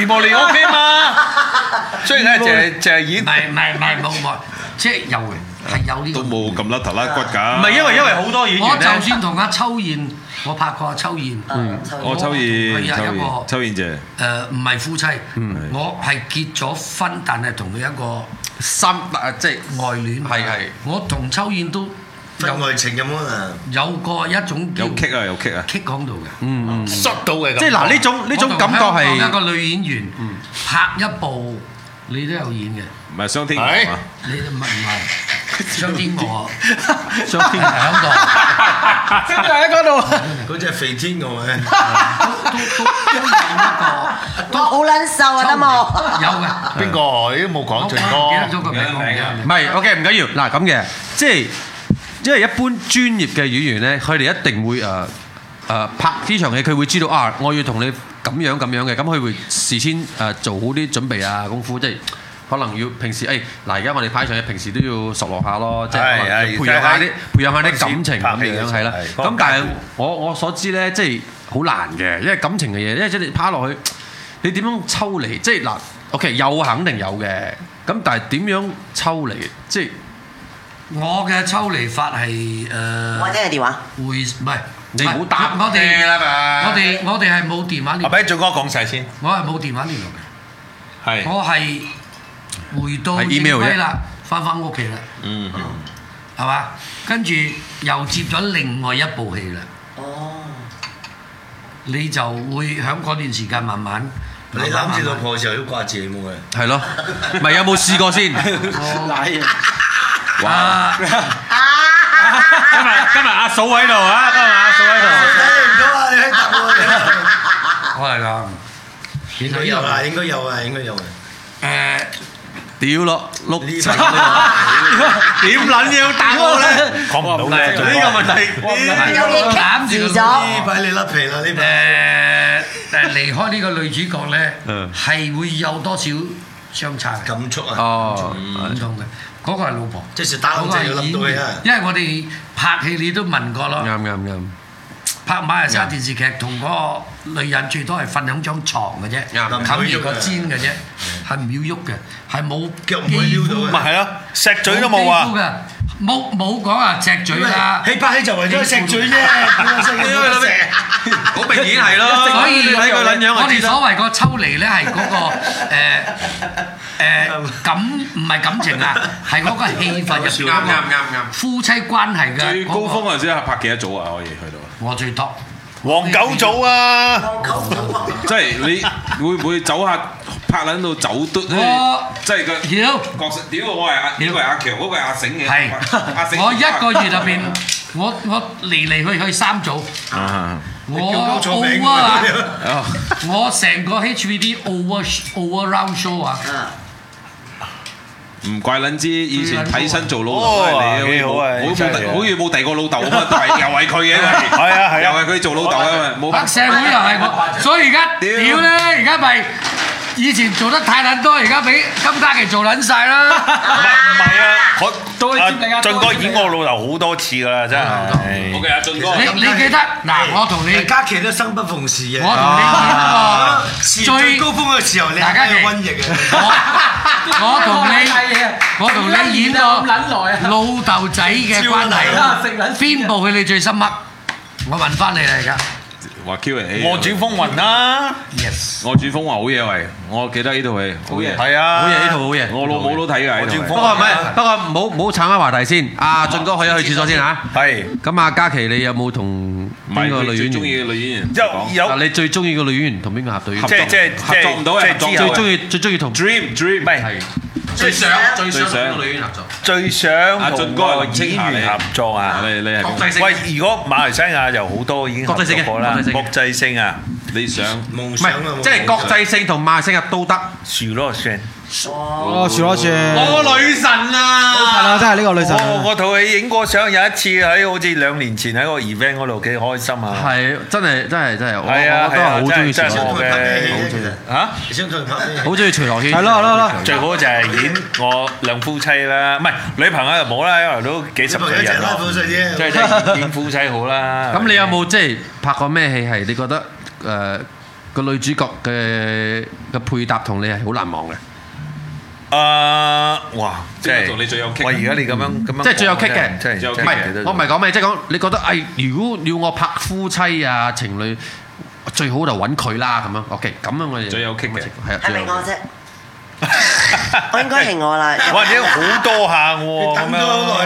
[SPEAKER 4] 余慕蓮 OK 嘛？雖然咧就係就係
[SPEAKER 5] 唔
[SPEAKER 4] 演，
[SPEAKER 5] 係唔係唔係冇冇，即係有嘅，係有呢個
[SPEAKER 2] 都。冇咁甩頭甩骨
[SPEAKER 1] 唔
[SPEAKER 2] 㗎。
[SPEAKER 1] 係因為因為好多演
[SPEAKER 5] 我
[SPEAKER 1] 員
[SPEAKER 5] 就
[SPEAKER 1] 咧，
[SPEAKER 5] 算同阿秋燕，我拍過阿秋燕，
[SPEAKER 6] Ờ,
[SPEAKER 2] 我秋
[SPEAKER 5] 佢
[SPEAKER 2] 燕，
[SPEAKER 5] 有
[SPEAKER 2] 秋
[SPEAKER 5] 一
[SPEAKER 2] 燕，
[SPEAKER 5] 個
[SPEAKER 2] 秋燕姐，
[SPEAKER 5] 誒唔係夫妻，我係結咗婚，但係同佢一個
[SPEAKER 1] 心啊即係
[SPEAKER 5] 外戀。
[SPEAKER 1] 係係
[SPEAKER 5] 我同秋燕都
[SPEAKER 8] 婚
[SPEAKER 5] 有
[SPEAKER 8] 外情咁啊！
[SPEAKER 5] 有過一種叫
[SPEAKER 2] 有棘啊有棘啊，
[SPEAKER 5] 棘講到嘅。
[SPEAKER 4] 摔到嘅
[SPEAKER 1] 即係嗱呢種呢種感覺
[SPEAKER 5] 我同香港一
[SPEAKER 1] 係
[SPEAKER 5] 個女演員拍一部，你都有演嘅，
[SPEAKER 2] 唔係雙天鵝嘛？
[SPEAKER 5] 你唔係唔係張天娥
[SPEAKER 1] 上天
[SPEAKER 5] 喺度。
[SPEAKER 9] 真係喺嗰度。
[SPEAKER 8] 嗰只肥天鵝啊！
[SPEAKER 5] 都都都有一個
[SPEAKER 6] 我好撚瘦啊，得冇？
[SPEAKER 5] 有嘅。
[SPEAKER 4] 邊個？你都冇
[SPEAKER 5] 我
[SPEAKER 4] 講
[SPEAKER 5] 唔記
[SPEAKER 4] 俊
[SPEAKER 5] 得咗
[SPEAKER 4] 哥。
[SPEAKER 5] 個名，我唔記得
[SPEAKER 1] 唔係 OK 唔緊要嗱咁嘅，即係因為一般專業嘅演員咧，佢哋一定會誒誒拍呢場戲，佢會知道啊，我要同你咁樣咁樣嘅，咁佢會事先誒做好啲準備啊功夫，即係。可能要平時誒嗱，而家我哋拍一場嘢，平時都要熟落下咯，即係可能
[SPEAKER 4] 係係
[SPEAKER 1] 培養下啲培養下啲感情咁
[SPEAKER 4] 拍戲嘅時
[SPEAKER 1] 樣
[SPEAKER 4] 候
[SPEAKER 1] 係啦
[SPEAKER 4] 係。
[SPEAKER 1] 咁但係我我所知咧，即係好難嘅，因為感情嘅嘢，因為即係你拍落去，你點樣抽離？即係嗱，OK 有肯定有嘅，咁但係點樣抽離？即係
[SPEAKER 5] 我嘅抽離法係誒
[SPEAKER 6] 我聽你電話。
[SPEAKER 5] 會唔係？
[SPEAKER 1] 你唔好答
[SPEAKER 5] 我哋
[SPEAKER 1] 啦嘛
[SPEAKER 5] 我哋我哋係冇電話
[SPEAKER 4] 阿
[SPEAKER 5] 聯，
[SPEAKER 4] 俾俊哥講晒先，
[SPEAKER 5] 我係冇電話聯絡嘅。
[SPEAKER 2] 係
[SPEAKER 5] 我係回到
[SPEAKER 1] 係
[SPEAKER 5] 正
[SPEAKER 1] email 啫
[SPEAKER 5] 規啦，翻返屋企啦，
[SPEAKER 1] 嗯，
[SPEAKER 5] 係嘛？跟住又接咗另外一部戲啦，
[SPEAKER 6] 哦，
[SPEAKER 5] 你就會喺嗰段時間慢慢。
[SPEAKER 8] 你攬住老婆嘅時候都掛住冇嘅，
[SPEAKER 1] 係咯，咪有冇試過先？
[SPEAKER 9] 奶啊。
[SPEAKER 5] 哇！
[SPEAKER 8] 你唔到啊！你喺揼我，
[SPEAKER 5] 我係㗎，
[SPEAKER 8] 應
[SPEAKER 5] 原
[SPEAKER 8] 該
[SPEAKER 5] 來
[SPEAKER 8] 有
[SPEAKER 5] 有
[SPEAKER 8] 啊，應該有啊，應該有啊。
[SPEAKER 5] 誒，
[SPEAKER 1] 屌咯，碌
[SPEAKER 8] 呢排呢
[SPEAKER 4] 講唔到嘅，最多。
[SPEAKER 6] 有嘢
[SPEAKER 5] 攬住
[SPEAKER 6] 棘
[SPEAKER 5] 個
[SPEAKER 6] 住咗。
[SPEAKER 8] 排你甩皮啦，
[SPEAKER 5] 誒
[SPEAKER 8] 呢排
[SPEAKER 5] 誒離開呢個女主角咧，係會有多少相差嘅？
[SPEAKER 8] 感觸啊，
[SPEAKER 1] 哦，
[SPEAKER 5] 唔同嘅，嗰個係老婆，
[SPEAKER 8] 即是打
[SPEAKER 5] 嗰
[SPEAKER 8] 工
[SPEAKER 5] 個
[SPEAKER 8] 仔
[SPEAKER 5] 係
[SPEAKER 8] 要
[SPEAKER 5] 演
[SPEAKER 8] 笠到你啊
[SPEAKER 5] 員。。因為我哋拍戲你都問過
[SPEAKER 1] 啱
[SPEAKER 5] 咯，
[SPEAKER 1] 啱啱，
[SPEAKER 5] 拍馬來西亞電視劇同嗰個女人最多係瞓喺張床嘅啫，
[SPEAKER 1] 啱
[SPEAKER 5] 冚住個氈嘅啫，係唔要喐嘅，係冇
[SPEAKER 8] 腳唔可以撩到嘅
[SPEAKER 4] 咪係咯，錫嘴都冇啊。
[SPEAKER 5] 冇肌膚嘅冇冇講啊隻嘴啦。
[SPEAKER 8] 起拍起就為咗食嘴 啫，
[SPEAKER 1] 好明顯係咯，
[SPEAKER 5] 所以
[SPEAKER 1] 你睇佢撚樣
[SPEAKER 5] 我
[SPEAKER 1] 我
[SPEAKER 5] 哋
[SPEAKER 1] 知
[SPEAKER 5] 所
[SPEAKER 1] 啦。
[SPEAKER 5] 謂個抽離咧係 嗰個誒誒感唔係感 情啊，係嗰個氣氛入
[SPEAKER 1] 啱啱
[SPEAKER 5] 邊
[SPEAKER 1] 啱啱，
[SPEAKER 5] 夫妻關係嘅
[SPEAKER 2] 最
[SPEAKER 5] 嗰
[SPEAKER 2] 高峰
[SPEAKER 5] 個，
[SPEAKER 2] 嗰陣時係拍幾多組啊？可以去到，
[SPEAKER 5] 我最多。
[SPEAKER 4] 黃狗組啊。
[SPEAKER 2] 即係你會唔會走下拍撚到走嘟？
[SPEAKER 5] 我
[SPEAKER 2] 即係個
[SPEAKER 5] 屌
[SPEAKER 2] 角色，屌我係阿，呢個係阿強，嗰個係阿醒嘅，
[SPEAKER 5] 係
[SPEAKER 2] 阿醒。
[SPEAKER 5] 我一個月入 邊，我我嚟嚟去去三組，
[SPEAKER 2] 啊
[SPEAKER 5] 我澳啊，我成個 HVD over over round show 啊，
[SPEAKER 2] 唔怪撚知以前睇身做老豆
[SPEAKER 4] 哦
[SPEAKER 2] 係你，
[SPEAKER 4] 幾好啊
[SPEAKER 2] 好似
[SPEAKER 4] 真係
[SPEAKER 2] 冇好似冇第二個老豆咁 啊，都係又係佢嘅，因為
[SPEAKER 4] 係啊係啊
[SPEAKER 2] 又係佢做老豆啊嘛，冇
[SPEAKER 5] 黑社會又係我，所以而家屌
[SPEAKER 2] 屌
[SPEAKER 5] 咧，而家咪以前做得太撚多，而家俾金家琪做撚晒啦。
[SPEAKER 4] 唔係啊，我-
[SPEAKER 9] 到你接你啊，
[SPEAKER 4] 啊，俊哥
[SPEAKER 9] 到你接你啊。
[SPEAKER 4] 演我老豆好多次㗎啦，真係。
[SPEAKER 2] 好嘅，阿俊哥，
[SPEAKER 5] 你你記得 嗱，我同你，
[SPEAKER 8] 嘉琪都生不逢時嘅。
[SPEAKER 5] 我同你
[SPEAKER 8] 時啊
[SPEAKER 5] 演過
[SPEAKER 8] 最
[SPEAKER 5] 最，
[SPEAKER 8] 高
[SPEAKER 5] 我
[SPEAKER 8] 峰嘅時候，你
[SPEAKER 5] 大家
[SPEAKER 8] 係
[SPEAKER 5] 嘅
[SPEAKER 8] 瘟疫啊嘅。
[SPEAKER 5] 我同你，我同你演過
[SPEAKER 9] 咁撚耐啊。
[SPEAKER 5] 老豆仔嘅關
[SPEAKER 9] 超撚
[SPEAKER 5] 係
[SPEAKER 9] 耐啊，
[SPEAKER 5] 邊部戲你最深刻？我問翻你嚟而家
[SPEAKER 2] 話 Q 人，
[SPEAKER 4] 惡主風雲啦。
[SPEAKER 5] ，yes，
[SPEAKER 2] 我主風話好嘢喂，我記得呢套戲好嘢，
[SPEAKER 4] 係啊。
[SPEAKER 1] 好嘢呢套好嘢。
[SPEAKER 2] 我老母都睇㗎呢套
[SPEAKER 1] 不
[SPEAKER 2] 戲。
[SPEAKER 1] 哦過唔
[SPEAKER 4] 啊
[SPEAKER 1] 係，不過唔好唔好岔開話題先。阿俊哥去一去廁所先嚇。咁啊，嘉琪你有冇同
[SPEAKER 2] 唔
[SPEAKER 1] 邊個
[SPEAKER 2] 係
[SPEAKER 1] 女
[SPEAKER 2] 佢最
[SPEAKER 1] 演
[SPEAKER 2] 中
[SPEAKER 1] 員
[SPEAKER 2] 意？嘅女演員
[SPEAKER 4] 係，有-有-
[SPEAKER 1] 啊！你最中意個女演員同邊個合對？
[SPEAKER 2] 合
[SPEAKER 4] 即
[SPEAKER 2] 作
[SPEAKER 4] 係即係
[SPEAKER 2] 合作唔到
[SPEAKER 4] 即
[SPEAKER 2] 嘅
[SPEAKER 4] 係啊
[SPEAKER 2] 合作唔
[SPEAKER 1] 最
[SPEAKER 2] 啊
[SPEAKER 4] 之
[SPEAKER 2] 到
[SPEAKER 4] 後
[SPEAKER 1] 中意最中意同
[SPEAKER 2] ，Dream Dream
[SPEAKER 4] 唔係，
[SPEAKER 1] 最想最想
[SPEAKER 2] 最想
[SPEAKER 1] 同邊個女演員合作？
[SPEAKER 4] 最想
[SPEAKER 2] 阿
[SPEAKER 4] 同
[SPEAKER 2] 俊哥係
[SPEAKER 4] 個
[SPEAKER 2] 林青霞嚟。
[SPEAKER 4] 演員合作啊。
[SPEAKER 2] 你你係邊
[SPEAKER 1] 國
[SPEAKER 2] 個
[SPEAKER 1] 際性
[SPEAKER 4] 喂，如果馬來西亞有好多已經合作
[SPEAKER 1] 國際性嘅，
[SPEAKER 4] 過啦，
[SPEAKER 1] 國際性嘅。
[SPEAKER 4] 國際性啊，輸咯，算。
[SPEAKER 2] 你想
[SPEAKER 8] 夢
[SPEAKER 1] 唔
[SPEAKER 8] 想啊，
[SPEAKER 1] 係，即係國際性同馬來西亞都得。
[SPEAKER 4] 哦
[SPEAKER 1] 女神啊！
[SPEAKER 4] 我嗰套戲影過相，有一次喺好似兩年前喺個event嗰度幾開心啊。
[SPEAKER 1] 係真係真係真係，我
[SPEAKER 4] 係啊
[SPEAKER 1] 我覺得好中意徐
[SPEAKER 4] 係啊真係真係
[SPEAKER 1] 樂
[SPEAKER 4] 我
[SPEAKER 1] 軒，
[SPEAKER 8] 嘅，
[SPEAKER 4] 嚇？
[SPEAKER 8] 你想同佢拍咩？
[SPEAKER 1] 好中意徐樂軒。
[SPEAKER 9] 係咯係咯係咯
[SPEAKER 4] 最好就係演我兩夫妻啦，唔係女朋友就冇啦，因為都幾十
[SPEAKER 8] 朋友
[SPEAKER 4] 歲
[SPEAKER 8] 一
[SPEAKER 4] 人
[SPEAKER 8] 齊拉
[SPEAKER 4] 啦，
[SPEAKER 8] 口水啫。
[SPEAKER 4] 即係即係演夫妻好啦。
[SPEAKER 1] 咁你有冇即係拍過咩戲係你覺得誒個女主角嘅嘅配搭同你係好難忘嘅？
[SPEAKER 4] 啊？哇！即
[SPEAKER 2] 邊個
[SPEAKER 4] 係
[SPEAKER 2] 同你最有
[SPEAKER 4] 我
[SPEAKER 2] kick？
[SPEAKER 4] 而家你咁樣咁樣講，
[SPEAKER 1] 即係最有 kick 嘅
[SPEAKER 4] 即
[SPEAKER 2] 最
[SPEAKER 4] 係
[SPEAKER 2] 有
[SPEAKER 1] 唔
[SPEAKER 2] kick
[SPEAKER 1] 係
[SPEAKER 4] 真係，
[SPEAKER 1] 我唔係講咩，即係講你覺得誒，如果要我拍夫妻啊情侶，最好就揾佢啦咁樣。OK，咁樣我哋
[SPEAKER 2] 最有 kick 嘅
[SPEAKER 1] 係啊，
[SPEAKER 6] 係
[SPEAKER 1] 最
[SPEAKER 6] 咪
[SPEAKER 1] 有
[SPEAKER 6] 我啫？我應該係我啦。
[SPEAKER 4] 或者好多下喎，
[SPEAKER 8] 等
[SPEAKER 4] 咁
[SPEAKER 8] 咗好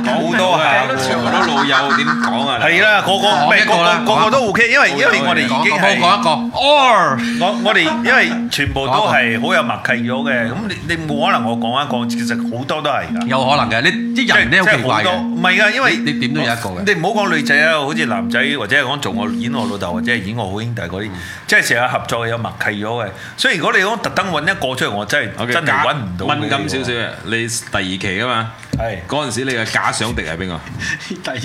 [SPEAKER 8] 耐啊
[SPEAKER 4] 樣
[SPEAKER 8] 啦，
[SPEAKER 4] 好多下
[SPEAKER 2] 全部
[SPEAKER 4] 喎。
[SPEAKER 2] 都老友點講啊？
[SPEAKER 4] 係啦，個個唔
[SPEAKER 1] 講
[SPEAKER 4] 係
[SPEAKER 1] 一個啦
[SPEAKER 4] 個個個都 OK，因為因為我哋已
[SPEAKER 1] 講
[SPEAKER 4] 經
[SPEAKER 1] 講講
[SPEAKER 4] 係。
[SPEAKER 1] 講一個 or
[SPEAKER 4] 我 我哋因為全部都係好有默契咗嘅，咁你你冇可能我講一講，其實好多都係㗎。
[SPEAKER 1] 有可能嘅，你啲人咧好奇怪
[SPEAKER 4] 即係好多-
[SPEAKER 1] 嘅。
[SPEAKER 4] 唔係㗎，因為
[SPEAKER 1] 你-你點都有一個嘅。
[SPEAKER 4] 你唔好講女仔啊，好似男仔，或者係講做我-演我老豆，或者係演我好兄弟嗰啲，
[SPEAKER 1] 嗯
[SPEAKER 4] 即係成日合作有默契咗嘅。所以如果你講特登搵一個出嚟，我真係-
[SPEAKER 2] OK，假
[SPEAKER 4] 真係搵唔到
[SPEAKER 2] 敏感
[SPEAKER 4] 嘅喎。
[SPEAKER 2] 少少嘅，你第二期啊嘛，
[SPEAKER 4] 係。
[SPEAKER 2] 嗰陣時你嘅假想敵係邊個？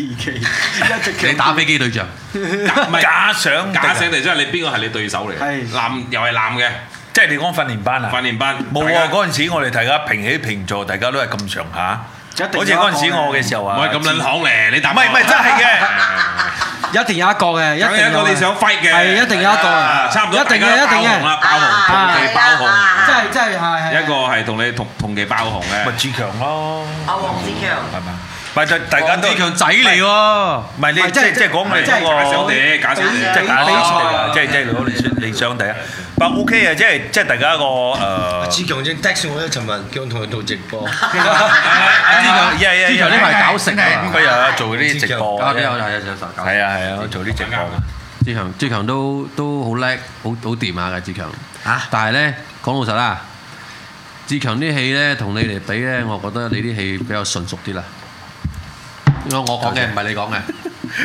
[SPEAKER 1] 你打飛機對象，
[SPEAKER 2] 唔係
[SPEAKER 4] 假想敵啊，
[SPEAKER 2] 假想敵，即係你邊個係你對手嚟嘅？
[SPEAKER 9] 係
[SPEAKER 2] 男又係男嘅
[SPEAKER 4] 即係你講訓練班啊？
[SPEAKER 2] 訓練班，
[SPEAKER 4] 冇啊，
[SPEAKER 2] 大家
[SPEAKER 4] 嗰陣時我哋大家平起平坐，大家都係咁上下。
[SPEAKER 9] 一定有一個嘅。
[SPEAKER 2] 唔
[SPEAKER 4] 好似嗰陣時我嘅時候啊，
[SPEAKER 2] 係咁撚行咧，你答
[SPEAKER 4] 唔係唔係真係嘅，
[SPEAKER 9] 一定有一個嘅，一定有嘅。
[SPEAKER 2] 有一個你想 fight À, 嘅，
[SPEAKER 9] 係，一定有一個嘅。
[SPEAKER 2] 啊差唔多，
[SPEAKER 9] 一定嘅，
[SPEAKER 2] 大家都
[SPEAKER 9] 一定嘅。
[SPEAKER 2] 爆紅啦，爆紅
[SPEAKER 6] 啊
[SPEAKER 2] 同期爆紅，
[SPEAKER 6] 啊
[SPEAKER 9] 真係-
[SPEAKER 2] Dạ,
[SPEAKER 9] 真係，係，係，係。
[SPEAKER 2] 一個係同你同同期爆紅嘅，
[SPEAKER 4] 咪志強咯，
[SPEAKER 6] 阿黃子強，
[SPEAKER 4] 係咪？咪就大家都
[SPEAKER 1] 呢強仔嚟喎，
[SPEAKER 4] 唔係你即係即係講我哋
[SPEAKER 2] 真係
[SPEAKER 4] 嗰
[SPEAKER 2] 假想
[SPEAKER 4] 個
[SPEAKER 2] 敵，假想敵，
[SPEAKER 4] 即係假
[SPEAKER 2] 比
[SPEAKER 4] 想
[SPEAKER 2] 賽
[SPEAKER 4] 敵啊！即係即係攞你理想第啊！不過 OK 啊，即係即係大家一個呃誒。
[SPEAKER 8] 志強正 text 我咧，尋日叫我同佢做直播，
[SPEAKER 1] 呢強呢排搞食啊，
[SPEAKER 4] 佢又做啲直播
[SPEAKER 1] 搞
[SPEAKER 4] 啊，
[SPEAKER 1] 啲有有有搞。
[SPEAKER 4] 係啊係啊，做啲直播嘅。
[SPEAKER 1] 志強，志強都都好叻，好好掂下嘅志強。
[SPEAKER 8] 嚇
[SPEAKER 1] 但係咧，講老實啦，志強啲戲咧，同你嚟比咧，我覺得你啲戲比較純熟啲啦。我我講嘅唔係你講嘅，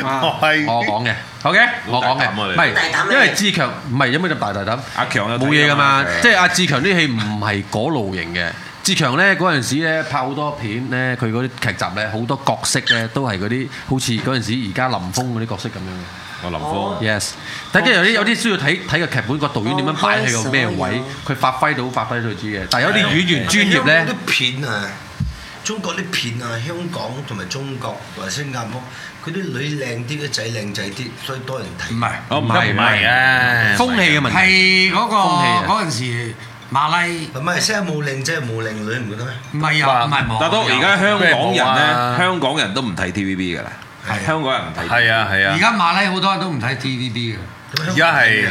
[SPEAKER 4] 我係
[SPEAKER 1] 我講嘅，OK，我講嘅，
[SPEAKER 4] 大膽啊
[SPEAKER 1] 唔係
[SPEAKER 4] 你
[SPEAKER 1] 因為志強唔係有咩咁大大膽，
[SPEAKER 2] 阿強有睇
[SPEAKER 1] 冇嘢噶嘛
[SPEAKER 2] 㗎嘛，
[SPEAKER 1] 即係阿志強啲戲唔係嗰路型嘅。志強咧嗰陣時咧拍好多片咧，佢嗰啲劇集咧好多角色咧都係嗰啲好似嗰陣時而家林峰嗰啲角色咁樣嘅。
[SPEAKER 4] 我林峰
[SPEAKER 1] Yes，但係有啲有啲需要睇睇個劇本個導演點樣擺喺個咩位，佢發揮到發揮到知嘅。但係有啲演員專業
[SPEAKER 8] 香港
[SPEAKER 1] 咧，
[SPEAKER 8] 啲片啊，中國啲片啊，香港同埋中國或者新加坡，佢啲女靚啲，啲仔靚仔啲，所以多人睇。
[SPEAKER 5] 唔係，
[SPEAKER 1] 哦唔係唔係
[SPEAKER 4] 啊
[SPEAKER 1] 風氣嘅問題。
[SPEAKER 5] 係嗰個
[SPEAKER 1] 風氣啊
[SPEAKER 5] 嗰陣時馬拉
[SPEAKER 8] 唔係，西冇靚仔冇靚女，唔覺得咩？
[SPEAKER 5] 唔係啊，唔係冇。
[SPEAKER 2] 但都而家香港人
[SPEAKER 4] 咩冇
[SPEAKER 2] 咧，
[SPEAKER 4] 啊
[SPEAKER 2] 香港人都唔睇 TVB 㗎啦，香港人唔睇。
[SPEAKER 4] 係啊係
[SPEAKER 5] 而
[SPEAKER 4] 啊，
[SPEAKER 5] 家馬拉好多人都唔睇 TVB 嘅
[SPEAKER 4] 而家係
[SPEAKER 5] 嚇。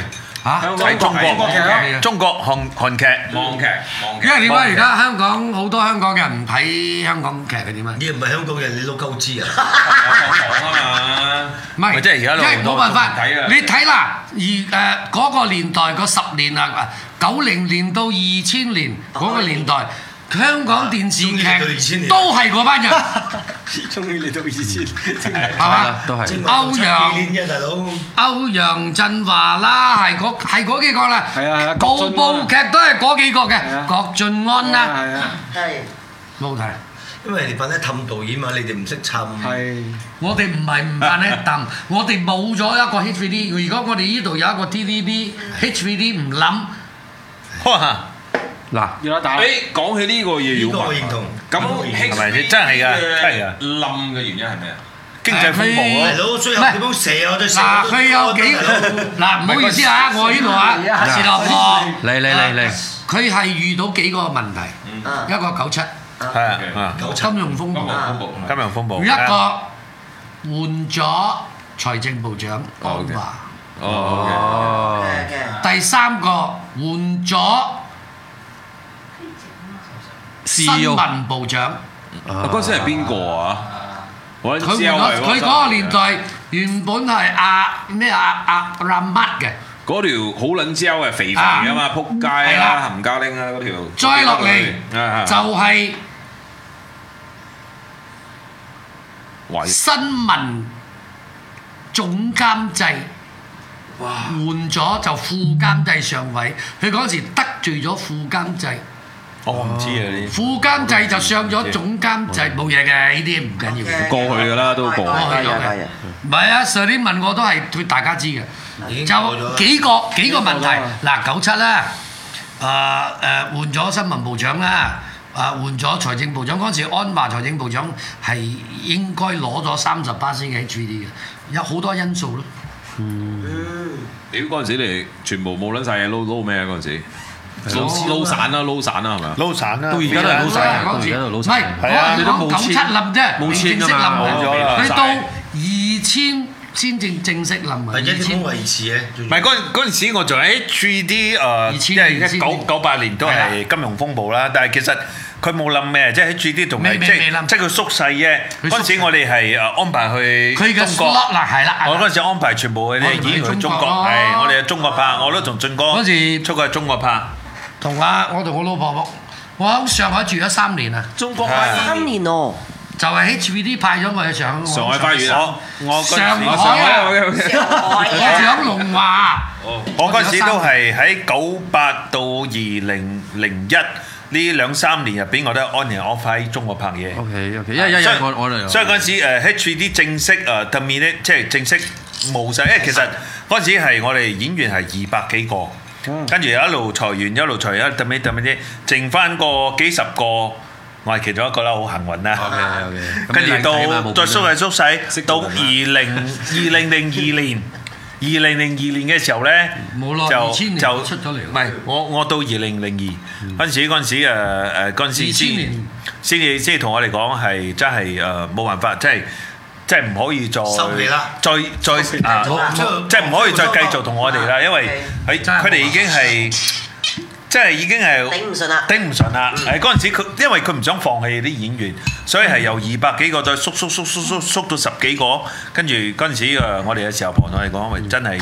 [SPEAKER 2] 香港
[SPEAKER 4] 睇中
[SPEAKER 2] 中國劇
[SPEAKER 5] 啊
[SPEAKER 4] 國中國韓韓劇。
[SPEAKER 2] 網劇，網劇
[SPEAKER 5] 因。為點解而家香港好多香港人唔睇香港劇嘅點啊？
[SPEAKER 8] 你唔係香港人，你老鳩知啊！
[SPEAKER 2] 講啊嘛，
[SPEAKER 5] 唔係，
[SPEAKER 4] 咪即係而家都
[SPEAKER 5] 因為冇辦
[SPEAKER 2] 好
[SPEAKER 5] 法
[SPEAKER 2] 多人睇啊，
[SPEAKER 5] 你睇啦，而誒嗰個年代嗰十年啊，九零年到二千年嗰個年代，香港電視
[SPEAKER 8] 終於嚟到2000
[SPEAKER 5] 劇
[SPEAKER 8] 年
[SPEAKER 5] 都係嗰班人，
[SPEAKER 1] 係啦
[SPEAKER 5] 係嘛？
[SPEAKER 1] 都係。
[SPEAKER 5] 歐陽
[SPEAKER 8] 年嘅大佬，
[SPEAKER 5] 歐陽振華啦，係嗰係嗰幾個啦，
[SPEAKER 9] 係啊郭
[SPEAKER 5] 部
[SPEAKER 9] 晉安
[SPEAKER 5] 部劇都係嗰幾個
[SPEAKER 9] 係
[SPEAKER 5] 嘅，
[SPEAKER 9] 啊
[SPEAKER 5] 郭晉安
[SPEAKER 3] 啊
[SPEAKER 5] 啦，
[SPEAKER 6] 係
[SPEAKER 5] 冇睇。
[SPEAKER 8] 因為你扮得氹導演嘛，你哋唔識氹。
[SPEAKER 5] 我哋唔係唔扮咧 抌，我哋冇咗一個 HVD。如果我哋呢度有一個 TVB HVD 唔諗，
[SPEAKER 4] 哇！
[SPEAKER 1] 嗱，
[SPEAKER 2] 誒講起呢個嘢要
[SPEAKER 8] 呢個我
[SPEAKER 2] 問
[SPEAKER 8] 認同。
[SPEAKER 2] 咁
[SPEAKER 4] 係咪先真係㗎真係㗎
[SPEAKER 2] 冧嘅原因係咩啊？
[SPEAKER 4] 經濟風暴
[SPEAKER 8] 大
[SPEAKER 4] 咯，
[SPEAKER 8] 佬，最後點樣射我對射
[SPEAKER 5] 嗱
[SPEAKER 8] 我都
[SPEAKER 5] 佢有幾嗱唔好意思啊，我呢度啊，是老婆，
[SPEAKER 1] 嚟嚟嚟嚟，
[SPEAKER 5] 佢係遇到幾個問題，
[SPEAKER 6] 啊
[SPEAKER 5] 一個九七
[SPEAKER 4] 係啊啊，
[SPEAKER 8] 九七
[SPEAKER 5] 金融風
[SPEAKER 2] 金融
[SPEAKER 5] 暴，
[SPEAKER 2] 風暴。
[SPEAKER 4] 金融風暴，
[SPEAKER 5] 一個換咗財政部長安華，
[SPEAKER 2] 哦，
[SPEAKER 1] 哦，
[SPEAKER 6] 嘅嘅，
[SPEAKER 5] 第三個換咗新
[SPEAKER 4] E
[SPEAKER 1] CEO
[SPEAKER 5] 聞部長。
[SPEAKER 2] 嗰時係邊個啊？我
[SPEAKER 5] 佢換咗佢嗰個年代原本係阿咩阿阿阿乜嘅，
[SPEAKER 2] 嗰條好撚焦係肥肥啊嘛，撲街
[SPEAKER 5] 係
[SPEAKER 2] 啦
[SPEAKER 5] 啦，
[SPEAKER 2] 冚家拎啦嗰條。
[SPEAKER 5] 再落嚟
[SPEAKER 4] À.
[SPEAKER 2] 啊
[SPEAKER 5] 就係
[SPEAKER 2] 喂
[SPEAKER 5] 新聞總監制換咗就副監制上位，佢嗰時得罪咗副監制，
[SPEAKER 4] 我唔知啊呢啲。
[SPEAKER 5] 副監制就上咗總監制，冇嘢嘅呢啲唔緊要嘅。
[SPEAKER 2] 過去㗎啦都過
[SPEAKER 5] 過去咗嘅，唔係啊！上年問我都係對大家知嘅，
[SPEAKER 8] 已經過咗
[SPEAKER 5] 就
[SPEAKER 8] 啦
[SPEAKER 5] 幾個幾個問題嗱，九七啦，啊誒換咗新聞部長啦，啊換咗財政部長嗰陣時，安華財政部長係應該攞咗三十八先嘅 HVD 嘅，有好多因素咯。
[SPEAKER 2] 屌嗰陣時你全部冇撚晒嘢撈撈咩啊嗰陣時？撈撈散啦，撈散啦係咪啊？
[SPEAKER 4] 撈散啦，
[SPEAKER 1] 到而家都係撈散啊
[SPEAKER 5] 嗰陣時
[SPEAKER 1] 到而家都
[SPEAKER 5] 唔
[SPEAKER 1] 老實
[SPEAKER 5] 係
[SPEAKER 4] 係啊
[SPEAKER 5] 我
[SPEAKER 1] 你
[SPEAKER 5] 係
[SPEAKER 1] 都
[SPEAKER 5] 講
[SPEAKER 1] 冇
[SPEAKER 5] 九
[SPEAKER 1] 簽
[SPEAKER 5] 七冧啫，
[SPEAKER 1] 冇簽
[SPEAKER 5] 未正式
[SPEAKER 1] 㗎嘛
[SPEAKER 4] 冇
[SPEAKER 5] 冧嘅
[SPEAKER 4] 咗啦
[SPEAKER 5] 佢到二千先正正式冧
[SPEAKER 8] 咪
[SPEAKER 5] 嘅，
[SPEAKER 8] 一
[SPEAKER 5] 二
[SPEAKER 8] 啲
[SPEAKER 5] 千
[SPEAKER 8] 咁維持嘅，仲
[SPEAKER 4] 唔
[SPEAKER 8] 要
[SPEAKER 4] 係嗰陣嗰陣時，我仲喺 3D 誒，即係一九九八年都係金融風暴啦。但係其實佢冇冧咩，即係喺 3D 仲係即係即係佢縮細啫。嗰陣時我哋係誒安排去
[SPEAKER 5] 佢嘅
[SPEAKER 4] 中國，
[SPEAKER 5] slot 啦係啦，啊係
[SPEAKER 4] 我
[SPEAKER 5] 啦
[SPEAKER 4] 嗰陣時安排全部嗰啲演去中國，係我哋喺中國拍，我都同俊哥
[SPEAKER 5] 嗰時
[SPEAKER 4] 出過去中國拍，
[SPEAKER 5] 同啊，我同我老婆，我喺上海住咗三年啊，
[SPEAKER 2] 中國
[SPEAKER 6] 三年哦，
[SPEAKER 5] 就係 HVD 派咗我去上海。
[SPEAKER 2] 上海花園啊！
[SPEAKER 4] 我我嗰陣
[SPEAKER 5] 上
[SPEAKER 4] 時
[SPEAKER 5] 海啊，
[SPEAKER 6] 海
[SPEAKER 5] 我上啊龍華。
[SPEAKER 4] 我嗰陣時都係喺九八到二零零一呢兩三年入邊，我都係 on and off 喺中國拍嘢。
[SPEAKER 1] OK OK，一一一
[SPEAKER 4] 啊所以
[SPEAKER 1] 我我嚟，
[SPEAKER 4] 所以嗰陣時呃誒 HVD 正式誒特面咧，即係正式冇晒，因
[SPEAKER 1] 啊
[SPEAKER 4] 為其實嗰陣時係我哋演員係二百幾個，
[SPEAKER 1] 嗯
[SPEAKER 4] 跟住一路裁員，一路裁員，特面特面啲，剩翻個幾十個，我係其中一個啦，好幸運啦。
[SPEAKER 5] 啊
[SPEAKER 1] OK OK，
[SPEAKER 4] 跟住到再縮細縮細，到二零二零零二年二零零二年嘅時候咧，
[SPEAKER 5] 冇耐
[SPEAKER 4] 就
[SPEAKER 5] 2000年
[SPEAKER 4] 就
[SPEAKER 5] 出咗嚟啦
[SPEAKER 4] 唔係我我到二零零二嗰陣時嗰陣時誒誒嗰陣時
[SPEAKER 5] 2000
[SPEAKER 4] 先
[SPEAKER 5] 年
[SPEAKER 4] 先至先至同我哋講係真係誒冇辦法，即係即係唔可以再
[SPEAKER 8] 收皮啦
[SPEAKER 4] 再再啊
[SPEAKER 8] 冇冇
[SPEAKER 4] 即係唔可以再繼續同我哋啦，因為佢佢哋已經係即係已經係。
[SPEAKER 6] 頂唔順啦。
[SPEAKER 4] 頂唔順啦！誒嗰陣時佢，因為佢唔想放棄啲演員，所以係由二百幾個再縮縮縮縮縮縮到十幾個，跟住嗰陣時誒我哋嘅時候旁同我哋講，喂真係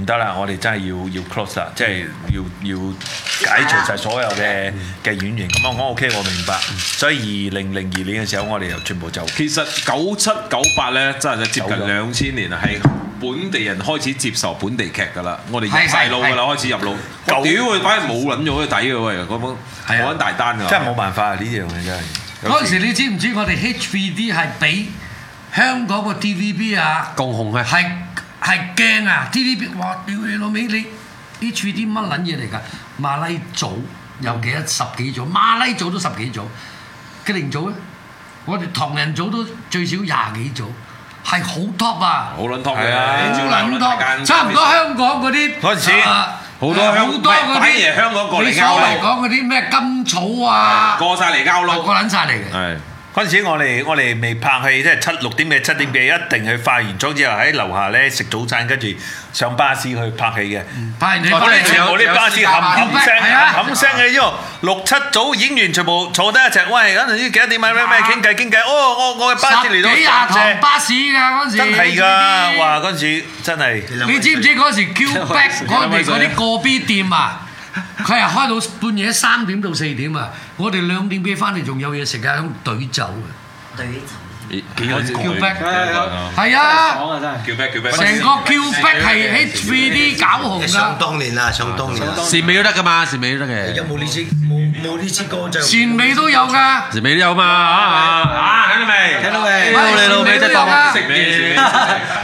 [SPEAKER 4] 唔得啦！我哋真係要要 close 啦，即係要要解除晒所有嘅嘅演員。咁啊，我 OK，我明白。所以二零零二年嘅時候，我哋又全部就
[SPEAKER 2] 其實九七九八咧，真係接
[SPEAKER 4] 走
[SPEAKER 2] 近
[SPEAKER 4] 咗
[SPEAKER 2] 兩千年啊，係本地人開始接受本地劇噶啦，我哋入
[SPEAKER 5] 係
[SPEAKER 2] 晒腦噶啦，
[SPEAKER 5] 係
[SPEAKER 2] 開始入腦。
[SPEAKER 4] 舊
[SPEAKER 2] 哇屌佢，反而冇撚咗佢底嘅喂，嗰本
[SPEAKER 5] 係啊
[SPEAKER 2] 冇撚大單㗎。
[SPEAKER 4] 真係冇辦法啊！呢樣嘢真係。
[SPEAKER 5] 嗰陣時你知唔知我哋 HVD 係比香港個 TVB 啊
[SPEAKER 1] 共紅啊，
[SPEAKER 5] 係係驚啊！TVB 哇屌你老味你 HVD 乜撚嘢嚟㗎？馬拉組有幾多十幾組？馬拉組都十幾組，吉靈組咧，啊我哋唐人組都最少廿幾組，係好 top 啊！
[SPEAKER 2] 好撚 top
[SPEAKER 4] 係
[SPEAKER 2] 嘅，
[SPEAKER 4] 啊
[SPEAKER 5] 好
[SPEAKER 2] 照
[SPEAKER 5] 撚
[SPEAKER 2] 大間
[SPEAKER 5] 多，差唔多香港嗰啲
[SPEAKER 4] 嗰陣時
[SPEAKER 5] 啊
[SPEAKER 2] 好多香
[SPEAKER 5] 好多
[SPEAKER 2] 唔係
[SPEAKER 5] 嗰
[SPEAKER 2] 反
[SPEAKER 5] 啲
[SPEAKER 2] 而香港過嚟
[SPEAKER 5] 你所
[SPEAKER 2] 勾嚟
[SPEAKER 5] 謂講嗰啲咩金草啊，
[SPEAKER 2] 過晒嚟交
[SPEAKER 5] 個個
[SPEAKER 2] 撈。
[SPEAKER 5] 撚晒嚟嘅。
[SPEAKER 2] 係
[SPEAKER 4] 嗰陣時我哋我哋未拍戲，即係七六點幾七點幾一定去化完妝之後喺樓下咧食早餐，跟住上巴士去拍戲嘅。
[SPEAKER 5] 拍完你
[SPEAKER 4] 我
[SPEAKER 5] 翻
[SPEAKER 4] 哋
[SPEAKER 5] 嚟
[SPEAKER 4] 全部啲巴士冚冚聲，
[SPEAKER 5] 係啊
[SPEAKER 4] 冚冚聲嘅，因為六七組演員全部坐低一齊，喂，嗰陣時幾多點啊？咩咩傾偈傾偈，哦，我我嘅巴士嚟
[SPEAKER 5] 十
[SPEAKER 4] 到
[SPEAKER 5] 幾廿
[SPEAKER 4] 上
[SPEAKER 5] 堂
[SPEAKER 4] 車，
[SPEAKER 5] 巴士㗎嗰陣時，
[SPEAKER 4] 真係㗎，！哇！嗰陣時真係
[SPEAKER 5] 你
[SPEAKER 8] Dạ,
[SPEAKER 5] 知唔知嗰陣時 Q Back 嗰
[SPEAKER 2] 威
[SPEAKER 5] 哋
[SPEAKER 2] 水啊
[SPEAKER 5] 嗰啲個 B 店啊？佢係開到半夜三點到四點啊！我哋兩點幾翻嚟仲有嘢食啊，喺度隊走嘅。
[SPEAKER 6] 隊
[SPEAKER 2] 幾個字
[SPEAKER 5] 叫 back
[SPEAKER 2] 叫
[SPEAKER 5] 係
[SPEAKER 3] Dạ,
[SPEAKER 5] 啊，
[SPEAKER 2] back 叫 back，
[SPEAKER 5] 成個 Q Back 係 HVD 搞紅
[SPEAKER 8] 想
[SPEAKER 5] 㗎。
[SPEAKER 8] 當年啦，想當年啦，
[SPEAKER 1] 善尾都得噶嘛，善尾都得
[SPEAKER 8] 有
[SPEAKER 1] 嘅，
[SPEAKER 8] 冇呢支冇冇呢支歌就
[SPEAKER 5] 善美都有㗎，
[SPEAKER 1] 善尾都有嘛啊
[SPEAKER 2] 啊，睇到未？睇到未？
[SPEAKER 1] 屌你老味真係當我
[SPEAKER 2] 食咩？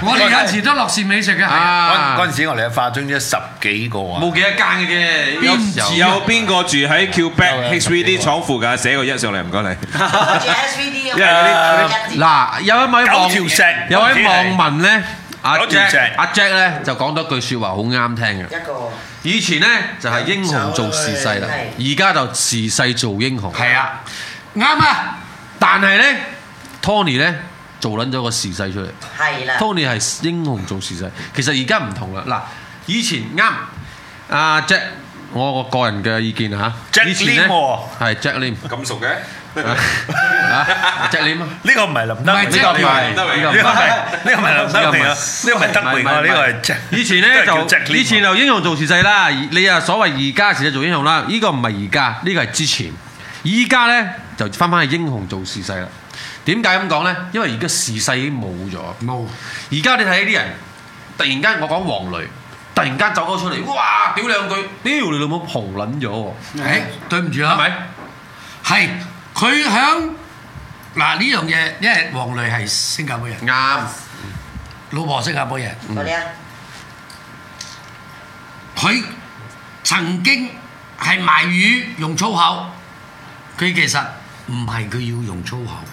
[SPEAKER 5] 我哋有時都落善美食嘅，係啊
[SPEAKER 4] 嗰
[SPEAKER 1] 啊！
[SPEAKER 4] 嗰陣時我哋嘅化妝咗十幾個啊，
[SPEAKER 2] 冇幾多間嘅啫，有時有邊個住喺 Quebec HVD 廠附近？寫個一上嚟，唔該你。
[SPEAKER 6] 我住 SVD
[SPEAKER 2] 因為嗰啲
[SPEAKER 6] 啲
[SPEAKER 1] 嗱，有一位網
[SPEAKER 4] 九條石
[SPEAKER 1] 有位網民咧，阿
[SPEAKER 4] 九條
[SPEAKER 1] Jack
[SPEAKER 4] 石
[SPEAKER 1] 阿 Jack 咧就講多句説話好啱聽嘅。
[SPEAKER 6] 一個
[SPEAKER 1] 以前呢，就係英雄做時勢啦，而家就時勢做英雄。
[SPEAKER 5] 係啊，啱啊！
[SPEAKER 1] 但係呢 Tony 呢，做撚咗個時勢出嚟。
[SPEAKER 4] 啊
[SPEAKER 6] 係啦，
[SPEAKER 1] Tony 係英雄做時勢，其實而家唔同啦。嗱，以前啱阿 Jack，我個個人嘅意見嚇。
[SPEAKER 4] Jack
[SPEAKER 1] 以前呢
[SPEAKER 4] Lim 喎
[SPEAKER 1] 係 Jack Lim
[SPEAKER 2] 咁熟嘅？
[SPEAKER 1] 啊，Jack Lim 啊。
[SPEAKER 4] 呢個唔係林德
[SPEAKER 5] 唔
[SPEAKER 4] 榮，
[SPEAKER 5] 係
[SPEAKER 4] 呢個唔係，
[SPEAKER 2] 德榮
[SPEAKER 1] 呢個唔
[SPEAKER 4] 呢個唔
[SPEAKER 1] 係
[SPEAKER 4] 係，呢個唔係林德榮啊，呢個唔係德榮啊，呢個係 Jack
[SPEAKER 1] 以前
[SPEAKER 4] 真
[SPEAKER 1] 咧
[SPEAKER 4] 係叫 Jack
[SPEAKER 1] 就
[SPEAKER 4] Lim 啊
[SPEAKER 1] 以前就英雄做時勢啦，而你啊所謂而家時勢做英雄啦，呢個唔係而家，呢個係之前。依家咧就翻翻去英雄做時勢啦。點解咁講咧？因為而家時勢已經冇咗。冇。而家你睇啲人，突然間我講黃磊，突然間走咗出嚟，哇！屌兩句，屌你老母紅撚咗喎，
[SPEAKER 5] 誒，對唔住
[SPEAKER 1] 係
[SPEAKER 5] 啊。
[SPEAKER 1] 咪？
[SPEAKER 5] 係佢響嗱呢樣嘢，因為黃磊係新加坡人，
[SPEAKER 1] 啱。
[SPEAKER 5] 老婆新加坡人，
[SPEAKER 6] 嗰啲啊，
[SPEAKER 5] 佢曾經係賣魚用粗口，佢其實唔係佢要用粗口，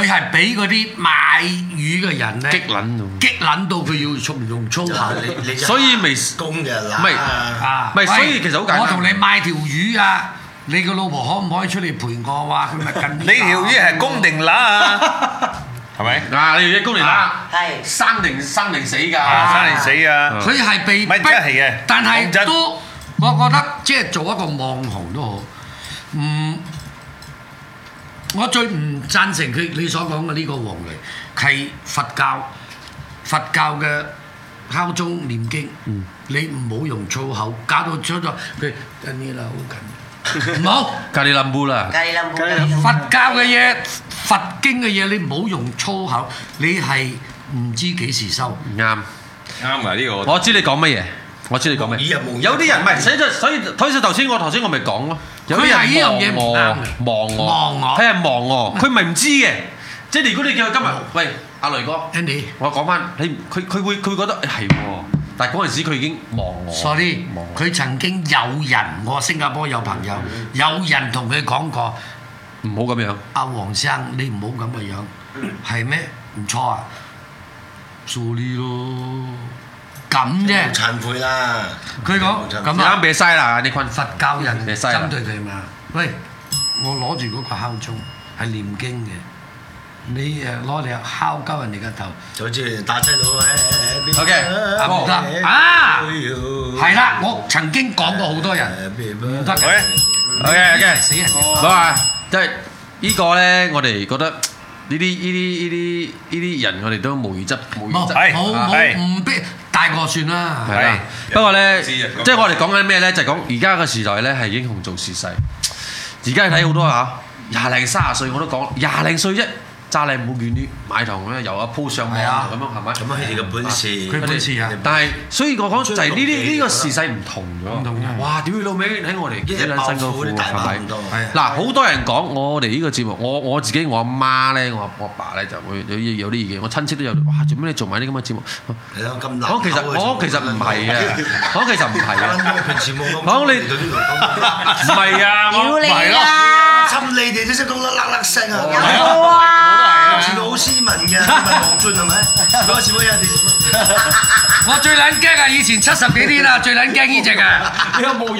[SPEAKER 5] 佢係俾嗰啲賣魚嘅人咧
[SPEAKER 1] 激撚到
[SPEAKER 5] 激撚到佢要用用粗口。
[SPEAKER 8] 你你
[SPEAKER 1] 所以咪
[SPEAKER 8] 公嘅啦，
[SPEAKER 1] 唔係
[SPEAKER 5] 啊！
[SPEAKER 1] 咪所以其實好簡單
[SPEAKER 5] 我同你買條魚啊，你個老婆可唔可以出嚟陪我啊？佢咪近
[SPEAKER 4] 呢條魚係公定 乸啊，係咪？
[SPEAKER 1] 嗱，你要一公年
[SPEAKER 5] 啊
[SPEAKER 1] 啦，
[SPEAKER 6] 係
[SPEAKER 1] 生定生定死㗎。
[SPEAKER 4] 啊，生定死啊！
[SPEAKER 5] 佢係被
[SPEAKER 4] 咪
[SPEAKER 5] 逼，
[SPEAKER 4] 真係嘅
[SPEAKER 5] 但
[SPEAKER 4] 講真
[SPEAKER 5] 係都我覺得即係做一個網紅都好，唔，我最唔贊成佢你所講嘅呢個黃嚟，係佛教佛教嘅敲鐘念經，
[SPEAKER 4] 嗯
[SPEAKER 5] 你唔好用粗口，搞到出咗佢跟呢啦好緊要，唔好。
[SPEAKER 1] 隔你冧布啦。
[SPEAKER 6] 咖喱冧布，
[SPEAKER 5] 佛教嘅嘢、佛經嘅嘢，你唔好用粗口，你係唔知幾時收。
[SPEAKER 1] 啱。
[SPEAKER 2] 啱啊！呢個
[SPEAKER 1] 我知你講乜嘢，我知你講乜
[SPEAKER 8] 以
[SPEAKER 1] 嘢
[SPEAKER 8] 人無。
[SPEAKER 1] 有啲人唔係，所以就所以，所以頭先我頭先我咪講咯。有啲
[SPEAKER 5] 佢係呢樣嘢
[SPEAKER 1] 人
[SPEAKER 5] 唔
[SPEAKER 1] 望
[SPEAKER 5] 啱
[SPEAKER 1] 我，望我，
[SPEAKER 5] 望我
[SPEAKER 1] 佢係望我， 佢唔係唔知嘅。即係如果你叫佢今日，喂，阿雷哥，
[SPEAKER 5] Andy，sorry，
[SPEAKER 1] 我講翻你，佢佢會佢會覺得哎係喎，但係嗰陣時佢已經望我。望我
[SPEAKER 5] 佢曾經有人，我新加坡有朋友，
[SPEAKER 1] 嗯
[SPEAKER 5] 有人同佢講過：
[SPEAKER 1] 唔好咁樣。
[SPEAKER 5] 阿黃生，你唔好咁嘅樣，係咩？唔錯啊！ sorry 咯，咁啫。
[SPEAKER 8] 慚愧啦。
[SPEAKER 5] 佢講咁啊，佛教人
[SPEAKER 1] 你犀啦
[SPEAKER 5] 針對佢嘛？喂，我攞住嗰個敲鐘係念經嘅，你誒攞嚟敲鳩人哋嘅頭。
[SPEAKER 8] 就好似打西佬哎喺
[SPEAKER 1] OK，
[SPEAKER 5] 啊
[SPEAKER 8] 哎
[SPEAKER 5] 唔得啊！
[SPEAKER 1] 嗯
[SPEAKER 5] 係啦，我曾經講過好多
[SPEAKER 8] 哎
[SPEAKER 5] 人唔得嘅，
[SPEAKER 1] 唔係
[SPEAKER 5] 死人嘅。
[SPEAKER 1] 話，即係呢個咧，我哋覺得呢啲呢啲呢啲呢啲人，我哋都無意執無意
[SPEAKER 5] 冇
[SPEAKER 1] 執。
[SPEAKER 4] 係
[SPEAKER 5] 冇
[SPEAKER 4] 係
[SPEAKER 5] 冇唔逼大個算啦。
[SPEAKER 1] 哎係啦，
[SPEAKER 4] 係
[SPEAKER 1] 不過咧，
[SPEAKER 2] 知
[SPEAKER 1] 即係
[SPEAKER 2] 啊
[SPEAKER 1] 我哋講緊咩咧？就係講而家嘅時代咧，係英雄做事勢。而家你睇好多嚇，廿零三十歲我都講，廿零歲啫，揸靚冇卷啲買堂咧，又啊鋪上網
[SPEAKER 5] 係啊
[SPEAKER 1] 咁樣係咪？
[SPEAKER 8] 咁啊，佢哋嘅本事，
[SPEAKER 5] 佢本事啊
[SPEAKER 1] 但係，所以我講就係呢啲呢個時勢唔同
[SPEAKER 5] 唔同啊
[SPEAKER 1] 咗。
[SPEAKER 5] 嘅
[SPEAKER 1] 哇！屌你老味，喺我哋
[SPEAKER 8] 一
[SPEAKER 1] 幾
[SPEAKER 8] 日
[SPEAKER 1] 撚
[SPEAKER 8] 爆
[SPEAKER 1] 辛苦
[SPEAKER 8] 富啲大
[SPEAKER 1] 係
[SPEAKER 8] 把
[SPEAKER 1] 咪
[SPEAKER 8] 唔？多。
[SPEAKER 5] 係啊
[SPEAKER 1] 嗱，好多人講我哋呢個節目，我我自己我阿媽咧，我我阿爸咧就會有有啲意見，我親戚都有，哇！做咩你做埋啲咁嘅節目？
[SPEAKER 8] 係咯，咁難。
[SPEAKER 1] 我其實我其實唔係啊， 我其實唔係 啊，
[SPEAKER 8] 平時冇咁。
[SPEAKER 1] 講你 唔係啊，我
[SPEAKER 3] 屌
[SPEAKER 1] 唔
[SPEAKER 3] 你
[SPEAKER 1] 係咯，
[SPEAKER 3] 啦！
[SPEAKER 8] 侵你哋都識講甩甩甩聲啊！
[SPEAKER 3] 有冇啊？
[SPEAKER 8] 以前我好斯文嘅，王俊係咪？嗰時我有啲
[SPEAKER 5] 我最撚驚啊！以前七十幾天啊，最撚驚呢只啊！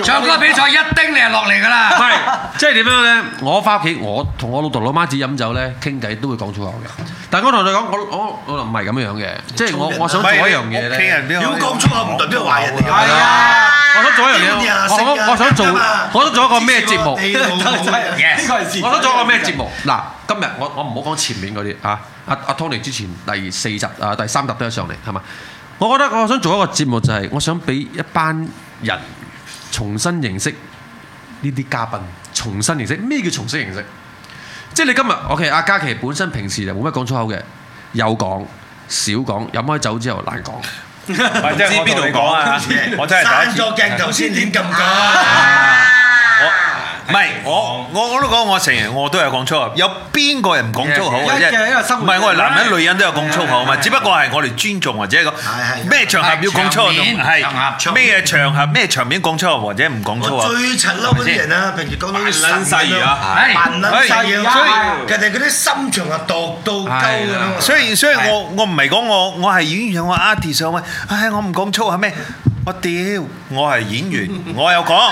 [SPEAKER 5] 唱歌比賽一叮你就落嚟㗎
[SPEAKER 1] 唔
[SPEAKER 5] 啦。
[SPEAKER 1] 係即係點樣咧？我翻屋企，我同我老豆老媽子飲酒咧，傾偈都會講粗口嘅。但係我同佢講，我我我唔係咁樣嘅，即係我我想做一樣嘢咧。
[SPEAKER 8] 妖講粗口唔代表壞人嚟㗎。
[SPEAKER 1] 係啊，我想做一樣嘢，我我我想做，我想做一個咩節目？我都做過
[SPEAKER 3] Dạ.
[SPEAKER 1] 咩節目？嗱，今日我我唔好講前面嗰啲啊，阿阿 Tony 之前第四集啊第三集都有上嚟，係嘛？我覺得我想做一個節目就係、我想俾一班人重新認識呢啲嘉賓，重新認識咩叫重新認識？即係你今日 OK，阿嘉琪本身平時就冇乜講粗口嘅，有講少講，飲開酒之後難講。
[SPEAKER 4] 啊
[SPEAKER 8] 刪咗鏡頭先點咁講？
[SPEAKER 4] 唔係我我我都講，我成日我都有講粗口，有邊個人唔講粗口嘅啫？
[SPEAKER 9] 有嘅因為生活
[SPEAKER 4] 唔係我哋男人女人都有講粗口嘛，只不過係我哋尊重或者一個
[SPEAKER 8] 係
[SPEAKER 4] 咩場合要講粗口，
[SPEAKER 5] 係場面場合
[SPEAKER 4] 係
[SPEAKER 8] 場
[SPEAKER 4] 咩場合咩場面講粗口或者唔講粗
[SPEAKER 8] 我
[SPEAKER 4] 口。啊
[SPEAKER 8] 最陳嬲嗰啲人啊，平時講到啲神咁樣
[SPEAKER 5] 係
[SPEAKER 8] 扮撚細嘢，
[SPEAKER 9] 係啊
[SPEAKER 8] 人哋嗰啲心腸啊毒到鳩咁樣。
[SPEAKER 4] 所以所以我我唔係講我我係演員，我 artist 上位，唉我唔講粗口咩？我屌，我係演員，我有講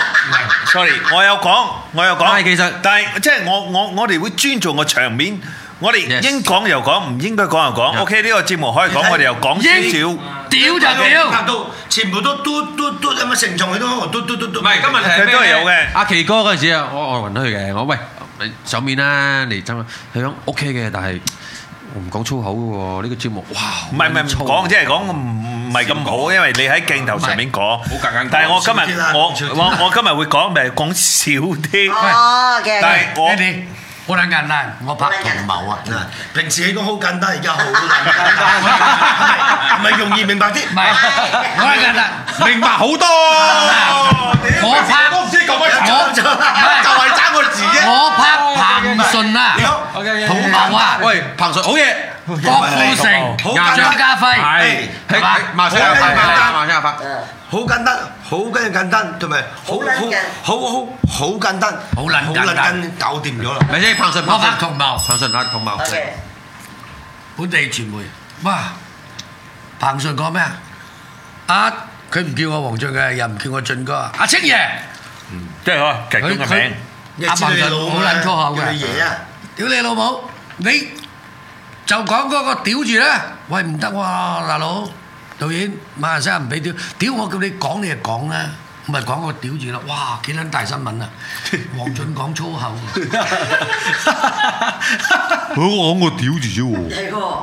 [SPEAKER 4] ，sorry，我有講，我有講。
[SPEAKER 1] 但係其實
[SPEAKER 4] 但係即係我我我哋會尊重個場面，我哋
[SPEAKER 1] Yes
[SPEAKER 4] 應講又講，唔應該講又講。
[SPEAKER 1] Yeah
[SPEAKER 4] OK，呢個節目可以講，我哋又講
[SPEAKER 5] 應
[SPEAKER 4] 少少。
[SPEAKER 5] 屌就
[SPEAKER 8] 拍
[SPEAKER 5] 屌，
[SPEAKER 8] 到全部都嘟嘟嘟咁樣成重佢都嘟嘟嘟嘟。
[SPEAKER 1] 唔係，今日係
[SPEAKER 4] 佢都係有嘅
[SPEAKER 1] 阿奇哥嗰陣時啊，我我暈到佢嘅，我喂你上面啦，你真佢講 OK 嘅，但係我唔講粗口嘅喎，呢個節目哇，
[SPEAKER 4] 唔係唔係
[SPEAKER 1] 粗
[SPEAKER 4] 唔講，即係講唔唔係咁好，因為你喺鏡頭上面講。
[SPEAKER 2] 好夾硬講
[SPEAKER 4] 但係我今
[SPEAKER 8] 少啲
[SPEAKER 4] 日
[SPEAKER 8] 啦
[SPEAKER 4] 我
[SPEAKER 8] 少啲
[SPEAKER 4] 我我今日會講，咪講少啲。
[SPEAKER 6] Ờ, 哦嘅，
[SPEAKER 4] 但係我
[SPEAKER 5] 你哋好撚簡單，我拍同謀啊。
[SPEAKER 8] 嗱，平時你講好簡單，而家好難，唔係容易明白啲。
[SPEAKER 5] 唔係，好撚簡單。
[SPEAKER 1] 明白好多。
[SPEAKER 5] 我拍
[SPEAKER 8] 都唔知講乜
[SPEAKER 5] 我
[SPEAKER 8] 啊就係爭個字啫。
[SPEAKER 5] 我拍彭順啊，同謀啊，
[SPEAKER 1] 喂，彭帥好嘢，
[SPEAKER 5] 郭富城、
[SPEAKER 8] 好
[SPEAKER 5] 張
[SPEAKER 8] 簡單
[SPEAKER 5] 家輝，
[SPEAKER 8] 係
[SPEAKER 1] 係
[SPEAKER 5] 係嘛
[SPEAKER 1] 馬上有
[SPEAKER 8] 好
[SPEAKER 1] 拍，
[SPEAKER 8] 明白
[SPEAKER 1] 馬上有拍。
[SPEAKER 6] Ờ,
[SPEAKER 8] 好簡單，好緊簡單，同埋好好好好好簡單，
[SPEAKER 5] 好撚
[SPEAKER 8] 好
[SPEAKER 5] 簡
[SPEAKER 8] 撚
[SPEAKER 5] 單，
[SPEAKER 8] 單搞掂咗啦。
[SPEAKER 1] 咪先，彭帥，
[SPEAKER 5] 我
[SPEAKER 1] 彭
[SPEAKER 5] 拍
[SPEAKER 1] 帥，
[SPEAKER 5] 同謀。
[SPEAKER 1] 彭帥啊，同謀。
[SPEAKER 6] OK，
[SPEAKER 5] 本地傳媒，哇！彭順講咩啊？啊，佢唔叫我黃俊嘅，又唔叫我俊哥啊！阿青爺，
[SPEAKER 4] 即係啊，劇中嘅名。
[SPEAKER 8] 因為知道你老母啦
[SPEAKER 5] 阿文俊好撚粗口嘅
[SPEAKER 8] 叫你爺啊，
[SPEAKER 5] 屌你老母，你就講嗰個屌住啦！喂，唔得喎，大佬，導演馬來西亞唔俾屌，屌我叫你講你就講啦，唔係講個屌住啦！哇，幾撚大新聞啊！黃俊講粗口喎，
[SPEAKER 6] 係喎。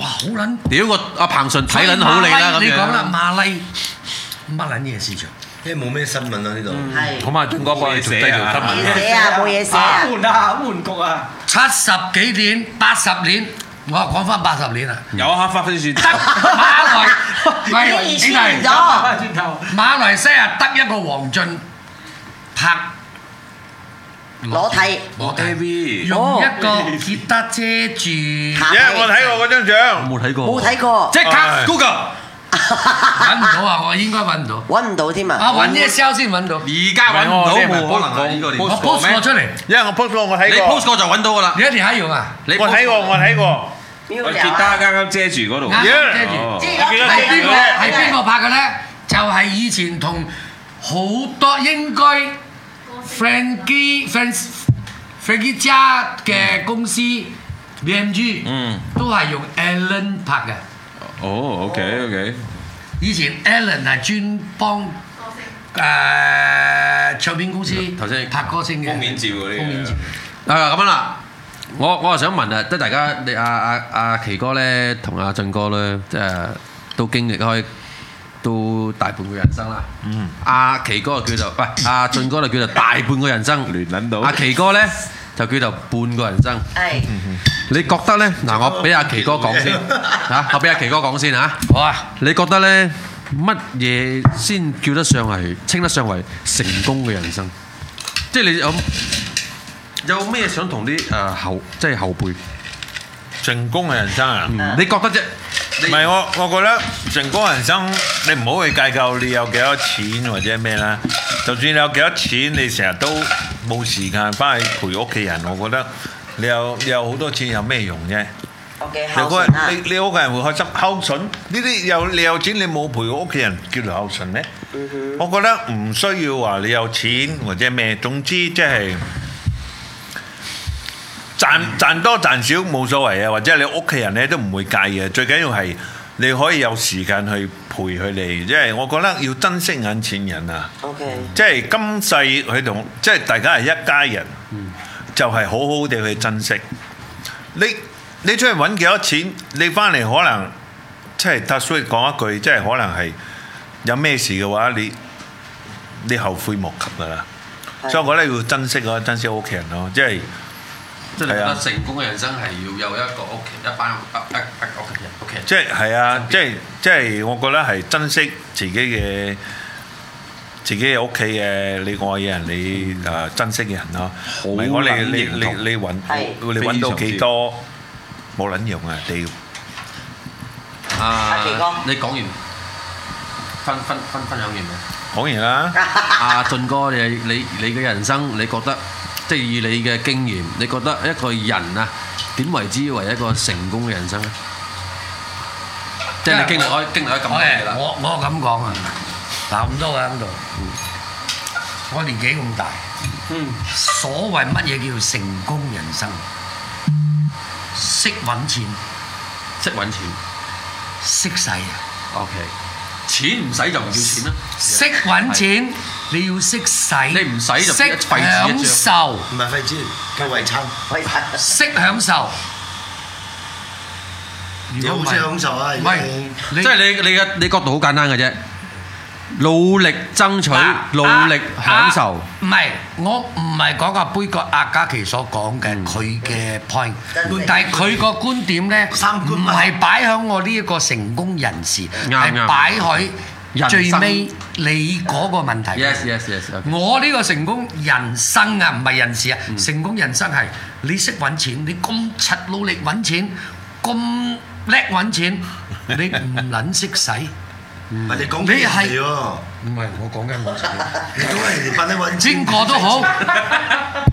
[SPEAKER 5] 哇，好撚〜
[SPEAKER 1] 屌個阿彭順睇撚好你啦咁樣。
[SPEAKER 5] 你講啦，馬拉乜撚嘢市場？
[SPEAKER 8] 因為冇咩新聞啊呢度。
[SPEAKER 5] 嗯
[SPEAKER 6] 係
[SPEAKER 4] 好嘛，俊哥幫你做低條新
[SPEAKER 2] à.
[SPEAKER 6] 冇
[SPEAKER 4] 聞。
[SPEAKER 6] 嘢寫啊，冇嘢寫
[SPEAKER 3] À,
[SPEAKER 6] 啊，
[SPEAKER 5] 七十幾年、八十年，我講翻八十年啊！
[SPEAKER 2] 有啊，花分算
[SPEAKER 5] 得馬來，喂，
[SPEAKER 6] 已
[SPEAKER 5] 兄
[SPEAKER 6] 經二千年
[SPEAKER 5] 弟，
[SPEAKER 6] 咗，
[SPEAKER 5] 馬來西亞得一個黃俊拍
[SPEAKER 6] 裸體
[SPEAKER 5] 我
[SPEAKER 2] AV
[SPEAKER 5] 用一個吉他遮住，
[SPEAKER 6] 嚇
[SPEAKER 4] 因為我睇過嗰張相，
[SPEAKER 1] 冇睇過。
[SPEAKER 6] 冇睇
[SPEAKER 5] Ờ,
[SPEAKER 6] 過，
[SPEAKER 1] 即刻
[SPEAKER 4] 唉
[SPEAKER 1] Google，
[SPEAKER 5] 揾唔到啊！我應該揾唔到，
[SPEAKER 6] 揾唔到添
[SPEAKER 5] 啊
[SPEAKER 6] 啊！
[SPEAKER 5] 揾啲 sales 先揾到，
[SPEAKER 1] 而家揾唔到
[SPEAKER 4] 唔係我即係咪
[SPEAKER 1] 冇可能啊！
[SPEAKER 4] post-
[SPEAKER 1] 呢個年代
[SPEAKER 5] 我 post 我出嚟，
[SPEAKER 4] 因為我 post 過，我睇
[SPEAKER 1] 你
[SPEAKER 4] 過
[SPEAKER 1] post，過就揾到㗎啦。
[SPEAKER 5] à? 你一定喺用啊！
[SPEAKER 1] 你
[SPEAKER 4] 我睇過，我睇過。
[SPEAKER 6] 要
[SPEAKER 2] 個
[SPEAKER 6] 聊
[SPEAKER 2] 吉
[SPEAKER 6] 啊！
[SPEAKER 2] 他啱啱遮住嗰度，
[SPEAKER 5] 啱啱遮住
[SPEAKER 2] 哦
[SPEAKER 6] 即係
[SPEAKER 5] 係
[SPEAKER 6] 有
[SPEAKER 5] 邊個係邊個拍嘅咧？就係以前同好多應該 Frankie Frank Frankie 家嘅公司 BMG，
[SPEAKER 2] 嗯，
[SPEAKER 5] 都係用 Alan à. 拍嘅。
[SPEAKER 2] 哦，OK OK，
[SPEAKER 5] 以前 Alan 係專幫誒唱片公司
[SPEAKER 1] 頭先
[SPEAKER 5] 拍歌星嘅
[SPEAKER 2] 封面照嗰啲
[SPEAKER 5] 封面照。
[SPEAKER 1] 啊咁樣啦，我我係想問啊，即係大家你阿阿阿奇哥咧同阿俊哥咧，即係都經歷開都大半個人生啦。嗯。阿奇哥就叫做，喂，阿俊哥就叫做大半個人生。
[SPEAKER 4] 亂撚到
[SPEAKER 1] 阿奇哥咧就叫做半個人生。
[SPEAKER 6] 係
[SPEAKER 1] 你覺得咧？嗱，我俾阿奇哥講 先嚇，我俾阿奇哥講先嚇。
[SPEAKER 5] 好啊，
[SPEAKER 1] 你覺得咧乜嘢先叫得上係稱得上為成功嘅人生？即係你有有咩想同啲誒後即係後輩？
[SPEAKER 4] 成功嘅人生啊！
[SPEAKER 6] 嗯
[SPEAKER 1] 你覺得啫？
[SPEAKER 4] 唔係我，我覺得成功人生你唔好去計較你有幾多錢或者咩啦。就算你有幾多錢，你成日都冇時間翻去陪屋企人，我覺得你有你有好多錢有咩用啫？
[SPEAKER 6] ，OK，
[SPEAKER 4] 你
[SPEAKER 6] 孝
[SPEAKER 4] 個
[SPEAKER 6] 順啦，
[SPEAKER 4] 人你你屋企人會開心孝順呢啲有你有錢你冇陪屋企人叫做孝順咩？我覺得唔需要話你有錢或者咩，總之即係賺賺多賺少冇所謂啊，或者你屋企人咧都唔會介意啊嘅，最緊要係你可以有時間去陪佢哋，因為我覺得要珍惜眼前人啊。
[SPEAKER 6] OK，
[SPEAKER 4] 即係今世佢同即係大家係一家人，就係好好地去珍惜。你你出去揾幾多錢，你翻嚟可能即係特衰講一句，即係可能係有咩事嘅話，你你後悔莫及噶啦。
[SPEAKER 6] 係
[SPEAKER 4] 所以我覺得要珍惜啊咯，珍惜屋企人咯，即係
[SPEAKER 1] 即係你
[SPEAKER 4] 係
[SPEAKER 1] 覺
[SPEAKER 4] 啊
[SPEAKER 1] 得成功嘅人生係要有一個屋企一班一一一屋企人屋企人。
[SPEAKER 4] 即係係啊，即係即係我覺得係珍惜自己嘅。自己嘅屋企嘅，你愛嘅人，你誒珍惜嘅人咯。
[SPEAKER 2] 好
[SPEAKER 4] 唔係我哋
[SPEAKER 2] 撚
[SPEAKER 4] 你
[SPEAKER 2] 認
[SPEAKER 4] 你
[SPEAKER 2] 同
[SPEAKER 4] 你揾
[SPEAKER 6] 係
[SPEAKER 4] 你揾到幾多冇撚用啊！屌，
[SPEAKER 1] 啊
[SPEAKER 6] 阿奇哥
[SPEAKER 1] 你講完分分分分享完未？
[SPEAKER 4] 講完啦，
[SPEAKER 1] 阿俊哥，你你你嘅人生，你覺得即係以你嘅經驗，你覺得一個人啊點為之為一個成功嘅人生咧？即係你經歷開經歷開咁多嘢啦
[SPEAKER 5] OK，。我我咁講啊，嗱咁多位喺度，我年紀咁大，所謂乜嘢叫成功人生？識揾錢，
[SPEAKER 1] 識揾錢
[SPEAKER 5] 識使啊！
[SPEAKER 1] ，OK，錢唔使就唔要錢啦。
[SPEAKER 5] 識揾錢，你要識使，
[SPEAKER 1] 你唔使就
[SPEAKER 5] 識
[SPEAKER 1] 一廢紙一張
[SPEAKER 5] 享受，
[SPEAKER 8] 唔係廢紙，係遺產。
[SPEAKER 6] 喂，
[SPEAKER 5] 識享受。
[SPEAKER 8] 你好識享受啊！
[SPEAKER 5] 唔係
[SPEAKER 8] 而家
[SPEAKER 5] 你
[SPEAKER 1] 即係你你嘅你角度好簡單嘅啫，努力爭取
[SPEAKER 5] 嗱，
[SPEAKER 1] 努力享受
[SPEAKER 5] 啊。唔係，我唔係講阿杯葛阿嘉琪所講嘅佢嘅 point，
[SPEAKER 6] 真係
[SPEAKER 5] 但係佢個觀點咧，
[SPEAKER 8] 三觀
[SPEAKER 5] 唔
[SPEAKER 8] 嘛
[SPEAKER 5] 係擺喺我呢一個成功人士，
[SPEAKER 1] 啱
[SPEAKER 5] 係擺喺
[SPEAKER 1] 人生
[SPEAKER 5] 最尾你嗰個問題。
[SPEAKER 1] Yes yes yes，OK。
[SPEAKER 5] 我呢個成功人生啊，唔係人事啊，成功人生係你識揾錢，你咁柒努力揾錢，咁叻揾錢，你唔撚識使，嗯
[SPEAKER 8] 唔係你講
[SPEAKER 5] 你
[SPEAKER 8] 緊人
[SPEAKER 5] 係
[SPEAKER 8] 哋喎，
[SPEAKER 5] 唔係我講緊我自己。
[SPEAKER 8] 你講緊人哋笨得揾
[SPEAKER 5] 邊
[SPEAKER 8] 錢。
[SPEAKER 5] 個都好，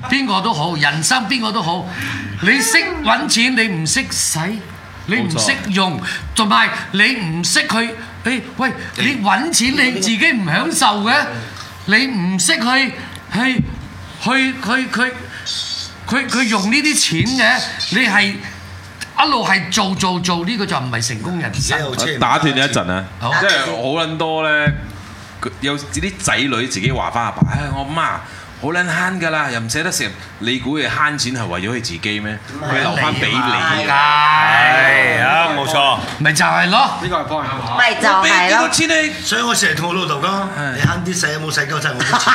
[SPEAKER 5] 邊個都好，人生邊個都好。你識揾錢，你唔識使，你唔識用，同埋你唔識去。誒喂，你揾錢你自己唔享受嘅，你唔識去去去去佢佢佢用呢啲錢嘅，你係一路係做做做呢、個就唔係成功人生。
[SPEAKER 2] 打斷你一陣啊
[SPEAKER 5] 好，
[SPEAKER 2] 即係好撚多咧，佢有啲仔女自己話翻阿爸，唉，我媽。好撚慳㗎啦，又唔捨得食。你估佢慳錢係為咗佢自己咩？佢留翻俾你
[SPEAKER 8] 啊
[SPEAKER 2] 㗎。
[SPEAKER 5] 係
[SPEAKER 4] 係啊，冇錯，
[SPEAKER 5] 咪就係咯。
[SPEAKER 9] 呢個係幫人啊嘛。
[SPEAKER 6] 咪就
[SPEAKER 2] 我俾
[SPEAKER 6] 係
[SPEAKER 2] 幾多
[SPEAKER 6] 咯，
[SPEAKER 2] 錢你？
[SPEAKER 8] 所以我成日同我老豆講：你慳啲使，冇使鳩晒我啲錢。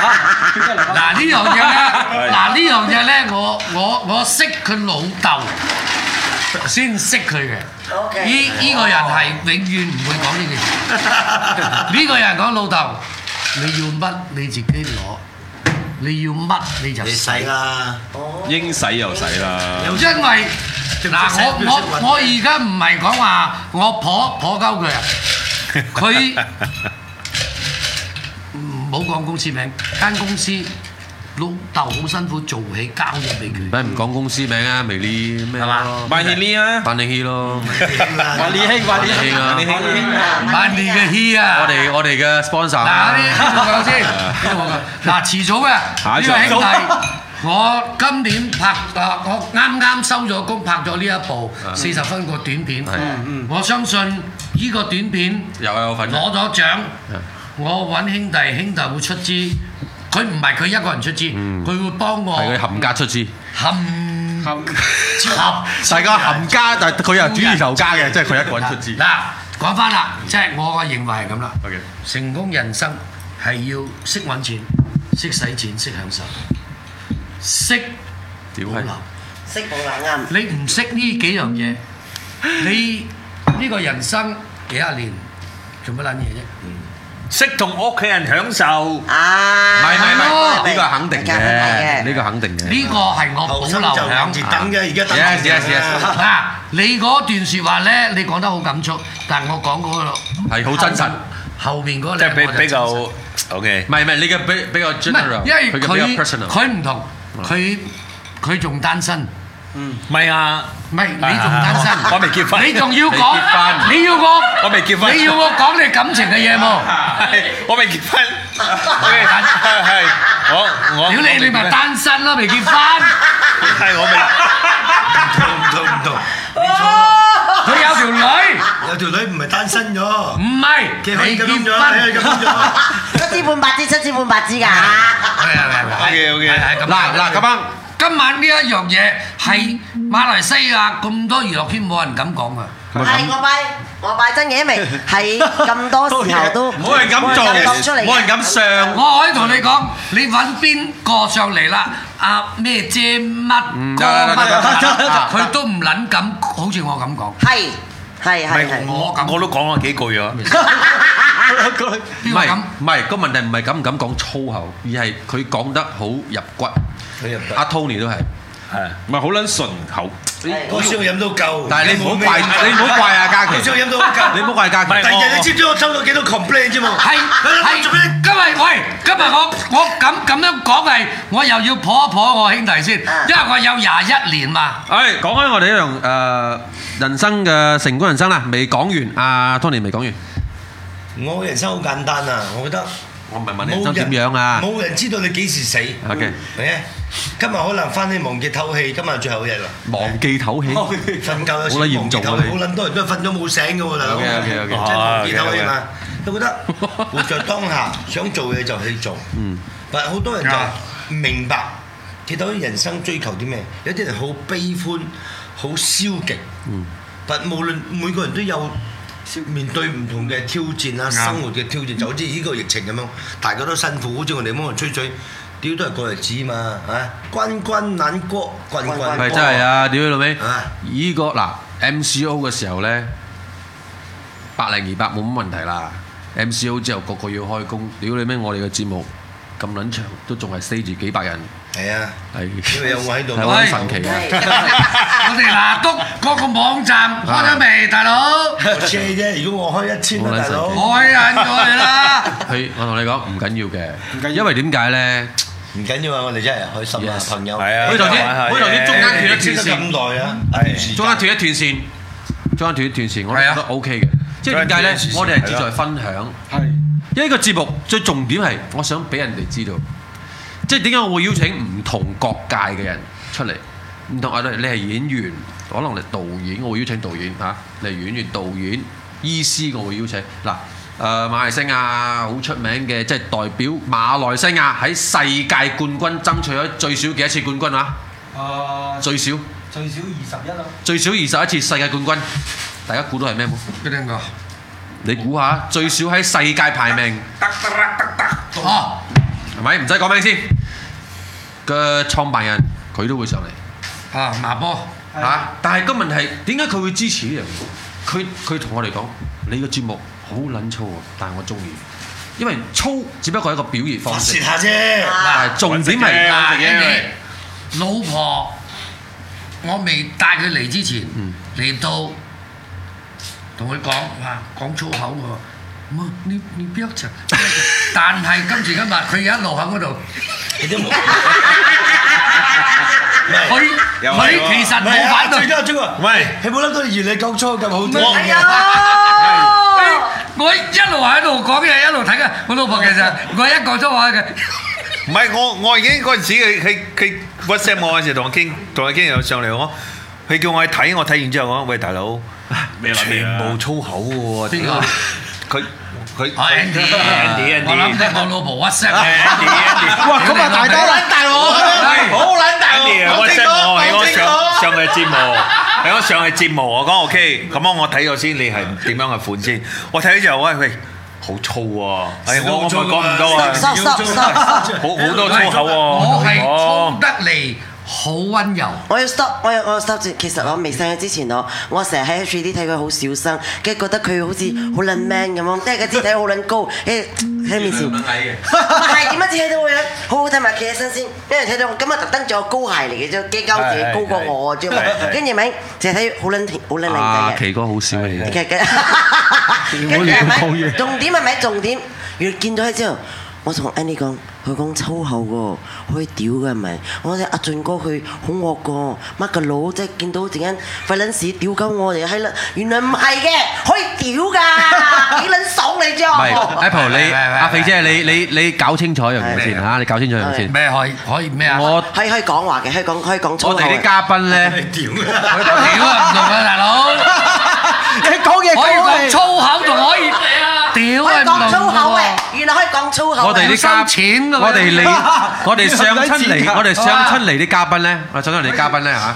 [SPEAKER 5] 嗱呢樣嘢咧，嗱呢樣嘢咧，我我我識佢老豆先識佢嘅。
[SPEAKER 6] OK
[SPEAKER 5] 呢呢個人係永遠唔會講呢件事。呢個人講老豆，你要乜你自己攞，你要乜你就
[SPEAKER 8] 你使啦，
[SPEAKER 2] 應使又使啦。
[SPEAKER 5] 因為嗱，我我我而家唔係講話我婆婆鳩佢啊，佢唔好講公司名，間公司老豆好辛苦做起交易俾佢。
[SPEAKER 1] 咪唔講公司名啊，微利咩
[SPEAKER 5] 係嘛
[SPEAKER 1] 咯，
[SPEAKER 2] 萬年呢啊，
[SPEAKER 1] 班尼希咯，
[SPEAKER 9] 萬年興，萬年興，
[SPEAKER 1] 萬年興啊。
[SPEAKER 5] à.
[SPEAKER 9] 萬年興啊。
[SPEAKER 5] 萬年嘅 he 啊！
[SPEAKER 1] 我哋我哋嘅 sponsor
[SPEAKER 5] 嗱，
[SPEAKER 1] 啊
[SPEAKER 5] 呢呢度講先，呢度講嗱，遲早
[SPEAKER 2] 下
[SPEAKER 5] 嘅
[SPEAKER 2] 一
[SPEAKER 5] 呢
[SPEAKER 2] 場
[SPEAKER 5] 個兄弟，我今年拍啊，我啱啱收咗工，拍咗呢一部四十分個短片
[SPEAKER 1] 係啊，
[SPEAKER 5] 我相信呢個短片
[SPEAKER 1] 又有份嘅，
[SPEAKER 5] 攞咗獎，我揾兄弟，兄弟會出資，佢唔係佢一個人出資，佢會幫我
[SPEAKER 1] 係佢冚家出資，
[SPEAKER 5] 冚合。
[SPEAKER 7] 大家冚家，但係佢又主意頭家嘅，即係佢一個人出資。
[SPEAKER 5] 嗱，講翻啦，即係我嘅認為係咁啦。
[SPEAKER 1] OK
[SPEAKER 5] 成功人生係要識揾錢、識使錢、識享受、識
[SPEAKER 1] 屌
[SPEAKER 5] 保
[SPEAKER 1] 係
[SPEAKER 5] 留。
[SPEAKER 6] 識保留啱。
[SPEAKER 5] 你唔識呢幾樣嘢，你呢個人生幾廿年做乜撚嘢啫？
[SPEAKER 4] 識同屋企人享受。
[SPEAKER 1] 唔
[SPEAKER 6] 啊，
[SPEAKER 1] 係唔係唔
[SPEAKER 5] 係
[SPEAKER 1] 係，呢個係肯定嘅，呢個肯定嘅，
[SPEAKER 5] 呢個係我保留響。
[SPEAKER 8] 後生就唔住等嘅，而家等
[SPEAKER 1] À. Yes, yes, yes。
[SPEAKER 5] 嗱，你嗰段説話咧，你講得好感觸，但係我講嗰個
[SPEAKER 1] 係好真實，
[SPEAKER 5] 後面嗰兩個
[SPEAKER 4] 即係比-
[SPEAKER 5] 就真實
[SPEAKER 4] 比較- OK。
[SPEAKER 1] 唔係唔係，你嘅比比較
[SPEAKER 5] 唔係
[SPEAKER 1] general，，
[SPEAKER 5] 因為
[SPEAKER 1] 佢嘅比
[SPEAKER 5] 佢
[SPEAKER 1] 較 personal，
[SPEAKER 5] 佢唔同，佢佢仲單身，唔係你仲單身，
[SPEAKER 4] 我未結婚。
[SPEAKER 5] 你仲要
[SPEAKER 1] 未結
[SPEAKER 5] 講，
[SPEAKER 1] 婚
[SPEAKER 5] 你要我，
[SPEAKER 4] 我未結婚
[SPEAKER 5] 你要我講你感情嘅嘢冇？
[SPEAKER 4] 我未結婚。係，係，係。我-我-
[SPEAKER 5] 屌你，你咪單身咯，未結婚，
[SPEAKER 4] 係，我未-
[SPEAKER 5] 佢有條女，
[SPEAKER 8] 唔同唔同唔同，有條女唔係單身咗，結婚咁樣咗，
[SPEAKER 5] 唔係你結婚，
[SPEAKER 6] 七支半八支，七支半八支㗎嚇。
[SPEAKER 5] 係係係係
[SPEAKER 4] OK，OK
[SPEAKER 5] 係係咁
[SPEAKER 1] 嗱嗱咁樣。
[SPEAKER 5] 今晚呢一樣嘢係馬來西亞咁多娛樂圈冇人敢講啊！
[SPEAKER 6] 係我拜我拜真嘅，因為喺咁多時候都
[SPEAKER 1] 冇人敢做
[SPEAKER 6] 冇人敢講出嚟嘅
[SPEAKER 1] 冇人敢上
[SPEAKER 5] 我可以同你講，你揾邊個上嚟啦？阿咩姐乜
[SPEAKER 1] 唔
[SPEAKER 5] 哥
[SPEAKER 1] 得得得得
[SPEAKER 5] 乜
[SPEAKER 1] 得得得
[SPEAKER 5] 佢都唔撚敢，好似我咁講。
[SPEAKER 6] 係係係係。
[SPEAKER 5] 我咁，
[SPEAKER 4] 我都講咗幾句啊。
[SPEAKER 5] 邊
[SPEAKER 1] 唔
[SPEAKER 5] 個
[SPEAKER 1] 係
[SPEAKER 5] 咁？
[SPEAKER 1] 唔係，個問題唔係敢唔敢講粗口，而係佢講得好入骨。阿 Tony 都係，
[SPEAKER 2] 唔係好撚順口，
[SPEAKER 8] 嗰時我飲到夠，
[SPEAKER 1] 但係你唔好怪你唔好怪阿嘉琪， 你唔好怪阿嘉琪。
[SPEAKER 8] 第二日你知唔知我收到幾多 complain 啫嘛？
[SPEAKER 5] 係係
[SPEAKER 8] 做咩？
[SPEAKER 5] 今日喂，今日我我咁咁樣講係，我又要破一破我兄弟先，因為我有廿一年嘛。
[SPEAKER 1] 誒，講開我哋一樣誒人生嘅成功人生啦，未講完，阿 Tony 未講完。
[SPEAKER 8] 我人生好簡單啊，我覺得。
[SPEAKER 1] 我唔係問你人生點樣啊
[SPEAKER 8] 冇人知道你幾時死。
[SPEAKER 1] à? OK
[SPEAKER 8] 係咪今日可能翻去忘記透氣，今日最後一日啦。
[SPEAKER 1] 忘記唞氣。
[SPEAKER 8] 瞓覺有時
[SPEAKER 1] 好撚嚴重啊你
[SPEAKER 8] 忘記透氣好撚多人都係瞓咗冇醒嘅喎，大佬。
[SPEAKER 1] OK，OK，OK
[SPEAKER 8] 真係忘記透氣嘛
[SPEAKER 4] 啊，
[SPEAKER 8] 佢覺得活在當下，想做嘢就去做。嗯。但係好多人就明白，佢到底人生追求啲咩？有啲人好悲觀，好消極。嗯。但無論每個人都有。面對唔同嘅挑戰啊，生活嘅挑戰，就好似呢個疫情咁樣，大家都辛苦，好似我哋幫人吹水，屌都係過日子嘛，啊，關關難過，關關
[SPEAKER 1] 係真係啊！屌你老味
[SPEAKER 8] 啊，
[SPEAKER 1] 依個嗱 MCO 嘅時候咧，百零二百冇乜問題啦。MCO 之後個個要開工，屌你咩！我哋嘅節目咁撚長，都仲係 stay 住幾百人，
[SPEAKER 8] 係啊，
[SPEAKER 1] 係
[SPEAKER 8] 因為有我喺度
[SPEAKER 1] 係好撚神奇啊！
[SPEAKER 5] 我哋嗱督嗰個網站開咗未，大佬？
[SPEAKER 8] 我 share 啫。如果我開一千
[SPEAKER 1] 好
[SPEAKER 8] 啊，
[SPEAKER 1] 撚
[SPEAKER 8] 大佬，唔
[SPEAKER 5] 開緊咗佢啦！
[SPEAKER 1] 佢我同你講唔緊要嘅，因為點解咧？
[SPEAKER 8] 緊要啊，我哋真係開心啊，朋友。
[SPEAKER 4] 係啊，
[SPEAKER 1] 佢頭先
[SPEAKER 4] 係啊，
[SPEAKER 1] 佢頭先
[SPEAKER 4] 係啊，
[SPEAKER 1] 中間斷一
[SPEAKER 8] 你
[SPEAKER 1] 斷
[SPEAKER 8] 識咗
[SPEAKER 1] 線，
[SPEAKER 8] 咁耐啊，
[SPEAKER 1] 中間斷一斷線，中間斷一斷線，我都
[SPEAKER 5] 係啊
[SPEAKER 1] 覺得 OK 嘅。即係點解咧
[SPEAKER 4] 中間斷一斷？線
[SPEAKER 1] 我哋係志
[SPEAKER 4] 係
[SPEAKER 1] 在
[SPEAKER 4] 啦
[SPEAKER 1] 分享。因為呢個節目最重點係，我想俾人哋知道，即係點解我會邀請唔同各界嘅人出嚟，唔同啊！你係演員，可能你係導演，我會邀請導演嚇、啊你係演員、導演、醫師，我會邀請嗱。誒、馬來西亞好出名嘅，即係代表馬來西亞喺世界冠軍爭取咗最少幾多次冠軍啊？最少最少二十一次世界冠軍，大家估到係咩冇？
[SPEAKER 5] 邊個？
[SPEAKER 1] 你估下，最少喺世界排名。
[SPEAKER 5] 哦，
[SPEAKER 1] 係咪？唔使講名先。嘅創辦人佢都會上嚟
[SPEAKER 5] 啊麻波，
[SPEAKER 1] 嚇、但係個問題點解佢會支持呢樣嘢？佢佢同我哋講：你個節目好撚粗啊，但係我中意，因為粗只不過係一個表現
[SPEAKER 8] 發
[SPEAKER 1] 方
[SPEAKER 8] 泄
[SPEAKER 1] 式，
[SPEAKER 8] 下啫。
[SPEAKER 1] 但係重點
[SPEAKER 4] 揾食
[SPEAKER 1] 係
[SPEAKER 4] 嘅
[SPEAKER 5] 嗱
[SPEAKER 4] 食嘢
[SPEAKER 5] ，Andy，老婆，我未帶佢嚟之前，
[SPEAKER 4] Ừ.
[SPEAKER 5] 嚟到同佢講哇，講粗口 喎。唔你你邊一層？但係今時今日佢一路喺嗰度
[SPEAKER 8] 你都冇。
[SPEAKER 5] 佢
[SPEAKER 4] 又係
[SPEAKER 5] 佢
[SPEAKER 4] 喎
[SPEAKER 5] 其實
[SPEAKER 8] 唔係
[SPEAKER 5] 冇
[SPEAKER 8] 啊
[SPEAKER 5] 反
[SPEAKER 8] 最緊
[SPEAKER 5] 對，
[SPEAKER 8] 要最緊要，
[SPEAKER 4] 喂
[SPEAKER 8] 你冇諗到原來講粗口咁好聽
[SPEAKER 5] 係
[SPEAKER 8] 嘅。
[SPEAKER 5] 我一路喺度講嘢，一路睇嘅。我老婆其實我一講粗話嘅，
[SPEAKER 4] 唔係我我已經嗰陣時佢佢佢 WhatsApp 我嗰陣時同我傾同我傾又上嚟我，佢叫我去睇，我睇完之後我講喂大 佬，
[SPEAKER 2] 咩諗嘢
[SPEAKER 4] 全
[SPEAKER 2] 啊
[SPEAKER 4] 部粗口嘅喎，
[SPEAKER 5] 邊個？
[SPEAKER 4] 佢佢
[SPEAKER 5] 我 Andy
[SPEAKER 4] 哎 Andy
[SPEAKER 5] 我諗
[SPEAKER 4] Andy
[SPEAKER 5] 緊我老婆 WhatsApp。
[SPEAKER 4] Andy Andy，
[SPEAKER 7] 哇，咁啊大家啦，大佬，好撚大
[SPEAKER 4] Andy 啊
[SPEAKER 7] 喎，
[SPEAKER 4] WhatsApp 我喺我上上嘅節目，喺我上嘅節目，我講 OK，咁啊我我睇咗先，你係點樣嘅款先？我睇咗之後，喂喂，好粗喎！哎，我我咪講唔到啊，
[SPEAKER 6] stop stop stop，
[SPEAKER 4] 好好多粗口喎。
[SPEAKER 5] 我係
[SPEAKER 4] 哦
[SPEAKER 5] 粗得嚟好温柔。
[SPEAKER 6] 我要 stop，我要我要 stop 住。其實我未上去之前，我我成日喺 H D 睇佢好小生，跟住覺得佢好似好撚 man 咁樣，即係個肢體好撚高，誒喺面前。係點解只睇到我樣好好睇埋企起身先？因為睇到我今日特登着高鞋嚟嘅啫，幾鳩自己高過我啫嘛。跟住咪淨係睇好撚好撚
[SPEAKER 1] 阿
[SPEAKER 6] 靚仔
[SPEAKER 1] 啊
[SPEAKER 6] 嘅。
[SPEAKER 1] 奇哥好少嘅，
[SPEAKER 6] 嘅嘅，跟住係咪？重點係咪？重點，越見到佢之後，我同 Andy 講，佢講粗口喎，可以屌嘅係咪？我哋阿俊哥佢好惡個，乜個佬即係見到陣間費撚事屌鳩我哋係啦，原來唔係嘅，可以屌㗎，幾撚爽你
[SPEAKER 1] 唔係
[SPEAKER 6] 啫？
[SPEAKER 1] 啊 Apple 你
[SPEAKER 5] 喂喂喂
[SPEAKER 1] 阿肥姐你你你搞清楚一樣嘢先啊嚇，你搞清楚一樣嘢先。
[SPEAKER 5] 咩可以可以咩啊？
[SPEAKER 1] 我
[SPEAKER 6] 可以可以講話嘅，可以講可以講粗
[SPEAKER 1] 我
[SPEAKER 6] 口
[SPEAKER 1] 哋啲
[SPEAKER 6] 嘅。
[SPEAKER 1] 嘉賓咧，
[SPEAKER 5] 屌啊唔同啊，大佬，
[SPEAKER 7] 你講嘢
[SPEAKER 5] 可以
[SPEAKER 7] 講
[SPEAKER 5] 講
[SPEAKER 7] 粗，
[SPEAKER 5] 粗口仲可以屌
[SPEAKER 6] 可
[SPEAKER 5] 啊
[SPEAKER 6] 以
[SPEAKER 5] 唔同
[SPEAKER 6] 講
[SPEAKER 5] 嘅
[SPEAKER 6] 粗口嘅
[SPEAKER 5] 喎。，
[SPEAKER 6] 原來可以講粗口嘅。
[SPEAKER 1] 我哋啲嘉
[SPEAKER 5] 好收錢㗎喎
[SPEAKER 1] 我哋你我哋上
[SPEAKER 7] 你
[SPEAKER 1] 親
[SPEAKER 7] 唔使錢
[SPEAKER 1] 嚟，
[SPEAKER 7] 㗎
[SPEAKER 1] 我哋上親嚟啲嘉賓咧，我上親嚟啲嘉賓咧嚇，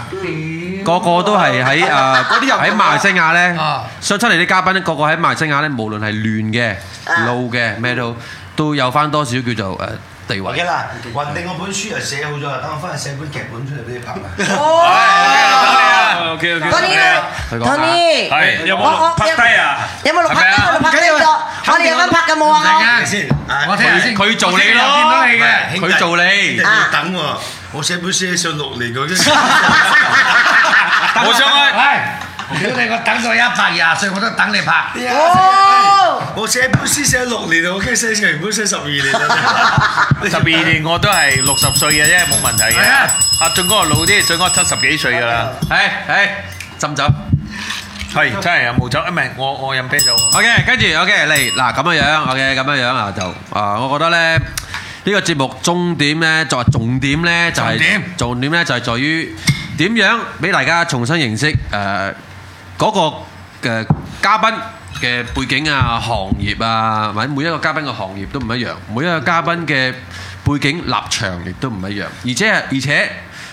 [SPEAKER 1] 個個都係喺誒
[SPEAKER 7] 嗰啲又唔同啊
[SPEAKER 1] 喺馬來西亞咧
[SPEAKER 5] 啊，
[SPEAKER 1] 上親嚟啲嘉賓咧，個個喺馬來西亞咧，無論係亂嘅、
[SPEAKER 6] 啊
[SPEAKER 1] 路嘅咩都都有翻多少叫做誒地位
[SPEAKER 8] OK。啦，雲定我本書又寫好咗啦，等我翻去寫本劇本出嚟俾你拍啦。
[SPEAKER 2] 啊，OK Ờ. OK。
[SPEAKER 6] Ờ,
[SPEAKER 2] à.
[SPEAKER 6] Tony 咧
[SPEAKER 1] 佢講下
[SPEAKER 6] ，Tony，Ờ,
[SPEAKER 2] 係有
[SPEAKER 6] 我
[SPEAKER 2] 冇
[SPEAKER 6] 我
[SPEAKER 2] 拍低啊？
[SPEAKER 6] 有冇錄拍低？我哋拍低咗，我哋有份拍嘅冇啊？我
[SPEAKER 5] 陣間
[SPEAKER 8] 先啊
[SPEAKER 5] 我聽下先，
[SPEAKER 1] 佢做你咯
[SPEAKER 5] 我聽下見到你嘅。
[SPEAKER 8] 兄弟
[SPEAKER 1] 佢做你
[SPEAKER 8] 兄弟要等喎，我寫本書想六年嗰啲。
[SPEAKER 2] 我想去。
[SPEAKER 5] 喂，屌你！我等到一百廿歲，我都等你拍。
[SPEAKER 6] 哦，
[SPEAKER 8] 我寫本書寫六年，我驚寫成本寫十二年 啦。
[SPEAKER 4] 十二年我都係六十歲嘅啫，冇問題嘅
[SPEAKER 5] 係啊。
[SPEAKER 4] 阿俊哥老啲，俊哥七十幾歲㗎啦。
[SPEAKER 1] 誒誒，斟酒。
[SPEAKER 4] 係真係有冇酒？啊唔係我我飲啤酒喎。
[SPEAKER 1] OK，跟住 OK 嚟嗱咁樣樣，OK 咁樣樣啊就啊，我覺得咧呢個節目重點咧，作為重點咧就係
[SPEAKER 5] 重點
[SPEAKER 1] 重點咧就係在於點樣俾大家重新認識誒嗰個嘅嘉賓嘅背景啊、行業啊，或者每一個嘉賓嘅行業都唔一樣，每一個嘉賓嘅背景立場亦都唔一樣，而且而且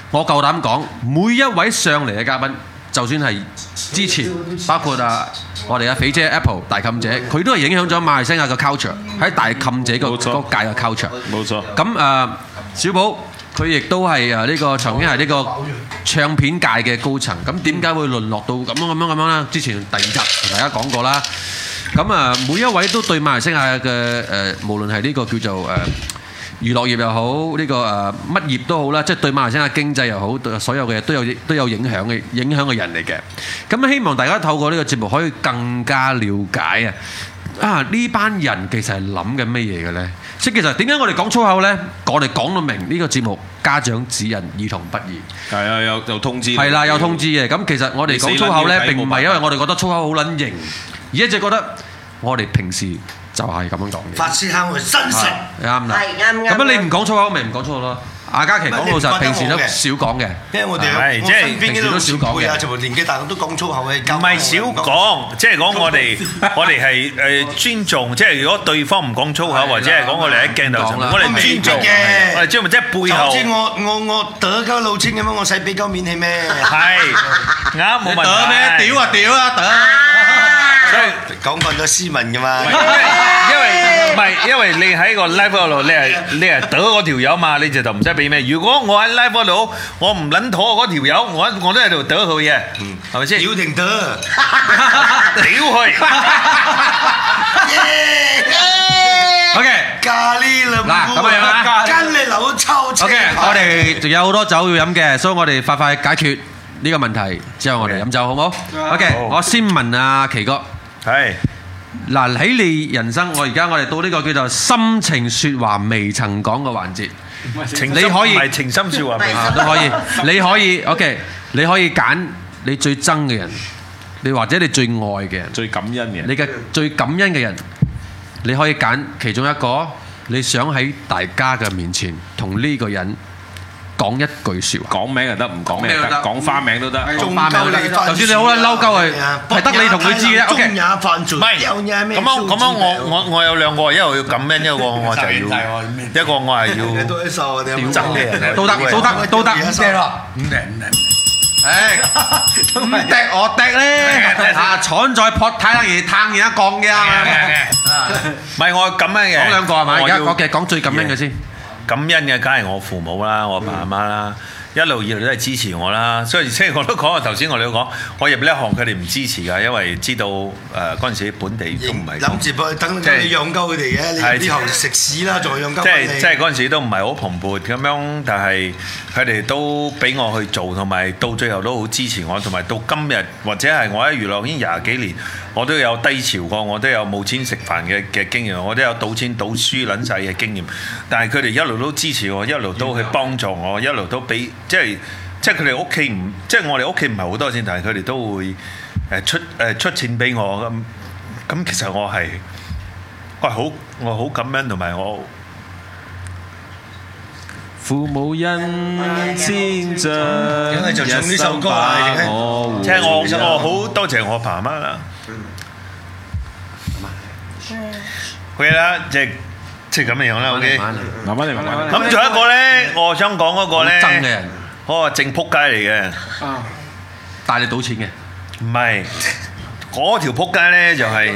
[SPEAKER 1] 我夠膽講，每一位上嚟嘅嘉賓，就算係之前包括啊我哋嘅肥姐 Apple 大冚姐，佢都係影響咗馬來西亞嘅 culture 喺大冚姐個
[SPEAKER 2] 冇錯
[SPEAKER 1] 嗰界嘅 culture。
[SPEAKER 2] 冇錯。
[SPEAKER 1] 咁誒、呃小寶佢亦都係誒呢個曾經係呢個唱片界嘅高層，咁點解會淪落到咁樣咁樣咁樣啦？之前第二集同大家講過啦。咁啊，呃每一位都對馬來西亞嘅誒、呃，無論係呢個叫做誒。呃娛樂業又好，呢、個誒乜、業都好啦，即係對馬來西亞經濟又好，對所有嘅嘢都有都有影響嘅影響嘅人嚟嘅。咁希望大家透過呢個節目可以更加了解啊！啊！呢班人其實係諗緊乜嘢嘅呢？即係其實點解我哋講粗口呢？我哋講到明呢個節目家長指引，兒童不宜。
[SPEAKER 2] 係啊，有有通知。
[SPEAKER 1] 係啦，有通知。嘅。咁其實我哋講粗口呢，
[SPEAKER 2] 你死撚要睇
[SPEAKER 1] 並唔
[SPEAKER 2] 冇
[SPEAKER 1] 係
[SPEAKER 2] 辦法
[SPEAKER 1] 因為我哋覺得粗口好撚型，而一直覺得我哋平時就係咁樣講嘅。
[SPEAKER 8] 發泄下我嘅真實。
[SPEAKER 1] 係啱啦，
[SPEAKER 6] 係啱啱
[SPEAKER 1] 咁樣你唔講粗口，咪唔講粗口咯。阿嘉琪講老實，平時都少講嘅。
[SPEAKER 8] 因為我哋
[SPEAKER 4] 係
[SPEAKER 8] 我
[SPEAKER 4] 即係
[SPEAKER 8] 身邊
[SPEAKER 1] 平時都少
[SPEAKER 8] 啲
[SPEAKER 1] 講
[SPEAKER 8] 老
[SPEAKER 1] 嘅
[SPEAKER 8] 輩啊，全部年紀大都講粗口嘅，
[SPEAKER 4] 唔係少講，即係講我哋我哋係誒尊重，即係如果對方唔講粗
[SPEAKER 1] 係啦
[SPEAKER 4] 口，或者係講我哋喺鏡頭上
[SPEAKER 1] 唔講啦
[SPEAKER 4] 面，我哋尊重
[SPEAKER 8] 我未必嘅
[SPEAKER 4] 我哋尊重即係背
[SPEAKER 8] 就好
[SPEAKER 4] 後
[SPEAKER 8] 似我我我得鳩老千咁樣，我使俾鳩面氣咩？
[SPEAKER 4] 係啱冇問題。
[SPEAKER 1] 啊屌啊屌！
[SPEAKER 4] 所以
[SPEAKER 8] 講慣咗斯文噶嘛。
[SPEAKER 4] 因為唔係因為你喺個 live 嗰度，你係你係得嗰條友嘛，你就就唔使俾咩。如果我喺 live 嗰度，我唔撚妥嗰條友，我我都喺度得佢嘅，係咪先？
[SPEAKER 8] 屌定得，
[SPEAKER 4] 屌佢！
[SPEAKER 1] OK。
[SPEAKER 8] 咖喱啦，
[SPEAKER 1] 嗱咁樣啦
[SPEAKER 8] 跟你扭抽車
[SPEAKER 1] OK，我 哋仲有好多酒要飲嘅，所以我哋快快解決呢個問題之後，我哋飲酒好冇？OK，我先問阿奇哥，
[SPEAKER 4] 係
[SPEAKER 1] 嗱喺你人生，我而家我哋到呢個叫做心情説話未曾講嘅環節，
[SPEAKER 4] 情
[SPEAKER 1] 你
[SPEAKER 4] 深
[SPEAKER 1] 可以
[SPEAKER 4] 唔係情深説話未
[SPEAKER 1] 啊都可以，你可以 OK，你可以揀你最憎嘅人，你或者你最愛嘅人，
[SPEAKER 2] 最感恩嘅
[SPEAKER 1] 你嘅最感恩嘅人，你可以揀其中一個，你想喺大家嘅面前同呢個人講一句説話，
[SPEAKER 2] 講名又得，唔講名又得，講花名都得。
[SPEAKER 1] 講花名都得，就算你好撚嬲鳩佢，係得你同佢知嘅啫。OK。
[SPEAKER 4] 唔係，咁樣咁樣我我我有兩個，一個要感恩，一個我就要，一個我係要憎嘅人，
[SPEAKER 1] 都得都得都得，
[SPEAKER 5] 五隻咯，五隻五隻。
[SPEAKER 1] 唉，唔滴我滴咧，啊，廠在撲太得而攤而家降嘅啊，
[SPEAKER 4] 唔係我感恩嘅，
[SPEAKER 1] 講兩個係咪？而
[SPEAKER 4] 我
[SPEAKER 1] 家
[SPEAKER 4] 要
[SPEAKER 1] 講嘅講最感
[SPEAKER 4] Dạ.
[SPEAKER 1] 恩嘅先，
[SPEAKER 4] 感恩嘅梗係我父母啦，我阿爸阿媽啦，一路以嚟都係支持我啦。所以即 係我都講啊，頭先我哋都講，我入呢一行佢哋唔支持㗎，因為知道誒嗰陣時本地都唔係咁。
[SPEAKER 8] eh,
[SPEAKER 4] 即係即係嗰陣時都唔係好蓬勃咁樣，但係佢哋都俾我去做，同埋到最後都好支持我，同埋到今日或者係我喺娛樂圈廿幾年，我都有低潮過，我都有冇錢食飯嘅嘅經驗，我都有賭錢賭輸撚晒嘅經驗，但係佢哋一路都支持我，一路都去幫助我，一路都俾即係即係佢哋屋企唔即係我哋屋企唔係好多錢，但係佢哋都會誒出誒出錢俾我咁咁，其實我係我係好我好感恩同埋我。
[SPEAKER 2] 父母恩先
[SPEAKER 3] Dạ,
[SPEAKER 2] 像，梗
[SPEAKER 8] 就唱呢首歌啊而家
[SPEAKER 2] 我
[SPEAKER 4] 即係我我好多謝我爸媽啦。佢啦，即係即係咁樣樣啦。OK，
[SPEAKER 2] 慢慢嚟，慢慢嚟。
[SPEAKER 4] 咁仲有一個咧，我想講嗰個咧，
[SPEAKER 1] 憎嘅人，
[SPEAKER 4] 嗰個正撲街嚟嘅，
[SPEAKER 1] 帶你賭錢嘅，
[SPEAKER 4] 唔係嗰條撲街咧就係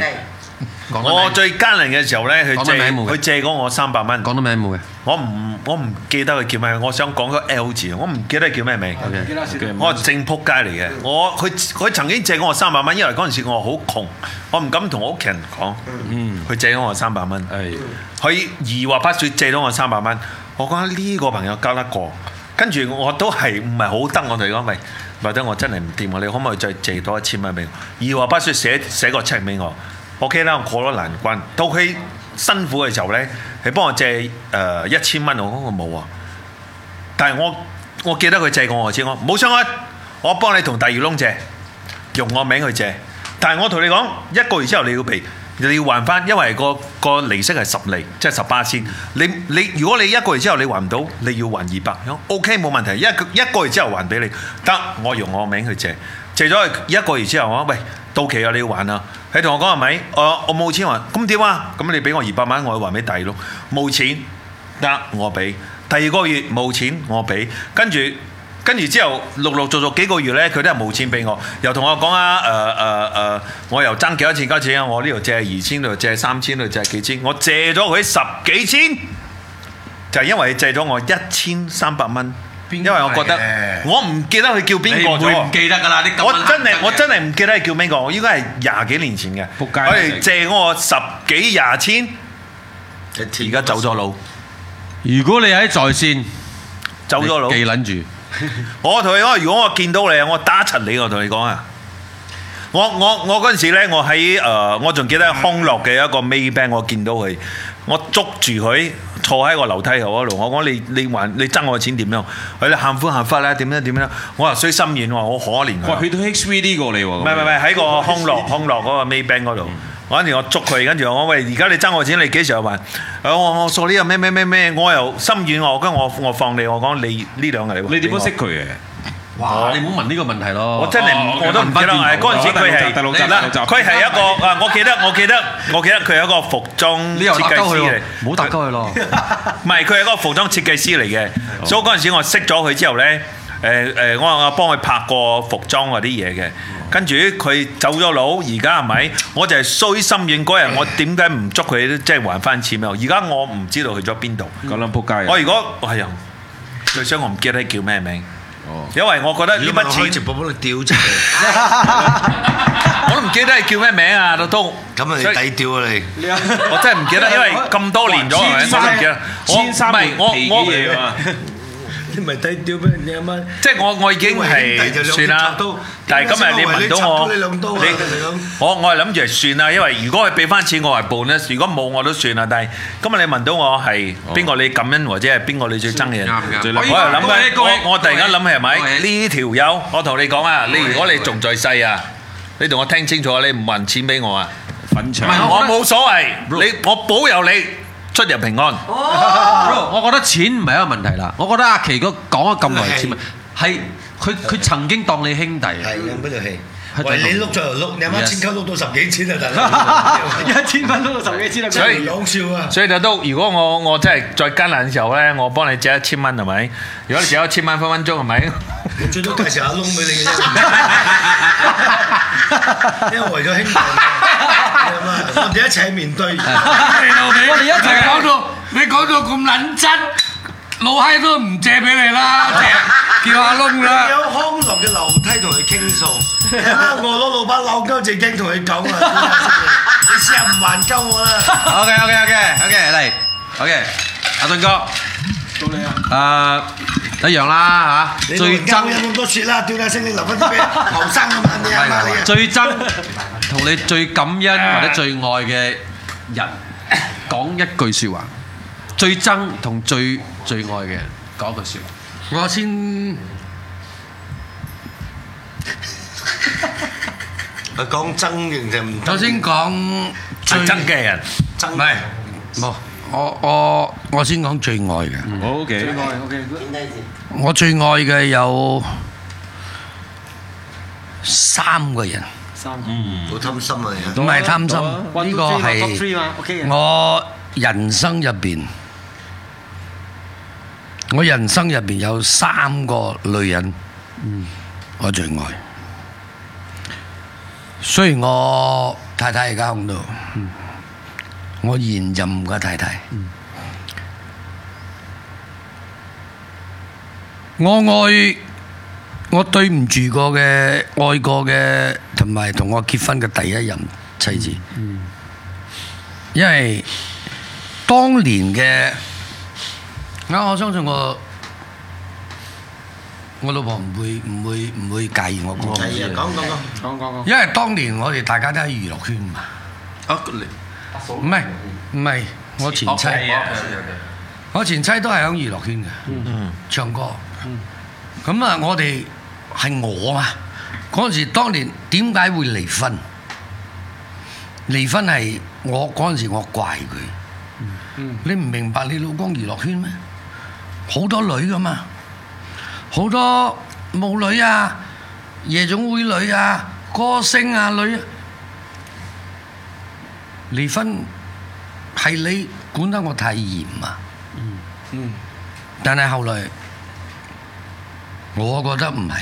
[SPEAKER 1] 講得
[SPEAKER 4] 我
[SPEAKER 1] 名，
[SPEAKER 4] 最艱難嘅時候咧，佢
[SPEAKER 1] 講得
[SPEAKER 4] 借
[SPEAKER 1] 名冇嘅
[SPEAKER 4] 佢借過我三百蚊，
[SPEAKER 1] 講得名冇嘅
[SPEAKER 4] 我唔我唔記得佢叫咩，我想講個 L 字，我唔記得佢叫咩名。
[SPEAKER 1] ，OK，
[SPEAKER 4] 我係正撲街嚟嘅，我佢佢曾經借過我三百蚊，因為嗰陣時我好窮，我唔敢同我屋企人講，佢借咗我三百蚊，
[SPEAKER 2] 係
[SPEAKER 4] 佢二話不説借咗我三百蚊，我覺得呢個朋友交得過，跟住我都係唔係好得我同佢講，喂，或者我真係唔掂喎，你可唔可以再借多一千蚊俾我？二話不説寫寫個 check 俾我，OK 啦，我過咗難關。到佢辛苦嘅時候呢，佢幫我借誒一千蚊，我講我冇啊。但係我我記得佢借過我錢，我冇相干，我幫你同第二窿借，用我名去借。但係我同你講，一個月之後你要俾，你要還翻，因為個個利息係十厘，即係十八先。你你如果你一個月之後你還唔到，你要還二百。OK 冇問題，一個一個月之後還俾你，得我用我名去借，借咗一個月之後我話喂到期啊你要還啊。佢同我講係咪？我我冇錢還，咁點啊？咁你俾我二百蚊，我去還俾第二窿，冇錢。得我俾，第二個月冇錢我俾，跟住跟住之後陸陸續續幾個月咧，佢都係冇錢俾我，又同我講啊誒誒誒，我又爭幾多錢幾多錢啊，我呢度借二千，呢度借三千，呢度借幾千，我借咗佢十幾千，就係因為借咗我一千三百蚊，因為我覺得我唔記得佢叫邊
[SPEAKER 1] 啊你
[SPEAKER 4] 個
[SPEAKER 1] 唔會
[SPEAKER 4] 咗
[SPEAKER 1] 唔。記得㗎啦，你咁
[SPEAKER 4] 我真
[SPEAKER 1] 係
[SPEAKER 4] 係我真係唔記得係叫咩個，我應該係廿幾年前嘅。
[SPEAKER 2] 仆街
[SPEAKER 4] 佢哋借我十幾廿千，而家走咗佬，
[SPEAKER 1] 如果你喺在線，
[SPEAKER 4] 走咗佬。
[SPEAKER 1] 記撚住，
[SPEAKER 4] 我同你講，如果我見到你，我打柒你，我同你講啊！我我我嗰陣時咧，我喺誒、呃我仲記得康樂嘅一個 Maybank，我見到佢，我捉住佢坐喺個樓梯口嗰度，我講你你還你爭我錢點樣？佢咧喊苦喊忽啦，點樣點樣？我話衰心軟喎，我可憐
[SPEAKER 2] 哇，
[SPEAKER 4] 佢。
[SPEAKER 2] 佢都 HVD 過你喎。
[SPEAKER 4] 唔
[SPEAKER 2] 唔
[SPEAKER 4] 係唔係唔係喺個康樂康樂嗰個 Maybank 嗰度，我跟住我捉佢，跟住我喂，而家你爭我錢，你幾時又還？我我我數呢個咩咩咩咩，我又心軟我，跟住我我放你，我講你呢兩個禮拜
[SPEAKER 2] 你點
[SPEAKER 4] 俾我
[SPEAKER 2] 樣識佢嘅？
[SPEAKER 1] 哇！你唔好問呢個問題咯，
[SPEAKER 4] 我真係唔
[SPEAKER 2] 哦，OK，
[SPEAKER 4] 我都唔記得，
[SPEAKER 1] 文筆
[SPEAKER 4] 誒嗰陣時佢係
[SPEAKER 2] 第六集第六集
[SPEAKER 4] 嗱
[SPEAKER 2] 第六集
[SPEAKER 4] 佢係一個啊，我記得我記得我記得佢係一個服裝
[SPEAKER 1] 你又
[SPEAKER 4] 設
[SPEAKER 1] 搭
[SPEAKER 4] 計
[SPEAKER 1] 鳩佢
[SPEAKER 4] 師嚟
[SPEAKER 1] 喎，，唔好搭鳩佢咯，
[SPEAKER 4] 唔係佢係一個服裝設計師嚟嘅，所以嗰陣時我識咗佢之後咧，誒誒我我幫佢拍過服裝嗰啲嘢嘅，跟住佢走咗佬，而家係咪？我就係衰心軟嗰日，我點解唔捉佢即係還翻錢俾我？而家我唔知道去咗邊度。
[SPEAKER 2] 咁撚仆街
[SPEAKER 4] 我
[SPEAKER 2] 嘅。
[SPEAKER 4] 如果係啊，最想我唔記得叫咩名，因為我覺得呢筆錢。我都唔記得係叫咩名啊，都 都所以我真係唔記得，因為咁多年咗，
[SPEAKER 2] 千
[SPEAKER 4] 我都唔記得。我
[SPEAKER 2] 千三
[SPEAKER 4] 唔係
[SPEAKER 2] 皮
[SPEAKER 4] 我
[SPEAKER 2] 嘅
[SPEAKER 4] 我
[SPEAKER 2] 嘢啊嘛。
[SPEAKER 8] 你咪低調俾人哋阿媽。
[SPEAKER 4] 即係我我已經係算啦，但係今日你問到我，
[SPEAKER 8] 你兩刀啊！
[SPEAKER 4] 你我我係諗住係算啦，因為如果佢俾翻錢我係 bonus，如果冇我都算啦。但係今日你問到我係邊個你感恩或者係邊個你最憎嘅人
[SPEAKER 1] 哦嗯啱哦啱，
[SPEAKER 4] 最叻我
[SPEAKER 1] 可以
[SPEAKER 4] 又諗
[SPEAKER 1] 恭喜
[SPEAKER 4] 緊，
[SPEAKER 1] 恭喜
[SPEAKER 4] 我我突然間諗起係咪
[SPEAKER 1] 恭喜
[SPEAKER 4] 呢條友？我同你講啊，你
[SPEAKER 1] 恭喜
[SPEAKER 4] 如果你
[SPEAKER 1] 恭喜
[SPEAKER 4] 仲在世啊，你同我聽清楚啊，你唔還錢俾我啊，
[SPEAKER 1] 粉
[SPEAKER 4] 唔係我冇所謂，你我保佑你出入平安。
[SPEAKER 1] Bro，我覺得錢唔係一個問題啦。我覺得阿奇哥講咗咁耐錢，係佢佢曾經當你兄弟。
[SPEAKER 8] 係啊，俾條氣。
[SPEAKER 1] 係真係
[SPEAKER 8] 喂，你碌咗又碌，你阿媽
[SPEAKER 1] Yes
[SPEAKER 8] 千鳩碌到十幾千啊，大佬！
[SPEAKER 3] 一千蚊都到十幾千啦，
[SPEAKER 4] 所以
[SPEAKER 8] 講笑啊！
[SPEAKER 4] 所以就都，如果我我真係再艱難嘅時候咧，我幫你借一千蚊係咪？如果你借一千蚊分分鐘係咪？
[SPEAKER 8] 我最多介紹下窿俾你嘅啫，因為為咗兄弟嘛，係啊嘛我哋一齊面對。
[SPEAKER 3] 我哋一齊講到
[SPEAKER 5] 你講到咁撚真，老閪都唔借俾你啦，借叫阿窿啦。
[SPEAKER 8] 有康樂嘅樓梯同佢傾 訴，啊我攞老闆扭鳩隻驚同佢講啊，你試下唔還鳩我 啦。
[SPEAKER 1] OK OK OK OK 嚟，OK 阿俊哥，到你啊。誒一樣啦嚇，
[SPEAKER 8] 你老
[SPEAKER 1] 最
[SPEAKER 8] 人家
[SPEAKER 1] 憎
[SPEAKER 8] 有咁多雪啦，屌你聲，你留翻啲俾後生啊嘛，你阿 媽你啊。
[SPEAKER 1] 最憎同你最感恩或者最愛嘅人講一句説話，最憎同最最愛嘅人講一句説話。
[SPEAKER 5] 我先
[SPEAKER 8] 佢講憎嘅就唔
[SPEAKER 5] 首先講最
[SPEAKER 4] 係真嘅人，
[SPEAKER 8] 憎，
[SPEAKER 5] 唔係冇我我我先講最愛嘅，
[SPEAKER 10] 點解先？
[SPEAKER 5] 我最愛嘅有三個人，
[SPEAKER 8] 好貪心啊你啊。
[SPEAKER 5] 唔係貪心，呢個係我人生入邊，我人生入邊有三個女人，我最愛。雖然我太太而家喺度，我現任嘅太太，我愛我對唔住過嘅愛過嘅，同埋同我結婚嘅第一任妻子，因為當年嘅啊，我相信我我老婆唔會唔會唔會介意我講嘅
[SPEAKER 8] 係啊，講講講。
[SPEAKER 5] 因為當年我哋大家都喺娛樂圈嘛，
[SPEAKER 1] 啊，你哦
[SPEAKER 5] 唔係唔係，我前妻，
[SPEAKER 1] 啊
[SPEAKER 5] 我前妻都係喺娛樂圈嘅，唱歌。咁啊，我哋係我嘛，嗰陣時當年點解會離婚？離婚係我嗰陣時我怪佢，你唔明白你老公娛樂圈咩？好多女噶嘛，好多舞女啊、夜總會女啊、歌星啊女啊。離婚係你管得我太嚴啊！但係後來我覺得唔係，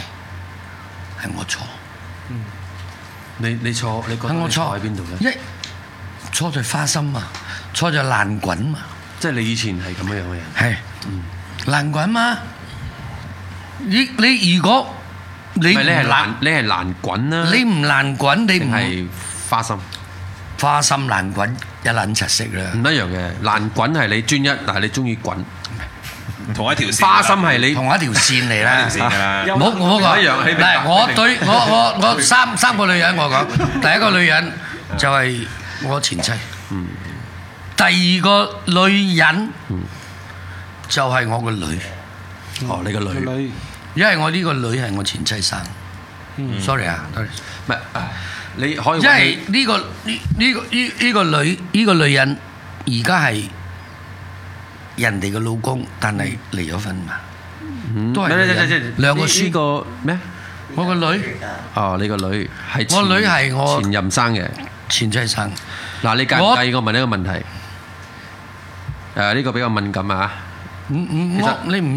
[SPEAKER 5] 係我錯，
[SPEAKER 1] 你你錯，你覺得
[SPEAKER 5] 係我
[SPEAKER 1] 你錯
[SPEAKER 5] 錯
[SPEAKER 1] 喺邊度咧？
[SPEAKER 5] 一錯在花心啊，錯在爛滾嘛，
[SPEAKER 1] 即係你以前係咁樣樣嘅人。
[SPEAKER 5] 係爛滾嘛。你你如果你
[SPEAKER 1] 唔係你係
[SPEAKER 5] 唔
[SPEAKER 1] 難，你係難滾啦。
[SPEAKER 5] 你唔爛滾，你
[SPEAKER 1] 定
[SPEAKER 5] 唔
[SPEAKER 1] 係花心，
[SPEAKER 5] 花心爛滾一撚柒色啦
[SPEAKER 1] 唔一。樣嘅。難滾係你專一，但係你中意滾。
[SPEAKER 11] 同一條線。
[SPEAKER 1] 花心係你
[SPEAKER 5] 同一條線 嚟啦，
[SPEAKER 11] 㗎
[SPEAKER 5] 冇冇講
[SPEAKER 1] 一樣你明白
[SPEAKER 5] 嗱，我對我我我三三個女人我講，第一個女人就係我前妻，第二個女人就係我個女，哦，你個女，因為我呢個女係我前妻生，sorry 啊，sorry。
[SPEAKER 1] 唔係啊你可以
[SPEAKER 5] 因
[SPEAKER 1] 為
[SPEAKER 5] 為呢、個呢呢、個呢呢、個女呢、個女人而家係人哋嘅老公，但係離咗婚嘛，都係女人兩個
[SPEAKER 1] 呢
[SPEAKER 5] 孫。
[SPEAKER 1] 個咩？
[SPEAKER 5] 我個女
[SPEAKER 1] 哦，你個女係前
[SPEAKER 5] 我女係我
[SPEAKER 1] 前任生嘅。
[SPEAKER 5] 前妻生，
[SPEAKER 1] 嗱，你介唔
[SPEAKER 5] 我
[SPEAKER 1] 介意我問呢個問題？誒，呢個比較敏感啊。
[SPEAKER 5] 唔唔
[SPEAKER 1] 其實
[SPEAKER 5] 我你唔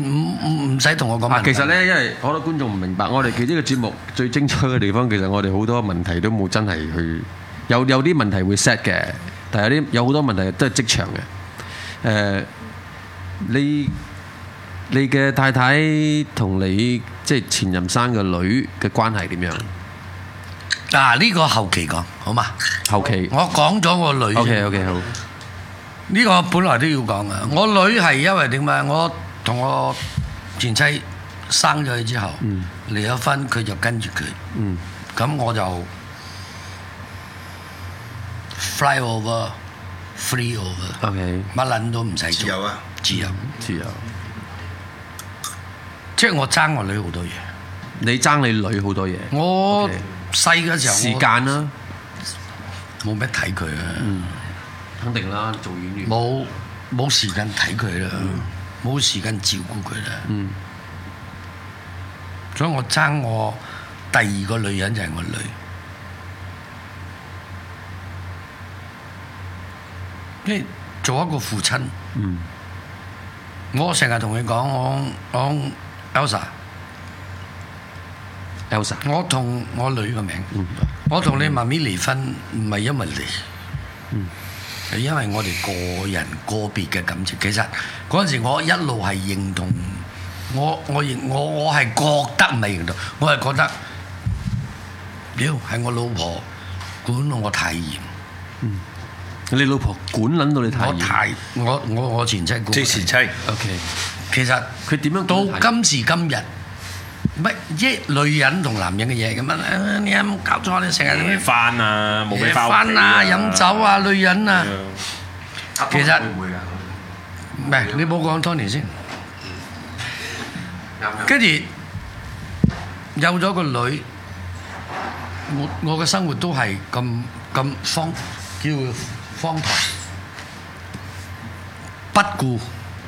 [SPEAKER 5] 唔唔使同我講
[SPEAKER 1] 啊，
[SPEAKER 5] 問題
[SPEAKER 1] 其實咧，因為好多觀眾唔明白，我哋嘅呢個節目最精彩嘅地方，其實我哋好多問題都冇真係去，有有啲問題會 set 嘅，但係有啲有好多問題都係職場嘅。誒、你你嘅太太同你即係前任生嘅女嘅關係點樣？
[SPEAKER 5] 嗱呢個後期講好嘛？
[SPEAKER 1] 後期
[SPEAKER 5] 我講咗我女先
[SPEAKER 1] ，OK OK 好，
[SPEAKER 5] 啊呢個本來都要講嘅。我女係因為點解？我同我前妻生咗佢之後，
[SPEAKER 1] 嗯
[SPEAKER 5] 離咗婚，佢就跟住佢。咁我就 fly over、free over，
[SPEAKER 1] OK，
[SPEAKER 5] 乜撚都唔使做。
[SPEAKER 8] 自由啊！
[SPEAKER 5] 自由，
[SPEAKER 1] 自由。
[SPEAKER 5] 即係我爭我女好多嘢。
[SPEAKER 1] 你爭你女好多嘢，
[SPEAKER 5] 我細嘅時候，
[SPEAKER 1] 時間啦，
[SPEAKER 5] 冇咩睇佢啊。
[SPEAKER 1] 肯定啦，做演員。
[SPEAKER 5] 冇冇時間睇佢啦，冇、時間照顧佢啦。
[SPEAKER 1] 嗯
[SPEAKER 5] 所以我爭我第二個女人就係我女，因為做一個父親，
[SPEAKER 1] 嗯
[SPEAKER 5] 我成日同佢講，我我 Elsa，
[SPEAKER 1] ，Elsa，
[SPEAKER 5] 我同我女個名，
[SPEAKER 1] 嗯
[SPEAKER 5] 我同你媽咪離婚唔係因為你，
[SPEAKER 1] 嗯
[SPEAKER 5] 係因為我哋個人個別嘅感情。其實嗰陣時我一路係認同，我我認我我係覺得唔係認同，我係覺得，屌係我老婆管我太嚴，
[SPEAKER 1] 你老婆管撚到你太
[SPEAKER 5] 我
[SPEAKER 1] 嚴
[SPEAKER 5] 太我我我前妻管我
[SPEAKER 4] 即係
[SPEAKER 5] 太
[SPEAKER 4] 前
[SPEAKER 5] 嚴
[SPEAKER 4] 妻，
[SPEAKER 1] OK，
[SPEAKER 5] 其實
[SPEAKER 1] 佢點樣管得太
[SPEAKER 5] 到今時今日，乜即係女人同男人嘅嘢咁樣，啊你有冇搞錯？你成日
[SPEAKER 2] 翻啊，冇俾翻屋企
[SPEAKER 5] 翻啊、飲酒啊、女人啊，其實唔係你冇講 Tony 先，跟住有咗個女，我我嘅生活都係咁咁荒叫荒唐，不顧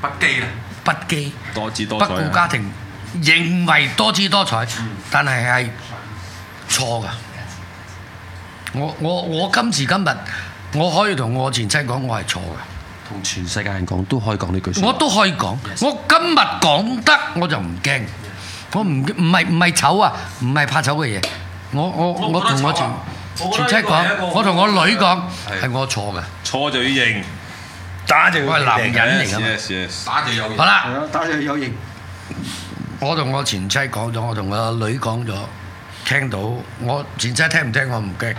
[SPEAKER 1] 不羈啦，
[SPEAKER 5] 不羈。
[SPEAKER 2] 多姿多
[SPEAKER 5] 不
[SPEAKER 2] 彩
[SPEAKER 5] 顧
[SPEAKER 2] 啊。
[SPEAKER 5] 家庭，認為多姿多彩，但係係錯噶。我我我今時今日，我可以同我前妻講，我係錯噶，
[SPEAKER 1] 同全世界人講都可以講呢句説話。
[SPEAKER 5] 我都可以講。我今日講得我就唔驚，我唔唔係唔係醜啊，唔係怕醜嘅嘢。我我我同我前前妻講，我同我女講係我錯噶，
[SPEAKER 2] 錯就要認，
[SPEAKER 4] 打就要
[SPEAKER 5] 我係男人嚟噶嘛。
[SPEAKER 2] yes yes yes。
[SPEAKER 1] 打就有
[SPEAKER 5] 好啦。
[SPEAKER 3] 打咗有型，
[SPEAKER 5] 我同我前妻講咗，我同我女講咗，聽到我前妻聽唔聽我唔驚。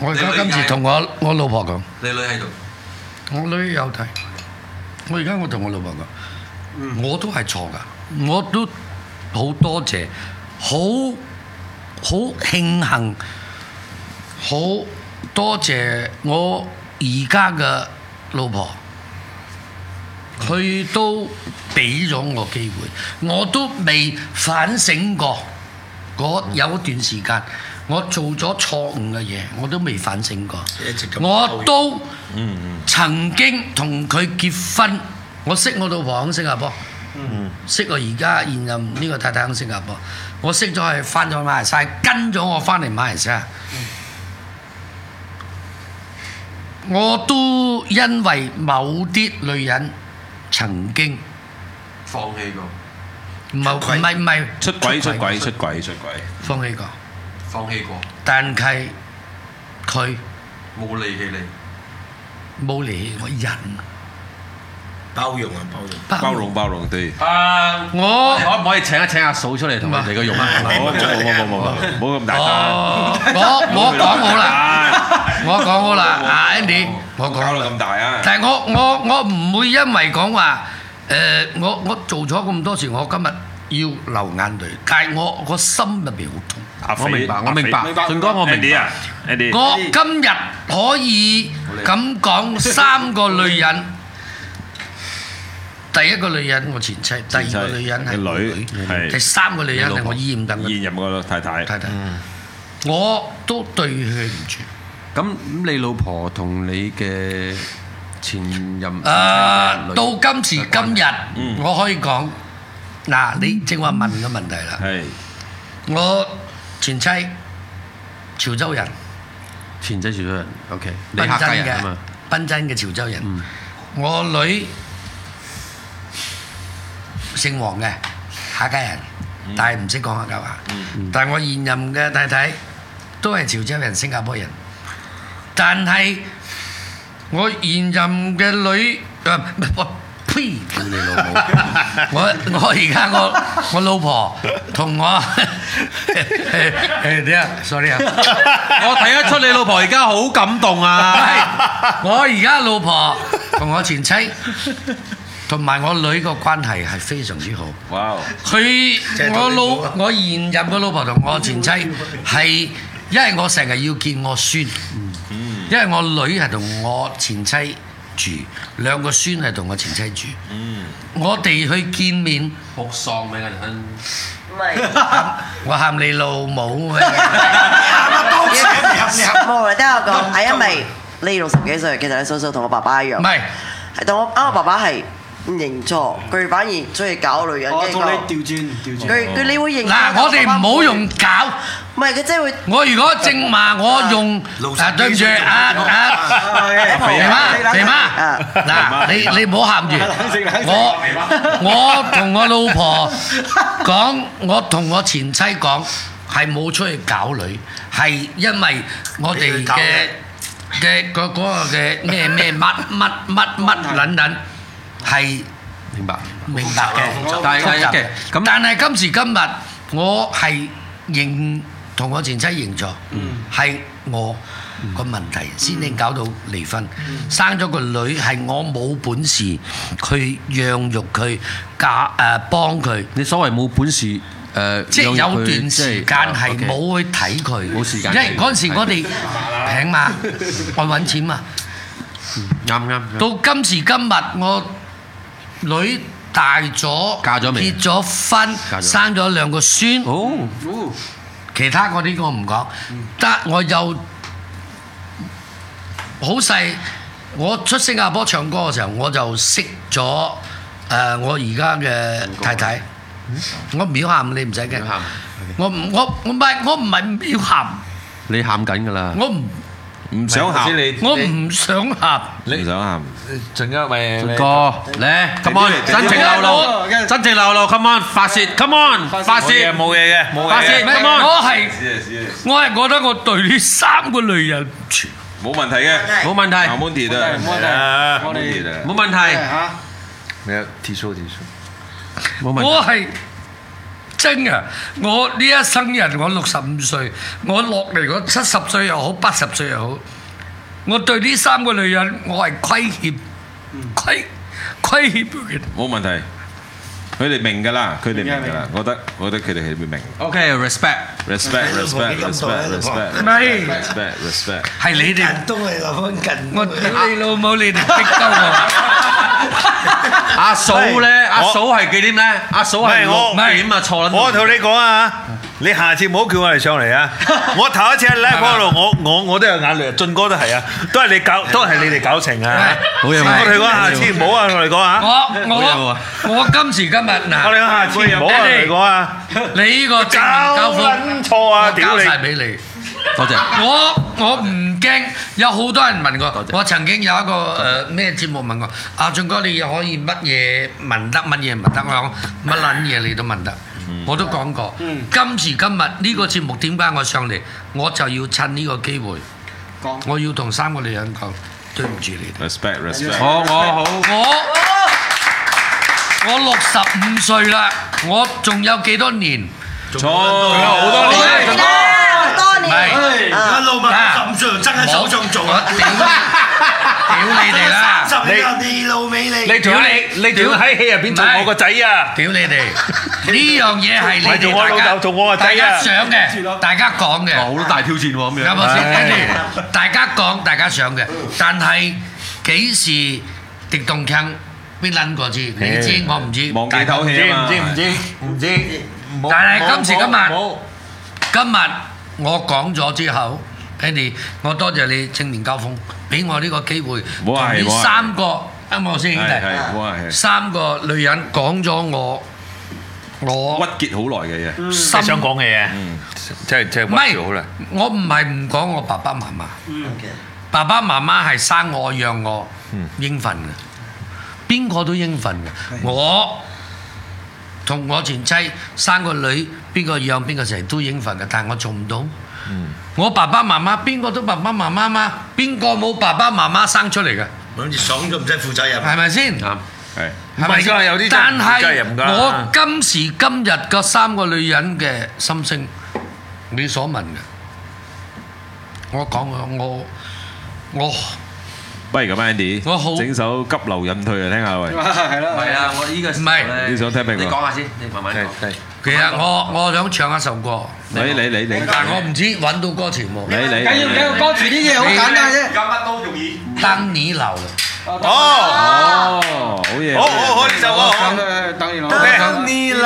[SPEAKER 5] 我而
[SPEAKER 1] 你女
[SPEAKER 5] 家今
[SPEAKER 1] 嗌
[SPEAKER 5] 次同我我老婆講，
[SPEAKER 1] 你女喺度，
[SPEAKER 5] 我女有睇。我而家我同我老婆
[SPEAKER 1] 嗯
[SPEAKER 5] 講，我都係錯㗎，我都好多謝，好好慶幸，好多謝我而家嘅老婆。佢都俾咗我機會，我都未反省過。我
[SPEAKER 8] 嗯
[SPEAKER 5] 有一段時間，我做咗錯誤嘅嘢，我都未反省過
[SPEAKER 8] 一直。咁嗯
[SPEAKER 5] 我都曾經同佢結婚，我識我老婆喺新加坡，識我而家現任呢個太太喺新加坡，我識咗佢翻咗馬來西亞，跟咗我翻嚟馬來西亞。我都因為某啲女人曾經
[SPEAKER 1] 放棄過，
[SPEAKER 5] 唔係
[SPEAKER 8] 出軌
[SPEAKER 5] 唔係唔係
[SPEAKER 2] 出軌出軌出軌出軌，
[SPEAKER 5] 放棄過，
[SPEAKER 1] 放棄過，
[SPEAKER 5] 但係佢
[SPEAKER 1] 冇離棄你。
[SPEAKER 5] 冇理我人
[SPEAKER 8] 包容啊，包容。
[SPEAKER 2] 包容包容對。
[SPEAKER 1] 啊，
[SPEAKER 5] 我
[SPEAKER 1] 可唔可以請一請阿嫂出嚟同我哋個 用啊？
[SPEAKER 2] 冇冇冇冇冇冇咁大單，
[SPEAKER 5] 哦我我講好啦，我講好啦，啊 Andy，我講
[SPEAKER 2] 搞
[SPEAKER 5] 好
[SPEAKER 2] 到
[SPEAKER 5] 啦。
[SPEAKER 2] 咁大啊！
[SPEAKER 5] 但係我我我唔會因為講話誒，我我做咗咁多事，我今日要流眼淚，但係我我心入邊好痛。
[SPEAKER 2] 阿
[SPEAKER 1] 我明白，我明白，俊哥，我明
[SPEAKER 2] ，Andy
[SPEAKER 1] 白。
[SPEAKER 2] 啊，Andy，
[SPEAKER 5] 我今日可以咁講三個女人，第一個女人我前妻，第二個女人係
[SPEAKER 2] 你
[SPEAKER 5] 我
[SPEAKER 2] 女係
[SPEAKER 5] 第三個女人係我厭等嘅
[SPEAKER 2] 現任個太太，
[SPEAKER 5] 太太，我都對佢唔住。
[SPEAKER 1] 咁你老婆同你嘅前任
[SPEAKER 5] 誒、到今啊時今日，我可以講嗱，你正話問嘅問題啦，
[SPEAKER 2] 係
[SPEAKER 5] 我前妻潮州人。
[SPEAKER 1] 前妻住咗人，OK，你
[SPEAKER 5] 賓
[SPEAKER 1] 客家
[SPEAKER 5] 真
[SPEAKER 1] 人啊
[SPEAKER 5] 嘅
[SPEAKER 1] 嘛，
[SPEAKER 5] 賓真嘅潮州人
[SPEAKER 1] 嗯。
[SPEAKER 5] 我女姓黃嘅客家人，但係唔識講客家話。但係我現任嘅太太都係潮州人、新加坡人，但係我現任嘅女誒唔係我呸！屌你老 母！我我而家我我老婆同 我誒點啊？sorry à? 啊！
[SPEAKER 1] 我睇得出你老婆而家好感動啊！
[SPEAKER 5] 係，我而家老婆同我前妻同埋我女個關係係非常之好。
[SPEAKER 4] 哇！
[SPEAKER 5] 佢
[SPEAKER 12] 係對
[SPEAKER 5] 我
[SPEAKER 12] 你
[SPEAKER 5] 老
[SPEAKER 12] 好啊
[SPEAKER 5] 我現任嘅老婆同我前妻係，因為我成日要見我孫，因為我女係同我前妻住，兩個孫係同我前妻住。我哋去見面，
[SPEAKER 1] 哭喪俾人聽。
[SPEAKER 5] 我喊你老母啊！
[SPEAKER 6] 冇啦，聽我講，係因為你六十幾歲，其實你歲數同我爸爸一樣。
[SPEAKER 5] 唔係，
[SPEAKER 6] 係同我啱我爸爸係唔認錯，佢反而中意搞女
[SPEAKER 3] Ờ,
[SPEAKER 6] 人嘅。佢佢你會認錯
[SPEAKER 5] 嗱，我哋唔好用搞。
[SPEAKER 6] 唔係佢真係會。
[SPEAKER 5] 我如果正話我用啊，對唔住啊啊，肥媽肥
[SPEAKER 6] À.
[SPEAKER 5] 媽，嗱你你唔好喊住，我我同我老婆講，我同我前妻講係冇出去搞女，係因為我哋嘅嘅嗰嗰個嘅咩咩乜乜乜乜撚撚係。
[SPEAKER 1] 明白，
[SPEAKER 5] 明白嘅，
[SPEAKER 1] 但係
[SPEAKER 5] 複雜嘅
[SPEAKER 1] 嘅咁，
[SPEAKER 5] 但係今時今日，我係認同我前妻認咗，係、我個問題先至搞到離婚，生咗個女係我冇本事去養育佢，嫁誒、呃、幫佢，
[SPEAKER 1] 你所謂冇本事誒，呃
[SPEAKER 5] 即係有
[SPEAKER 1] 讓佢
[SPEAKER 5] 段時間係
[SPEAKER 1] 即係
[SPEAKER 5] 冇去睇佢，
[SPEAKER 1] 冇時間
[SPEAKER 5] 因為嗰陣時我哋平嘛，我揾錢嘛。
[SPEAKER 1] 啱啱啱
[SPEAKER 5] 到今時今日，我女大咗，
[SPEAKER 1] 嫁咗未
[SPEAKER 5] 結咗
[SPEAKER 1] 嫁
[SPEAKER 5] 婚，
[SPEAKER 1] 咗
[SPEAKER 5] 生咗兩個孫。
[SPEAKER 1] 哦，
[SPEAKER 5] 其他嗰啲我唔講，得我又好細。我出新加坡唱歌嘅時候，我就識咗誒、呃我而家嘅太太。我唔要喊，你唔使驚
[SPEAKER 1] 秒喊。
[SPEAKER 5] 我唔我我唔係我唔係要喊，
[SPEAKER 1] 你喊緊㗎啦，
[SPEAKER 5] 我唔
[SPEAKER 4] 唔想喊，
[SPEAKER 5] 我唔想喊。
[SPEAKER 4] 唔想喊。
[SPEAKER 1] 俊哥，咧，come on，
[SPEAKER 4] 你
[SPEAKER 1] 真情流露，真情流露，come on，發泄，come on，發
[SPEAKER 4] 冇嘢
[SPEAKER 1] 泄，
[SPEAKER 4] 冇嘢嘅，冇
[SPEAKER 1] 發
[SPEAKER 4] 嘢
[SPEAKER 1] 泄
[SPEAKER 4] 嘅，
[SPEAKER 1] ，come on。
[SPEAKER 5] 我係我係覺得我對呢三個女人
[SPEAKER 2] 冇問題嘅，
[SPEAKER 1] 冇問題，
[SPEAKER 2] 阿 Monty 都係
[SPEAKER 3] 冇問題
[SPEAKER 2] 啊
[SPEAKER 3] 我哋
[SPEAKER 2] ，Monty 啊
[SPEAKER 1] 冇問題，
[SPEAKER 4] 你有 T 恤 T 恤。
[SPEAKER 1] 冇問題
[SPEAKER 5] 我。係真嘅，我呢一生人，我六十五歲，我落嚟我七十歲又好，八十歲又好，我對呢三個女人，我係虧欠，虧虧欠佢哋。
[SPEAKER 2] 冇問題，佢哋明㗎啦，佢哋明㗎啦，我覺得我覺得佢哋係會明
[SPEAKER 1] OK，respect。
[SPEAKER 2] ，respect
[SPEAKER 8] 老婆
[SPEAKER 2] respect
[SPEAKER 8] 你咁多啊
[SPEAKER 2] respect
[SPEAKER 8] 老婆
[SPEAKER 2] respect
[SPEAKER 5] 唔係，
[SPEAKER 2] respect respect，
[SPEAKER 5] 係你哋，我 屌你老母，你哋逼鳩我。
[SPEAKER 1] 阿嫂呢，
[SPEAKER 4] 我-
[SPEAKER 1] 阿嫂係幾點呢？阿嫂係
[SPEAKER 4] 唔係，我-
[SPEAKER 1] 六點啊，錯撚到。
[SPEAKER 4] 我同你講啊，你下次唔好叫我哋上嚟 啊！我頭一次喺 live 嗰度，我我我都有眼淚，俊哥都係啊，都係你搞，都係你哋搞成啊！
[SPEAKER 1] 好嘢
[SPEAKER 4] 我
[SPEAKER 1] 好嘢
[SPEAKER 4] 哋講下次唔好啊，我哋講
[SPEAKER 5] 我
[SPEAKER 4] 啊，
[SPEAKER 1] 冇嘢喎
[SPEAKER 5] 我我今時今日
[SPEAKER 4] 我哋講
[SPEAKER 5] 嗱，
[SPEAKER 4] 下次唔好啊，我哋講啊，
[SPEAKER 5] 你呢個
[SPEAKER 4] 搞
[SPEAKER 5] 正面交鋒
[SPEAKER 4] 撚，錯啊！
[SPEAKER 5] 我
[SPEAKER 4] 屌
[SPEAKER 5] 交
[SPEAKER 4] 你！
[SPEAKER 5] 晒俾你。
[SPEAKER 1] 多謝。
[SPEAKER 5] 我我唔驚，有好多人問我，我曾經有一個誒咩節目問我，阿俊哥你又可以乜嘢問得，乜嘢唔得，我講乜撚嘢你都問得，我都講過。今時今日呢個節目點解我上嚟，我就要趁呢個機會，我要同三個女人講，對唔住你哋。
[SPEAKER 2] respect respect，
[SPEAKER 1] 我-我好-
[SPEAKER 5] 我我六十五歲啦，我仲有幾多年？
[SPEAKER 2] 錯。
[SPEAKER 6] Ờ.
[SPEAKER 5] 我屌屌你哋啦！
[SPEAKER 4] 你仲喺你仲喺戲入邊做我個仔啊！
[SPEAKER 5] 屌你哋！呢樣嘢係你
[SPEAKER 4] 喂做
[SPEAKER 5] 哋
[SPEAKER 4] 我
[SPEAKER 5] 大
[SPEAKER 4] 老
[SPEAKER 5] 家
[SPEAKER 4] 豆做我個仔
[SPEAKER 5] 大家
[SPEAKER 4] 啊
[SPEAKER 5] 想嘅，大家講嘅，
[SPEAKER 1] 哇，好大挑戰喎，咁樣。
[SPEAKER 5] 有冇先？跟住大家講，大家想嘅，但係幾時狄棟鏗邊撚過知？你知我唔知。
[SPEAKER 2] 忘記唞
[SPEAKER 4] 唔
[SPEAKER 2] 氣
[SPEAKER 4] 知
[SPEAKER 2] 啊嘛，
[SPEAKER 4] 唔知唔知唔知，唔好
[SPEAKER 5] 但係今時今日
[SPEAKER 4] 唔好
[SPEAKER 5] 今日我講咗之後，Andy，我多謝你正面交鋒，俾我呢個機會
[SPEAKER 2] 冇
[SPEAKER 5] 同
[SPEAKER 2] 話係
[SPEAKER 5] 呢
[SPEAKER 2] 冇話係
[SPEAKER 5] 三個啱我先兄
[SPEAKER 2] 係係冇
[SPEAKER 5] 弟，
[SPEAKER 2] 話係
[SPEAKER 5] 三個女人講咗我我
[SPEAKER 2] 屈結好耐嘅嘢，
[SPEAKER 5] 心
[SPEAKER 4] 你想講嘅嘢，即係即係
[SPEAKER 5] 唔
[SPEAKER 4] 屈住好
[SPEAKER 5] 係
[SPEAKER 4] 啦。，
[SPEAKER 5] 我唔係唔講我爸爸媽媽。
[SPEAKER 6] Ừ,
[SPEAKER 5] 爸爸媽媽係生我養我，
[SPEAKER 4] 嗯
[SPEAKER 5] 應份嘅，邊個都應份嘅。我同我前妻生個女，邊個養邊個成都應份嘅，但係我做唔到。
[SPEAKER 4] 嗯
[SPEAKER 5] 我爸爸媽媽邊個都爸爸媽媽嘛，邊個冇爸爸媽媽生出嚟嘅，
[SPEAKER 2] 係
[SPEAKER 5] 係咪先？係咪
[SPEAKER 4] 唔係㗎有啲真係
[SPEAKER 5] 但
[SPEAKER 4] 唔計入
[SPEAKER 5] 係
[SPEAKER 4] 㗎
[SPEAKER 5] 我今時今日個三個女人嘅心聲，你所問嘅，我講我我我
[SPEAKER 2] 不如咁啊，Andy，
[SPEAKER 5] 我好
[SPEAKER 2] 整首急流引退嚟聽下喂。
[SPEAKER 1] 係啊，我依個時候
[SPEAKER 5] 唔係。
[SPEAKER 1] 咧，
[SPEAKER 2] 你想聽邊個？
[SPEAKER 1] 你講下先，你慢慢講。
[SPEAKER 5] 其實我我想唱一首歌，
[SPEAKER 2] 你你你你，
[SPEAKER 5] 但係我唔知揾到歌詞冇。
[SPEAKER 2] 你你，
[SPEAKER 3] 緊要緊要，歌詞呢啲嘢好簡單啫。
[SPEAKER 5] 燈你流，
[SPEAKER 2] 哦，好嘢。
[SPEAKER 4] 好，好，好，呢首歌好。
[SPEAKER 3] 等你攞。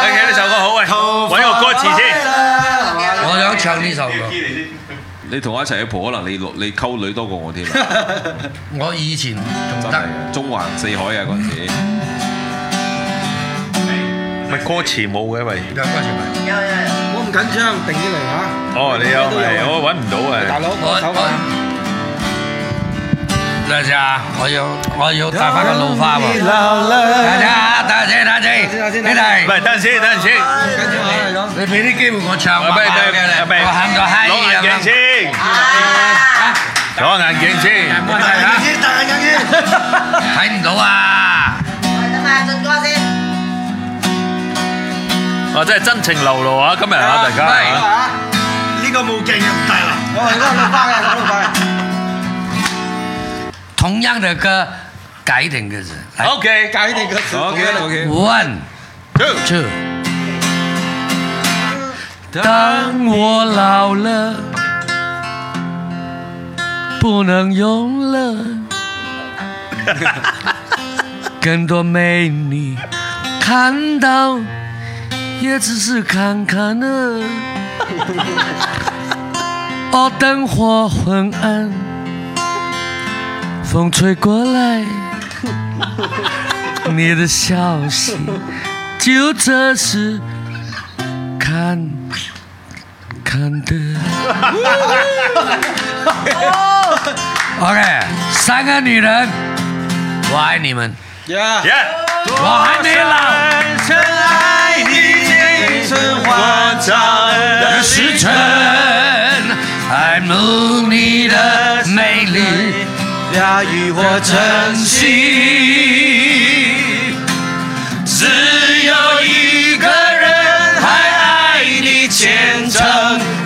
[SPEAKER 4] OK，呢首歌好，喂，搵個歌詞先。
[SPEAKER 6] Ờ.
[SPEAKER 5] 我想唱呢首歌。
[SPEAKER 2] 你同我一齊去蒲，可能你落你溝女多過我添啊！
[SPEAKER 5] 我以前仲
[SPEAKER 2] 真
[SPEAKER 5] 得
[SPEAKER 2] 係，嘅，中環四海啊嗰陣時。
[SPEAKER 4] 咪歌詞冇嘅，喂。
[SPEAKER 5] 有歌詞咪？
[SPEAKER 6] 有有有。
[SPEAKER 3] 我唔緊張，定啲嚟嚇。
[SPEAKER 4] 哦，你有，
[SPEAKER 3] 都有。
[SPEAKER 4] 係，我搵唔到啊。
[SPEAKER 3] 大佬，我手快。
[SPEAKER 5] 等陣先啊，我要我要戴翻個老花喎。等陣啊，等陣先，等陣先，你哋，
[SPEAKER 4] 喂，等陣先，等陣先。
[SPEAKER 3] 緊張啊，係
[SPEAKER 5] 你俾啲機會我唱，我
[SPEAKER 4] 喂，
[SPEAKER 5] 喊
[SPEAKER 4] 等陣，
[SPEAKER 5] 嘅
[SPEAKER 4] 喂，
[SPEAKER 5] 我喊到嗨啊！
[SPEAKER 4] 攞眼鏡先，
[SPEAKER 6] À. Ờ.
[SPEAKER 4] 攞眼鏡先。
[SPEAKER 5] 我睇下睇唔到啊！
[SPEAKER 4] 哇，真係真情流露啊，今日啊，大家。
[SPEAKER 5] 喂，
[SPEAKER 3] 我係攞老花嘅，攞老花嘅。
[SPEAKER 5] 同樣的歌改點歌詞。來
[SPEAKER 4] OK，
[SPEAKER 3] 解你個詞。
[SPEAKER 2] OK，OK
[SPEAKER 5] One
[SPEAKER 4] Two
[SPEAKER 5] two。当我老了，不能用了，更多美女看到，也只是看看了。哦，灯火昏暗，风吹过来，你的消息就这时看看的。OK，三个女人，我爱你们，
[SPEAKER 3] 呀！
[SPEAKER 4] Yeah。
[SPEAKER 5] 我还没老。的时辰，爱慕你的美丽，要与我珍惜。只有一个人还爱你虔诚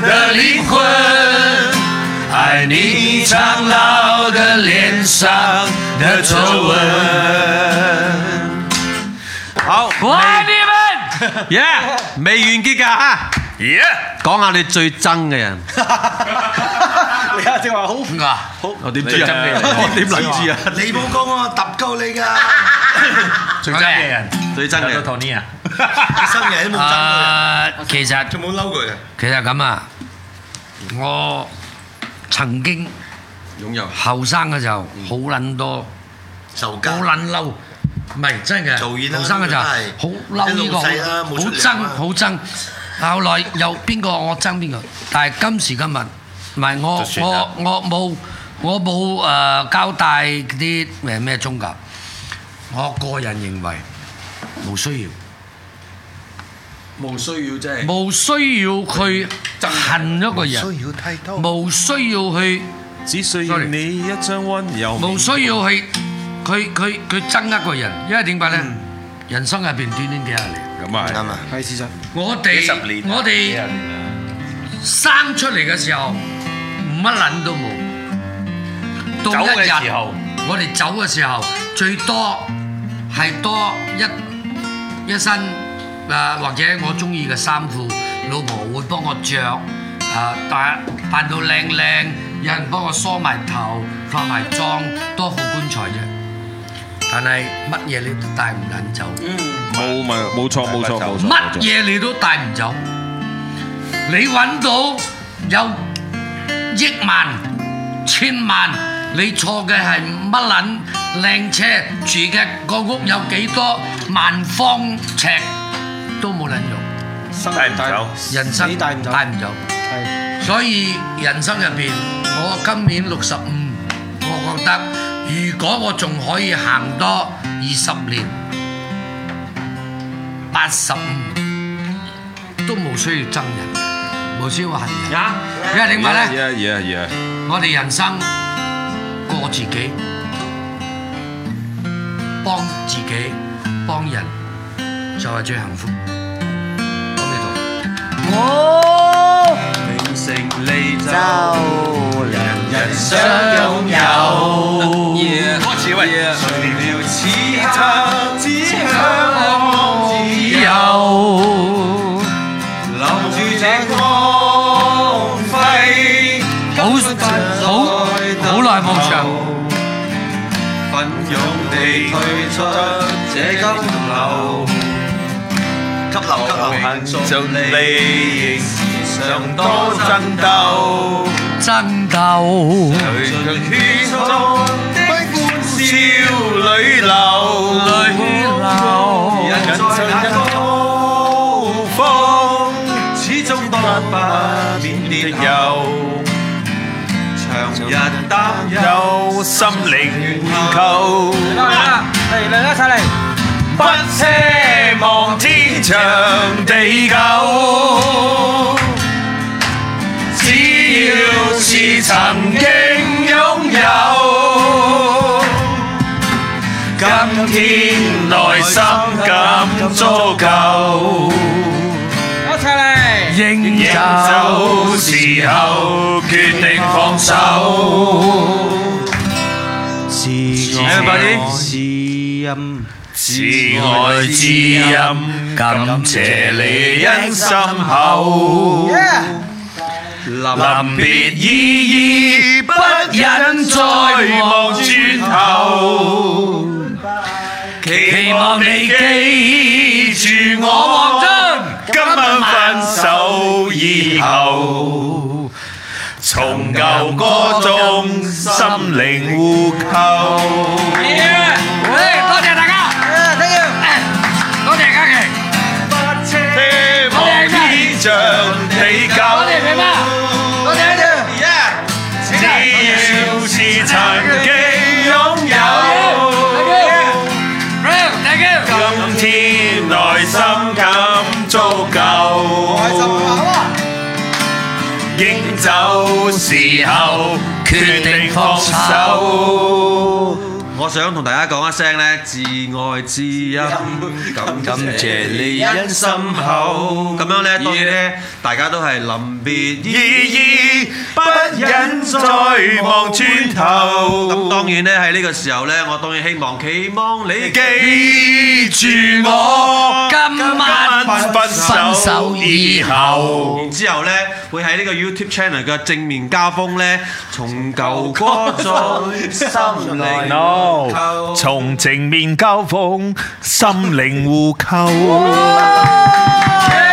[SPEAKER 5] 的灵魂，爱你苍老的脸上的皱纹。
[SPEAKER 1] 好，
[SPEAKER 5] 我爱你 们。
[SPEAKER 1] Yeah，未完結㗎，啊。
[SPEAKER 4] Yeah。
[SPEAKER 1] 講下你最憎嘅人。
[SPEAKER 3] 你啊，正話好。
[SPEAKER 5] 啊，
[SPEAKER 1] 我點知啊？我點能知啊？
[SPEAKER 8] 你冇講我揼鳩你 㗎，
[SPEAKER 5] 最憎嘅人，
[SPEAKER 1] 最憎嘅人。
[SPEAKER 8] 生日都冇爭佢，
[SPEAKER 5] 啊，其實。
[SPEAKER 8] 仲冇嬲佢啊！
[SPEAKER 5] 其實咁啊，我曾經後生嘅時候好撚多，
[SPEAKER 8] 仇
[SPEAKER 5] 好
[SPEAKER 8] 家
[SPEAKER 5] 撚嬲，唔係真嘅。
[SPEAKER 8] 做嘢啦
[SPEAKER 5] 後生嘅時候好嬲呢個，
[SPEAKER 8] 啲老細啦
[SPEAKER 5] 好
[SPEAKER 8] 冇出糧
[SPEAKER 5] 憎
[SPEAKER 8] 啦
[SPEAKER 5] 好憎。後來又邊個我爭邊個，但係今時今日唔係我
[SPEAKER 4] 就算啦
[SPEAKER 5] 我我冇我冇誒交代嗰啲誒咩宗教，我個人認為冇需要。冇需要去恨一個人，冇需要太多，冇需要去，
[SPEAKER 2] 只需要
[SPEAKER 5] Sorry
[SPEAKER 2] 你一張温柔面。
[SPEAKER 5] 冇需要去，佢佢佢憎一個人，因為點解咧？人生入邊短短幾廿年，
[SPEAKER 2] 咁啊係
[SPEAKER 8] 啱啊！
[SPEAKER 3] 係事實。
[SPEAKER 5] 我哋我哋生出嚟嘅時候乜撚都冇，到
[SPEAKER 4] 走嘅
[SPEAKER 5] 一日
[SPEAKER 4] 時候
[SPEAKER 5] 我哋走嘅時候最多係多一一身啊，或者我中意嘅衫褲，老婆會幫我着啊，扮扮到靚靚，有人幫我梳埋頭、化埋妝，多副棺材啫。但係乜嘢你都帶唔撚走。
[SPEAKER 2] 冇咪冇錯冇錯冇錯。
[SPEAKER 5] 乜嘢你都帶唔走。你揾到有億萬、千萬，你坐嘅係乜撚靚車，住嘅個屋有幾多萬方尺都冇撚用，
[SPEAKER 3] 生
[SPEAKER 4] 帶唔走
[SPEAKER 5] 人生
[SPEAKER 3] 死帶唔走。
[SPEAKER 5] 帶唔走。
[SPEAKER 3] 係。
[SPEAKER 5] 所以人生入邊，我今年六十五，我覺得如果我仲可以行多二十年，八十五都冇需要憎人，冇需要恨人。因為點解咧？
[SPEAKER 2] 嘢嘢嘢。
[SPEAKER 5] 我哋人生過自己，幫自己幫人就係最幸福。講你同。
[SPEAKER 6] 就良人。
[SPEAKER 4] 人想擁有。
[SPEAKER 1] 開始喂，
[SPEAKER 4] 誰料此刻只向往自由，留住這光輝，
[SPEAKER 5] 好好好耐冇唱，
[SPEAKER 4] 奮勇地退出這金流。急流急流行盡利，仍時常多爭鬥。
[SPEAKER 5] 爭鬥。
[SPEAKER 4] 圈中的歡笑裏流，人在那高峰，始終不免跌遊。長日擔憂，心靈懸構，不奢望天長地久。只要是曾經擁有，今天內心感足夠。
[SPEAKER 5] 應
[SPEAKER 4] 走時候決定放手，
[SPEAKER 13] 自
[SPEAKER 4] 自愛之音，感謝你恩深厚。臨別依依，不忍再望轉頭，期望你記住我。今晚分手以後，從舊歌中心靈互扣。希望天長地久。只要是曾經擁有，今天內心感足夠。應走時候，決定放手。
[SPEAKER 3] 我想同大家講一聲咧，至愛之音，感
[SPEAKER 4] 感謝你恩深厚
[SPEAKER 3] 咁樣咧，當然咧，大家都係臨別依依，
[SPEAKER 4] 不忍再望轉頭。
[SPEAKER 3] 咁當然咧，喺呢個時候咧，我當然希望期望你
[SPEAKER 4] 記住我，今晚分手以後。
[SPEAKER 3] 然之後咧，會喺呢個 YouTube channel 嘅正面交鋒咧，從舊歌中心靈。
[SPEAKER 1] No，從正面交鋒，心靈互扣。
[SPEAKER 4] Yeah.